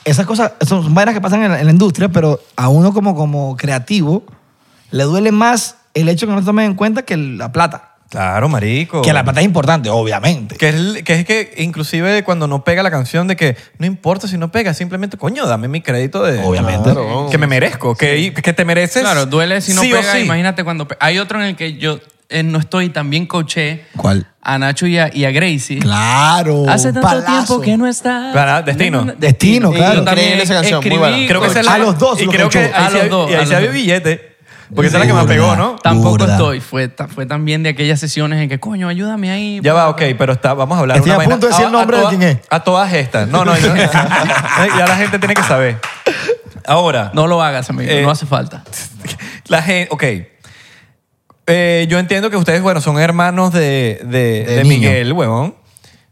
Speaker 2: esas cosas son son vainas que pasan en la, en la industria, pero a uno como, como creativo le duele más el hecho que no se tomen en cuenta que la plata.
Speaker 1: Claro, marico.
Speaker 2: Que la plata es importante, obviamente.
Speaker 1: Que es, el- que es que inclusive cuando no pega la canción de que no importa si no pega, simplemente, coño, dame mi crédito de...
Speaker 2: Obviamente.
Speaker 1: Que me merezco, que, que te mereces.
Speaker 3: Claro, duele si no
Speaker 1: sí o
Speaker 3: pega.
Speaker 1: sí.
Speaker 3: Imagínate cuando. pe- Hay otro en el que yo eh, no estoy, también coaché
Speaker 2: ¿Cuál?
Speaker 3: a Nacho y a, y a Gracie.
Speaker 2: Claro.
Speaker 3: Hace tanto
Speaker 2: palazo.
Speaker 3: tiempo que no está.
Speaker 1: Para- Destino.
Speaker 2: Destino, claro.
Speaker 3: Yo
Speaker 4: Increíble esa canción, muy
Speaker 3: escribí-
Speaker 4: buena.
Speaker 1: Creo que esa es la...
Speaker 2: A los dos
Speaker 1: Y
Speaker 2: los
Speaker 1: creo que
Speaker 2: cochó.
Speaker 1: ahí
Speaker 3: A
Speaker 1: sí
Speaker 3: los
Speaker 1: hab-
Speaker 3: dos,
Speaker 1: Y
Speaker 3: a
Speaker 1: ahí
Speaker 3: los
Speaker 1: se había
Speaker 3: dos.
Speaker 1: billete. Porque esa es la que más
Speaker 2: Burda.
Speaker 1: pegó, ¿no?
Speaker 3: Tampoco
Speaker 2: Burda.
Speaker 3: estoy. Fue, ta- fue también de aquellas sesiones en que, coño, ayúdame ahí.
Speaker 1: Ya va, ok, pero está, vamos a hablar
Speaker 2: Estoy
Speaker 1: una
Speaker 2: a
Speaker 1: vaina-
Speaker 2: punto de decir el nombre de
Speaker 1: toda-
Speaker 2: quién es.
Speaker 1: A todas estas. No, no, (laughs)
Speaker 2: (laughs)
Speaker 1: yo- ya la gente tiene que saber. Ahora,
Speaker 3: No lo hagas, amigo.
Speaker 1: Eh,
Speaker 3: no hace falta.
Speaker 1: la gente, ok. Eh, yo entiendo que ustedes, bueno, son hermanos de, de- de
Speaker 2: niño.
Speaker 1: Miguel, huevón.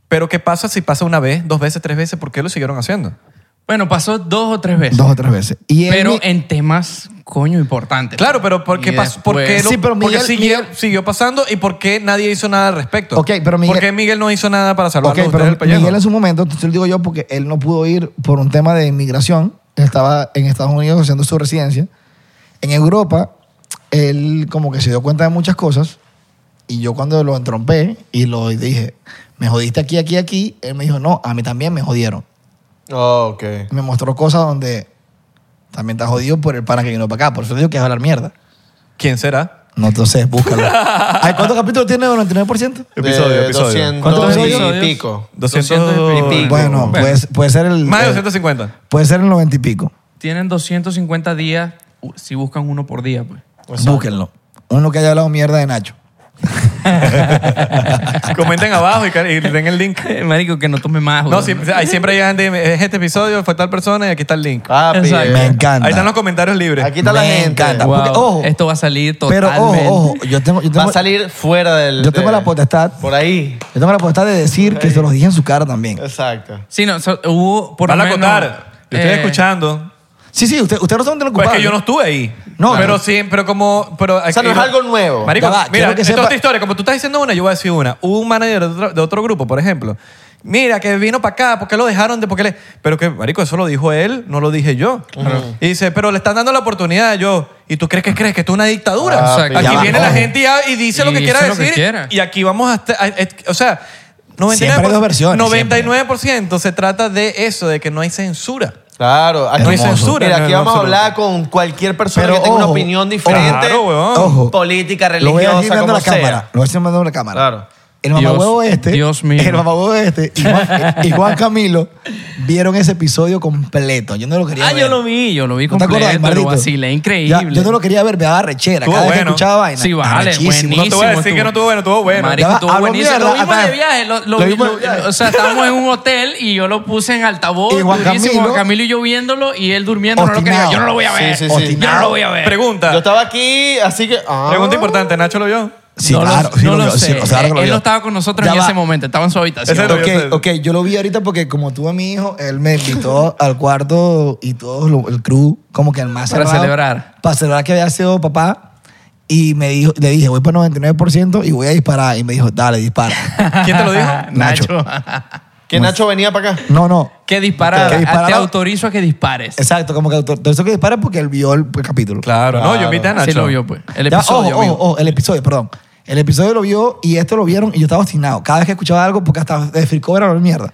Speaker 1: Pero ¿qué pasa si pasa una vez, dos veces, tres veces? ¿Por qué lo siguieron haciendo?
Speaker 3: Bueno, pasó dos o tres veces.
Speaker 2: Dos o tres veces. Y él-
Speaker 3: pero en temas, coño, importantes.
Speaker 1: Claro, pero ¿por qué
Speaker 3: Y
Speaker 1: pasó? ¿Por qué
Speaker 3: después-
Speaker 1: lo-
Speaker 2: Sí, pero
Speaker 1: por qué
Speaker 2: Miguel-
Speaker 1: siguió,
Speaker 2: Miguel-
Speaker 1: siguió pasando y por qué nadie hizo nada al respecto?
Speaker 2: Ok, pero Miguel-
Speaker 1: ¿Por qué Miguel no hizo nada para salvarlo
Speaker 2: Ok,
Speaker 1: a ustedes
Speaker 2: pero
Speaker 1: del pellejo?
Speaker 2: Miguel en su momento, entonces lo digo yo porque él no pudo ir por un tema de inmigración. Él estaba en Estados Unidos haciendo su residencia. En Europa, él como que se dio cuenta de muchas cosas. Y yo cuando lo entrompé y lo dije, me jodiste aquí, aquí, aquí, él me dijo, no, a mí también me jodieron.
Speaker 4: Oh, ok.
Speaker 2: Me mostró cosas donde también está jodido por el pana que vino para acá. Por eso digo que es hablar mierda.
Speaker 1: ¿Quién será?
Speaker 2: No,
Speaker 1: (laughs)
Speaker 2: entonces, búscalo. Ay, ¿Cuántos capítulos tiene? ¿99%?
Speaker 1: Episodio, episodio.
Speaker 2: ¿Cuántos
Speaker 4: 200
Speaker 3: episodios?
Speaker 4: y pico.
Speaker 1: 200 y pico.
Speaker 2: Bueno,
Speaker 1: pues.
Speaker 2: Puede, puede ser el...
Speaker 1: Más de
Speaker 2: el- (laughs)
Speaker 1: 250.
Speaker 2: Puede ser el 90 y pico.
Speaker 3: Tienen 250 días uh, si buscan uno por día, pues. (laughs)
Speaker 2: Búsquenlo. Uno que haya hablado mierda de Nacho.
Speaker 1: Comenten abajo y, car- y den el link.
Speaker 3: Eh, Marico, que no tome más.
Speaker 1: No,
Speaker 3: weón.
Speaker 1: siempre hay, siempre hay gente, es este episodio, fue tal persona y aquí está el link.
Speaker 4: Papi,
Speaker 3: Exacto.
Speaker 4: eh,
Speaker 2: Me encanta.
Speaker 1: Ahí están los comentarios libres.
Speaker 4: Aquí está la
Speaker 2: Me
Speaker 4: gente.
Speaker 2: encanta.
Speaker 3: Wow,
Speaker 2: porque, ojo,
Speaker 3: esto va a salir
Speaker 2: Pero
Speaker 3: totalmente.
Speaker 2: ojo, ojo. Yo tengo, yo
Speaker 4: Va a
Speaker 2: tengo,
Speaker 4: salir fuera del...
Speaker 2: yo tengo
Speaker 4: de-
Speaker 2: la potestad.
Speaker 4: Por ahí.
Speaker 2: Yo tengo la potestad de decir que se los dije en su cara también.
Speaker 4: Exacto.
Speaker 3: Sí, no, so- hubo por
Speaker 1: Van
Speaker 3: lo
Speaker 1: a
Speaker 3: menos-
Speaker 1: acotar. Yo estoy
Speaker 3: eh,
Speaker 1: escuchando.
Speaker 2: Sí, sí, usted, usted no está
Speaker 1: Pues
Speaker 2: culpable.
Speaker 1: es que yo no estuve ahí.
Speaker 2: No,
Speaker 1: pero
Speaker 2: claro.
Speaker 1: sí, pero como. Pero
Speaker 4: sea, no es algo nuevo.
Speaker 1: Marico,
Speaker 2: Ya va,
Speaker 1: mira,
Speaker 2: quiero que
Speaker 1: esto es
Speaker 2: sepa-
Speaker 1: otra historia. Como tú estás diciendo una, yo voy a decir una. Hubo Un manager de otro, de otro grupo, por ejemplo. Mira, que vino para acá, porque lo dejaron de.? Porque le... Pero que, Marico, eso lo dijo él, no lo dije yo. Y dice, pero le están dando la oportunidad yo. ¿Y tú crees que crees que esto es una dictadura?
Speaker 3: Ah, Exacto.
Speaker 1: Aquí
Speaker 3: ya va,
Speaker 1: viene la
Speaker 3: ojo.
Speaker 1: gente y, y dice lo
Speaker 3: Y
Speaker 1: que quiera
Speaker 3: dice lo que
Speaker 1: decir.
Speaker 3: quiera.
Speaker 1: Y aquí vamos hasta. a- a- O sea. 99%,
Speaker 2: Siempre hay dos versiones,
Speaker 1: 99% se trata de eso, de que no hay censura.
Speaker 4: Claro, aquí,
Speaker 1: No hay censura,
Speaker 4: Mira,
Speaker 1: no,
Speaker 4: aquí
Speaker 1: no,
Speaker 4: vamos a
Speaker 1: absoluto.
Speaker 4: hablar con cualquier persona
Speaker 2: Pero
Speaker 4: que tenga una
Speaker 2: ojo,
Speaker 4: opinión diferente.
Speaker 1: Claro, weón.
Speaker 2: Ojo.
Speaker 4: Política,
Speaker 2: Lo voy a ir
Speaker 4: religiosa,
Speaker 2: mirando
Speaker 4: como
Speaker 2: la
Speaker 4: sea.
Speaker 2: cámara. Lo voy a ir mirando la cámara.
Speaker 4: Claro.
Speaker 2: El
Speaker 3: Dios-
Speaker 2: mamahuevo este.
Speaker 3: Dios mío.
Speaker 2: El mamahuevo este. Y Juan, y Juan Camilo vieron ese episodio completo. Yo no lo quería
Speaker 3: Ah,
Speaker 2: ver.
Speaker 3: yo lo vi, yo lo vi
Speaker 2: ¿No te acuerdas,
Speaker 3: completo, lo
Speaker 2: Mardito?
Speaker 3: vacilé, increíble.
Speaker 2: Ya, yo no lo quería ver, me daba rechera.
Speaker 1: Estuvo
Speaker 2: Cada vez que
Speaker 1: bueno.
Speaker 2: escuchaba vaina.
Speaker 3: Sí, vale,
Speaker 2: arrechísimo.
Speaker 3: buenísimo.
Speaker 1: No te voy a decir que no estuvo bueno, estuvo bueno.
Speaker 3: Marico,
Speaker 2: Ya va,
Speaker 3: estuvo
Speaker 2: hablo
Speaker 3: buenísimo.
Speaker 2: mierda,
Speaker 3: Lo vimos
Speaker 2: hasta-
Speaker 3: de viaje, lo, lo
Speaker 2: lo
Speaker 3: vi-
Speaker 2: vimos de
Speaker 3: lo-
Speaker 2: viaje.
Speaker 3: o sea, estábamos en un hotel y yo lo puse en altavoz,
Speaker 2: Y Juan
Speaker 3: durísimo,
Speaker 2: Camilo-
Speaker 3: Juan Camilo y yo viéndolo y él durmiendo, no lo
Speaker 2: Obstinado.
Speaker 3: quería, yo no lo voy a
Speaker 4: Sí,
Speaker 3: ver.
Speaker 4: sí, sí.
Speaker 3: Yo no lo voy a ver.
Speaker 1: Pregunta.
Speaker 4: Yo estaba aquí, así que. ah.
Speaker 1: Pregunta importante, Nacho lo vio.
Speaker 2: Sí,
Speaker 3: no
Speaker 2: claro.
Speaker 3: lo,
Speaker 2: sí
Speaker 3: no lo
Speaker 2: vio, sí,
Speaker 3: sé.
Speaker 2: o sea, claro que lo
Speaker 3: él
Speaker 2: vio.
Speaker 3: no estaba con nosotros
Speaker 2: Ya
Speaker 3: en
Speaker 2: va.
Speaker 3: ese momento, estaba en su habitación.
Speaker 1: Ese-
Speaker 2: Ok,
Speaker 1: Yo
Speaker 2: ok, yo lo vi ahorita porque como tuve a mi hijo, él me invitó (laughs) al cuarto y todo lo- el crew, como que al más
Speaker 3: Para
Speaker 2: cerrado,
Speaker 3: celebrar.
Speaker 2: Para celebrar que había sido papá. Y me dijo, le dije, voy para 99% y voy a disparar. Y me dijo, dale, dispara.
Speaker 3: (laughs)
Speaker 1: ¿Quién te lo dijo?
Speaker 3: Nacho. (laughs)
Speaker 4: Que Nacho venía para acá.
Speaker 2: No, no.
Speaker 3: que disparada.
Speaker 2: Que disparada.
Speaker 3: Te autorizo a que dispares.
Speaker 2: Exacto, como que autor- te hizo que dispara porque él vio el, el capítulo.
Speaker 1: Claro, no, yo invité a Nacho.
Speaker 3: Sí lo vio, pues. El
Speaker 2: Ya,
Speaker 3: episodio,
Speaker 2: ojo,
Speaker 3: amigo.
Speaker 2: ojo, ojo, el episodio, perdón. El episodio lo vio y esto lo vieron y yo estaba obstinado. Cada vez que escuchaba algo, porque hasta de Frico era una mierda.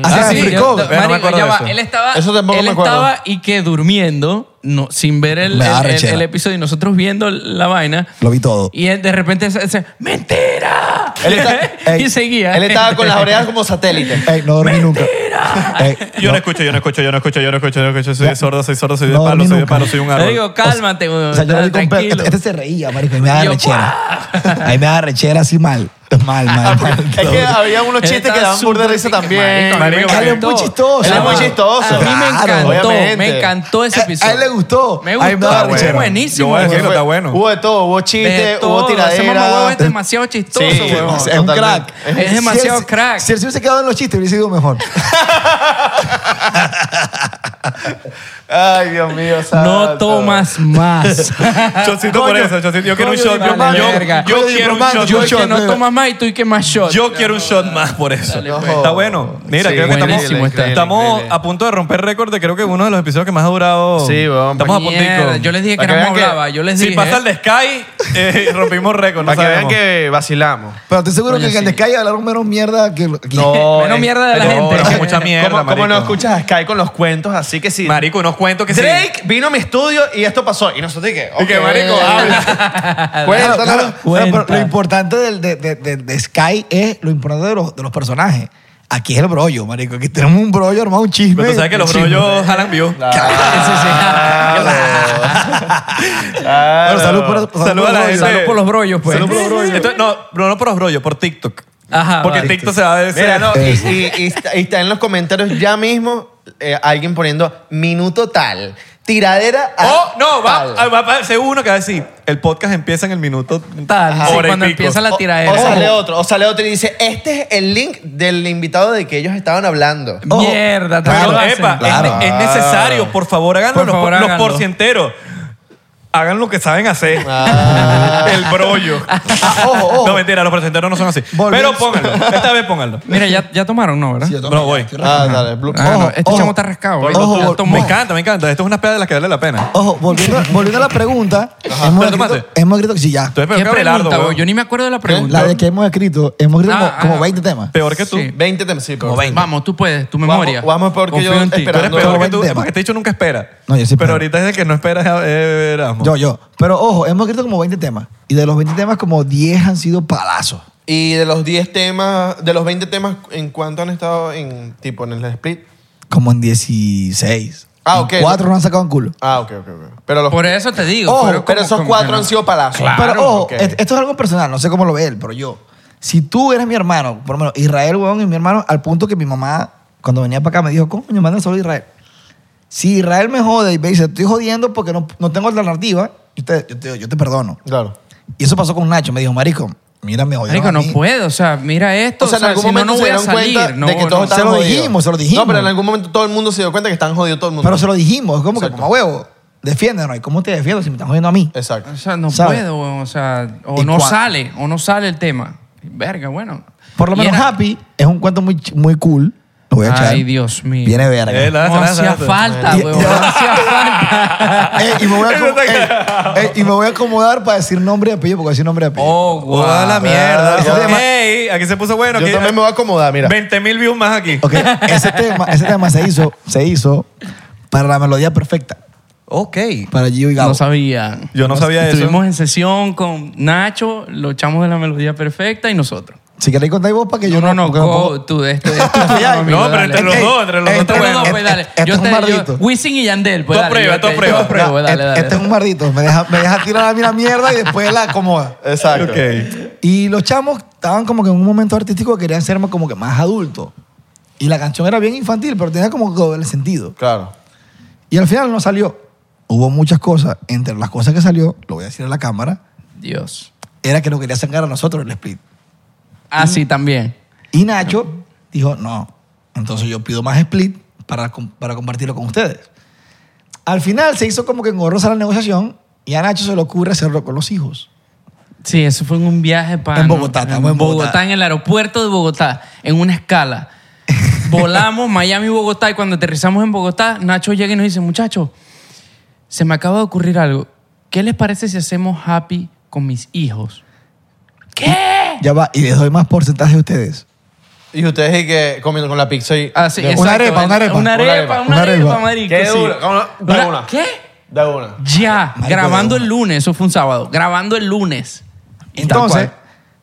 Speaker 2: Hasta
Speaker 3: Ah,
Speaker 2: de
Speaker 3: sí,
Speaker 2: Frico.
Speaker 3: yo-
Speaker 1: Ve, no me
Speaker 3: marico,
Speaker 1: acuerdo
Speaker 3: ya
Speaker 1: de
Speaker 3: va,
Speaker 1: eso.
Speaker 3: Él estaba,
Speaker 4: Eso tampoco
Speaker 3: él
Speaker 4: me acuerdo.
Speaker 3: estaba y que durmiendo, no, sin ver el,
Speaker 2: Me da
Speaker 3: el- el-
Speaker 2: rechera.
Speaker 3: el episodio y nosotros viendo la vaina.
Speaker 2: Lo vi todo.
Speaker 3: Y él de repente se, se- ¡Mentira!
Speaker 4: Él está-
Speaker 3: (laughs) y
Speaker 2: Ey,
Speaker 3: seguía.
Speaker 4: Él estaba con las
Speaker 3: (laughs)
Speaker 4: orejas como satélite.
Speaker 2: (laughs) Ey, no dormí nunca. Ey,
Speaker 1: Yo no escucho, yo no escucho, yo no escucho, yo no escucho, yo no escucho. Soy
Speaker 2: Ya.
Speaker 1: sordo, soy sordo, soy de
Speaker 2: No,
Speaker 1: palo,
Speaker 2: ni
Speaker 1: soy de
Speaker 2: nunca.
Speaker 1: palo, soy un
Speaker 3: Le
Speaker 1: árbol.
Speaker 3: digo, cálmate,
Speaker 2: O
Speaker 3: weón,
Speaker 2: sea, yo lo vi con pe-
Speaker 3: tranquilo.
Speaker 2: este, este se reía, marico, y me da
Speaker 3: Yo,
Speaker 2: rechera. Ahí me da rechera así mal. Mal, mal, mal.
Speaker 4: Es que había unos
Speaker 3: Él
Speaker 4: chistes que
Speaker 3: estaba
Speaker 4: daban burda de
Speaker 3: súper
Speaker 4: risa
Speaker 3: pica-
Speaker 4: también.
Speaker 3: Marico, a mí me
Speaker 1: Marico,
Speaker 2: Él es
Speaker 3: encantó.
Speaker 2: muy chistoso.
Speaker 4: Él es muy
Speaker 2: mano.
Speaker 4: chistoso.
Speaker 3: A mí me
Speaker 2: Claro,
Speaker 3: encantó,
Speaker 4: obviamente.
Speaker 3: me encantó ese
Speaker 2: A-
Speaker 3: episodio.
Speaker 2: A él le gustó.
Speaker 3: Me
Speaker 2: A mí
Speaker 3: gustó,
Speaker 2: da
Speaker 3: fue
Speaker 2: rechera.
Speaker 3: buenísimo.
Speaker 1: Yo voy a decirlo,
Speaker 3: weón.
Speaker 1: está bueno.
Speaker 4: Hubo de todo, hubo
Speaker 3: De
Speaker 4: chiste, hubo
Speaker 3: todo, Ese mamahuevo es
Speaker 4: tiradera.
Speaker 3: demasiado chistoso,
Speaker 4: Sí.
Speaker 3: weón.
Speaker 2: Es un
Speaker 4: Totalmente.
Speaker 2: crack.
Speaker 3: Es demasiado
Speaker 2: Si él-
Speaker 3: crack.
Speaker 2: Si él se hubiese quedado en los chistes, hubiese sido mejor.
Speaker 4: Ay, Dios mío,
Speaker 3: No
Speaker 4: santo.
Speaker 3: tomas más.
Speaker 1: Chocito por eso, chocito. Yo quiero un
Speaker 3: Coño,
Speaker 1: shot.
Speaker 3: de
Speaker 1: Yo,
Speaker 3: mala
Speaker 1: yo-
Speaker 3: verga.
Speaker 1: yo
Speaker 2: Coño, de
Speaker 1: quiero un
Speaker 2: romántico,
Speaker 1: shot. Yo,
Speaker 3: Yo
Speaker 2: un
Speaker 3: que
Speaker 2: shot,
Speaker 3: no
Speaker 2: mira.
Speaker 3: tomas más y tú y que más shot.
Speaker 1: quiero un shot más por eso.
Speaker 4: pues.
Speaker 1: Está bueno. Mira,
Speaker 4: Sí,
Speaker 1: creo que estamos,
Speaker 3: buenísimo está.
Speaker 1: estamos
Speaker 4: Increíble.
Speaker 1: a punto de romper récord de creo que uno de los episodios que más ha durado.
Speaker 4: Sí, weón.
Speaker 1: Estamos a puntico.
Speaker 3: Mierda, Yo les dije que
Speaker 4: Para que
Speaker 3: no
Speaker 4: vean que-
Speaker 3: hablaba. Yo les
Speaker 1: si
Speaker 3: dije.
Speaker 1: pasa el de Sky, eh, (laughs) rompimos récord. No
Speaker 4: Para que vean
Speaker 1: sabemos.
Speaker 4: que vacilamos.
Speaker 2: Pero estoy seguro
Speaker 3: Coño,
Speaker 2: que en el
Speaker 3: sí.
Speaker 2: de calle hablaron menos mierda que. que-
Speaker 4: No.
Speaker 3: Menos
Speaker 4: es-
Speaker 3: mierda de la
Speaker 4: no,
Speaker 3: gente.
Speaker 4: es que-
Speaker 1: Mucha mierda,
Speaker 4: ¿Cómo, cómo no
Speaker 1: marico.
Speaker 4: escuchas a Sky con los cuentos? Así que sí.
Speaker 1: Marico, unos cuentos que sí.
Speaker 4: Drake vino a mi estudio y esto pasó. Y nosotros dije,
Speaker 1: Y que
Speaker 4: ok. Ah.
Speaker 1: marico,
Speaker 4: (laughs)
Speaker 1: habla.
Speaker 2: (laughs)
Speaker 3: Ah,
Speaker 2: Claro,
Speaker 4: Cuéntanos.
Speaker 2: claro.
Speaker 3: Cuenta.
Speaker 2: Bueno, pero lo importante del- de, de- de- de Sky es lo importante de los, de los personajes. Aquí es el brollo, marico. Aquí tenemos un brollo armado, un chisme.
Speaker 1: Pero tú sabes que los
Speaker 2: un chisme.
Speaker 1: rollos jalan view.
Speaker 2: Bueno, salud por, salud por
Speaker 1: Saluda a
Speaker 2: el
Speaker 1: la
Speaker 2: brollo.
Speaker 1: gente.
Speaker 3: Salud por los brollos, pues.
Speaker 1: Salud por los brollos. Esto- no, no, no por los brollos, por TikTok.
Speaker 3: Ajá,
Speaker 1: Porque
Speaker 3: vale.
Speaker 1: TikTok se va a ver.
Speaker 4: Mira, no, y, y- y está, y está en los comentarios ya mismo eh, alguien poniendo minuto tal, tiradera a
Speaker 1: Oh,
Speaker 2: Ah,
Speaker 1: no, va,
Speaker 4: tal.
Speaker 1: va a aparecer uno que va a decir: el podcast empieza en el minuto
Speaker 3: Tal,
Speaker 1: Ajá.
Speaker 3: sí,
Speaker 1: Hora y
Speaker 3: cuando
Speaker 1: pico.
Speaker 3: empieza
Speaker 4: Oh,
Speaker 3: la tiradera.
Speaker 4: O sale otro, o sale otro y dice, este es el link del invitado de que ellos estaban hablando.
Speaker 3: Ojo. Mierda,
Speaker 1: Pero,
Speaker 3: también lo hacen.
Speaker 1: epa, Ah.
Speaker 2: claro.
Speaker 1: es, es necesario, por favor, háganlo.
Speaker 3: Por favor,
Speaker 1: los, por- los
Speaker 3: háganlo.
Speaker 1: porcienteros. Hagan lo que saben hacer. El brollo.
Speaker 2: Ah.
Speaker 4: Ah,
Speaker 2: ojo, ojo.
Speaker 1: No, mentira, los porcienteros no son así.
Speaker 2: Volvemos.
Speaker 1: Pero pónganlo. Esta vez pónganlo.
Speaker 3: Mira, ya, ya tomaron, ¿no, verdad?
Speaker 2: Sí, yo tomo.
Speaker 1: No, voy.
Speaker 4: Ah, dale, Blue.
Speaker 3: Ah, no,
Speaker 2: Ojo,
Speaker 3: este
Speaker 2: ojo.
Speaker 3: chamo está rascado. ¿verdad?
Speaker 2: Ojo,
Speaker 3: Ya
Speaker 2: vol-
Speaker 3: tomó.
Speaker 1: Me encanta, me encanta. Esto es una peda de las que vale la pena.
Speaker 2: Ojo, volviendo, volviendo a la pregunta, hemos
Speaker 1: Pero tómate.
Speaker 2: escrito, hemos escrito que sí, ya.
Speaker 1: Tú eres peor
Speaker 3: ¿Qué
Speaker 1: que Abelardo,
Speaker 3: pregunta,
Speaker 1: weón.
Speaker 3: güey? Yo ni me acuerdo de la pregunta.
Speaker 2: La de que hemos escrito, hemos escrito
Speaker 3: Ah,
Speaker 2: como, como
Speaker 3: ah.
Speaker 2: 20 temas.
Speaker 1: Peor que tú.
Speaker 3: Sí.
Speaker 4: 20 temas, sí, pero-
Speaker 3: Vamos, tú puedes, tu
Speaker 4: Vamos-
Speaker 3: memoria.
Speaker 4: vamos porque
Speaker 3: Confío
Speaker 4: yo
Speaker 3: en ti.
Speaker 1: Tú eres
Speaker 4: esperando-
Speaker 1: peor que
Speaker 2: Buen
Speaker 1: tú.
Speaker 2: tema.
Speaker 1: Porque te he dicho nunca espera.
Speaker 2: No, yo sí
Speaker 1: Pero
Speaker 2: espero.
Speaker 1: ahorita es el que no esperas eh, Erasmo.
Speaker 2: Yo, yo. Pero ojo, hemos escrito como 20 temas. Y de los 20 temas, como 10 han sido palazos.
Speaker 4: Y de los 10 temas, de los 20 temas, ¿en cuánto han estado en tipo en el split?
Speaker 2: Como en 16.
Speaker 4: Ah,
Speaker 2: En
Speaker 4: ok.
Speaker 2: Cuatro no han sacado un culo.
Speaker 4: Ah, ok, ok, ok. Pero los
Speaker 3: Por eso te digo.
Speaker 4: Ojo,
Speaker 3: fueron
Speaker 4: pero,
Speaker 3: como-
Speaker 4: esos
Speaker 3: como
Speaker 4: cuatro
Speaker 3: que no.
Speaker 4: han sido palazos.
Speaker 2: pero ojo,
Speaker 4: ok.
Speaker 2: et- esto es algo personal, no sé cómo lo ve él, pero yo. Si tú eres mi hermano, por lo menos Israel, weón, es mi hermano, al punto que mi mamá, cuando venía para acá, me dijo, coño, manda solo a Israel. Si Israel me jode y me dice, estoy jodiendo porque no, no tengo alternativa, yo te, yo, te, yo te perdono.
Speaker 4: Claro.
Speaker 2: Y eso pasó con Nacho, me dijo, marico, Mira, me odiaron
Speaker 3: Marico,
Speaker 2: a
Speaker 3: no
Speaker 2: mí.
Speaker 3: puedo. O sea, mira esto.
Speaker 4: O sea, en algún
Speaker 3: si no,
Speaker 4: momento
Speaker 3: no
Speaker 4: se
Speaker 3: voy a
Speaker 4: dieron
Speaker 3: salir.
Speaker 4: cuenta
Speaker 3: no,
Speaker 4: de que
Speaker 3: no.
Speaker 4: todos
Speaker 2: Se
Speaker 4: estaban
Speaker 2: lo
Speaker 4: jodidos.
Speaker 2: dijimos, se lo dijimos.
Speaker 4: No, pero en algún momento todo el mundo se dio cuenta que están jodidos todo el mundo.
Speaker 2: Pero se lo dijimos, es como que,
Speaker 4: Exacto.
Speaker 2: como a huevo, defiéndenos. ¿Y cómo te defiendo si me están jodiendo a mí?
Speaker 4: Exacto.
Speaker 3: O sea, no
Speaker 2: ¿Sabes?
Speaker 3: puedo. weón. O sea, o
Speaker 2: ¿Y
Speaker 3: no
Speaker 2: cuán-
Speaker 3: sale, o no sale el tema. Verga, bueno.
Speaker 2: Por lo
Speaker 3: Y
Speaker 2: menos
Speaker 3: era-
Speaker 2: Happy es un cuento muy, ch- muy cool. Lo voy a echar.
Speaker 3: Ay, Dios mío.
Speaker 2: Viene verga.
Speaker 1: Eh, la-
Speaker 3: No
Speaker 1: Lanza,
Speaker 3: hacía
Speaker 1: lanza.
Speaker 3: falta,
Speaker 2: Y-
Speaker 3: weón.
Speaker 2: (laughs)
Speaker 3: No hacía falta.
Speaker 2: Ey, Eh, y, me voy a acom- ey, ey, y me voy a acomodar para decir nombre y apellido, porque decir nombre y apellido.
Speaker 3: Oh,
Speaker 1: ¡Wow!
Speaker 3: guau.
Speaker 1: la mierda!
Speaker 2: Ese tema-
Speaker 1: ¡Ey! Aquí se puso bueno.
Speaker 4: Yo
Speaker 1: aquí-
Speaker 4: también me voy a acomodar, mira.
Speaker 1: 20 mil views más aquí.
Speaker 2: Ok, ese tema, ese tema se hizo, se hizo para la melodía perfecta.
Speaker 1: Ok.
Speaker 2: Para Gio y Gabo.
Speaker 3: No sabía.
Speaker 1: Yo no sabía eso.
Speaker 3: Estuvimos en sesión con Nacho, lo echamos de la melodía perfecta y nosotros.
Speaker 2: si queréis contar vos para que yo no...
Speaker 3: no, no,
Speaker 2: porque
Speaker 3: go,
Speaker 2: puedo-
Speaker 3: tú de
Speaker 2: (laughs)
Speaker 3: este. de este, amigo,
Speaker 1: No, pero
Speaker 3: dale.
Speaker 1: entre los
Speaker 2: Ey,
Speaker 1: dos, entre los
Speaker 2: ey,
Speaker 1: dos está
Speaker 3: Entre los
Speaker 1: bueno.
Speaker 3: dos, pues dale.
Speaker 2: Este- este
Speaker 3: yo
Speaker 2: es
Speaker 3: te,
Speaker 2: un
Speaker 3: yo,
Speaker 2: mardito.
Speaker 3: Wisin y Yandel, pues
Speaker 1: Tú
Speaker 3: dale.
Speaker 1: aprueba,
Speaker 3: yo
Speaker 1: tú
Speaker 3: te-
Speaker 1: aprueba.
Speaker 3: yo apruebo, dale,
Speaker 2: Este-
Speaker 3: dale.
Speaker 2: Este es un mardito. Me deja, me deja tirar a mí la mierda y después la acomoda.
Speaker 4: Exacto.
Speaker 1: Ok.
Speaker 2: Y los chamos estaban como que en un momento artístico que querían ser más- como que más adultos. Y la canción era bien infantil, pero tenía como que doble sentido.
Speaker 4: Claro.
Speaker 2: Y al final no salió. Hubo muchas cosas. Entre las cosas que salió, lo voy a decir a la cámara, Este
Speaker 3: Dios.
Speaker 2: era que nos quería sacar a nosotros el split.
Speaker 3: Ah, sí, también.
Speaker 2: Y Nacho dijo, no, entonces yo pido más split para, com- para compartirlo con ustedes. Al final se hizo como que engorrosa la negociación y a Nacho se le ocurre hacerlo con los hijos.
Speaker 3: Sí, eso fue en un viaje para...
Speaker 2: En Bogotá, estamos en Bogotá.
Speaker 3: en el aeropuerto de Bogotá, en una
Speaker 2: (laughs)
Speaker 3: escala. Volamos Miami-Bogotá y cuando aterrizamos en Bogotá, Nacho llega y nos dice, muchachos, se me acaba de ocurrir algo. ¿Qué les parece si hacemos happy con mis hijos? ¿Qué?
Speaker 2: Ya va, y les doy más porcentaje a ustedes.
Speaker 4: Y ustedes y que comiendo con la pizza y.
Speaker 3: Ah, sí,
Speaker 4: de,
Speaker 3: exacto.
Speaker 2: arepa, una arepa.
Speaker 3: Una arepa, una
Speaker 2: Una
Speaker 3: arepa,
Speaker 2: arepa.
Speaker 3: marico,
Speaker 4: Qué
Speaker 3: sí.
Speaker 4: duro. ¿Cómo no? Dame
Speaker 3: Una-
Speaker 4: una.
Speaker 3: ¿Qué?
Speaker 4: de una.
Speaker 3: Ya,
Speaker 2: Marico,
Speaker 3: grabando
Speaker 2: de una.
Speaker 3: el lunes, eso fue un sábado, grabando el lunes. Y tal
Speaker 2: Entonces,
Speaker 3: cual.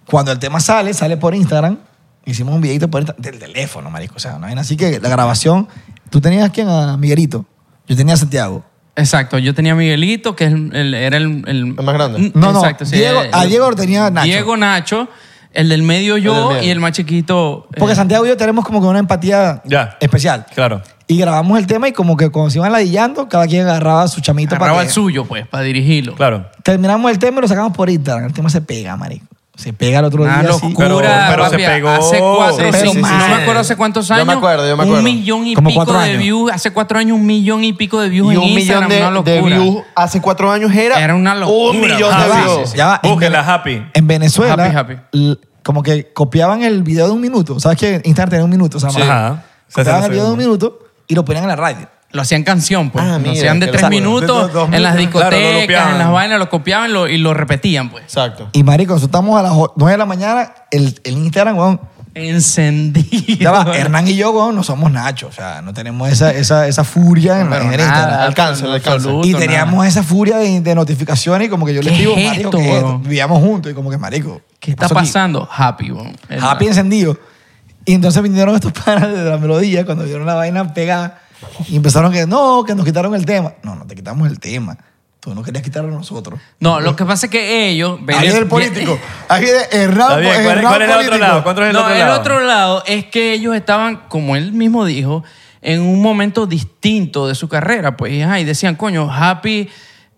Speaker 2: cuando el tema sale, sale por Instagram. Hicimos un videito por Insta- del teléfono, marico. O sea, no hay nada. Así que la grabación, tú tenías quién? A Miguelito. Yo tenía a Santiago.
Speaker 3: Exacto, yo tenía a Miguelito, que es el- el- era el, Mm,
Speaker 4: El más grande.
Speaker 2: No, no,
Speaker 3: Exacto, sí,
Speaker 2: Diego-
Speaker 3: el-
Speaker 2: a Diego lo tenía Nacho.
Speaker 3: Diego Nacho, el del medio yo
Speaker 4: El del medio.
Speaker 3: y el más chiquito. eh,
Speaker 2: Porque Santiago y yo tenemos como que una empatía
Speaker 1: Ya.
Speaker 2: especial.
Speaker 1: Claro.
Speaker 2: Y grabamos el tema y como que cuando se iban ladillando, cada quien agarraba su chamito
Speaker 3: agarraba
Speaker 2: para
Speaker 3: el
Speaker 2: que...
Speaker 3: suyo, pues, para dirigirlo.
Speaker 1: Claro.
Speaker 2: Terminamos el tema y lo sacamos por Instagram. El tema se pega, marico. Se pega el otro
Speaker 3: Una
Speaker 2: día así.
Speaker 3: locura,
Speaker 1: Ah, Pero- pero se
Speaker 3: papi,
Speaker 1: pegó.
Speaker 3: Hace cuatro,
Speaker 2: Sí, sí,
Speaker 3: cinco,
Speaker 2: sí, sí,
Speaker 3: no
Speaker 2: sí.
Speaker 3: me acuerdo hace cuántos
Speaker 4: Yo me
Speaker 3: años.
Speaker 4: acuerdo, yo me
Speaker 3: Un
Speaker 4: acuerdo.
Speaker 3: millón y
Speaker 2: Como
Speaker 3: pico
Speaker 2: cuatro
Speaker 3: de
Speaker 2: años.
Speaker 3: views. Hace cuatro años un millón y pico de
Speaker 4: Y
Speaker 3: views en
Speaker 4: un millón
Speaker 3: Instagram. una
Speaker 4: de, de
Speaker 3: locura.
Speaker 4: views hace cuatro años era.
Speaker 3: Era una locura,
Speaker 4: Un millón
Speaker 1: Ah,
Speaker 4: de
Speaker 1: sí,
Speaker 4: views.
Speaker 1: sí, sí.
Speaker 2: Ya va. En
Speaker 1: Búsquenla,
Speaker 2: Vene-
Speaker 1: Happy.
Speaker 2: En Venezuela,
Speaker 3: Happy, happy.
Speaker 2: l- como que copiaban el video de un minuto. ¿Sabes que Instagram tenía un minuto? O sea,
Speaker 1: Sí.
Speaker 2: más.
Speaker 1: Ajá.
Speaker 2: Copiaban
Speaker 1: 60
Speaker 2: el video de un
Speaker 1: segundos.
Speaker 2: minuto y lo ponían en la radio.
Speaker 3: Lo hacían canción, pues.
Speaker 4: Ah,
Speaker 3: lo
Speaker 4: mira,
Speaker 3: hacían de
Speaker 4: qué
Speaker 3: tres
Speaker 4: locura.
Speaker 3: minutos
Speaker 2: De- de- dos
Speaker 3: en las
Speaker 2: minutos.
Speaker 1: Claro, lo
Speaker 3: discotecas,
Speaker 1: copiaban.
Speaker 3: en las vainas, lo copiaban lo- y lo repetían, pues.
Speaker 4: Exacto.
Speaker 2: Y marico, nosotros estamos a las 9 de la mañana, el, el Instagram,
Speaker 3: (laughs)
Speaker 2: weón.
Speaker 3: Encendido.
Speaker 2: Ya va, Hernán y yo, weón, no somos Nacho. O sea, no tenemos esa, esa, esa furia en,
Speaker 3: Pero
Speaker 2: en el
Speaker 3: nada,
Speaker 2: Instagram.
Speaker 4: alcance, el alcance.
Speaker 3: absoluto,
Speaker 2: Y teníamos
Speaker 3: nada.
Speaker 2: esa furia de, de notificaciones y como que yo les
Speaker 3: ¿Qué
Speaker 2: digo,
Speaker 3: es
Speaker 2: marico,
Speaker 3: esto,
Speaker 2: ¿qué es esto?
Speaker 3: weón?
Speaker 2: Vivíamos juntos y como que, marico,
Speaker 3: ¿Qué está
Speaker 2: pasó aquí?
Speaker 3: pasando? Happy, weón. El-
Speaker 2: Happy encendido. Y entonces vinieron estos (laughs) panas de la melodía cuando vieron la vaina pegada y empezaron que no, que nos quitaron el tema. No, no te quitamos el tema. Tú no querías quitarlo a nosotros.
Speaker 3: No, lo que pasa es que ellos...
Speaker 2: Ahí es
Speaker 1: (laughs)
Speaker 2: el político. Ahí es Hernán,
Speaker 1: Está bien, ¿cuál-
Speaker 2: Hernán
Speaker 1: cuál es el otro
Speaker 2: político.
Speaker 1: lado? ¿Cuál- otro es el
Speaker 3: no,
Speaker 1: otro
Speaker 3: el
Speaker 1: lado.
Speaker 3: otro lado es que ellos estaban, como él mismo dijo, en un momento distinto de su carrera. Pues, y, ajá, y decían, coño, Happy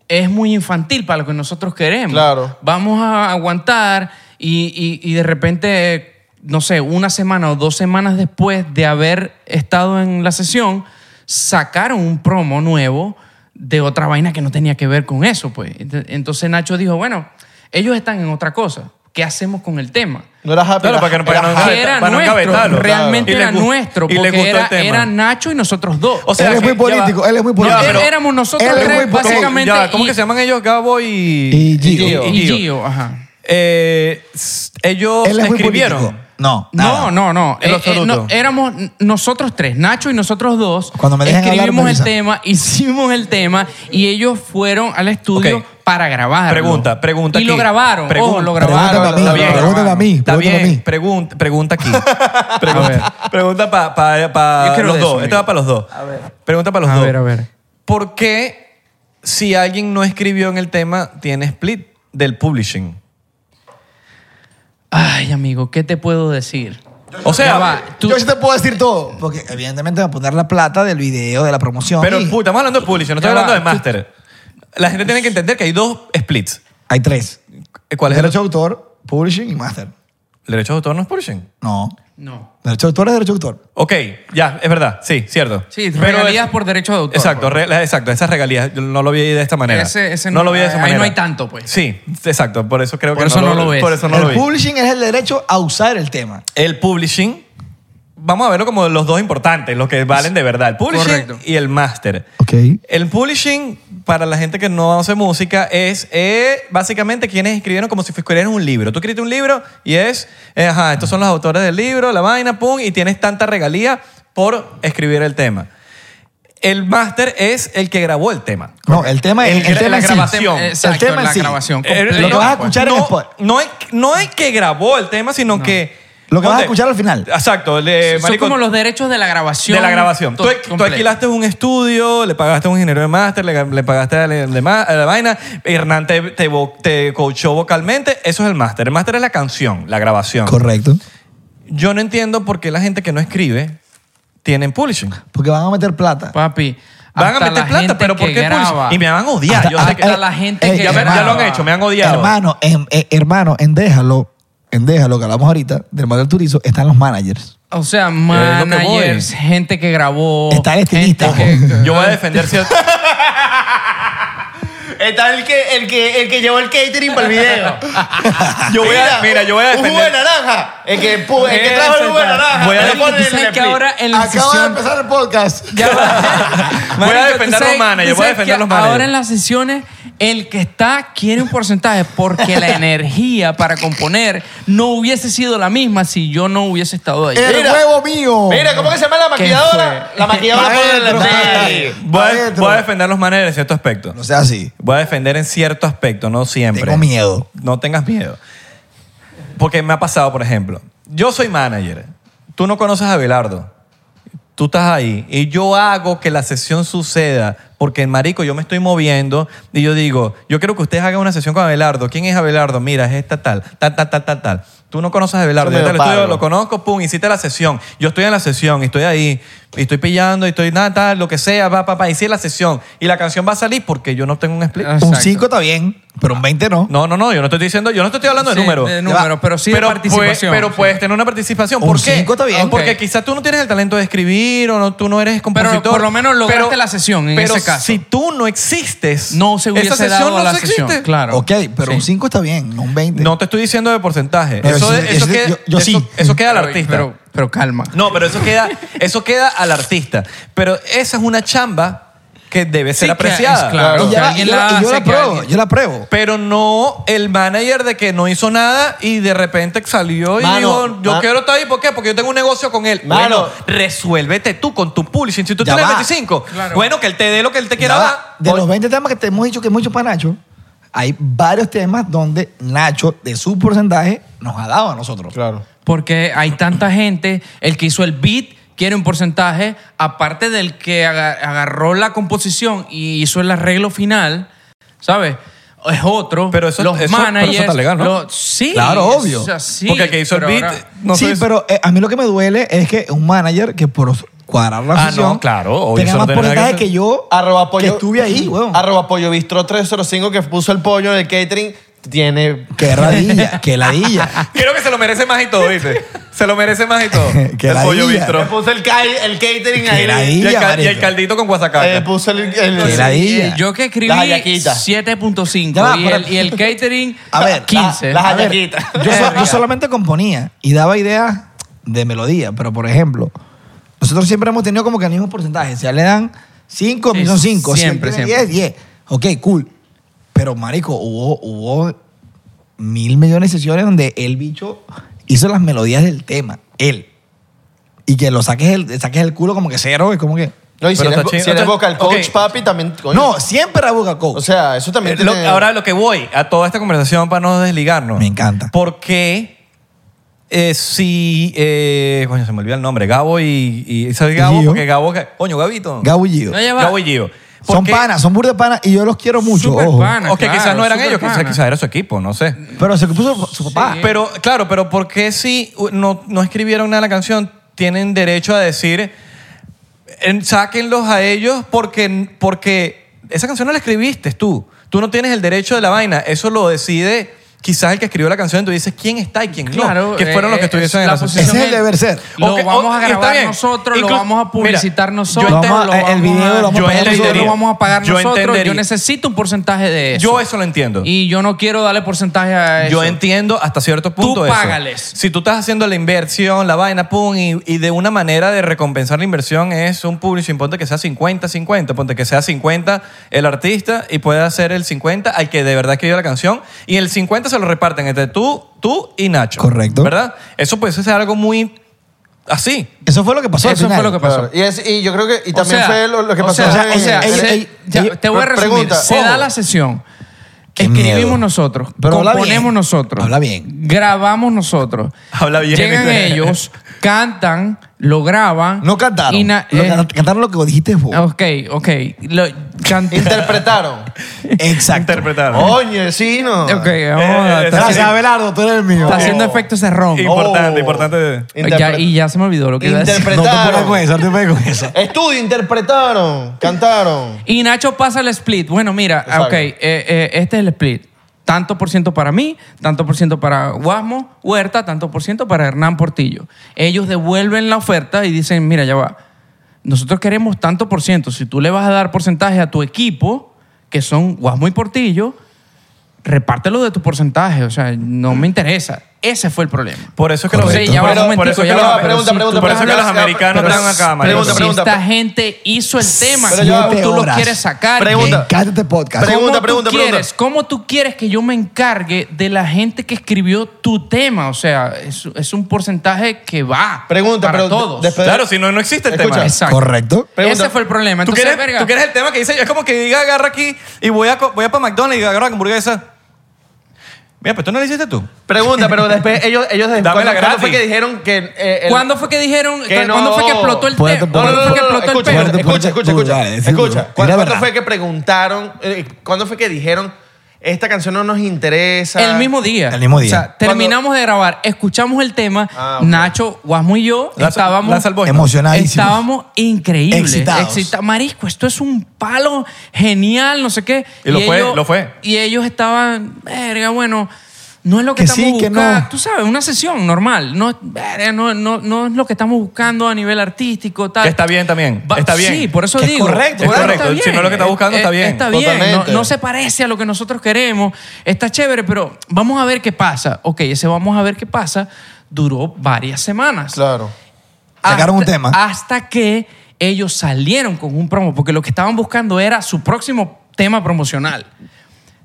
Speaker 3: es muy infantil para lo que nosotros queremos.
Speaker 4: Claro.
Speaker 3: Vamos a aguantar y, y- y de repente, no sé, una semana o dos semanas después de haber estado en la sesión, sacaron un promo nuevo de otra vaina que no tenía que ver con eso. pues. Ent- Entonces Nacho dijo, bueno, ellos están en era cosa. ¿Qué hacemos con el tema?
Speaker 4: No era happy.
Speaker 1: Claro, para que no- para que no-
Speaker 4: era-
Speaker 3: que era
Speaker 1: para no
Speaker 3: nuestro,
Speaker 1: encabetarlo,
Speaker 3: realmente
Speaker 1: claro.
Speaker 3: era
Speaker 1: Y le gu-
Speaker 3: nuestro,
Speaker 1: y le
Speaker 3: porque
Speaker 1: gustó el
Speaker 3: era,
Speaker 1: tema.
Speaker 3: era Nacho y nosotros dos.
Speaker 1: O sea,
Speaker 2: él es
Speaker 1: que-
Speaker 2: muy
Speaker 1: ya va.
Speaker 2: político, él es muy
Speaker 1: No,
Speaker 2: político.
Speaker 1: ya, pero-
Speaker 3: éramos nosotros
Speaker 2: él es
Speaker 3: tres,
Speaker 2: muy político.
Speaker 3: básicamente.
Speaker 1: Ya va, ¿Cómo
Speaker 3: y-
Speaker 1: que se llaman ellos? Gabo y...
Speaker 2: Y Gio.
Speaker 3: Y
Speaker 1: Y Gio.
Speaker 3: Gio, ajá.
Speaker 1: Eh, s- ellos
Speaker 2: Él es muy político.
Speaker 1: escribieron.
Speaker 2: No, nada.
Speaker 3: No, no, no.
Speaker 1: En
Speaker 3: Eh,
Speaker 1: lo
Speaker 3: eh, no,
Speaker 1: absoluto.
Speaker 3: Éramos n- nosotros tres, Nacho y nosotros dos.
Speaker 2: Cuando me dejen hablar,
Speaker 3: escribimos el
Speaker 2: me avisan.
Speaker 3: tema, (laughs) hicimos el tema y ellos fueron al estudio
Speaker 1: Ok.
Speaker 3: para grabar.
Speaker 1: Pregunta, pregunta
Speaker 3: Y lo
Speaker 1: aquí.
Speaker 3: grabaron. Ojo, lo
Speaker 1: Pregunta,
Speaker 3: grabaron.
Speaker 2: Pregúntame a
Speaker 1: Está
Speaker 2: mí,
Speaker 1: bien.
Speaker 2: pregúntame a mí,
Speaker 1: Está
Speaker 2: pregúntame a
Speaker 1: bien,
Speaker 2: mí.
Speaker 1: pregunta, pregunta aquí. (laughs) Pregunta, pregunta para
Speaker 3: Yo quiero
Speaker 1: los
Speaker 3: de
Speaker 1: dos.
Speaker 3: eso, amigo.
Speaker 1: Esta va para los dos. Pregunta para los
Speaker 3: A
Speaker 1: dos.
Speaker 3: ver, a ver.
Speaker 1: ¿Por qué si alguien no escribió en el tema tiene split del publishing?
Speaker 3: Ay, amigo, ¿qué te puedo decir?
Speaker 1: O sea,
Speaker 3: Ya va, tú-
Speaker 2: Yo sí te puedo decir todo. Porque evidentemente va a poner la plata del video, de la promoción.
Speaker 1: pero
Speaker 2: y-
Speaker 1: puta, estamos hablando de publishing, no
Speaker 3: Ya
Speaker 1: estamos hablando
Speaker 3: va,
Speaker 1: de master. La gente tiene que entender que hay dos splits.
Speaker 2: Hay tres.
Speaker 1: ¿Cuál es el
Speaker 2: Derecho de autor, Publishing y Master.
Speaker 1: ¿Derecho de autor no es publishing?
Speaker 2: No.
Speaker 3: No.
Speaker 2: Derecho de autor es derecho de autor.
Speaker 1: Ok, ya, es verdad, sí, cierto.
Speaker 3: Sí,
Speaker 1: Pero
Speaker 3: regalías
Speaker 1: es-
Speaker 3: por derecho de autor.
Speaker 1: Exacto, re- exacto, esas regalías yo no lo vi de esta manera.
Speaker 3: Ese- ese
Speaker 1: no,
Speaker 3: no- eh,
Speaker 1: lo vi de esa
Speaker 3: ahí no
Speaker 1: manera.
Speaker 3: hay tanto, pues.
Speaker 1: Sí, exacto, por eso creo
Speaker 3: Por
Speaker 1: que
Speaker 3: eso no lo ves.
Speaker 1: Por eso no
Speaker 2: el
Speaker 1: lo vi.
Speaker 2: publishing es el derecho a usar el tema.
Speaker 1: el publishing, vamos a verlo como los dos importantes, los que valen de verdad, el publishing
Speaker 3: Correcto.
Speaker 1: y el máster.
Speaker 2: Ok.
Speaker 1: El publishing, para la gente que no hace música, es eh, básicamente quienes escribieron como si escribieran un libro. Tú escribiste un libro y es, eh, ajá, estos son los autores del libro, la vaina, pum, y tienes tanta regalía por escribir el tema. El máster es el que grabó el tema.
Speaker 2: No, el tema es
Speaker 1: El-
Speaker 2: el, tema
Speaker 1: la
Speaker 2: en sí.
Speaker 1: grabación.
Speaker 3: Exacto,
Speaker 2: el tema en
Speaker 3: la
Speaker 2: sí.
Speaker 3: grabación
Speaker 1: Eh,
Speaker 3: completa,
Speaker 2: Lo que vas a
Speaker 3: pues.
Speaker 2: escuchar
Speaker 1: no,
Speaker 2: en Spotify.
Speaker 1: No es, no es que grabó el tema, sino que...
Speaker 2: Lo que vas a
Speaker 1: Ponte-
Speaker 2: escuchar al final.
Speaker 1: Exacto. le-
Speaker 3: Son
Speaker 1: Eh, marico,
Speaker 3: como los derechos de la grabación.
Speaker 1: de la grabación.
Speaker 3: to-
Speaker 1: Tú, tú
Speaker 3: completa.
Speaker 1: alquilaste un estudio, le pagaste a un ingeniero de máster, le, le pagaste a la, de ma- a la vaina, Hernán te, te, vo- te coachó vocalmente, eso es el máster. El máster es la canción, la grabación.
Speaker 2: Correcto.
Speaker 1: Yo no entiendo por qué la gente que no escribe tienen publishing.
Speaker 2: Porque van a meter plata.
Speaker 1: Pues,
Speaker 3: Papi.
Speaker 1: Van a
Speaker 3: hasta
Speaker 1: meter
Speaker 3: la
Speaker 1: plata,
Speaker 3: gente
Speaker 1: pero ¿por
Speaker 3: que
Speaker 1: qué
Speaker 3: graba.
Speaker 1: publishing? Y me van a odiar.
Speaker 2: Hasta-
Speaker 1: yo sé que-
Speaker 3: hasta la gente
Speaker 2: Ey,
Speaker 3: que
Speaker 1: ya, me- ya lo
Speaker 3: graba.
Speaker 1: han hecho, me han odiado.
Speaker 2: Hermano, en, eh, hermano, en Déjalo, en Déjalo, que hablamos ahorita, del modelo turizo, están los managers.
Speaker 3: O sea,
Speaker 1: Eh, lo que voy.
Speaker 3: managers, gente que grabó.
Speaker 2: Está el estilista.
Speaker 3: gente que-
Speaker 1: Yo voy a defender cierto.
Speaker 10: Está el que, el, que, el que llevó el catering para el video.
Speaker 1: Yo voy a, mira, yo voy a
Speaker 10: Un jugo de
Speaker 1: defender.
Speaker 10: naranja. El que, pu- el que
Speaker 1: Ese
Speaker 10: trajo el jugo de
Speaker 1: está.
Speaker 10: naranja.
Speaker 1: Voy a
Speaker 10: Le
Speaker 1: decir-
Speaker 10: ponen
Speaker 3: Tú
Speaker 10: el
Speaker 3: sabes que
Speaker 10: split.
Speaker 3: ahora en la
Speaker 2: Acaba de
Speaker 3: sesión.
Speaker 2: empezar el podcast.
Speaker 3: Ya va.
Speaker 1: Voy a
Speaker 3: Marico,
Speaker 1: defender
Speaker 3: tú
Speaker 1: los
Speaker 3: sabes-
Speaker 1: managers,
Speaker 3: tú
Speaker 1: voy a
Speaker 3: sabes
Speaker 1: defender
Speaker 3: que
Speaker 1: los managers.
Speaker 3: Ahora en las sesiones, el que está quiere un porcentaje
Speaker 1: (laughs)
Speaker 3: porque la energía para componer no hubiese sido la misma si yo no hubiese estado ahí.
Speaker 2: ¡El
Speaker 10: Mira.
Speaker 2: huevo mío!
Speaker 10: Mira, ¿cómo que se llama la maquilladora? La maquilladora por el... Sí.
Speaker 1: Voy a,
Speaker 2: Adentro.
Speaker 1: voy a defender los managers en cierto aspecto.
Speaker 2: No sea así.
Speaker 1: Voy a defender en cierto aspecto, no siempre.
Speaker 2: Tengo miedo.
Speaker 1: No tengas miedo. Porque me ha pasado, por ejemplo, yo soy manager, tú no conoces a Belardo, tú estás ahí y yo hago que la sesión suceda porque, marico, yo me estoy moviendo y yo digo, yo quiero que ustedes hagan una sesión con Abelardo. ¿Quién es Abelardo? Mira, es esta tal, tal, tal, tal, tal, tal. Tú no conoces a Abelardo.
Speaker 4: Eso
Speaker 1: Yo
Speaker 4: me
Speaker 1: te
Speaker 4: lo
Speaker 1: lo, estudio,
Speaker 4: pago.
Speaker 1: lo conozco, pum, hiciste la sesión. Yo estoy en la sesión y estoy ahí y estoy pillando y estoy nada, tal, lo que sea, va, papá, hice la sesión y la canción va a salir porque yo no tengo un split.
Speaker 2: Un
Speaker 3: Exacto.
Speaker 2: 5 está bien, pero un 20 no.
Speaker 1: No, no, no, yo no estoy diciendo, yo no te estoy hablando de
Speaker 3: Sí,
Speaker 1: números.
Speaker 3: de números, pero sí de participación,
Speaker 1: Puedes, pero
Speaker 3: sí.
Speaker 1: puedes tener una participación.
Speaker 2: Un
Speaker 1: ¿Por qué?
Speaker 2: cinco está bien.
Speaker 1: Porque
Speaker 3: Ok.
Speaker 1: quizás tú no tienes el talento de escribir o no, tú no eres compositor.
Speaker 3: por lo menos lograste
Speaker 1: pero-
Speaker 3: la sesión en
Speaker 1: pero
Speaker 3: ese caso.
Speaker 1: si tú no existes,
Speaker 3: No se hubiese
Speaker 1: esa sesión
Speaker 3: dado
Speaker 1: no
Speaker 3: la
Speaker 1: se
Speaker 3: sesión,
Speaker 1: existe.
Speaker 3: claro.
Speaker 2: Ok, pero
Speaker 3: Sí.
Speaker 2: un 5 está bien, no un 20.
Speaker 1: No te estoy diciendo de porcentaje.
Speaker 2: Pero
Speaker 1: eso,
Speaker 2: sí,
Speaker 1: eso
Speaker 2: eso sí,
Speaker 1: queda,
Speaker 2: yo- yo
Speaker 1: eso-
Speaker 2: sí.
Speaker 1: eso queda al
Speaker 3: Pero-
Speaker 1: artista.
Speaker 3: Pero, pero calma.
Speaker 1: no, pero eso queda, eso queda al artista. Pero esa es una chamba que debe ser
Speaker 3: Sí, que- es
Speaker 1: apreciada.
Speaker 3: claro.
Speaker 2: Y ya va,
Speaker 3: alguien
Speaker 2: y yo,
Speaker 3: la
Speaker 2: la, y yo
Speaker 3: hace,
Speaker 2: la
Speaker 3: que
Speaker 2: pruebo,
Speaker 3: alguien-
Speaker 2: yo la pruebo.
Speaker 1: Pero no el manager de que no hizo nada y de repente salió y
Speaker 4: Mano,
Speaker 1: dijo, yo
Speaker 4: ma-
Speaker 1: quiero estar ahí, ¿por qué? Porque yo tengo un negocio con él. bueno,
Speaker 4: Mano.
Speaker 1: resuélvete tú con tu publishing. Si tú
Speaker 2: Ya
Speaker 1: tienes
Speaker 2: va.
Speaker 1: 25,
Speaker 3: Claro.
Speaker 1: bueno, que él te dé lo que él te quiera
Speaker 2: Ya va.
Speaker 1: dar.
Speaker 2: De los 20 temas que te hemos dicho que hemos hecho para Nacho, hay varios temas donde Nacho, de su porcentaje, nos ha dado a nosotros.
Speaker 4: Claro.
Speaker 3: Porque hay tanta gente, el que hizo el beat quiere un porcentaje, aparte del que aga- agarró la composición y hizo el arreglo final, ¿sabes? Es otro.
Speaker 1: Pero eso-
Speaker 3: los
Speaker 1: eso- pero eso
Speaker 3: managers.
Speaker 1: está legal, ¿no?
Speaker 3: los- sí.
Speaker 2: Claro, obvio.
Speaker 3: o sea, sí,
Speaker 1: Porque el que hizo el
Speaker 3: pero
Speaker 1: beat...
Speaker 3: ahora-
Speaker 1: no
Speaker 2: sí,
Speaker 1: sé si-
Speaker 2: pero eh, a mí lo que me duele es que un manager que por cuadrar la
Speaker 1: Ah,
Speaker 2: sesión
Speaker 1: no, claro, obvio,
Speaker 2: tenga
Speaker 1: eso no
Speaker 2: más
Speaker 1: tiene nada que
Speaker 2: porcentaje
Speaker 1: ver.
Speaker 2: que yo
Speaker 4: Arroba pollo,
Speaker 2: que estuve ahí, weón.
Speaker 4: Arroba pollo bistro 305 que puso el pollo en el catering tiene...
Speaker 2: Qué radilla,
Speaker 1: (laughs)
Speaker 2: qué ladilla.
Speaker 1: Creo que se lo merece más y todo,
Speaker 2: (laughs)
Speaker 1: ¿viste? Se lo merece más y todo.
Speaker 2: Qué
Speaker 1: el pollo
Speaker 2: ladilla.
Speaker 1: bistro.
Speaker 10: Le puso el, ca- el catering
Speaker 2: Qué
Speaker 10: ahí.
Speaker 2: ladilla.
Speaker 1: Y el, cal- y el
Speaker 2: marico.
Speaker 1: caldito con
Speaker 4: Eh,
Speaker 1: guasacaca.
Speaker 4: puso el... el-
Speaker 2: Qué
Speaker 4: la-
Speaker 1: eh,
Speaker 2: ladilla.
Speaker 3: Yo que escribí
Speaker 4: Las hallaquitas.
Speaker 2: Ya
Speaker 3: 7.5
Speaker 2: va,
Speaker 3: y,
Speaker 2: pero-
Speaker 3: el- y el catering
Speaker 2: A ver, la-
Speaker 3: 15.
Speaker 4: las
Speaker 2: A ver,
Speaker 4: hallaquitas.
Speaker 2: yo,
Speaker 3: Eh,
Speaker 2: so- yo solamente componía y daba ideas de melodía, pero por ejemplo, nosotros siempre hemos tenido como que el mismo porcentaje. Si a él le dan 5,
Speaker 3: Sí,
Speaker 2: son 5.
Speaker 3: siempre, siempre.
Speaker 2: 10, 10. Ok, cool. Pero, marico, hubo, hubo mil millones de sesiones donde el bicho hizo las melodías del tema. Él. Y que lo saques el, saques el culo como que cero, es como que...
Speaker 4: No, y si
Speaker 1: Pero
Speaker 4: eres,
Speaker 1: está
Speaker 4: vo-
Speaker 1: chido.
Speaker 4: si eres
Speaker 1: Entonces,
Speaker 4: vocal coach,
Speaker 1: ok. Eh,
Speaker 4: papi, también... coño.
Speaker 2: No, siempre la busca coach.
Speaker 4: O sea, eso también...
Speaker 1: Lo-
Speaker 4: tiene-
Speaker 1: ahora lo que voy a toda esta conversación para no desligarnos.
Speaker 2: Me encanta.
Speaker 1: Porque eh, si. eh, coño, se me olvidó el nombre. Gabo y. y ¿Sabes Gabo?
Speaker 2: Gio.
Speaker 1: Porque Gabo. Coño, Gabito.
Speaker 2: Gabo y Gio.
Speaker 3: No, ya va.
Speaker 1: Gabo y Gio.
Speaker 2: Son
Speaker 1: Porque-
Speaker 2: panas, son burda de panas y yo los quiero mucho.
Speaker 3: Súper
Speaker 2: ojo.
Speaker 3: panas.
Speaker 1: O que quizás
Speaker 3: Claro,
Speaker 1: no eran
Speaker 3: súper
Speaker 1: ellos, quizás,
Speaker 3: panas.
Speaker 1: quizás era su equipo, no sé.
Speaker 2: Pero se puso su papá.
Speaker 1: Ah, Pero, claro, pero ¿por qué si no, no escribieron nada de la canción? Tienen derecho a decir, en- sáquenlos a ellos porque, porque esa canción no la escribiste tú. Tú no tienes el derecho de la vaina. Eso lo decide quizás el que escribió la canción, tú dices quién está y quién
Speaker 3: Claro,
Speaker 1: no. Que fueron los que
Speaker 3: eh,
Speaker 1: estuviesen en
Speaker 3: la
Speaker 1: la
Speaker 3: posición
Speaker 2: Ese es el
Speaker 3: del-
Speaker 2: deber ser.
Speaker 3: Lo
Speaker 1: Ok, o-
Speaker 3: vamos a
Speaker 1: está
Speaker 3: grabar
Speaker 1: bien.
Speaker 3: nosotros, lo
Speaker 1: Inclu-
Speaker 3: vamos a publicitar
Speaker 1: Mira,
Speaker 3: nosotros.
Speaker 2: yo entiendo-
Speaker 3: vamos a-
Speaker 2: el video lo vamos a
Speaker 3: yo
Speaker 2: pagar
Speaker 3: entendería.
Speaker 2: nosotros.
Speaker 3: lo vamos a pagar
Speaker 1: Yo
Speaker 3: nosotros. Yo
Speaker 1: entendería.
Speaker 3: necesito un porcentaje de eso.
Speaker 1: Yo eso lo entiendo.
Speaker 3: Y yo no quiero darle porcentaje a eso.
Speaker 1: Yo entiendo hasta cierto punto eso.
Speaker 3: págales.
Speaker 1: Si tú estás haciendo la inversión, la vaina, pum, y, y de una manera de recompensar la inversión es un publishing, ponte que sea 50-50, ponte que sea 50 el artista y puede hacer el 50 al que de verdad escribió la canción y el 50 se lo reparten entre tú, tú y Nacho.
Speaker 2: Correcto.
Speaker 1: ¿Verdad? Eso puede ser algo muy así.
Speaker 2: Eso fue lo que pasó al
Speaker 3: Eso
Speaker 2: final.
Speaker 3: fue lo que pasó.
Speaker 4: Claro. Y, es- y yo creo que y también
Speaker 3: O sea,
Speaker 4: fue lo, lo que
Speaker 3: o
Speaker 4: pasó.
Speaker 3: sea,
Speaker 4: en-
Speaker 3: o sea,
Speaker 4: en-
Speaker 3: se-
Speaker 2: ey,
Speaker 3: ya,
Speaker 2: ey,
Speaker 3: te voy a resumir.
Speaker 4: pregunta,
Speaker 3: se
Speaker 4: ojo.
Speaker 3: da la sesión.
Speaker 2: Qué
Speaker 3: Escribimos
Speaker 2: miedo.
Speaker 3: nosotros,
Speaker 2: Pero habla
Speaker 3: componemos
Speaker 2: bien.
Speaker 3: nosotros,
Speaker 2: Habla bien.
Speaker 3: grabamos (laughs) nosotros,
Speaker 1: Habla bien. (laughs)
Speaker 3: llegan ellos, cantan, lo graban.
Speaker 2: No cantaron.
Speaker 3: y na-
Speaker 2: Lo
Speaker 3: eh, Ah,
Speaker 2: can- cantaron lo que dijiste vos.
Speaker 3: ok, ok. Lo-
Speaker 4: (laughs)
Speaker 3: can-
Speaker 4: interpretaron.
Speaker 2: Exacto.
Speaker 1: Interpretar.
Speaker 3: Oh.
Speaker 4: Oye, sí, no. Oh.
Speaker 3: Ok, vamos a- está
Speaker 2: Gracias,
Speaker 3: haciendo-
Speaker 2: Abelardo, tú eres el mío.
Speaker 3: está haciendo efectos de ron.
Speaker 4: eh,
Speaker 1: Importante, importante.
Speaker 3: Ya- y ya se me olvidó lo que iba a decir.
Speaker 4: Interpre-
Speaker 2: No te pongas
Speaker 4: apretaron.
Speaker 2: con eso, no te pongas con eso.
Speaker 4: Estudio, interpretaron, cantaron.
Speaker 3: Y Nacho pasa el split. Bueno, mira,
Speaker 4: Exacto.
Speaker 3: ok, eh, eh, este es el split. Tanto por ciento para mí, tanto por ciento para Guasmo Huerta, tanto por ciento para Hernán Portillo. Ellos devuelven la oferta y dicen, mira, ya va. Nosotros queremos tanto por ciento. Si tú le vas a dar porcentaje a tu equipo, que son Guasmo y Portillo, repártelo de tu porcentaje. O sea, no me interesa. Ese fue el problema.
Speaker 1: Por eso es que los
Speaker 3: Correcto. Sí, ya va, un momentico,
Speaker 1: por eso es
Speaker 3: ya
Speaker 1: que
Speaker 3: va,
Speaker 1: los-
Speaker 3: pero
Speaker 1: pregunta,
Speaker 3: sí,
Speaker 1: pregunta,
Speaker 3: tú-
Speaker 1: por eso es que los
Speaker 4: pero-
Speaker 1: americanos
Speaker 4: pero-
Speaker 1: están acá, marico.
Speaker 4: Pregunta,
Speaker 3: Pero si
Speaker 4: pregunta.
Speaker 3: esta gente hizo el tema,
Speaker 4: Pero ya va.
Speaker 3: ¿cómo tú lo
Speaker 2: Horas.
Speaker 3: quieres sacar?
Speaker 4: Pregunta.
Speaker 2: Me encanta este podcast.
Speaker 4: Pre-
Speaker 3: ¿Cómo
Speaker 4: Pregunta,
Speaker 3: tú
Speaker 4: pregunta, pregunta.
Speaker 3: quieres, ¿Cómo tú quieres que yo me encargue de la gente que escribió tu tema? O sea, es, es un porcentaje que va
Speaker 4: Pregunta,
Speaker 3: para
Speaker 4: pero
Speaker 3: todos.
Speaker 4: después-
Speaker 1: Claro, si no, no existe el
Speaker 4: Escucha,
Speaker 1: tema.
Speaker 3: Exacto.
Speaker 2: Correcto.
Speaker 4: Pregunta.
Speaker 3: Ese fue el problema.
Speaker 1: ¿Tú
Speaker 3: Entonces,
Speaker 1: quieres,
Speaker 3: verga,
Speaker 1: tú quieres el tema que dice yo? Es como que diga, agarra aquí y voy a, co- voy a para McDonald's y agarro la hamburguesa. Mira, pero tú no lo hiciste tú.
Speaker 4: Pregunta,
Speaker 3: (laughs)
Speaker 4: pero después ellos, ellos después,
Speaker 1: Dámela
Speaker 4: ¿cuándo, cuándo
Speaker 1: gratis.
Speaker 4: fue que dijeron que eh, el-
Speaker 3: ¿Cuándo fue que dijeron?
Speaker 4: Que
Speaker 3: ¿Cuándo
Speaker 4: no.
Speaker 3: fue que explotó el
Speaker 2: Puerto-
Speaker 3: tema?
Speaker 4: No, no,
Speaker 3: ¿Cuándo
Speaker 4: no,
Speaker 3: fue que
Speaker 4: no, no,
Speaker 3: explotó el
Speaker 4: escucha,
Speaker 3: pedo?
Speaker 2: Puerto-
Speaker 4: escucha, escucha,
Speaker 2: Tú,
Speaker 4: escucha.
Speaker 2: dale, sí,
Speaker 4: Escucha,
Speaker 2: tú.
Speaker 4: ¿cu-
Speaker 2: Dile la
Speaker 4: ¿Cuándo
Speaker 2: verdad.
Speaker 4: fue que preguntaron? eh, ¿Cuándo fue que dijeron esta canción no nos interesa?
Speaker 3: El mismo día.
Speaker 2: El mismo día.
Speaker 3: O sea, terminamos de grabar, escuchamos el tema.
Speaker 4: Ah, ok.
Speaker 3: Nacho, Guasmo y yo
Speaker 1: Lanza-
Speaker 3: estábamos.
Speaker 1: lanza el boy.
Speaker 2: Emocionadísimos.
Speaker 3: Estábamos increíbles.
Speaker 2: Excitados.
Speaker 3: Excita- Marisco, esto es un palo genial, no sé qué.
Speaker 1: Y lo fue, lo fue.
Speaker 3: Y ellos estaban, verga, bueno, no es lo que,
Speaker 2: Que
Speaker 3: estamos
Speaker 2: sí, que
Speaker 3: buscando.
Speaker 2: no.
Speaker 3: Tú sabes, una sesión normal. No, es- verga, no, no, no es lo que estamos buscando a nivel artístico, tal.
Speaker 1: Que está bien también,
Speaker 3: Va-
Speaker 1: está bien.
Speaker 3: Sí, por eso
Speaker 2: Que es
Speaker 3: digo.
Speaker 2: correcto,
Speaker 1: es
Speaker 3: claro,
Speaker 1: correcto.
Speaker 3: está
Speaker 1: Si no es lo que está buscando,
Speaker 3: Eh,
Speaker 1: está
Speaker 3: eh,
Speaker 1: bien.
Speaker 3: Está bien. No,
Speaker 4: Totalmente.
Speaker 3: no se parece a lo que nosotros queremos. Está chévere, pero vamos a ver qué pasa. Ok, ese vamos a ver qué pasa duró varias semanas.
Speaker 4: Claro.
Speaker 2: Sacaron un
Speaker 3: Hasta-
Speaker 2: tema.
Speaker 3: Hasta que ellos salieron con un promo, porque lo que estaban buscando era su próximo tema promocional.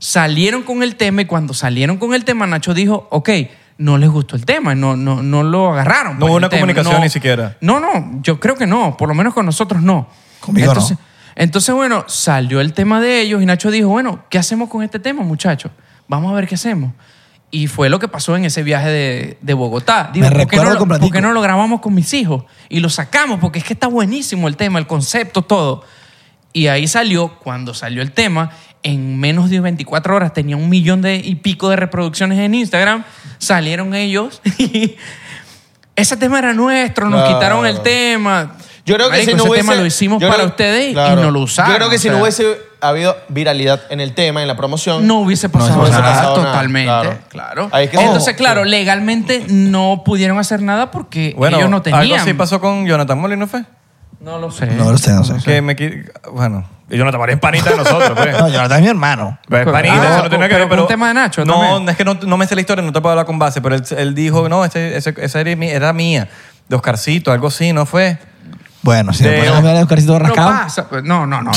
Speaker 3: Salieron con el tema y cuando salieron con el tema, Nacho dijo, ok, no les gustó el tema, no, no, no lo agarraron.
Speaker 1: No
Speaker 3: pues,
Speaker 1: hubo
Speaker 3: el
Speaker 1: una
Speaker 3: tema,
Speaker 1: comunicación
Speaker 3: no-
Speaker 1: ni siquiera.
Speaker 3: No, no, yo creo que no, por lo menos con nosotros no.
Speaker 2: Conmigo no.
Speaker 3: entonces, entonces, bueno, salió el tema de ellos y Nacho dijo, bueno, ¿qué hacemos con este tema, muchachos? Vamos a ver qué hacemos. Y fue lo que pasó en ese viaje de, de Bogotá. Digo,
Speaker 2: Me
Speaker 3: ¿por qué no
Speaker 2: recuerdo
Speaker 3: lo-
Speaker 2: con
Speaker 3: ¿por
Speaker 2: Platico.
Speaker 3: qué no lo grabamos con mis hijos y lo sacamos porque es que está buenísimo el tema, el concepto, todo. Y ahí salió, cuando salió el tema, en menos de 24 horas tenía un millón de, y pico de reproducciones en Instagram. Salieron ellos (laughs) y ese tema era nuestro, nos
Speaker 4: Claro.
Speaker 3: quitaron el tema.
Speaker 4: Yo creo que
Speaker 3: Marico,
Speaker 4: si no
Speaker 3: ese
Speaker 4: hubiese,
Speaker 3: tema lo hicimos
Speaker 4: yo
Speaker 3: para
Speaker 4: creo-
Speaker 3: ustedes y-
Speaker 4: claro.
Speaker 3: y no lo usaron.
Speaker 4: Yo creo que si
Speaker 3: o
Speaker 4: no
Speaker 3: sea,
Speaker 4: hubiese habido viralidad en el tema, en la promoción,
Speaker 3: no hubiese pasado,
Speaker 4: hubiese
Speaker 3: nada,
Speaker 4: pasado nada,
Speaker 3: totalmente,
Speaker 4: claro.
Speaker 3: claro.
Speaker 4: Ahí es que-
Speaker 3: Entonces,
Speaker 4: Ojo.
Speaker 3: claro, legalmente no pudieron hacer nada porque
Speaker 1: Bueno,
Speaker 3: ellos no tenían.
Speaker 1: algo así pasó con Jonathan Molina, ¿fue?
Speaker 3: No lo sé.
Speaker 2: No lo sé, no sé.
Speaker 1: Que me qui- Bueno, y Jonathan Molina es panita de nosotros, pues. (laughs)
Speaker 2: No, Jonathan es mi hermano.
Speaker 1: Pues,
Speaker 3: Claro.
Speaker 1: panita,
Speaker 3: Ah,
Speaker 1: eso
Speaker 3: pero-
Speaker 1: no tiene que
Speaker 3: pero
Speaker 1: ver,
Speaker 3: fue un tema de Nacho
Speaker 1: No,
Speaker 3: también.
Speaker 1: es que no, no me sé la historia, no te puedo hablar con base, pero él, él dijo, no, ese- ese- esa era, mi- era mía, de Oscarcito, algo así, ¿no fue?
Speaker 2: Bueno, si
Speaker 1: De-
Speaker 2: me pones a ver a Oscarcito
Speaker 3: No
Speaker 2: rascado.
Speaker 3: pasa. pues, No, no, no.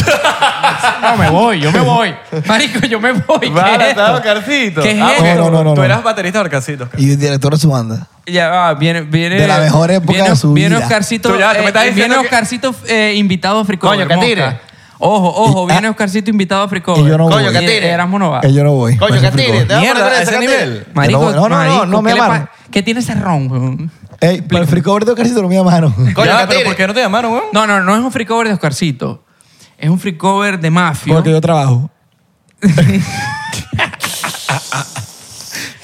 Speaker 3: No me voy, yo me voy. Marico, yo me voy.
Speaker 1: (laughs)
Speaker 3: ¿Qué
Speaker 1: Vale,
Speaker 3: es
Speaker 1: está
Speaker 3: esto?
Speaker 1: Oscarcito.
Speaker 3: ¿Qué es
Speaker 1: Ah,
Speaker 3: esto?
Speaker 1: porque
Speaker 2: No, no, no, no,
Speaker 1: Tú
Speaker 2: no.
Speaker 1: eras baterista de Oscarcito, Oscar.
Speaker 2: Y el director de su banda.
Speaker 3: Ya va, viene, viene.
Speaker 2: De la mejor época
Speaker 3: viene-
Speaker 2: de su
Speaker 3: viene
Speaker 2: vida.
Speaker 3: Oscarcito.
Speaker 1: Tú ya, tú me
Speaker 3: eh,
Speaker 1: estás
Speaker 3: viene
Speaker 1: diciendo que-
Speaker 3: Oscarcito eh, invitado a Fricover.
Speaker 4: Coño, que
Speaker 3: mosca.
Speaker 4: tire.
Speaker 3: Ojo, ojo,
Speaker 2: Y-
Speaker 3: viene
Speaker 2: ah,
Speaker 3: Oscarcito invitado a Fricover. Eh,
Speaker 2: y yo no voy.
Speaker 4: Coño, que tire.
Speaker 3: Erasmo no va.
Speaker 2: Que yo no voy. Pues,
Speaker 4: Coño,
Speaker 2: Parece
Speaker 4: que tire,
Speaker 2: fricol.
Speaker 4: te vas a
Speaker 1: Mierda,
Speaker 4: poner
Speaker 1: ¿a ese
Speaker 4: esa cantidad.
Speaker 1: nivel?
Speaker 3: Marico,
Speaker 2: Yo no voy. No, no, no,
Speaker 3: marico,
Speaker 2: no me
Speaker 3: ¿qué le pa-
Speaker 2: amaron.
Speaker 3: ¿Qué tiene ese ron? weón?
Speaker 2: Ey, para el free cover de Oscarcito no me llamaron.
Speaker 4: Coño,
Speaker 1: Ya,
Speaker 4: que
Speaker 1: pero
Speaker 4: tire.
Speaker 1: ¿por qué no te llamaron, weón?
Speaker 3: No, no, no es un Fricover de Oscarcito. Es un Fricover de Mafio.
Speaker 2: Porque yo trabajo.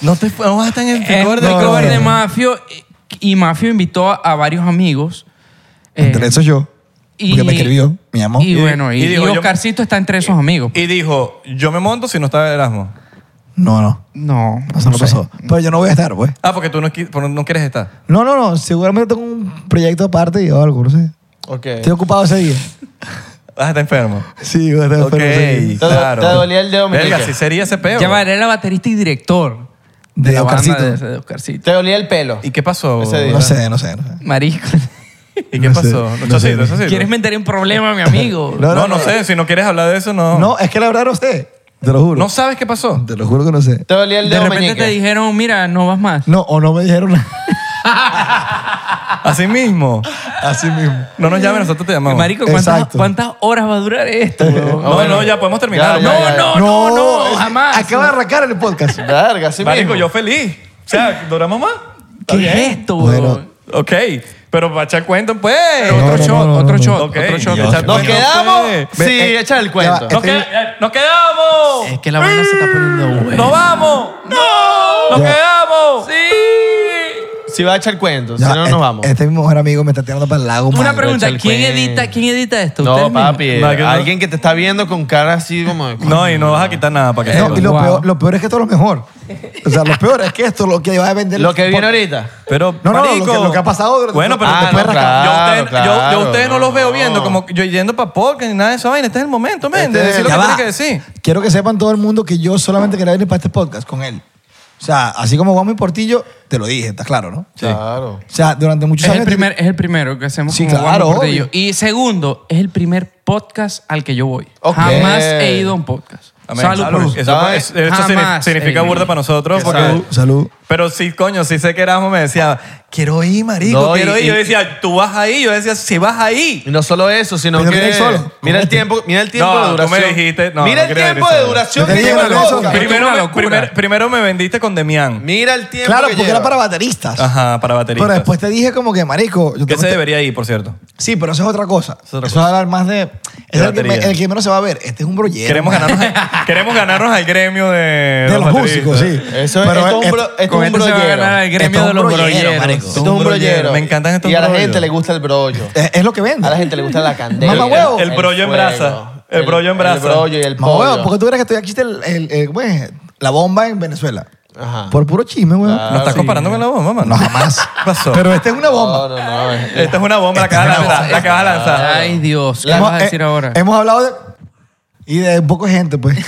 Speaker 1: No te no vas a estar en el
Speaker 3: Es un
Speaker 1: fricor de
Speaker 2: Eh, no,
Speaker 3: Fricover
Speaker 2: no,
Speaker 3: de
Speaker 2: no.
Speaker 3: Mafio y y Mafio invitó a, a varios amigos. Eh,
Speaker 2: Entre esos yo.
Speaker 3: y-
Speaker 2: Porque me escribió, me llamó.
Speaker 3: Y bueno, y,
Speaker 1: y dijo,
Speaker 3: y
Speaker 1: yo-
Speaker 3: Oscarcito está entre esos amigos.
Speaker 1: Y dijo, yo me monto si no está Erasmo.
Speaker 2: No, no.
Speaker 3: No,
Speaker 2: Eso no
Speaker 3: sé.
Speaker 2: pasó. Pero yo no voy a estar, pues.
Speaker 1: Ah, porque tú no, qui- por- no quieres estar.
Speaker 2: No, no, no. Seguramente tengo un proyecto aparte y algo, no sé.
Speaker 4: Ok.
Speaker 2: Estoy ocupado ese día.
Speaker 1: Ah, está enfermo.
Speaker 2: (laughs) Sí, voy a estar
Speaker 1: Ok,
Speaker 2: enfermo ese día.
Speaker 1: claro.
Speaker 4: te dolía el dedo,
Speaker 1: Verga,
Speaker 4: meñique.
Speaker 1: si sería ese peo.
Speaker 3: Ya era baterista y director
Speaker 2: De
Speaker 3: la banda
Speaker 2: Oscarcito.
Speaker 3: de- de Oscarcito.
Speaker 4: Te dolía el pelo.
Speaker 1: ¿Y qué pasó?
Speaker 4: Ese día.
Speaker 2: No sé, no sé, no sé.
Speaker 3: Marisco.
Speaker 1: ¿Y qué
Speaker 2: No sé,
Speaker 1: pasó?
Speaker 2: no
Speaker 1: Chocito,
Speaker 2: sé, no sé.
Speaker 1: chocito.
Speaker 3: (laughs) ¿Quieres meter en problema, mi amigo?
Speaker 2: (laughs) No,
Speaker 1: No, no, sé. Si no quieres hablar de eso, no.
Speaker 2: No, es que la verdad no sé. Te lo juro.
Speaker 1: ¿No sabes qué pasó?
Speaker 2: Te lo juro que no sé.
Speaker 4: Te dolía el
Speaker 3: de
Speaker 4: dedo,
Speaker 3: repente
Speaker 4: meñique.
Speaker 3: te dijeron, mira, no vas más.
Speaker 2: No, o no me dijeron nada.
Speaker 1: Así mismo.
Speaker 2: (laughs) Así mismo.
Speaker 1: No nos llames, nosotros te llamamos.
Speaker 3: Marico, ¿cuántas,
Speaker 2: Exacto.
Speaker 3: ¿cuántas horas va a durar esto?
Speaker 1: No,
Speaker 2: (laughs)
Speaker 3: weón?
Speaker 1: no, ya podemos terminar.
Speaker 4: Ah, Ya, ya,
Speaker 1: no,
Speaker 4: ya.
Speaker 3: no, no, no,
Speaker 2: es-
Speaker 3: jamás.
Speaker 2: Acaba de arrancar el
Speaker 3: (laughs)
Speaker 2: podcast.
Speaker 4: Verga, así
Speaker 1: Marico,
Speaker 4: mismo.
Speaker 1: yo feliz. O sea, ¿duramos más? Está
Speaker 3: ¿Qué
Speaker 1: bien.
Speaker 3: es esto, weón?
Speaker 2: Bueno.
Speaker 1: Ok, pero para echar cuento, pues.
Speaker 3: otro,
Speaker 2: no, no,
Speaker 3: shot,
Speaker 2: no, no,
Speaker 3: otro
Speaker 2: no.
Speaker 3: shot,
Speaker 1: Ok,
Speaker 3: otro shot,
Speaker 1: Dios.
Speaker 3: otro shot.
Speaker 4: Nos
Speaker 1: Bueno,
Speaker 4: quedamos.
Speaker 1: pues.
Speaker 4: Sí,
Speaker 2: Ve, eh,
Speaker 4: echa el
Speaker 2: ya
Speaker 4: cuento.
Speaker 2: va,
Speaker 1: ¡Nos,
Speaker 2: Este-
Speaker 1: queda- eh, ¡Nos quedamos!
Speaker 3: Es que la vaina se está poniendo buena.
Speaker 1: ¡Nos vamos! ¡No! ¡Nos
Speaker 2: Ya.
Speaker 1: quedamos!
Speaker 4: Si va a echar el cuento,
Speaker 2: Ya,
Speaker 4: si no,
Speaker 2: este-
Speaker 4: nos vamos.
Speaker 2: Este mi mejor amigo me está tirando para el lago.
Speaker 3: Una
Speaker 2: man.
Speaker 3: pregunta,
Speaker 4: Richard
Speaker 3: ¿quién
Speaker 4: Quinn.
Speaker 3: edita, ¿quién edita esto?
Speaker 4: No,
Speaker 3: ¿Ustedes mismos?
Speaker 4: papi.
Speaker 1: No, que no-
Speaker 4: Alguien que te está viendo con cara así como... de-
Speaker 1: No, y no vas a quitar nada para que
Speaker 2: No,
Speaker 1: sepas.
Speaker 2: y lo,
Speaker 3: Wow.
Speaker 2: peor, lo peor es que esto es lo mejor. O sea, lo peor es que esto lo que va a vender.
Speaker 4: Lo que viene
Speaker 2: por-
Speaker 4: ahorita.
Speaker 1: Pero,
Speaker 2: No, no, lo
Speaker 1: marico,
Speaker 2: que- lo que ha pasado-
Speaker 1: Bueno, pero
Speaker 2: Ah,
Speaker 1: te puedes
Speaker 4: no,
Speaker 1: rascar. yo, a ustedes,
Speaker 4: claro,
Speaker 1: yo- yo a ustedes no
Speaker 4: claro,
Speaker 1: los veo
Speaker 4: no.
Speaker 1: viendo, como yo yendo para podcast ni nada de esa vaina. Este es el momento, men, de
Speaker 4: Este-
Speaker 1: decir lo
Speaker 2: Ya
Speaker 1: que
Speaker 2: va.
Speaker 1: tienes que decir.
Speaker 2: Quiero que sepan todo el mundo que yo solamente quería venir para este podcast con él. O sea, así como Guamo y Portillo, te lo dije, está claro, ¿no?
Speaker 4: Claro.
Speaker 2: O sea, durante muchos
Speaker 3: Es
Speaker 2: años.
Speaker 3: el, primer, es el primero que hacemos
Speaker 2: Sí,
Speaker 3: con Juan
Speaker 2: claro,
Speaker 3: Portillo.
Speaker 2: obvio.
Speaker 3: Y segundo, es el primer podcast al que yo voy.
Speaker 4: Ok.
Speaker 3: Jamás he ido a un podcast.
Speaker 1: Amén.
Speaker 3: Salud.
Speaker 1: Salud.
Speaker 3: por-
Speaker 1: Eso,
Speaker 4: Ay,
Speaker 1: eso signi-
Speaker 3: jamás,
Speaker 1: significa
Speaker 3: ey.
Speaker 1: burda para nosotros. Porque,
Speaker 2: Salud, salud.
Speaker 1: Pero sí, coño, sí sé que Erasmo me decía, quiero ir, marico,
Speaker 4: No, y-
Speaker 1: quiero ir. Yo
Speaker 4: y-
Speaker 1: decía, tú vas ahí. Yo decía, si vas ahí.
Speaker 4: Y no solo eso, sino
Speaker 2: Pero yo
Speaker 4: que...
Speaker 2: quería ir solo.
Speaker 4: Mira el tiempo, mira el tiempo
Speaker 1: No,
Speaker 4: de
Speaker 1: tú
Speaker 4: duración.
Speaker 1: me dijiste- no,
Speaker 4: mira
Speaker 1: no
Speaker 4: el
Speaker 1: quería
Speaker 4: tiempo
Speaker 1: venir
Speaker 4: de
Speaker 1: solo.
Speaker 4: duración
Speaker 2: Yo
Speaker 4: que
Speaker 2: quería ir
Speaker 4: lleva el
Speaker 2: solo.
Speaker 4: podcast.
Speaker 2: Esto es
Speaker 1: Primero
Speaker 3: una
Speaker 1: me,
Speaker 3: locura.
Speaker 1: primer- primero me vendiste con Demian.
Speaker 4: Mira el tiempo
Speaker 2: Claro,
Speaker 4: que
Speaker 2: porque
Speaker 4: lleva.
Speaker 2: era para bateristas.
Speaker 1: Ajá, para baterista.
Speaker 2: Pero después te dije como que, marico.
Speaker 1: que
Speaker 2: yo tengo
Speaker 1: se
Speaker 2: este-
Speaker 1: debería ir, por cierto.
Speaker 2: Sí, pero eso es otra cosa.
Speaker 1: es otra
Speaker 2: eso es hablar más de. Es el que,
Speaker 1: batería.
Speaker 2: me- el que menos se va a ver. Este es un brollero.
Speaker 1: Queremos
Speaker 2: man.
Speaker 1: ganarnos, queremos ganarnos al gremio de,
Speaker 2: De los
Speaker 1: bateristas.
Speaker 2: músicos, sí.
Speaker 4: Eso es,
Speaker 2: Pero
Speaker 4: esto es un,
Speaker 2: esto-
Speaker 4: bro, esto
Speaker 3: Con
Speaker 4: es un
Speaker 3: esto se va a
Speaker 4: brollero.
Speaker 3: ganar el gremio
Speaker 2: Esto es
Speaker 3: de
Speaker 2: un
Speaker 3: los
Speaker 2: brollero,
Speaker 3: brolleros.
Speaker 2: marico.
Speaker 4: Esto es un brollero.
Speaker 1: Me encantan estos
Speaker 4: Y a la
Speaker 1: brollos.
Speaker 4: gente le gusta el brollo.
Speaker 2: Es, es lo que vende.
Speaker 4: A la gente le
Speaker 2: (laughs)
Speaker 4: gusta la candela.
Speaker 2: Mamá huevo.
Speaker 1: El brollo en
Speaker 4: fuego,
Speaker 1: brasa. El brollo en brasa.
Speaker 4: El brollo y el
Speaker 2: Mamá, weón,
Speaker 4: pollo.
Speaker 2: ¿por qué tú crees que estoy aquí? Está El, el, el- ¿cómo es? La bomba en Venezuela.
Speaker 4: Ajá.
Speaker 2: Por puro chisme, weón.
Speaker 4: Claro.
Speaker 1: ¿No estás
Speaker 4: Sí.
Speaker 1: comparando con la bomba, mamá?
Speaker 2: No,
Speaker 1: (laughs)
Speaker 2: jamás.
Speaker 1: ¿Qué pasó?
Speaker 2: Pero esta es una bomba.
Speaker 4: No, no, no. es-
Speaker 1: Esta es una bomba, la que vas a lanzar. La que vas a lanzar.
Speaker 3: Ay, Dios, ¿qué
Speaker 2: Hemos-
Speaker 3: vas a decir
Speaker 2: eh,
Speaker 3: ahora?
Speaker 2: Hemos hablado de. Y de poco gente, pues.
Speaker 3: (laughs)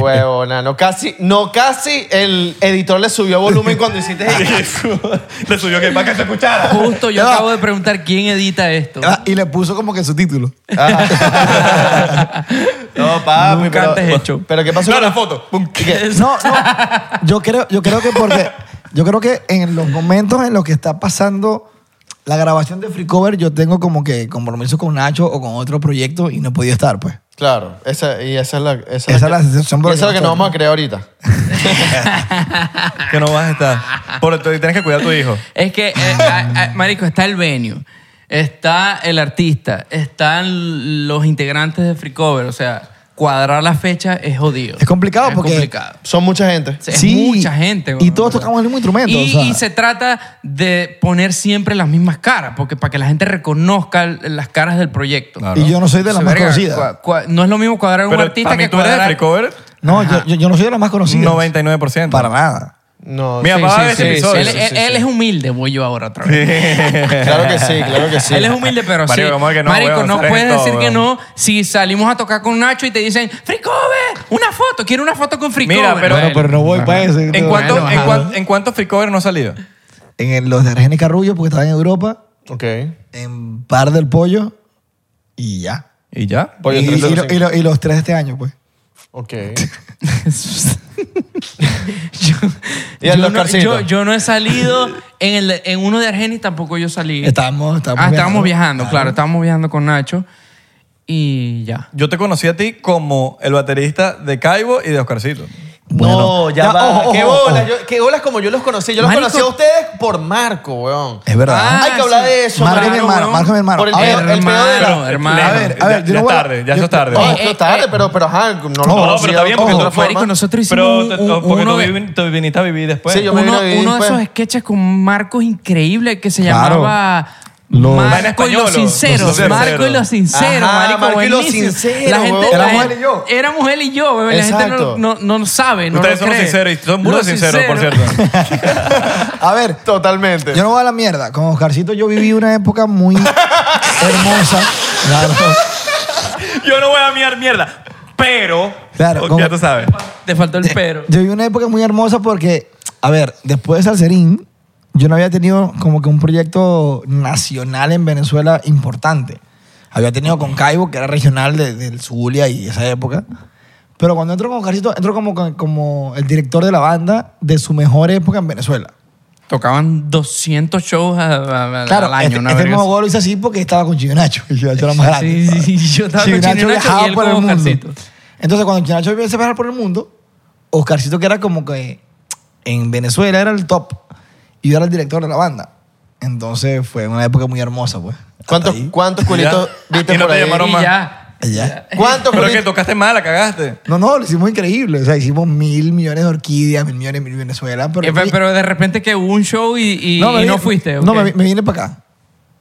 Speaker 4: Huevona, no casi, no casi el editor le subió volumen cuando hiciste
Speaker 1: (laughs)
Speaker 2: (laughs)
Speaker 1: Le subió que para que se escuchara.
Speaker 3: Justo yo
Speaker 2: Ya va.
Speaker 3: acabo
Speaker 2: (laughs)
Speaker 3: de preguntar quién edita esto.
Speaker 2: Ah, Y le puso como que su título. Ah.
Speaker 4: Ajá. No, papi,
Speaker 3: Nunca
Speaker 4: pero,
Speaker 3: antes hecho.
Speaker 4: Pero qué pasó
Speaker 1: No,
Speaker 4: con
Speaker 1: la foto. Pum.
Speaker 2: (laughs) No, no. Yo creo, yo creo que porque. Yo creo que en los momentos en los que está pasando la grabación de Free Cover, yo tengo como que compromiso con Nacho o con otro proyecto y no he podido estar, pues.
Speaker 4: Claro, esa, y esa es la... Esa,
Speaker 2: Esa es la sensación por
Speaker 4: y
Speaker 2: la
Speaker 4: esa es
Speaker 2: que
Speaker 4: la que
Speaker 2: nosotros-
Speaker 4: nos vamos a crear ahorita.
Speaker 1: Que no vas a estar. Por tú tienes que cuidar a tu hijo.
Speaker 3: Es que, eh, a- a- marico, está el venue, está el artista, están los integrantes de Free Cover. O sea, cuadrar la fecha es jodido.
Speaker 2: Es complicado porque-
Speaker 3: Es complicado.
Speaker 4: Son mucha gente.
Speaker 3: Es
Speaker 2: Sí,
Speaker 3: mucha gente.
Speaker 2: y
Speaker 3: weón,
Speaker 2: todos
Speaker 3: ¿verdad?
Speaker 2: tocamos el mismo instrumento, o
Speaker 3: Y,
Speaker 2: sea.
Speaker 3: y se trata de poner siempre las mismas caras, porque para que la gente reconozca l- las caras del proyecto.
Speaker 1: Claro.
Speaker 2: Y yo no soy de las
Speaker 3: Entonces,
Speaker 2: más
Speaker 3: verga,
Speaker 2: conocidas.
Speaker 3: cua- cua- No es lo mismo cuadrar a un
Speaker 1: Pero
Speaker 3: artista
Speaker 1: para mí
Speaker 3: que
Speaker 1: tú eres de
Speaker 3: cuadrar...
Speaker 1: Freecover
Speaker 2: No, yo, yo- yo no soy de las más conocidas.
Speaker 1: 99%.
Speaker 2: Para
Speaker 1: (laughs)
Speaker 2: nada.
Speaker 4: No,
Speaker 1: Mira,
Speaker 4: sí,
Speaker 1: papá,
Speaker 4: sí,
Speaker 1: ve
Speaker 4: sí,
Speaker 1: ese
Speaker 4: sí,
Speaker 1: episodio.
Speaker 3: él,
Speaker 4: sí, sí,
Speaker 3: él-
Speaker 4: sí.
Speaker 3: él es humilde, voy yo ahora otra vez.
Speaker 4: Claro que sí, claro
Speaker 2: (laughs)
Speaker 4: que sí.
Speaker 3: Él es
Speaker 1: (laughs)
Speaker 3: humilde, pero
Speaker 1: Marico,
Speaker 3: sí.
Speaker 1: ¿cómo es que no,
Speaker 3: Marico,
Speaker 1: weón?
Speaker 3: no
Speaker 1: Sabes
Speaker 3: puedes
Speaker 1: todo,
Speaker 3: decir que
Speaker 1: weón.
Speaker 3: no si salimos a tocar con Nacho y te dicen, Free Cover, una foto, quiero una foto con Free
Speaker 1: Mira,
Speaker 3: Cover".
Speaker 1: pero-
Speaker 2: Bueno, pero no voy para ese.
Speaker 1: ¿En
Speaker 2: no.
Speaker 1: cuánto,
Speaker 3: Bueno,
Speaker 1: en,
Speaker 3: ajá.
Speaker 1: cuan- en cuánto free cover no ha salido?
Speaker 2: En el- los de Argenis Carrullo, porque estaba en Europa,
Speaker 4: Ok.
Speaker 2: en Par del Pollo y ya.
Speaker 1: ¿Y ya?
Speaker 4: Pollo
Speaker 2: y, y lo-
Speaker 4: 305.
Speaker 2: y lo- y los tres de este año, pues.
Speaker 4: Ok.
Speaker 2: (laughs)
Speaker 3: yo,
Speaker 4: (laughs) Y el
Speaker 3: yo no,
Speaker 4: Oscarcito.
Speaker 3: yo- yo no he salido en, el, en uno de Argenis, tampoco yo salí.
Speaker 2: Estábamos- estábamos
Speaker 3: ah, estábamos
Speaker 2: viajando.
Speaker 3: viajando, claro. estábamos viajando con Nacho y ya.
Speaker 1: Yo te conocí a ti como el baterista de Caibo y de Oscarcito.
Speaker 4: No,
Speaker 2: Bueno,
Speaker 4: ya,
Speaker 2: ya,
Speaker 4: va.
Speaker 2: ojo,
Speaker 4: qué
Speaker 2: ojo,
Speaker 4: bolas.
Speaker 2: ojo.
Speaker 4: yo- qué bolas como yo los conocí. Yo los
Speaker 3: Marico.
Speaker 4: conocí a ustedes por Marco, weón.
Speaker 2: Es verdad.
Speaker 3: Ah,
Speaker 4: Hay que hablar de eso,
Speaker 2: Marco es mi
Speaker 4: Marico.
Speaker 2: hermano,
Speaker 3: weón.
Speaker 2: Marco es mi hermano.
Speaker 4: Por el
Speaker 2: A ver,
Speaker 4: peor- el peor de
Speaker 3: hermano,
Speaker 4: la-
Speaker 3: hermano.
Speaker 2: A ver, a
Speaker 1: Ya-
Speaker 2: ver,
Speaker 1: ya,
Speaker 2: yo no
Speaker 1: es
Speaker 2: voy a-
Speaker 1: tarde, ya
Speaker 2: yo-
Speaker 1: eso es tarde.
Speaker 4: Oh,
Speaker 3: Eh,
Speaker 4: esto
Speaker 3: eh,
Speaker 4: es tarde,
Speaker 3: eh.
Speaker 4: pero, pero, ajá, no, lo
Speaker 2: No,
Speaker 4: conocía
Speaker 1: pero está bien,
Speaker 4: de
Speaker 1: porque
Speaker 4: otra
Speaker 1: tú-
Speaker 4: forma.
Speaker 3: Marico, nosotros
Speaker 1: Pero
Speaker 3: hicimos
Speaker 1: te-
Speaker 3: un-
Speaker 1: no,
Speaker 3: un-
Speaker 1: porque
Speaker 3: uno
Speaker 1: tú,
Speaker 3: de-
Speaker 1: vivi- tú viniste a vivir después.
Speaker 4: Sí, yo- me
Speaker 3: uno,
Speaker 4: vine a vivir
Speaker 3: uno de
Speaker 4: después.
Speaker 3: esos sketches con Marcos increíble que se
Speaker 2: Claro.
Speaker 3: llamaba
Speaker 2: Los-
Speaker 1: Vaina
Speaker 3: Marco y
Speaker 1: española.
Speaker 3: los sinceros.
Speaker 1: Los sinceros.
Speaker 3: Marco y los sinceros,
Speaker 4: Ajá,
Speaker 3: marico.
Speaker 4: Marco y los
Speaker 3: buenísimo.
Speaker 4: sinceros,
Speaker 3: La gente,
Speaker 4: huevón.
Speaker 3: la
Speaker 4: Éramos
Speaker 3: gente-
Speaker 4: él y yo.
Speaker 3: Éramos él y yo, bebé. La gente no,
Speaker 4: Exacto.
Speaker 3: no, no lo sabe. No
Speaker 1: Ustedes
Speaker 3: lo
Speaker 1: son
Speaker 3: cree.
Speaker 1: sinceros y son muy
Speaker 3: Los
Speaker 1: sinceros, por cierto.
Speaker 2: A ver,
Speaker 4: Totalmente.
Speaker 2: yo no voy a la mierda. Con Oscarcito yo viví una época
Speaker 4: (laughs)
Speaker 2: muy hermosa. Claro.
Speaker 1: (laughs) Yo no voy a mirar mierda, pero...
Speaker 2: Claro,
Speaker 1: Oh,
Speaker 2: como-
Speaker 1: ya tú sabes.
Speaker 3: (laughs) Te faltó el pero.
Speaker 2: Yo viví una época muy hermosa porque, a ver, después de Salserín, yo no había tenido como que un proyecto nacional en Venezuela importante. Había tenido con Caibo, que era regional de- del Zulia y esa época. Pero cuando entro con Oscarcito, entro como, como el director de la banda de su mejor época en Venezuela.
Speaker 3: Tocaban 200 shows a- a- a-
Speaker 2: Claro,
Speaker 3: al año.
Speaker 2: este,
Speaker 3: una
Speaker 2: este
Speaker 3: verga
Speaker 2: mismo gol lo hice así porque estaba con Chino Nacho. (laughs) Y Chino Nacho era más
Speaker 3: así.
Speaker 2: grande.
Speaker 3: Sí, sí, sí, Yo estaba con
Speaker 2: Chino
Speaker 3: Chino Nacho y
Speaker 2: viajaba
Speaker 3: él
Speaker 2: por
Speaker 3: con
Speaker 2: el mundo.
Speaker 3: Oscarcito.
Speaker 2: Entonces, cuando Chino Nacho empieza a viajar por el mundo, Oscarcito, que era como que en Venezuela era el top, y yo era el director de la banda. Entonces, fue una época muy hermosa, pues. Hasta
Speaker 4: ¿Cuántos,
Speaker 2: ahí.
Speaker 4: ¿Cuántos culitos
Speaker 1: Ya.
Speaker 4: viste
Speaker 1: Y no
Speaker 4: por
Speaker 1: te
Speaker 4: ahí?
Speaker 1: llamaron
Speaker 3: Y
Speaker 1: más.
Speaker 3: ya.
Speaker 2: Allá.
Speaker 4: ¿Cuántos
Speaker 1: Pero que
Speaker 4: culitos?
Speaker 1: tocaste mal, la cagaste.
Speaker 2: No, no, lo hicimos increíble. O sea, hicimos mil millones de orquídeas, mil millones de Venezuela. Pero,
Speaker 3: Eh, pe- Pero de repente que hubo un show y, y-
Speaker 2: me
Speaker 3: y
Speaker 2: vine-
Speaker 3: no fuiste.
Speaker 2: No,
Speaker 3: ok. Ah.
Speaker 2: me, vi- me vine para acá.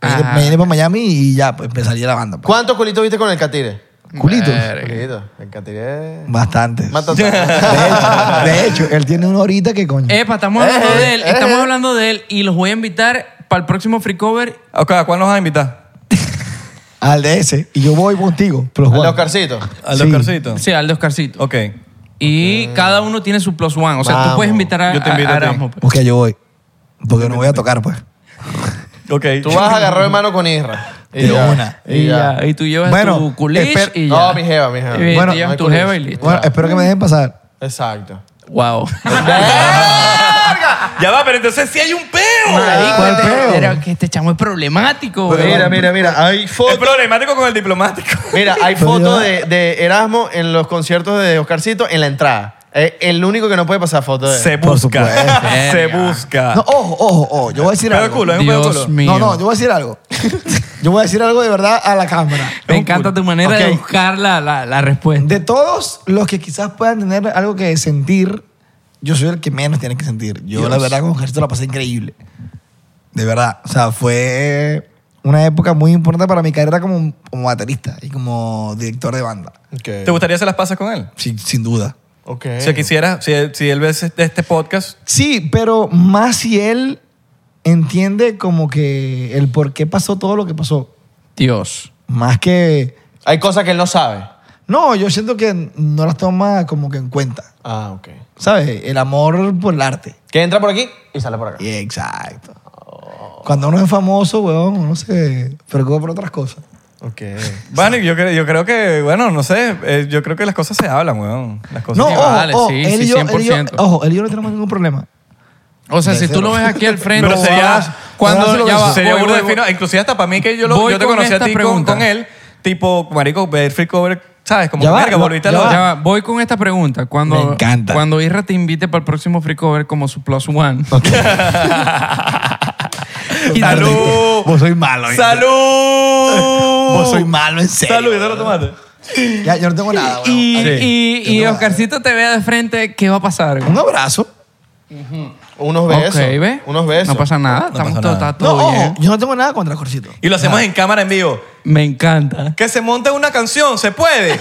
Speaker 2: Me vine-
Speaker 3: Ajá.
Speaker 2: Me vine para Miami y ya, pues empezaría la banda. pues.
Speaker 4: ¿Cuántos culitos viste con el catire?
Speaker 2: Culitos.
Speaker 4: Culitos. El catire...
Speaker 2: Bastantes.
Speaker 4: (laughs) Mata
Speaker 2: De hecho, de hecho, él tiene una horita que coño.
Speaker 3: Epa, estamos hablando
Speaker 4: Eh,
Speaker 3: de él.
Speaker 4: eh.
Speaker 3: Estamos hablando de él y los voy a invitar para el próximo free cover.
Speaker 1: Ok, ¿a cuál nos vas a invitar?
Speaker 2: Al de ese. Y yo voy contigo. Pero
Speaker 4: Al
Speaker 2: Juan.
Speaker 4: Oscarcito.
Speaker 1: ¿Al
Speaker 2: Sí.
Speaker 1: doctorcito?
Speaker 3: Sí, al de Oscarcito.
Speaker 1: Ok.
Speaker 3: Y cada uno tiene su plus one. O sea, tú
Speaker 4: Vamos.
Speaker 3: puedes invitar a,
Speaker 1: Yo te invito
Speaker 3: a- a
Speaker 1: a ti.
Speaker 3: Erasmo, pues.
Speaker 2: Ok, yo voy. Porque no voy a tocar, pues.
Speaker 1: Ok.
Speaker 4: Tú vas agarrado de mano con Isra.
Speaker 2: De
Speaker 4: ya.
Speaker 2: una.
Speaker 3: Y ya. Y tú llevas
Speaker 2: Bueno,
Speaker 3: tu culish
Speaker 2: esper-
Speaker 3: y ya.
Speaker 4: No, mi jeva, mi jeva.
Speaker 3: Y
Speaker 2: Bueno,
Speaker 3: te
Speaker 4: no
Speaker 3: llevas
Speaker 4: hay
Speaker 3: tu
Speaker 4: culish.
Speaker 3: jeva y listo.
Speaker 2: Bueno, espero que me dejen pasar.
Speaker 4: Exacto.
Speaker 2: (laughs)
Speaker 3: Wow.
Speaker 1: Ya va, pero entonces sí hay un peo.
Speaker 3: Marico,
Speaker 2: ¿cuál
Speaker 3: este-
Speaker 2: pedo?
Speaker 3: era que este chamo es problemático. güey.
Speaker 4: Mira, mira, mira. Hay
Speaker 1: Es
Speaker 4: fotos.
Speaker 1: problemático con el diplomático.
Speaker 4: Mira, hay
Speaker 2: Pero
Speaker 4: fotos
Speaker 2: ya.
Speaker 4: de, de Erasmo en los conciertos de Oscarcito en la entrada. Es el único que no puede pasar foto de él.
Speaker 1: Se
Speaker 2: Por
Speaker 1: busca.
Speaker 2: supuesto.
Speaker 1: Se
Speaker 3: Verga.
Speaker 1: busca.
Speaker 2: No, ojo, ojo, ojo. Yo voy a decir
Speaker 1: Peo de
Speaker 2: algo.
Speaker 1: Ah. culo, es un peo de
Speaker 3: Dios
Speaker 1: culo.
Speaker 3: mío.
Speaker 2: No, no, yo voy a decir algo. (laughs) yo voy a decir algo de verdad a la cámara.
Speaker 3: Me encanta tu manera de
Speaker 2: Ok.
Speaker 3: buscar la, la, la respuesta.
Speaker 2: De todos los que quizás puedan tener algo que sentir, yo soy el que menos tiene que sentir. Yo, la verdad, con Ejército la pasé increíble. De verdad. O sea, fue una época muy importante para mi carrera como, como baterista y como director de banda.
Speaker 1: ¿Te gustaría hacer las pasas con él?
Speaker 2: Sin, sin duda.
Speaker 4: Ok.
Speaker 1: Si quisiera, si él, si él ve este- este podcast,
Speaker 2: Sí, pero más si él entiende como que el por qué pasó todo lo que pasó.
Speaker 3: Dios.
Speaker 2: Más que...
Speaker 4: Hay cosas que él no sabe.
Speaker 2: No, yo siento que no las toma como que en cuenta.
Speaker 4: Ah, ok.
Speaker 2: ¿Sabes? El amor por el arte.
Speaker 4: Que entra por aquí y sale por acá.
Speaker 2: Exacto. Cuando uno es famoso, weón, uno se preocupa por otras cosas.
Speaker 4: Ok.
Speaker 1: Bueno, yo, creo- yo creo que, bueno, no sé, eh, yo creo que las cosas se hablan, weón. Las cosas
Speaker 2: No,
Speaker 1: se
Speaker 2: ojo,
Speaker 1: hablan.
Speaker 3: vale,
Speaker 2: ojo,
Speaker 3: sí,
Speaker 2: él y
Speaker 3: sí,
Speaker 2: yo, él y yo,
Speaker 3: 100%.
Speaker 2: ojo, él y yo no tenemos ningún problema.
Speaker 3: O sea, si tú lo ves aquí al frente,
Speaker 1: Pero sería-
Speaker 3: cuando
Speaker 2: Ahora
Speaker 3: ya
Speaker 2: sí lo
Speaker 3: va,
Speaker 1: Sería
Speaker 3: voy,
Speaker 1: burda de
Speaker 3: voy,
Speaker 1: fino.
Speaker 3: voy.
Speaker 1: Inclusive hasta para mí que yo, lo,
Speaker 3: Voy
Speaker 1: yo te
Speaker 3: con
Speaker 1: conocí a
Speaker 3: esta
Speaker 1: ti con,
Speaker 3: pregunta.
Speaker 1: con él, tipo, marico, ver Free Cover, ¿sabes? Como,
Speaker 2: Ya va,
Speaker 1: verga,
Speaker 2: lo-
Speaker 1: volviste a
Speaker 2: ya
Speaker 1: lo...
Speaker 3: Ya va, voy con esta pregunta. Cuando,
Speaker 2: Me encanta.
Speaker 3: Cuando Isra te invite para el próximo free cover como su plus one.
Speaker 1: ¡Salud!
Speaker 2: Vos sois malo. ¿eh?
Speaker 1: ¡Salud!
Speaker 2: Vos sois malo, en serio.
Speaker 1: ¡Salud! ¿Y te lo tomaste?
Speaker 2: Ya, yo no tengo nada, weón.
Speaker 3: (laughs) y, y- y
Speaker 2: Yo no-
Speaker 3: Oscarcito te vea de frente, ¿qué va a pasar?
Speaker 2: Un abrazo.
Speaker 4: Unos besos.
Speaker 3: Ok, ¿ves?
Speaker 4: Unos besos.
Speaker 3: No pasa nada. estamos
Speaker 1: pasa
Speaker 3: todo,
Speaker 1: nada.
Speaker 3: está
Speaker 2: No,
Speaker 3: todo
Speaker 2: ojo,
Speaker 3: bien.
Speaker 2: yo no tengo nada contra Jorcito.
Speaker 1: Y lo hacemos en cámara en vivo.
Speaker 3: Me encanta.
Speaker 1: Que se monte una canción, se
Speaker 2: (laughs)
Speaker 1: puede.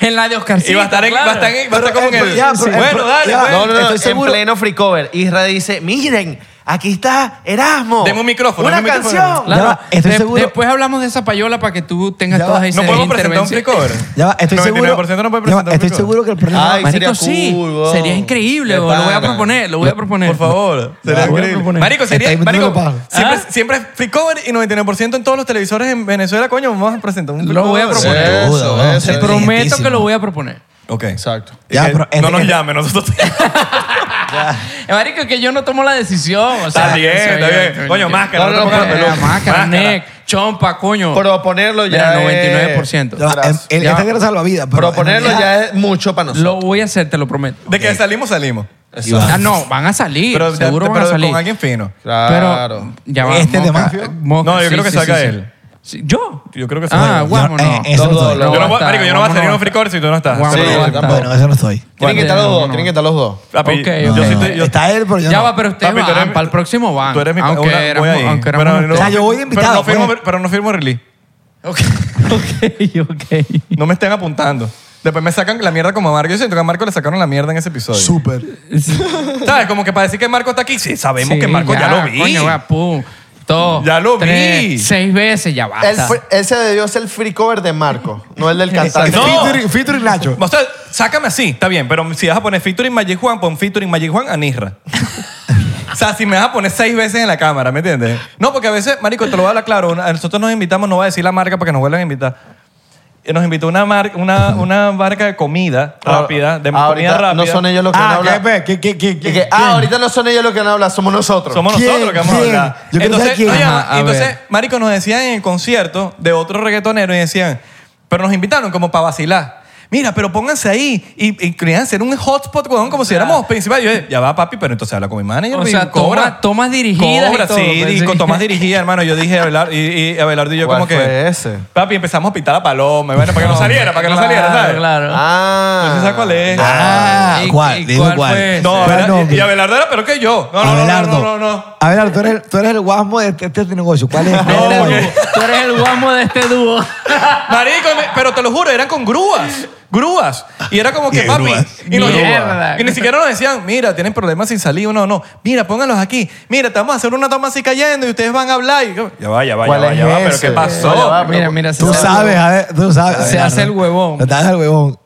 Speaker 3: En la de Oscarcito.
Speaker 1: y va a estar, en-
Speaker 3: claro.
Speaker 1: va a estar, en- va a estar como en
Speaker 2: Pero, eh,
Speaker 1: el.
Speaker 2: ya, pero-
Speaker 1: bueno,
Speaker 2: ya,
Speaker 1: dale,
Speaker 2: ya.
Speaker 1: pues.
Speaker 4: No, no, no.
Speaker 2: Estoy
Speaker 4: En
Speaker 2: seguro-
Speaker 4: pleno free cover, Isra dice: Miren, aquí está Erasmo.
Speaker 1: Deme un micrófono,
Speaker 4: Una
Speaker 1: deme un micrófono".
Speaker 4: canción.
Speaker 3: Claro.
Speaker 2: Ya va, estoy
Speaker 3: De-
Speaker 2: seguro-
Speaker 3: Después hablamos de esa payola para que tú tengas
Speaker 2: Ya va.
Speaker 3: todas esas
Speaker 1: No podemos presentar un
Speaker 3: intervenciones.
Speaker 1: free cover.
Speaker 2: Ya va, estoy seguro.
Speaker 1: 99% no puede
Speaker 2: ya va,
Speaker 1: presentar un
Speaker 2: estoy
Speaker 1: free cover.
Speaker 2: seguro que el problema.
Speaker 4: Ay, sería
Speaker 3: Marico, sí.
Speaker 4: cool, weón.
Speaker 3: Sería increíble,
Speaker 4: De
Speaker 3: weón. Lo voy a
Speaker 4: pana.
Speaker 3: proponer, lo voy a proponer.
Speaker 1: Por favor. Sería
Speaker 3: voy a
Speaker 1: increíble.
Speaker 3: proponer.
Speaker 1: Marico, sería.
Speaker 2: Estáis metiendo
Speaker 1: Marico,
Speaker 2: la paja.
Speaker 1: siempre,
Speaker 3: Ah.
Speaker 1: siempre free cover y 99% en todos los televisores en Venezuela, coño, vamos a presentar un free
Speaker 3: Lo voy a
Speaker 1: cover.
Speaker 3: proponer.
Speaker 4: Eso,
Speaker 2: Duda,
Speaker 4: eso.
Speaker 3: Te
Speaker 2: weón.
Speaker 3: prometo
Speaker 2: Inteligentísimo.
Speaker 3: que lo voy a proponer.
Speaker 1: Ok.
Speaker 4: Exacto.
Speaker 1: Y
Speaker 2: Ya,
Speaker 1: que
Speaker 2: pero
Speaker 1: no
Speaker 2: este-
Speaker 1: nos llame, nosotros.
Speaker 3: Eh, Marico, que yo no tomo la decisión. O sea,
Speaker 1: Está bien,
Speaker 3: eso,
Speaker 1: está
Speaker 3: yo-
Speaker 1: bien.
Speaker 3: yo-
Speaker 1: Coño,
Speaker 3: yo-
Speaker 1: máscara,
Speaker 3: No,
Speaker 1: no
Speaker 3: no,
Speaker 1: pongas
Speaker 3: máscara,
Speaker 1: peluca.
Speaker 3: máscara,
Speaker 1: Máscara.
Speaker 3: neck, chompa, coño.
Speaker 4: Proponerlo ya.
Speaker 3: Mira,
Speaker 2: Ya
Speaker 3: 99%.
Speaker 2: va,
Speaker 4: Abrazo.
Speaker 2: el- el-
Speaker 3: Ya
Speaker 2: Esta
Speaker 3: va.
Speaker 2: quiere salvar la vida.
Speaker 4: es-
Speaker 2: pero en
Speaker 4: Proponerlo
Speaker 2: realidad-
Speaker 4: ya es mucho para
Speaker 3: Lo
Speaker 4: nosotros.
Speaker 3: voy a hacer, te lo prometo.
Speaker 1: De que salimos, salimos.
Speaker 3: Ah, no, van a salir.
Speaker 1: Pero, ya-
Speaker 3: seguro van
Speaker 1: pero
Speaker 3: a salir.
Speaker 1: con alguien fino.
Speaker 3: Pero
Speaker 4: Claro.
Speaker 3: ya va.
Speaker 2: Este es de
Speaker 3: Mosca,
Speaker 2: mafia.
Speaker 3: Mosca,
Speaker 1: No, yo creo que saca él.
Speaker 3: Sí, Sí, ¿Yo?
Speaker 1: Yo creo que sí.
Speaker 3: Ah, guamo,
Speaker 2: Yo-
Speaker 3: no.
Speaker 2: eh, eso
Speaker 3: Los
Speaker 2: no
Speaker 3: dos,
Speaker 2: soy.
Speaker 3: los
Speaker 1: Yo
Speaker 3: dos
Speaker 1: no voy-
Speaker 3: están,
Speaker 1: marico, yo no voy a
Speaker 3: guamo
Speaker 1: salir en
Speaker 3: va-
Speaker 1: un free course si tú no estás.
Speaker 3: Guamo
Speaker 1: Sí.
Speaker 3: no va a estar.
Speaker 2: eh, Bueno, eso no estoy.
Speaker 4: Tienen que estar los dos,
Speaker 3: Bueno.
Speaker 4: tienen que estar los dos.
Speaker 1: Papi,
Speaker 3: Ok,
Speaker 1: yo
Speaker 3: ok.
Speaker 1: sí estoy- yo-
Speaker 2: Está él, pero yo
Speaker 3: Ya
Speaker 2: no.
Speaker 3: va, pero ustedes
Speaker 1: Papi, tú eres
Speaker 3: van,
Speaker 1: mi-
Speaker 3: para el próximo van.
Speaker 1: Tú eres mi
Speaker 3: aunque
Speaker 1: una-
Speaker 3: éramos-
Speaker 1: voy ahí.
Speaker 3: aunque éramos
Speaker 1: Pero
Speaker 3: ustedes.
Speaker 2: O sea, yo voy de invitado,
Speaker 1: Pero no firmo,
Speaker 2: pues.
Speaker 1: pero no firmo release.
Speaker 3: Ok, (laughs) ok, ok.
Speaker 1: No me estén apuntando. Después me sacan la mierda como a Marco. Yo siento que a Marco le sacaron la mierda en ese episodio.
Speaker 2: Súper.
Speaker 1: ¿Sabes? Como que para decir que Marco está aquí. Sí, sabemos
Speaker 3: Sí,
Speaker 1: que Marco ya, lo vi.
Speaker 3: Coño, va, pum. Todo.
Speaker 1: Ya lo
Speaker 3: Tres,
Speaker 1: vi.
Speaker 3: Seis veces, ya
Speaker 4: Él,
Speaker 3: basta.
Speaker 4: fue- él se debió ser el free cover de Marco, no el del cantante.
Speaker 1: No.
Speaker 2: Este, Featuring- Featuring Nacho.
Speaker 1: O sea, sácame así, está bien, pero si vas a poner featuring Magic Juan, pon featuring Magic Juan a
Speaker 3: (laughs)
Speaker 1: Nisra. o sea, si me vas a poner seis veces en la cámara, ¿me entiendes? No, porque a veces, marico, te lo voy a hablar claro, una- a nosotros nos invitamos, no voy a decir la marca para que nos vuelvan a invitar. Eh, Nos invitó una, mar- una, una marca de comida rápida, de
Speaker 4: Ah, Ahorita
Speaker 1: comida rápida.
Speaker 4: No son ellos los que van a
Speaker 2: Ah,
Speaker 4: hablar.
Speaker 2: ¿qué? ¿Qué? ¿Qué? ¿Qué?
Speaker 4: Y que,
Speaker 2: qué-
Speaker 4: ah, ahorita no son ellos los que van a hablar, somos nosotros.
Speaker 1: Somos
Speaker 2: ¿Quién?
Speaker 1: nosotros los que vamos a
Speaker 2: ¿Quién?
Speaker 1: hablar.
Speaker 2: Yo quiero
Speaker 1: entonces,
Speaker 2: saber quién.
Speaker 1: oye, ah,
Speaker 3: Ajá, a
Speaker 1: entonces,
Speaker 3: ver.
Speaker 1: marico, nos decían en el concierto de otro reggaetonero y decían, pero nos invitaron como para vacilar. Mira, pero pónganse ahí y, y créanse en un hotspot, weón, como si éramos principales. Yo, ya va, papi, pero entonces habla con mi manager.
Speaker 3: O
Speaker 1: y
Speaker 3: sea, toma- tomas dirigidas y
Speaker 1: Cobra,
Speaker 3: todo,
Speaker 1: sí,
Speaker 3: pues,
Speaker 1: y
Speaker 3: sí.
Speaker 1: con tomas dirigidas, hermano. Yo dije, Abelardo, y, y Abelardo y yo
Speaker 4: ¿Cuál
Speaker 1: como que...
Speaker 4: fue ese?
Speaker 1: Papi, empezamos a pintar la paloma, y bueno, para que no saliera, para que no
Speaker 3: Claro,
Speaker 1: saliera, ¿sabes?
Speaker 3: Claro.
Speaker 4: Ah.
Speaker 1: No sé si cuál es.
Speaker 2: Ah,
Speaker 3: ¿Y- y
Speaker 2: ¿cuál? Dijo
Speaker 3: cuál
Speaker 2: cuál.
Speaker 3: fue?
Speaker 1: No,
Speaker 2: Fue
Speaker 1: Abela-
Speaker 2: nombre.
Speaker 1: y Abelardo era pero que yo. No, no, no, no,
Speaker 2: Abelardo.
Speaker 1: no, no, no.
Speaker 2: Abelardo, tú eres, tú eres el guasmo de este, este negocio. ¿Cuál es?
Speaker 3: Este
Speaker 1: No,
Speaker 3: dúo.
Speaker 1: porque-
Speaker 3: Tú eres el guamo de este dúo. (laughs)
Speaker 1: Marico, me- pero te lo juro, eran con grúas. Grúas. Y era como (laughs) que,
Speaker 2: ¿Qué
Speaker 1: papi.
Speaker 2: grúas?
Speaker 1: Y, nos-
Speaker 3: Mierda.
Speaker 1: y ni siquiera nos decían, mira, tienen problemas sin salir o no, no. Mira, pónganlos aquí. Mira, te vamos a hacer una toma así cayendo y ustedes van a hablar. Y yo, ya va, ya va, ya
Speaker 4: ¿Cuál
Speaker 1: va,
Speaker 4: es
Speaker 1: ya va. Pero
Speaker 4: ese?
Speaker 1: ¿qué pasó?
Speaker 4: No, ya va, pero-
Speaker 3: Mira, mira. se
Speaker 2: Tú
Speaker 3: hace el
Speaker 2: sabes,
Speaker 3: huevón.
Speaker 2: a ver, tú sabes.
Speaker 3: Se hace el
Speaker 2: Abelardo.
Speaker 3: huevón.
Speaker 2: Te hace el huevón.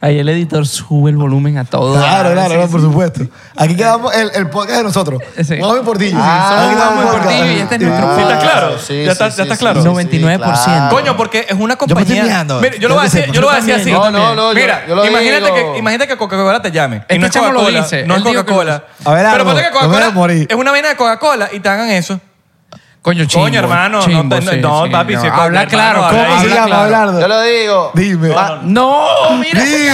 Speaker 3: Ahí el editor sube el volumen a todo.
Speaker 2: Claro, claro,
Speaker 3: Sí,
Speaker 2: no,
Speaker 3: sí,
Speaker 2: por supuesto. Aquí quedamos el, el podcast de nosotros.
Speaker 3: Sí.
Speaker 2: Vamos en Portillo.
Speaker 4: Ah,
Speaker 2: Aquí
Speaker 3: somos
Speaker 2: quedamos en
Speaker 3: Vamos en
Speaker 2: podcast.
Speaker 3: Portillo y este es nuestro
Speaker 1: ¿Sí estás claro?
Speaker 4: Sí,
Speaker 1: ¿Ya
Speaker 4: sí,
Speaker 1: estás- ya
Speaker 4: sí,
Speaker 1: estás
Speaker 4: sí,
Speaker 1: claro?
Speaker 4: sí,
Speaker 3: 99%.
Speaker 1: Coño, porque es una
Speaker 2: me estoy
Speaker 1: compañía.
Speaker 2: mirando.
Speaker 1: Mira, yo lo
Speaker 2: Yo
Speaker 1: voy a
Speaker 2: que
Speaker 1: decir,
Speaker 2: sepa.
Speaker 1: yo lo voy a
Speaker 3: Yo
Speaker 1: decir así.
Speaker 3: también, yo
Speaker 4: No, no, no, yo-
Speaker 1: Mira,
Speaker 4: yo lo
Speaker 1: imagínate,
Speaker 4: digo.
Speaker 1: que, imagínate que Coca-Cola te llame.
Speaker 3: Este
Speaker 1: y no es
Speaker 3: chamo lo
Speaker 1: Coca-Cola.
Speaker 3: dice,
Speaker 1: No es
Speaker 3: él dijo que lo
Speaker 1: Coca-Cola.
Speaker 2: hizo. A ver,
Speaker 1: pero
Speaker 2: algo,
Speaker 1: ponte que
Speaker 2: me voy a
Speaker 1: Coca-Cola
Speaker 2: morir.
Speaker 1: es una vaina de Coca-Cola y te hagan eso.
Speaker 3: Coño, chimbo.
Speaker 1: Coño, hermano, no
Speaker 3: chimbo,
Speaker 1: te- no, no, papi, sí, coño,
Speaker 3: Habla
Speaker 1: hermano,
Speaker 3: claro.
Speaker 1: habla
Speaker 2: ¿Cómo
Speaker 3: habla
Speaker 2: se llama,
Speaker 3: claro.
Speaker 2: Abelardo?
Speaker 4: Yo lo digo. Ah,
Speaker 2: Dime.
Speaker 3: No, mira. se
Speaker 2: Dime.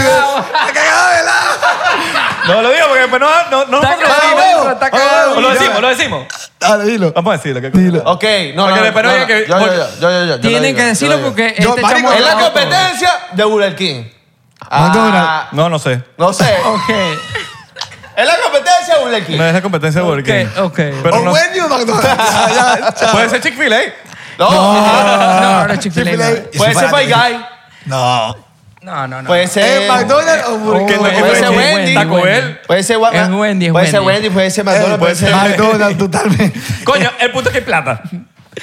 Speaker 3: cagaba.
Speaker 1: No lo digo porque después no, no, no
Speaker 3: Está
Speaker 1: nos
Speaker 3: cagado,
Speaker 1: patrocinan.
Speaker 3: hijo, está
Speaker 2: Oh,
Speaker 3: cagado.
Speaker 1: O lo decimos, lo decimos.
Speaker 2: Dale, dilo.
Speaker 3: Ah,
Speaker 1: Vamos a decirlo. que-
Speaker 2: Dilo.
Speaker 4: Ok, no, no,
Speaker 1: Porque
Speaker 4: no,
Speaker 1: después
Speaker 4: no,
Speaker 1: oye
Speaker 4: no,
Speaker 1: que-
Speaker 4: yo, yo, yo, yo, yo, yo lo
Speaker 3: Tienen
Speaker 4: digo,
Speaker 3: que
Speaker 4: yo
Speaker 3: decirlo
Speaker 4: lo digo.
Speaker 3: porque
Speaker 2: Yo,
Speaker 3: este
Speaker 2: marico,
Speaker 3: chamo...
Speaker 4: Es la
Speaker 2: Loco.
Speaker 4: competencia de Burger King. Ah,
Speaker 2: McDonald's.
Speaker 1: No, no sé.
Speaker 2: (laughs)
Speaker 4: no sé.
Speaker 3: Ok,
Speaker 4: Es la competencia de Burger King.
Speaker 1: No es la competencia de Burger King.
Speaker 3: ok. Ah,
Speaker 1: Pero
Speaker 2: o
Speaker 1: no-
Speaker 2: Wendy o McDonald's. Ya, chao.
Speaker 1: Puede ser Chick-fil-A.
Speaker 4: No,
Speaker 2: (laughs)
Speaker 3: No, no, Chick-fil-A,
Speaker 2: Chick-fil-A.
Speaker 3: no.
Speaker 4: puede ser Five Guy.
Speaker 2: No.
Speaker 3: No, no, no.
Speaker 4: Puede ser.
Speaker 2: ¿Es McDonald's o Burger
Speaker 1: Porque
Speaker 2: King?
Speaker 1: no-
Speaker 4: Oh, Puede ser Wendy.
Speaker 1: Taco Bell.
Speaker 4: Puede ser Wa-
Speaker 3: Es Wendy, es
Speaker 4: Puede ser
Speaker 3: Wendy.
Speaker 4: Wendy, puede ser McDonald's, puede ser.
Speaker 2: McDonald's,
Speaker 4: (laughs)
Speaker 2: totalmente.
Speaker 1: Coño, el punto es que hay plata.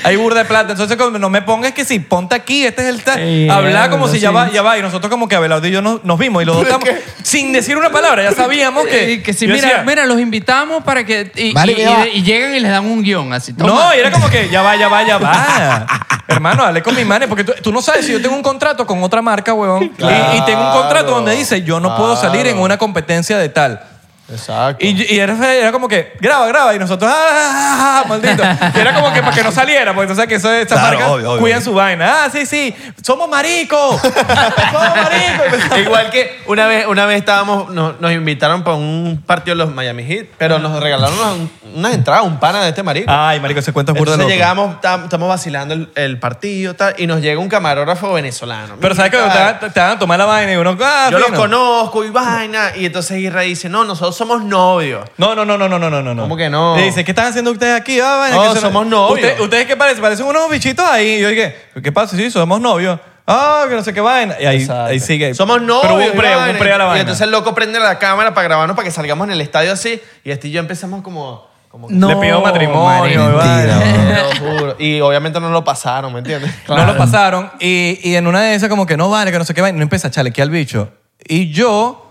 Speaker 1: Hay burda de plata. Entonces, como no me pongas que si ponte aquí, este es el tal.
Speaker 3: Sí,
Speaker 1: Habla
Speaker 3: claro,
Speaker 1: como si ya
Speaker 3: sí.
Speaker 1: va, ya va. Y nosotros como que Abelardo y yo nos, nos vimos y los dos estamos... Sin decir una palabra, ya sabíamos que...
Speaker 3: Y que si
Speaker 1: Yo
Speaker 3: mira,
Speaker 1: decía,
Speaker 3: mira, los invitamos para que. Y,
Speaker 2: Vale,
Speaker 3: y-
Speaker 2: que ya
Speaker 3: y- y llegan y les dan un guión así.
Speaker 1: No, y era como que ya va, ya va, ya va. Hermano, hablé con mi manager porque tú, tú no sabes si yo tengo un contrato con otra marca, huevón. y- Y, tengo un contrato donde dice yo no puedo salir en una competencia de tal.
Speaker 4: Exacto.
Speaker 1: Y, y era, era como que graba, graba. Y nosotros, ah, ah, ah, ah, maldito. Y era como que para que no saliera, porque tú sabes que eso, esas
Speaker 2: Claro,
Speaker 1: marcas
Speaker 2: obvio, obvio.
Speaker 1: cuidan su vaina. Ah, sí, sí, somos maricos. somos (laughs) maricos.
Speaker 4: (laughs) Igual que una vez, una vez estábamos, nos, nos invitaron para un partido de los Miami Heat, pero nos regalaron unas- unas entradas, un pana de este marico.
Speaker 1: Ay, marico, ese cuento Ah, es burda
Speaker 4: Entonces
Speaker 1: loco.
Speaker 4: llegamos, tam- estamos vacilando el, el partido tal, y nos llega un camarógrafo venezolano.
Speaker 1: Pero sabes que te,
Speaker 4: Mira,
Speaker 1: van- te van a tomar la vaina y uno, ah,
Speaker 4: Yo los
Speaker 1: fino.
Speaker 4: conozco y vaina. Y entonces Irra dice, no, nosotros somos novios.
Speaker 1: No, no, no, no, no, no, no, no.
Speaker 4: ¿Cómo que no?
Speaker 1: Le dice, ¿qué están haciendo ustedes aquí? Ah, vaina,
Speaker 4: No,
Speaker 1: que eso
Speaker 4: somos novios.
Speaker 1: ¿Ustedes, ¿Ustedes qué parecen? Parecen unos bichitos ahí. Y yo dije, ¿qué pasa? Sí, somos novios. Ah, que no sé qué vaina. Y ahí, ahí sigue.
Speaker 4: Somos novios.
Speaker 1: Pero hubo
Speaker 4: y
Speaker 1: un pre, hubo un
Speaker 4: vaina.
Speaker 1: pre a la
Speaker 4: Y
Speaker 1: vaina.
Speaker 4: entonces el loco prende la cámara para grabarnos para que salgamos en el estadio así. Y este y yo empezamos como... como que-
Speaker 1: Le pidió matrimonio. y vaina.
Speaker 2: Mentira,
Speaker 4: Te lo juro. Y obviamente no lo pasaron, ¿me entiendes?
Speaker 1: No lo pasaron. Y, y en una de esas, como que no vale, que no sé qué va. Y no empieza a chalequear al bicho. Y yo,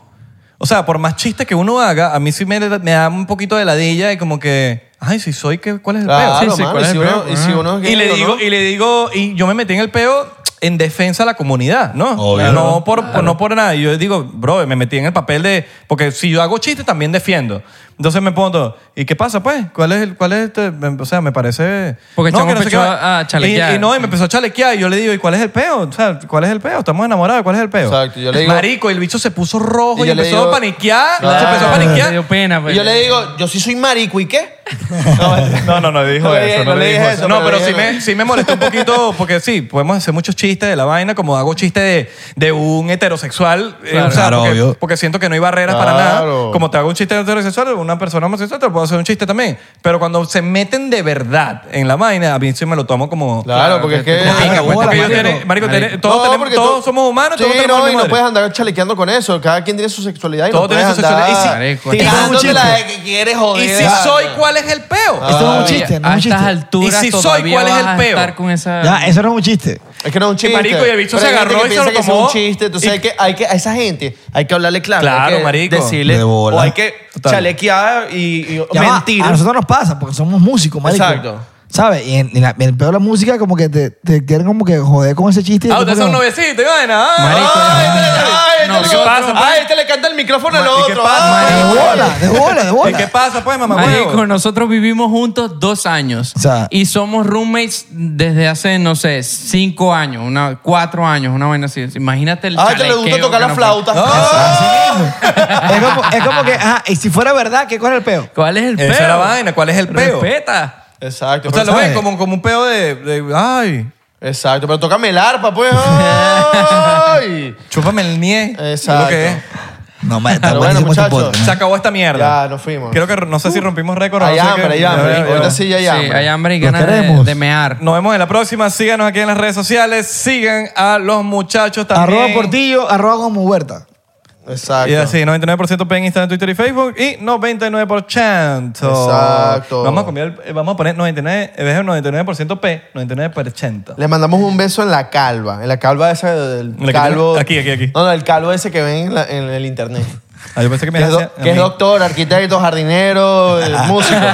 Speaker 1: o sea, por más chiste que uno haga, a mí sí me, me da un poquito de ladilla y como que, ay, si soy, ¿qué, ¿cuál es el peo? Ah.
Speaker 4: Claro,
Speaker 1: Sí, sí,
Speaker 4: mano,
Speaker 1: ¿cuál
Speaker 4: y
Speaker 1: es
Speaker 4: si
Speaker 1: el
Speaker 4: uno-
Speaker 1: peo?
Speaker 4: y si uno es
Speaker 1: Y le
Speaker 4: gay,
Speaker 1: digo,
Speaker 4: ¿no?
Speaker 1: y le digo, y yo me metí en el peo en defensa de la comunidad, ¿no?
Speaker 12: Obvio.
Speaker 1: No, por, por- no por nada. Y Yo digo, bro, me metí en el papel de... Porque si yo hago chistes, también defiendo. Entonces me pongo, ¿y qué pasa, pues? ¿Cuál es el...? Cuál es este? O sea, me parece...
Speaker 3: Porque el chamo
Speaker 1: que sé
Speaker 3: empezó
Speaker 1: qué va-
Speaker 3: a- a chalequear.
Speaker 1: Y, y no, y me empezó a chalequear. Y yo le digo, ¿y cuál es el peo? O sea, ¿cuál es el peo? Estamos enamorados, ¿cuál es el peo?
Speaker 4: Exacto, yo le digo-
Speaker 1: Marico, el bicho se puso rojo
Speaker 4: Y
Speaker 1: y,
Speaker 4: yo le
Speaker 1: empezó
Speaker 4: digo-
Speaker 1: a paniquear. Se
Speaker 4: Claro.
Speaker 1: empezó a
Speaker 3: Me dio
Speaker 1: paniquear. (laughs)
Speaker 3: pena, pues.
Speaker 4: Y yo le digo, yo sí soy marico, ¿y qué? No,
Speaker 1: No, no, no dijo
Speaker 4: No le
Speaker 1: eso.
Speaker 4: dije-
Speaker 1: no,
Speaker 4: no
Speaker 1: le
Speaker 4: le
Speaker 1: dijo
Speaker 4: dije
Speaker 1: eso.
Speaker 4: eso,
Speaker 1: No,
Speaker 4: pero
Speaker 1: pero sí
Speaker 4: dije-
Speaker 1: me, sí me molestó un poquito porque sí, podemos hacer muchos chistes de la vaina, como hago chistes de, de un heterosexual. eh, o sea,
Speaker 12: Claro,
Speaker 1: porque,
Speaker 12: obvio.
Speaker 1: porque siento que no hay barreras para
Speaker 4: Claro.
Speaker 1: nada. Como te hago un chiste de heterosexual, una persona homosexual te puedo hacer un chiste también. Pero cuando se meten de verdad en la vaina, a mí sí me lo tomo como...
Speaker 4: Claro, porque es que...
Speaker 1: como pinga, pues,
Speaker 2: bola,
Speaker 1: porque ellos
Speaker 2: marico.
Speaker 1: tienen- marico, tienen-
Speaker 4: No,
Speaker 1: todos, tenemos-
Speaker 4: porque
Speaker 1: todos
Speaker 4: tú-
Speaker 1: somos humanos,
Speaker 4: Sí,
Speaker 1: todos tenemos la
Speaker 4: no, y
Speaker 1: misma
Speaker 4: no
Speaker 1: madre.
Speaker 4: puedes andar chalequeando con eso. Cada quien tiene su sexualidad y
Speaker 1: Todos
Speaker 4: no puedes
Speaker 1: tienen su sexualidad.
Speaker 4: andar
Speaker 1: Y
Speaker 3: si-
Speaker 4: tirándote la de que quieres
Speaker 1: Y
Speaker 4: joder.
Speaker 1: si soy, ¿cuál es el peo?
Speaker 2: Esto no es un
Speaker 4: Ay,
Speaker 2: chiste, no es
Speaker 3: a
Speaker 2: un
Speaker 3: estas
Speaker 2: chiste.
Speaker 3: alturas
Speaker 1: ¿Y si soy,
Speaker 3: todavía
Speaker 1: cuál es el
Speaker 3: vas a
Speaker 1: peo?
Speaker 3: estar con esa...
Speaker 2: Ya, eso no es un chiste.
Speaker 4: Es que no es un chiste.
Speaker 1: marico, y el bicho
Speaker 4: Pero
Speaker 1: se
Speaker 4: hay gente
Speaker 1: agarró
Speaker 4: que
Speaker 1: y se lo
Speaker 4: piensa que eso
Speaker 1: tomó.
Speaker 4: es un chiste. Entonces
Speaker 1: Y-
Speaker 4: hay que, hay que, a esa gente hay que hablarle claro.
Speaker 1: Claro,
Speaker 4: hay que
Speaker 1: marico.
Speaker 4: Decirle.
Speaker 12: De bola.
Speaker 4: O hay que
Speaker 1: Total.
Speaker 4: chalequear y, y
Speaker 2: Ya va,
Speaker 4: mentir.
Speaker 2: A nosotros nos pasa porque somos músicos, marico.
Speaker 4: Exacto.
Speaker 2: ¿Sabes? Y en, en la- en el peor de la música como que te, te quieren como que joder con ese chiste. y
Speaker 1: Ah,
Speaker 2: después
Speaker 1: ustedes
Speaker 2: como
Speaker 1: son
Speaker 2: que-
Speaker 1: noviecitos y vaina. ah.
Speaker 3: Marico,
Speaker 4: Ay, este
Speaker 3: no.
Speaker 4: le- ay, este
Speaker 3: No,
Speaker 4: le-
Speaker 3: ¿qué
Speaker 1: pasa, pues?
Speaker 4: ay, este le canta el micrófono al
Speaker 1: Ma- ¿y qué
Speaker 4: otro.
Speaker 1: pasa,
Speaker 4: ay.
Speaker 2: De bola, de bola,
Speaker 1: (laughs)
Speaker 2: de bola.
Speaker 1: ¿Y qué pasa, pues, mamá?
Speaker 3: Marico, nosotros vivimos juntos dos años.
Speaker 2: O sea-
Speaker 3: y somos roommates desde hace, no sé, cinco años, una, cuatro años, una vaina así. Imagínate el
Speaker 4: Ah, te le gusta
Speaker 3: chalequeo
Speaker 4: tocar
Speaker 3: que
Speaker 4: la
Speaker 3: nos
Speaker 4: flauta.
Speaker 1: Oh,
Speaker 4: Ah.
Speaker 2: es, como, es como que, ajá, y si fuera verdad, ¿qué cuál es el peo?
Speaker 3: pone. ¿Cuál es el peo?
Speaker 1: Esa es la vaina, ¿cuál es el peo?
Speaker 3: Respeta.
Speaker 4: Exacto.
Speaker 1: O sea,
Speaker 4: pero-
Speaker 1: lo ven
Speaker 2: ¿sabes?
Speaker 1: como, como un peo de, de- Ay,
Speaker 4: Exacto, pero tócame el arpa,
Speaker 1: (laughs)
Speaker 4: pues. Ay.
Speaker 1: chúpame el nie.
Speaker 4: Exacto.
Speaker 1: Lo que es.
Speaker 2: No, ma, está
Speaker 4: Pero
Speaker 2: buenísimo este
Speaker 4: bueno, muchachos,
Speaker 2: podcast,
Speaker 1: Se acabó esta mierda.
Speaker 4: Ya, nos fuimos. Uh.
Speaker 1: Creo que no sé si rompimos récord. o
Speaker 4: Hay
Speaker 1: no sé
Speaker 4: hambre,
Speaker 1: qué.
Speaker 4: hay
Speaker 1: Ya,
Speaker 4: hambre.
Speaker 1: ya, ya.
Speaker 4: Ahorita sí ya hay
Speaker 3: Sí,
Speaker 4: hambre.
Speaker 3: hay hambre y ganas de,
Speaker 2: queremos.
Speaker 3: de mear.
Speaker 1: Nos vemos en la próxima. Síganos aquí en las redes sociales. Sigan a los muchachos
Speaker 2: ¿no?
Speaker 1: también.
Speaker 2: Arroba portillo, arroba como huerta.
Speaker 4: Exacto.
Speaker 1: Y así, 99% pen Instagram, Twitter y Facebook y 99%.
Speaker 4: Exacto.
Speaker 1: Vamos a, cambiar el- eh, vamos a poner 99, eh, deja el 99% P, 99%.
Speaker 4: Le mandamos un beso en la calva. En la calva esa del
Speaker 1: ¿La que
Speaker 4: calvo.
Speaker 1: tiene? Aquí, aquí, aquí.
Speaker 4: No, no, el calvo ese que ven en, la- en el internet.
Speaker 1: Ah, yo pensé (laughs) que me
Speaker 4: Que es, do-
Speaker 1: hacía-
Speaker 4: que es doctor, arquitecto, jardinero, eh, músico.
Speaker 1: (laughs)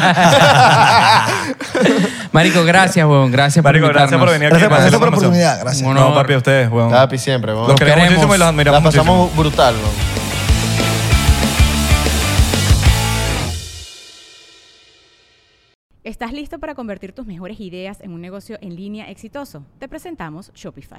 Speaker 3: Marico, gracias, weón. Gracias
Speaker 1: Marico,
Speaker 3: por invitarnos.
Speaker 1: gracias por venir aquí.
Speaker 2: Gracias por
Speaker 1: Gracias
Speaker 2: gracias por
Speaker 1: por
Speaker 2: la oportunidad, gracias.
Speaker 3: Un
Speaker 1: No,
Speaker 3: honor.
Speaker 1: papi, a ustedes, weón.
Speaker 4: Papi, siempre, weón.
Speaker 1: Los queremos
Speaker 3: queremos.
Speaker 1: muchísimo y los admiramos
Speaker 4: La
Speaker 1: muchísimo.
Speaker 4: pasamos brutal, weón.
Speaker 13: ¿Estás listo para convertir tus mejores ideas en un negocio en línea exitoso? Te presentamos Shopify.